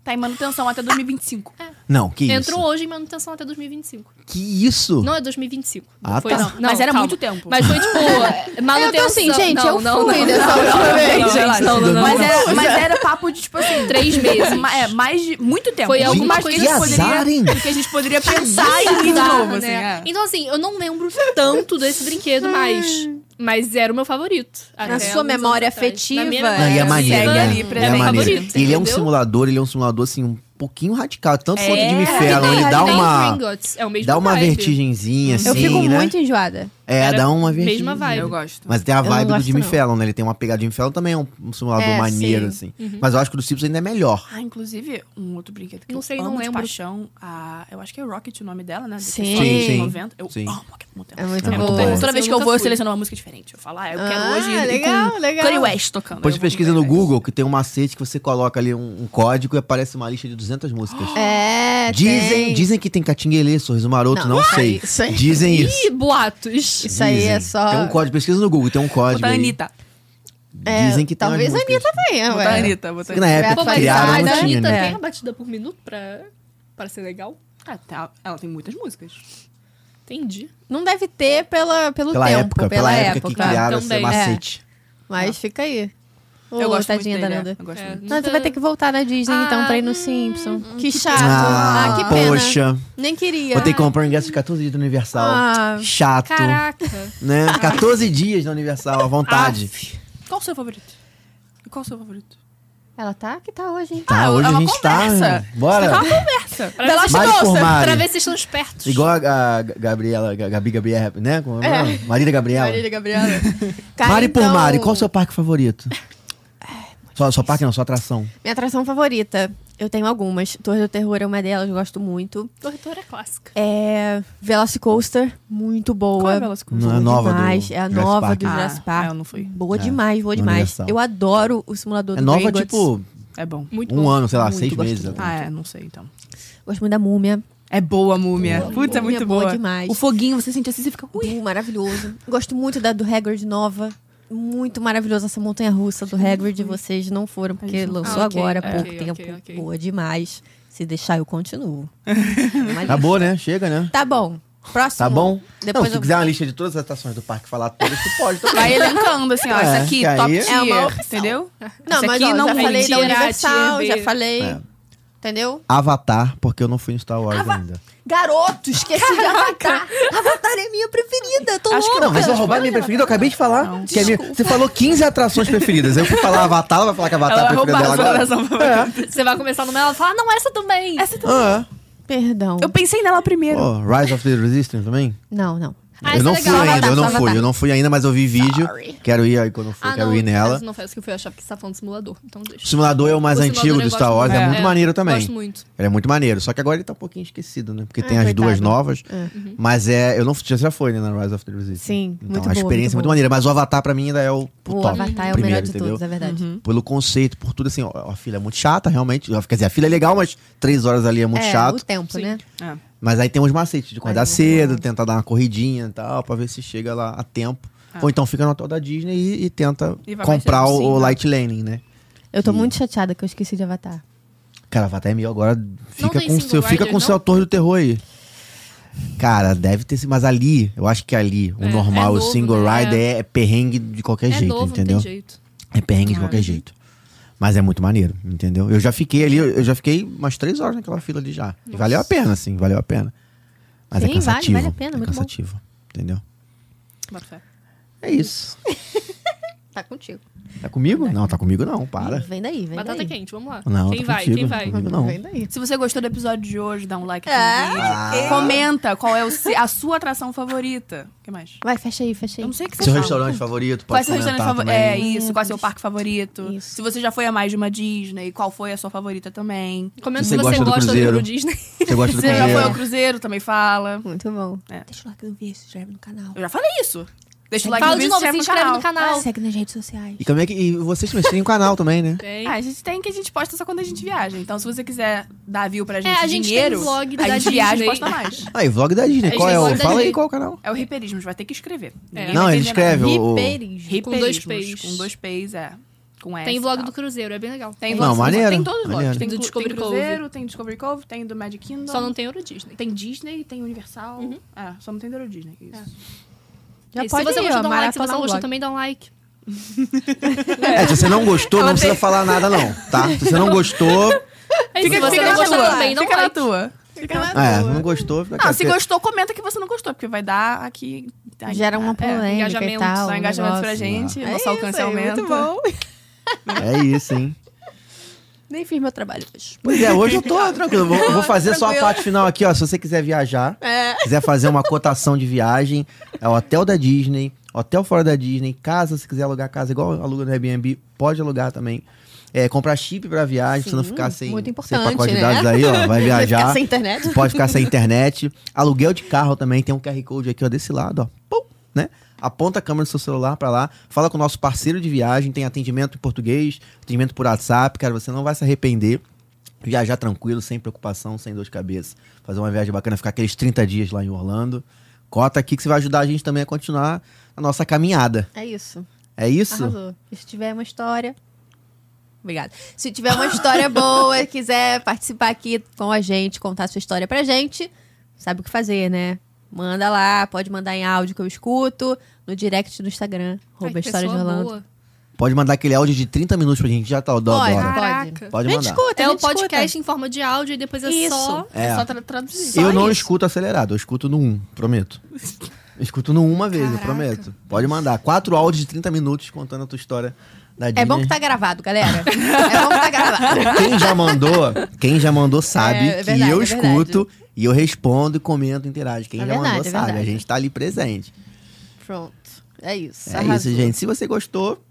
Speaker 3: Tá em manutenção até 2025.
Speaker 2: Não, que
Speaker 4: Entrou
Speaker 2: isso?
Speaker 4: hoje em manutenção até 2025.
Speaker 2: Que isso?
Speaker 4: Não é 2025.
Speaker 2: Ah,
Speaker 4: foi,
Speaker 2: tá.
Speaker 4: não,
Speaker 3: Mas era
Speaker 4: calma.
Speaker 3: muito tempo.
Speaker 4: Mas foi tipo, é,
Speaker 1: Eu tô
Speaker 4: manutenção.
Speaker 1: assim, gente,
Speaker 4: não,
Speaker 1: eu
Speaker 4: não,
Speaker 1: fui
Speaker 4: não,
Speaker 1: dessa
Speaker 4: não,
Speaker 1: última
Speaker 4: não,
Speaker 1: vez,
Speaker 4: não,
Speaker 1: gente.
Speaker 4: Não, não, não.
Speaker 3: mas,
Speaker 4: Mas é
Speaker 3: era, mas era papo de, tipo assim...
Speaker 4: três meses.
Speaker 3: ma- É, mais de... Muito tempo.
Speaker 4: Foi
Speaker 3: Muito
Speaker 4: alguma
Speaker 3: mais do
Speaker 4: coisa-
Speaker 3: que a gente
Speaker 2: Que azar, hein?
Speaker 3: poderia, do que a gente poderia pensar em ir de
Speaker 4: bizarro,
Speaker 3: novo, assim.
Speaker 4: né?
Speaker 3: é.
Speaker 4: Então, assim, eu não lembro tanto desse brinquedo mais. Mas era o meu favorito.
Speaker 1: Na
Speaker 4: até
Speaker 1: sua
Speaker 4: uns
Speaker 1: memória
Speaker 4: anos atrás.
Speaker 1: afetiva,
Speaker 4: Na minha
Speaker 1: é.
Speaker 2: Não,
Speaker 4: memória
Speaker 2: e é maneiro,
Speaker 4: afetiva,
Speaker 3: segue
Speaker 2: né?
Speaker 3: ali, pra
Speaker 2: E é
Speaker 3: mim,
Speaker 2: maneiro.
Speaker 4: favorito,
Speaker 2: E ele é um
Speaker 4: entendeu?
Speaker 2: simulador, ele é um simulador, assim, um pouquinho radical. Tanto quanto
Speaker 3: É.
Speaker 2: de
Speaker 3: É,
Speaker 2: Fallon,
Speaker 4: Que
Speaker 2: ele
Speaker 4: nem-
Speaker 2: dá
Speaker 4: que nem
Speaker 2: uma...
Speaker 4: Gringotts, é o mesmo
Speaker 2: Dá uma
Speaker 4: vibe.
Speaker 2: vertigenzinha, assim,
Speaker 1: Eu fico
Speaker 2: né?
Speaker 1: muito enjoada.
Speaker 2: É,
Speaker 4: Era
Speaker 2: dá uma vertigem.
Speaker 4: mesma vibe.
Speaker 3: Eu gosto.
Speaker 2: Mas tem a
Speaker 1: não
Speaker 2: vibe do
Speaker 1: gosto,
Speaker 2: Jimmy
Speaker 1: não.
Speaker 2: Fallon, né? Ele tem uma pegada. Jimmy Fallon também é um, um simulador
Speaker 1: É,
Speaker 2: maneiro,
Speaker 1: sim.
Speaker 2: assim. Mas eu acho que o do Simpsons ainda é melhor.
Speaker 3: Ah, inclusive, um outro brinquedo que
Speaker 4: Não
Speaker 3: eu
Speaker 4: sei,
Speaker 3: amo
Speaker 4: não
Speaker 3: de
Speaker 4: lembro.
Speaker 3: paixão, a, eu acho que é Rocket o nome dela, né?
Speaker 1: Sim.
Speaker 3: Sim,
Speaker 2: Sim, sim.
Speaker 3: sim. 90. Eu
Speaker 2: Sim.
Speaker 3: amo aquela com o tempo.
Speaker 1: É muito
Speaker 2: É
Speaker 1: bom.
Speaker 2: muito
Speaker 3: Então,
Speaker 2: bom.
Speaker 3: Toda vez que eu vou, eu
Speaker 4: nunca fui.
Speaker 3: seleciono uma música diferente. Eu falo, ah, eu quero
Speaker 1: Ah,
Speaker 3: hoje ir
Speaker 1: legal,
Speaker 3: com
Speaker 1: legal.
Speaker 3: Kanye West tocando.
Speaker 2: Depois
Speaker 3: Eu
Speaker 2: de
Speaker 3: vou com
Speaker 2: pesquisa no
Speaker 3: Kanye West.
Speaker 2: Google, que tem um macete que você coloca ali um, um código e aparece uma lista de 200 músicas.
Speaker 1: É,
Speaker 2: Dizem,
Speaker 1: tem.
Speaker 2: dizem que tem Catinguelê, Sorriso Maroto,
Speaker 1: Não,
Speaker 2: não,
Speaker 1: isso aí-
Speaker 2: sei.
Speaker 1: isso aí-
Speaker 2: Dizem isso.
Speaker 4: Ih, boatos.
Speaker 1: Isso aí é
Speaker 2: Dizem.
Speaker 1: só-
Speaker 2: Tem um código, pesquisa no Google, tem um código.
Speaker 3: Botar a
Speaker 2: aí.
Speaker 3: Anitta.
Speaker 1: É,
Speaker 2: Dizem que tem
Speaker 1: Talvez a
Speaker 2: umas músicas-
Speaker 1: Anitta tenha,
Speaker 3: Botar a
Speaker 1: ué.
Speaker 3: Anitta. Botar a
Speaker 2: Na
Speaker 3: Anitta.
Speaker 2: época
Speaker 4: Pô, mas
Speaker 2: criaram,
Speaker 4: a
Speaker 2: não
Speaker 4: Anitta
Speaker 2: tinha, né?
Speaker 4: tem a batida por minuto pra, pra ser legal?
Speaker 3: Ah, tá. Ela tem muitas músicas.
Speaker 4: Entendi.
Speaker 1: Não deve ter pela, pelo
Speaker 2: Pela
Speaker 1: tempo,
Speaker 2: época,
Speaker 1: pela,
Speaker 2: pela época, que
Speaker 1: época.
Speaker 2: criaram
Speaker 4: Também.
Speaker 2: esse macete.
Speaker 1: Mas fica aí.
Speaker 3: eu
Speaker 1: Ô,
Speaker 3: gosto
Speaker 1: tadinha
Speaker 3: muito dele,
Speaker 1: danada.
Speaker 3: é. Eu gosto
Speaker 4: É.
Speaker 3: muito.
Speaker 1: Não, você vai ter que voltar na Disney
Speaker 4: Ah,
Speaker 1: então pra ir no
Speaker 4: hum,
Speaker 1: Simpson.
Speaker 4: hum,
Speaker 1: que
Speaker 4: que
Speaker 1: chato.
Speaker 2: Ah,
Speaker 1: Ah, que pena.
Speaker 2: poxa.
Speaker 1: Nem queria.
Speaker 2: Vou ter que comprar o ingresso de 14 dias do Universal.
Speaker 1: Ah.
Speaker 2: Chato.
Speaker 4: Caraca.
Speaker 2: Né? 14 dias no Universal, à vontade.
Speaker 3: Qual o seu favorito? Qual o seu favorito?
Speaker 1: Ela tá que tá hoje, hein?
Speaker 2: Tá,
Speaker 3: Ah,
Speaker 2: hoje
Speaker 3: é
Speaker 2: a
Speaker 3: uma
Speaker 2: gente
Speaker 3: conversa.
Speaker 2: tá. Bora.
Speaker 3: Tá uma conversa.
Speaker 4: Pra ver, se,
Speaker 2: Mais formado.
Speaker 4: pra ver se estão espertos.
Speaker 1: tá-
Speaker 2: Igual a, Ga- Gabriela, Ga- Gabi Gabriela, né? Como é o nome? Marida Gabriela.
Speaker 1: Marília Gabriela. Cara,
Speaker 2: Mari por
Speaker 1: então, É,
Speaker 2: Mari, qual o seu parque favorito? Só, só parque não, só atração.
Speaker 1: Minha atração favorita. Eu tenho algumas. Torre do Terror é uma delas, eu gosto muito.
Speaker 4: Corretora clássica.
Speaker 1: É. Velocicoaster, muito boa.
Speaker 3: Qual é a Velocicoaster?
Speaker 2: Não, é nova
Speaker 1: demais.
Speaker 2: do
Speaker 1: é a
Speaker 2: Jurassic
Speaker 1: nova
Speaker 2: Park.
Speaker 1: do Jurassic
Speaker 3: Ah,
Speaker 1: Park.
Speaker 3: eu não fui.
Speaker 1: Boa
Speaker 2: É,
Speaker 1: demais, boa
Speaker 2: no
Speaker 1: demais.
Speaker 2: Universal.
Speaker 1: Eu adoro o simulador
Speaker 2: É
Speaker 1: do
Speaker 2: nova,
Speaker 1: Gringotts.
Speaker 2: tipo,
Speaker 3: É bom.
Speaker 4: Muito
Speaker 2: um
Speaker 4: bom.
Speaker 2: ano, sei lá,
Speaker 1: Muito,
Speaker 2: seis
Speaker 1: gosto
Speaker 2: meses.
Speaker 1: muito.
Speaker 2: né?
Speaker 3: Ah, é, não sei então.
Speaker 1: Gosto muito da múmia.
Speaker 3: É boa a múmia.
Speaker 4: Boa,
Speaker 3: Putz, é
Speaker 4: boa.
Speaker 3: muito
Speaker 1: Múmia boa
Speaker 3: boa.
Speaker 1: demais.
Speaker 3: O foguinho, você sente assim, você fica. Ui.
Speaker 1: Uh, maravilhoso. Gosto muito da do Hagrid nova. Muito maravilhosa essa montanha russa do Hagrid. Vocês não foram, porque
Speaker 3: não
Speaker 1: lançou
Speaker 4: Ah, ok.
Speaker 1: agora há
Speaker 4: É.
Speaker 1: pouco
Speaker 4: Ok,
Speaker 1: tempo.
Speaker 4: ok, ok.
Speaker 1: Boa demais. Se deixar, eu continuo. Uma lista.
Speaker 2: Acabou, né? Chega, né?
Speaker 1: Tá bom. Próximo.
Speaker 2: Tá bom? não,
Speaker 1: Depois
Speaker 2: se
Speaker 1: eu...
Speaker 2: quiser uma lista de todas as atrações do parque, falar todas, tu pode também.
Speaker 3: Vai elencando assim, ó.
Speaker 2: É,
Speaker 3: Isso aqui,
Speaker 2: que aí-
Speaker 3: top
Speaker 2: É
Speaker 3: tier.
Speaker 1: uma opção.
Speaker 3: Entendeu?
Speaker 1: Não,
Speaker 3: Esse
Speaker 1: mas
Speaker 3: aqui
Speaker 1: ó,
Speaker 3: não
Speaker 1: já
Speaker 3: vem.
Speaker 1: falei da
Speaker 4: Tier A,
Speaker 1: Universal,
Speaker 4: Tier B.
Speaker 1: já falei.
Speaker 2: É.
Speaker 1: Entendeu?
Speaker 2: Avatar, porque eu não fui no Star Wars ainda.
Speaker 1: Garoto, esqueci de Avatar. Avatar é minha preferida. Tô
Speaker 3: Acho que
Speaker 1: louca.
Speaker 2: Não, mas vai roubar minha preferida, eu acabei de falar. Que é minha- Você falou 15 atrações preferidas. Eu fui falar Avatar, ela vai falar que Avatar é a
Speaker 3: Ela
Speaker 2: preferida
Speaker 3: roubava
Speaker 2: dela
Speaker 3: a sua
Speaker 2: agora.
Speaker 3: oração pra
Speaker 4: Você vai começar no meio ela fala, "Ah, não, essa também.
Speaker 3: é
Speaker 4: Essa
Speaker 2: Ah,
Speaker 1: Perdão.
Speaker 3: Eu pensei nela
Speaker 2: é.
Speaker 3: primeiro.
Speaker 2: Pô, Rise of the Resistance também?
Speaker 1: Não, não.
Speaker 4: Ah,
Speaker 2: eu
Speaker 4: essa
Speaker 2: não
Speaker 4: é
Speaker 2: fui
Speaker 4: legal.
Speaker 2: ainda,
Speaker 1: Avatar,
Speaker 2: eu não
Speaker 1: Avatar.
Speaker 2: fui, eu não fui ainda, mas eu vi vídeo.
Speaker 4: Sorry.
Speaker 2: Quero ir aí quando eu for,
Speaker 4: Ah,
Speaker 2: quero
Speaker 4: não,
Speaker 2: ir nela.
Speaker 4: essa não foi essa que eu fui achar, porque você tá falando de simulador. Então deixa.
Speaker 2: O simulador é o mais
Speaker 4: O simulador
Speaker 2: antigo do
Speaker 4: eu
Speaker 2: Star
Speaker 4: gosto
Speaker 2: Wars, é,
Speaker 3: muito.
Speaker 2: muito
Speaker 4: É,
Speaker 2: maneiro também.
Speaker 4: Gosto muito.
Speaker 2: Ele é muito maneiro, só que agora ele tá um pouquinho esquecido, né? Porque tem
Speaker 1: É,
Speaker 2: as
Speaker 1: coitado.
Speaker 2: duas novas,
Speaker 1: É.
Speaker 2: mas é, eu não você já foi né, na Rise of the Resistance.
Speaker 1: Sim,
Speaker 2: então,
Speaker 1: muito boa,
Speaker 2: a experiência
Speaker 1: muito
Speaker 2: é muito
Speaker 1: boa.
Speaker 2: maneira, mas o Avatar pra mim ainda é o, o
Speaker 1: O
Speaker 2: top.
Speaker 1: Avatar é o
Speaker 2: primeiro,
Speaker 1: melhor de
Speaker 2: entendeu? Uhum.
Speaker 1: todos, é verdade.
Speaker 2: Pelo conceito, por tudo assim, ó, a filha é muito chata, realmente. Quer dizer, a filha é legal, mas três horas ali é muito
Speaker 1: é,
Speaker 2: chato.
Speaker 1: o tempo,
Speaker 4: Sim.
Speaker 1: né?
Speaker 3: É.
Speaker 2: Mas aí tem uns macetes de acordar
Speaker 1: Mas é
Speaker 2: cedo, tentar dar uma corridinha e tal, pra ver se chega lá a tempo.
Speaker 1: Ah.
Speaker 2: Ou então fica no hotel da Disney e, e tenta
Speaker 3: E vai
Speaker 2: comprar
Speaker 3: mais cedo,
Speaker 2: o, o
Speaker 3: sim, né?
Speaker 2: Light Laning, né?
Speaker 1: Eu tô
Speaker 2: E-
Speaker 1: muito chateada que eu esqueci de Avatar.
Speaker 2: Cara, Avatar é meio agora. Fica
Speaker 4: tem
Speaker 2: com o
Speaker 4: single
Speaker 2: seu, fica
Speaker 4: rider,
Speaker 2: com o seu ator do terror aí. Cara, deve ter sido. Mas ali, eu acho que ali, o
Speaker 4: É,
Speaker 2: normal,
Speaker 4: é
Speaker 2: o
Speaker 4: novo,
Speaker 2: single
Speaker 4: né?
Speaker 2: rider é, é perrengue de qualquer
Speaker 4: é
Speaker 2: jeito,
Speaker 4: novo,
Speaker 2: entendeu?
Speaker 4: não tem jeito.
Speaker 2: É perrengue de qualquer jeito. Mas é muito maneiro, entendeu? Eu já fiquei ali, eu eu já fiquei umas três horas naquela fila ali já. E valeu a pena, sim, valeu a pena. Mas é
Speaker 1: Sim, vale, vale a
Speaker 2: cansativo.
Speaker 1: pena,
Speaker 2: é
Speaker 1: muito bom.
Speaker 2: cansativo, entendeu?
Speaker 3: Bota fé.
Speaker 2: É isso.
Speaker 1: Tá contigo.
Speaker 2: Tá comigo? Não, tá comigo não, para.
Speaker 1: Vem daí, vem
Speaker 4: Batata
Speaker 1: daí.
Speaker 4: quente, vamos lá.
Speaker 2: Não,
Speaker 4: quem
Speaker 2: tá
Speaker 4: vai?
Speaker 2: contigo.
Speaker 4: Quem vai?
Speaker 2: Comigo não.
Speaker 1: Vem daí.
Speaker 3: Se você gostou do episódio de hoje, dá um like
Speaker 1: É.
Speaker 3: aqui no vídeo.
Speaker 2: Ah.
Speaker 3: Comenta qual é o se- a sua atração favorita. O que mais?
Speaker 1: Vai, fecha aí, fecha
Speaker 3: Eu
Speaker 1: aí.
Speaker 3: não sei o que você
Speaker 2: Seu
Speaker 3: fala.
Speaker 2: restaurante favorite,
Speaker 3: Qual é
Speaker 2: pode
Speaker 3: seu restaurante
Speaker 2: comentar
Speaker 3: favorito?
Speaker 2: também.
Speaker 3: É isso, qual é seu parque favorito?
Speaker 1: Isso.
Speaker 3: Se você já foi a mais de uma Disney, qual foi a sua favorita também?
Speaker 4: Comenta
Speaker 2: Se
Speaker 4: se
Speaker 2: você
Speaker 4: você
Speaker 2: gosta do
Speaker 4: gosta do
Speaker 2: Cruzeiro.
Speaker 4: livro Disney.
Speaker 2: Você gosta do
Speaker 3: Você já foi ao
Speaker 2: cruzeiro?
Speaker 3: Cruzeiro, também fala.
Speaker 1: Muito bom.
Speaker 3: É.
Speaker 1: Deixa o like no vídeo, se inscreve no canal. Ah,
Speaker 3: Eu já falei isso. Deixa o like
Speaker 4: Fala
Speaker 3: no
Speaker 4: de
Speaker 3: vídeo,
Speaker 4: novo, se inscreve no canal.
Speaker 1: Segue nas redes sociais.
Speaker 2: E como é que. E vocês mexerem o canal também, né?
Speaker 4: Tem.
Speaker 3: Ah, a gente tem que a gente posta só quando a gente viaja. Então, se você quiser dar view pra gente,
Speaker 4: É, a gente
Speaker 3: dinheiro,
Speaker 4: tem vlog da
Speaker 3: a gente
Speaker 4: Disney.
Speaker 3: viaja e posta mais.
Speaker 2: Aí, vlog da
Speaker 4: É,
Speaker 2: Disney. Qual é
Speaker 4: vlog
Speaker 2: o.
Speaker 4: da
Speaker 2: Fala aí
Speaker 4: Disney.
Speaker 2: qual é o canal.
Speaker 3: É o riperismo, vai ter que escrever. Ninguém
Speaker 2: Não,
Speaker 3: vai
Speaker 2: ele
Speaker 3: entender nada.
Speaker 2: escreve o. o-
Speaker 1: Ripeirismos.
Speaker 4: É. Com dois
Speaker 3: Riperismos,
Speaker 4: Ps.
Speaker 3: Com dois P's, é. Com S.
Speaker 4: Tem
Speaker 3: e
Speaker 4: vlog
Speaker 3: tal.
Speaker 4: do Cruzeiro, é bem legal.
Speaker 3: Tem
Speaker 2: Não,
Speaker 3: vlog do Cruzeiro,
Speaker 2: maneiro,
Speaker 3: Tem todos os vlogs.
Speaker 2: maneiro.
Speaker 3: Tem
Speaker 4: Do
Speaker 3: do
Speaker 4: Discovery
Speaker 3: Discovery tem Cruzeiro, tem Discovery Cove, tem do Magic Kingdom.
Speaker 4: Só não Uhum. tem Euro Disney.
Speaker 3: Tem Disney, tem Universal. É, só não tem Euro Disney.
Speaker 4: É.
Speaker 3: Isso.
Speaker 1: Já
Speaker 4: E
Speaker 1: pode
Speaker 4: se você
Speaker 1: ir,
Speaker 4: gostou,
Speaker 1: ó,
Speaker 4: dá um like. Se você
Speaker 1: maratona
Speaker 4: não
Speaker 1: o
Speaker 4: gostou,
Speaker 1: blog.
Speaker 4: também dá um like.
Speaker 2: É, se você não gostou,
Speaker 3: Ela
Speaker 2: não precisa
Speaker 3: tem-
Speaker 2: falar nada, não, tá? Se você não gostou.
Speaker 4: E se você
Speaker 3: fica
Speaker 4: não
Speaker 3: na
Speaker 4: gostou
Speaker 3: tua,
Speaker 4: também, dá um
Speaker 3: fica na
Speaker 4: like.
Speaker 3: tua.
Speaker 1: Fica lá
Speaker 2: É,
Speaker 1: boa.
Speaker 2: não gostou, fica
Speaker 3: Não, Ah, se
Speaker 2: quieto.
Speaker 3: gostou, comenta que você não gostou, porque vai dar aqui.
Speaker 1: Gera uma
Speaker 3: é,
Speaker 1: polêmica e
Speaker 4: engajamento,
Speaker 1: tal.
Speaker 3: Dá
Speaker 1: um
Speaker 3: engajamento pra
Speaker 1: negócio.
Speaker 3: gente,
Speaker 1: É
Speaker 3: nosso alcance
Speaker 1: isso aí,
Speaker 3: aumenta.
Speaker 1: Muito bom.
Speaker 2: É isso, hein?
Speaker 1: Nem fiz meu trabalho hoje.
Speaker 2: Pois é, hoje eu tô tranquilo. Vou, vou fazer só a parte final aqui, ó. Se você quiser viajar, quiser fazer uma cotação de viagem, é o hotel da Disney, hotel fora da Disney, casa, se quiser alugar casa, igual aluga no Airbnb, pode alugar também. é, comprar chip pra viagem, pra você não
Speaker 1: Sim,
Speaker 2: ficar sem,
Speaker 1: muito
Speaker 2: sem
Speaker 1: importante,
Speaker 2: pacote de
Speaker 1: né?
Speaker 2: dados aí, ó. Vai
Speaker 1: Vai
Speaker 2: viajar.
Speaker 1: ficar sem internet.
Speaker 2: Pode ficar sem internet. Aluguel de carro também, tem um QR Code aqui, ó, desse lado, ó. Pum, né? Aponta a câmera do seu celular pra lá, fala com o nosso parceiro de viagem, tem atendimento em português, atendimento por WhatsApp, cara, você não vai se arrepender. Viajar tranquilo, sem preocupação, sem dor de cabeça. Fazer uma viagem bacana, ficar aqueles 30 dias lá em Orlando. Cota aqui que você vai ajudar a gente também a continuar a nossa caminhada.
Speaker 1: É isso.
Speaker 2: É isso?
Speaker 1: Arrasou. E Se tiver uma história. Obrigada. Se tiver uma história boa, quiser participar aqui com a gente, contar sua história pra gente, sabe o que fazer, né? Manda lá, pode mandar em áudio que eu escuto, no direct do Instagram, rouba
Speaker 4: Ai, que
Speaker 1: história de
Speaker 4: pessoa
Speaker 1: Orlando.
Speaker 4: boa.
Speaker 2: Pode mandar aquele áudio de 30 minutos pra gente, já tá, adoro.
Speaker 1: Pode.
Speaker 2: adoro.
Speaker 4: Caraca.
Speaker 2: Pode
Speaker 1: a gente
Speaker 2: mandar.
Speaker 1: escuta, a
Speaker 4: É o
Speaker 1: gente
Speaker 4: podcast
Speaker 1: escuta.
Speaker 4: em forma de áudio e depois é
Speaker 1: Isso.
Speaker 4: só, é.
Speaker 2: É.
Speaker 4: só tra- traduzir.
Speaker 2: eu
Speaker 4: Só
Speaker 2: não
Speaker 4: isso.
Speaker 2: escuto acelerado, eu escuto no 1, prometo. Eu escuto no 1 uma vez, eu
Speaker 4: Caraca.
Speaker 2: prometo. Pode mandar. Quatro áudios de 30 minutos contando a tua história da Disney.
Speaker 1: É bom que tá gravado, galera. É bom que tá gravado.
Speaker 2: Quem já mandou, quem já mandou sabe
Speaker 1: É, é verdade,
Speaker 2: que eu
Speaker 1: é
Speaker 2: escuto e eu respondo, comento, interajo. Quem
Speaker 1: É
Speaker 2: já
Speaker 1: verdade,
Speaker 2: mandou
Speaker 1: é
Speaker 2: sabe, a
Speaker 1: verdade.
Speaker 2: gente tá ali presente.
Speaker 1: Pronto. É isso.
Speaker 2: É
Speaker 1: arrasou.
Speaker 2: isso, gente. Se você gostou,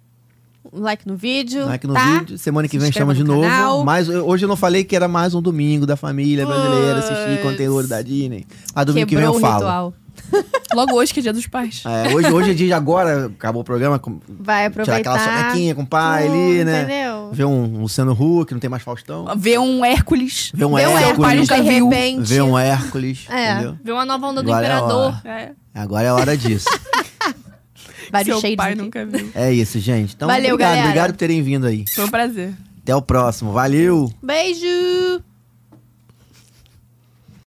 Speaker 1: Um like no vídeo.
Speaker 2: like no
Speaker 1: tá?
Speaker 2: vídeo. Semana que
Speaker 1: Se
Speaker 2: vem
Speaker 1: inscreva
Speaker 2: chama de
Speaker 1: no
Speaker 2: novo.
Speaker 1: canal.
Speaker 2: Mas eu- hoje eu não falei que era mais um domingo da família brasileira assistir
Speaker 3: Puts.
Speaker 2: conteúdo da Disney. Mas domingo que vem
Speaker 1: Quebrou
Speaker 2: eu
Speaker 1: o
Speaker 2: falo.
Speaker 1: ritual.
Speaker 3: Logo hoje, que é dia dos pais.
Speaker 2: É, hoje, hoje é dia de agora, acabou o programa, com-
Speaker 1: Vai aproveitar.
Speaker 2: Tirar aquela sonequinha com o pai ali,
Speaker 1: Hum,
Speaker 2: né?
Speaker 1: entendeu?
Speaker 2: Ver um Luciano Huck, não tem mais Faustão.
Speaker 3: Ver um Hércules.
Speaker 2: Ver um
Speaker 1: Deu um
Speaker 2: Hércules.
Speaker 1: Hércules de
Speaker 3: nunca viu.
Speaker 1: repente.
Speaker 2: Ver um Hércules,
Speaker 1: É.
Speaker 2: entendeu?
Speaker 4: Vê uma nova onda do
Speaker 2: Agora é a
Speaker 4: imperador.
Speaker 2: hora.
Speaker 3: É.
Speaker 2: Agora é a hora disso.
Speaker 1: Vários
Speaker 3: Seu
Speaker 1: shades
Speaker 3: pai
Speaker 1: aqui.
Speaker 3: nunca viu.
Speaker 2: é isso, gente. Então,
Speaker 1: Valeu,
Speaker 2: obrigado,
Speaker 1: galera.
Speaker 2: obrigado por terem vindo aí.
Speaker 3: Foi um prazer.
Speaker 2: Até o próximo. Valeu!
Speaker 1: Beijo!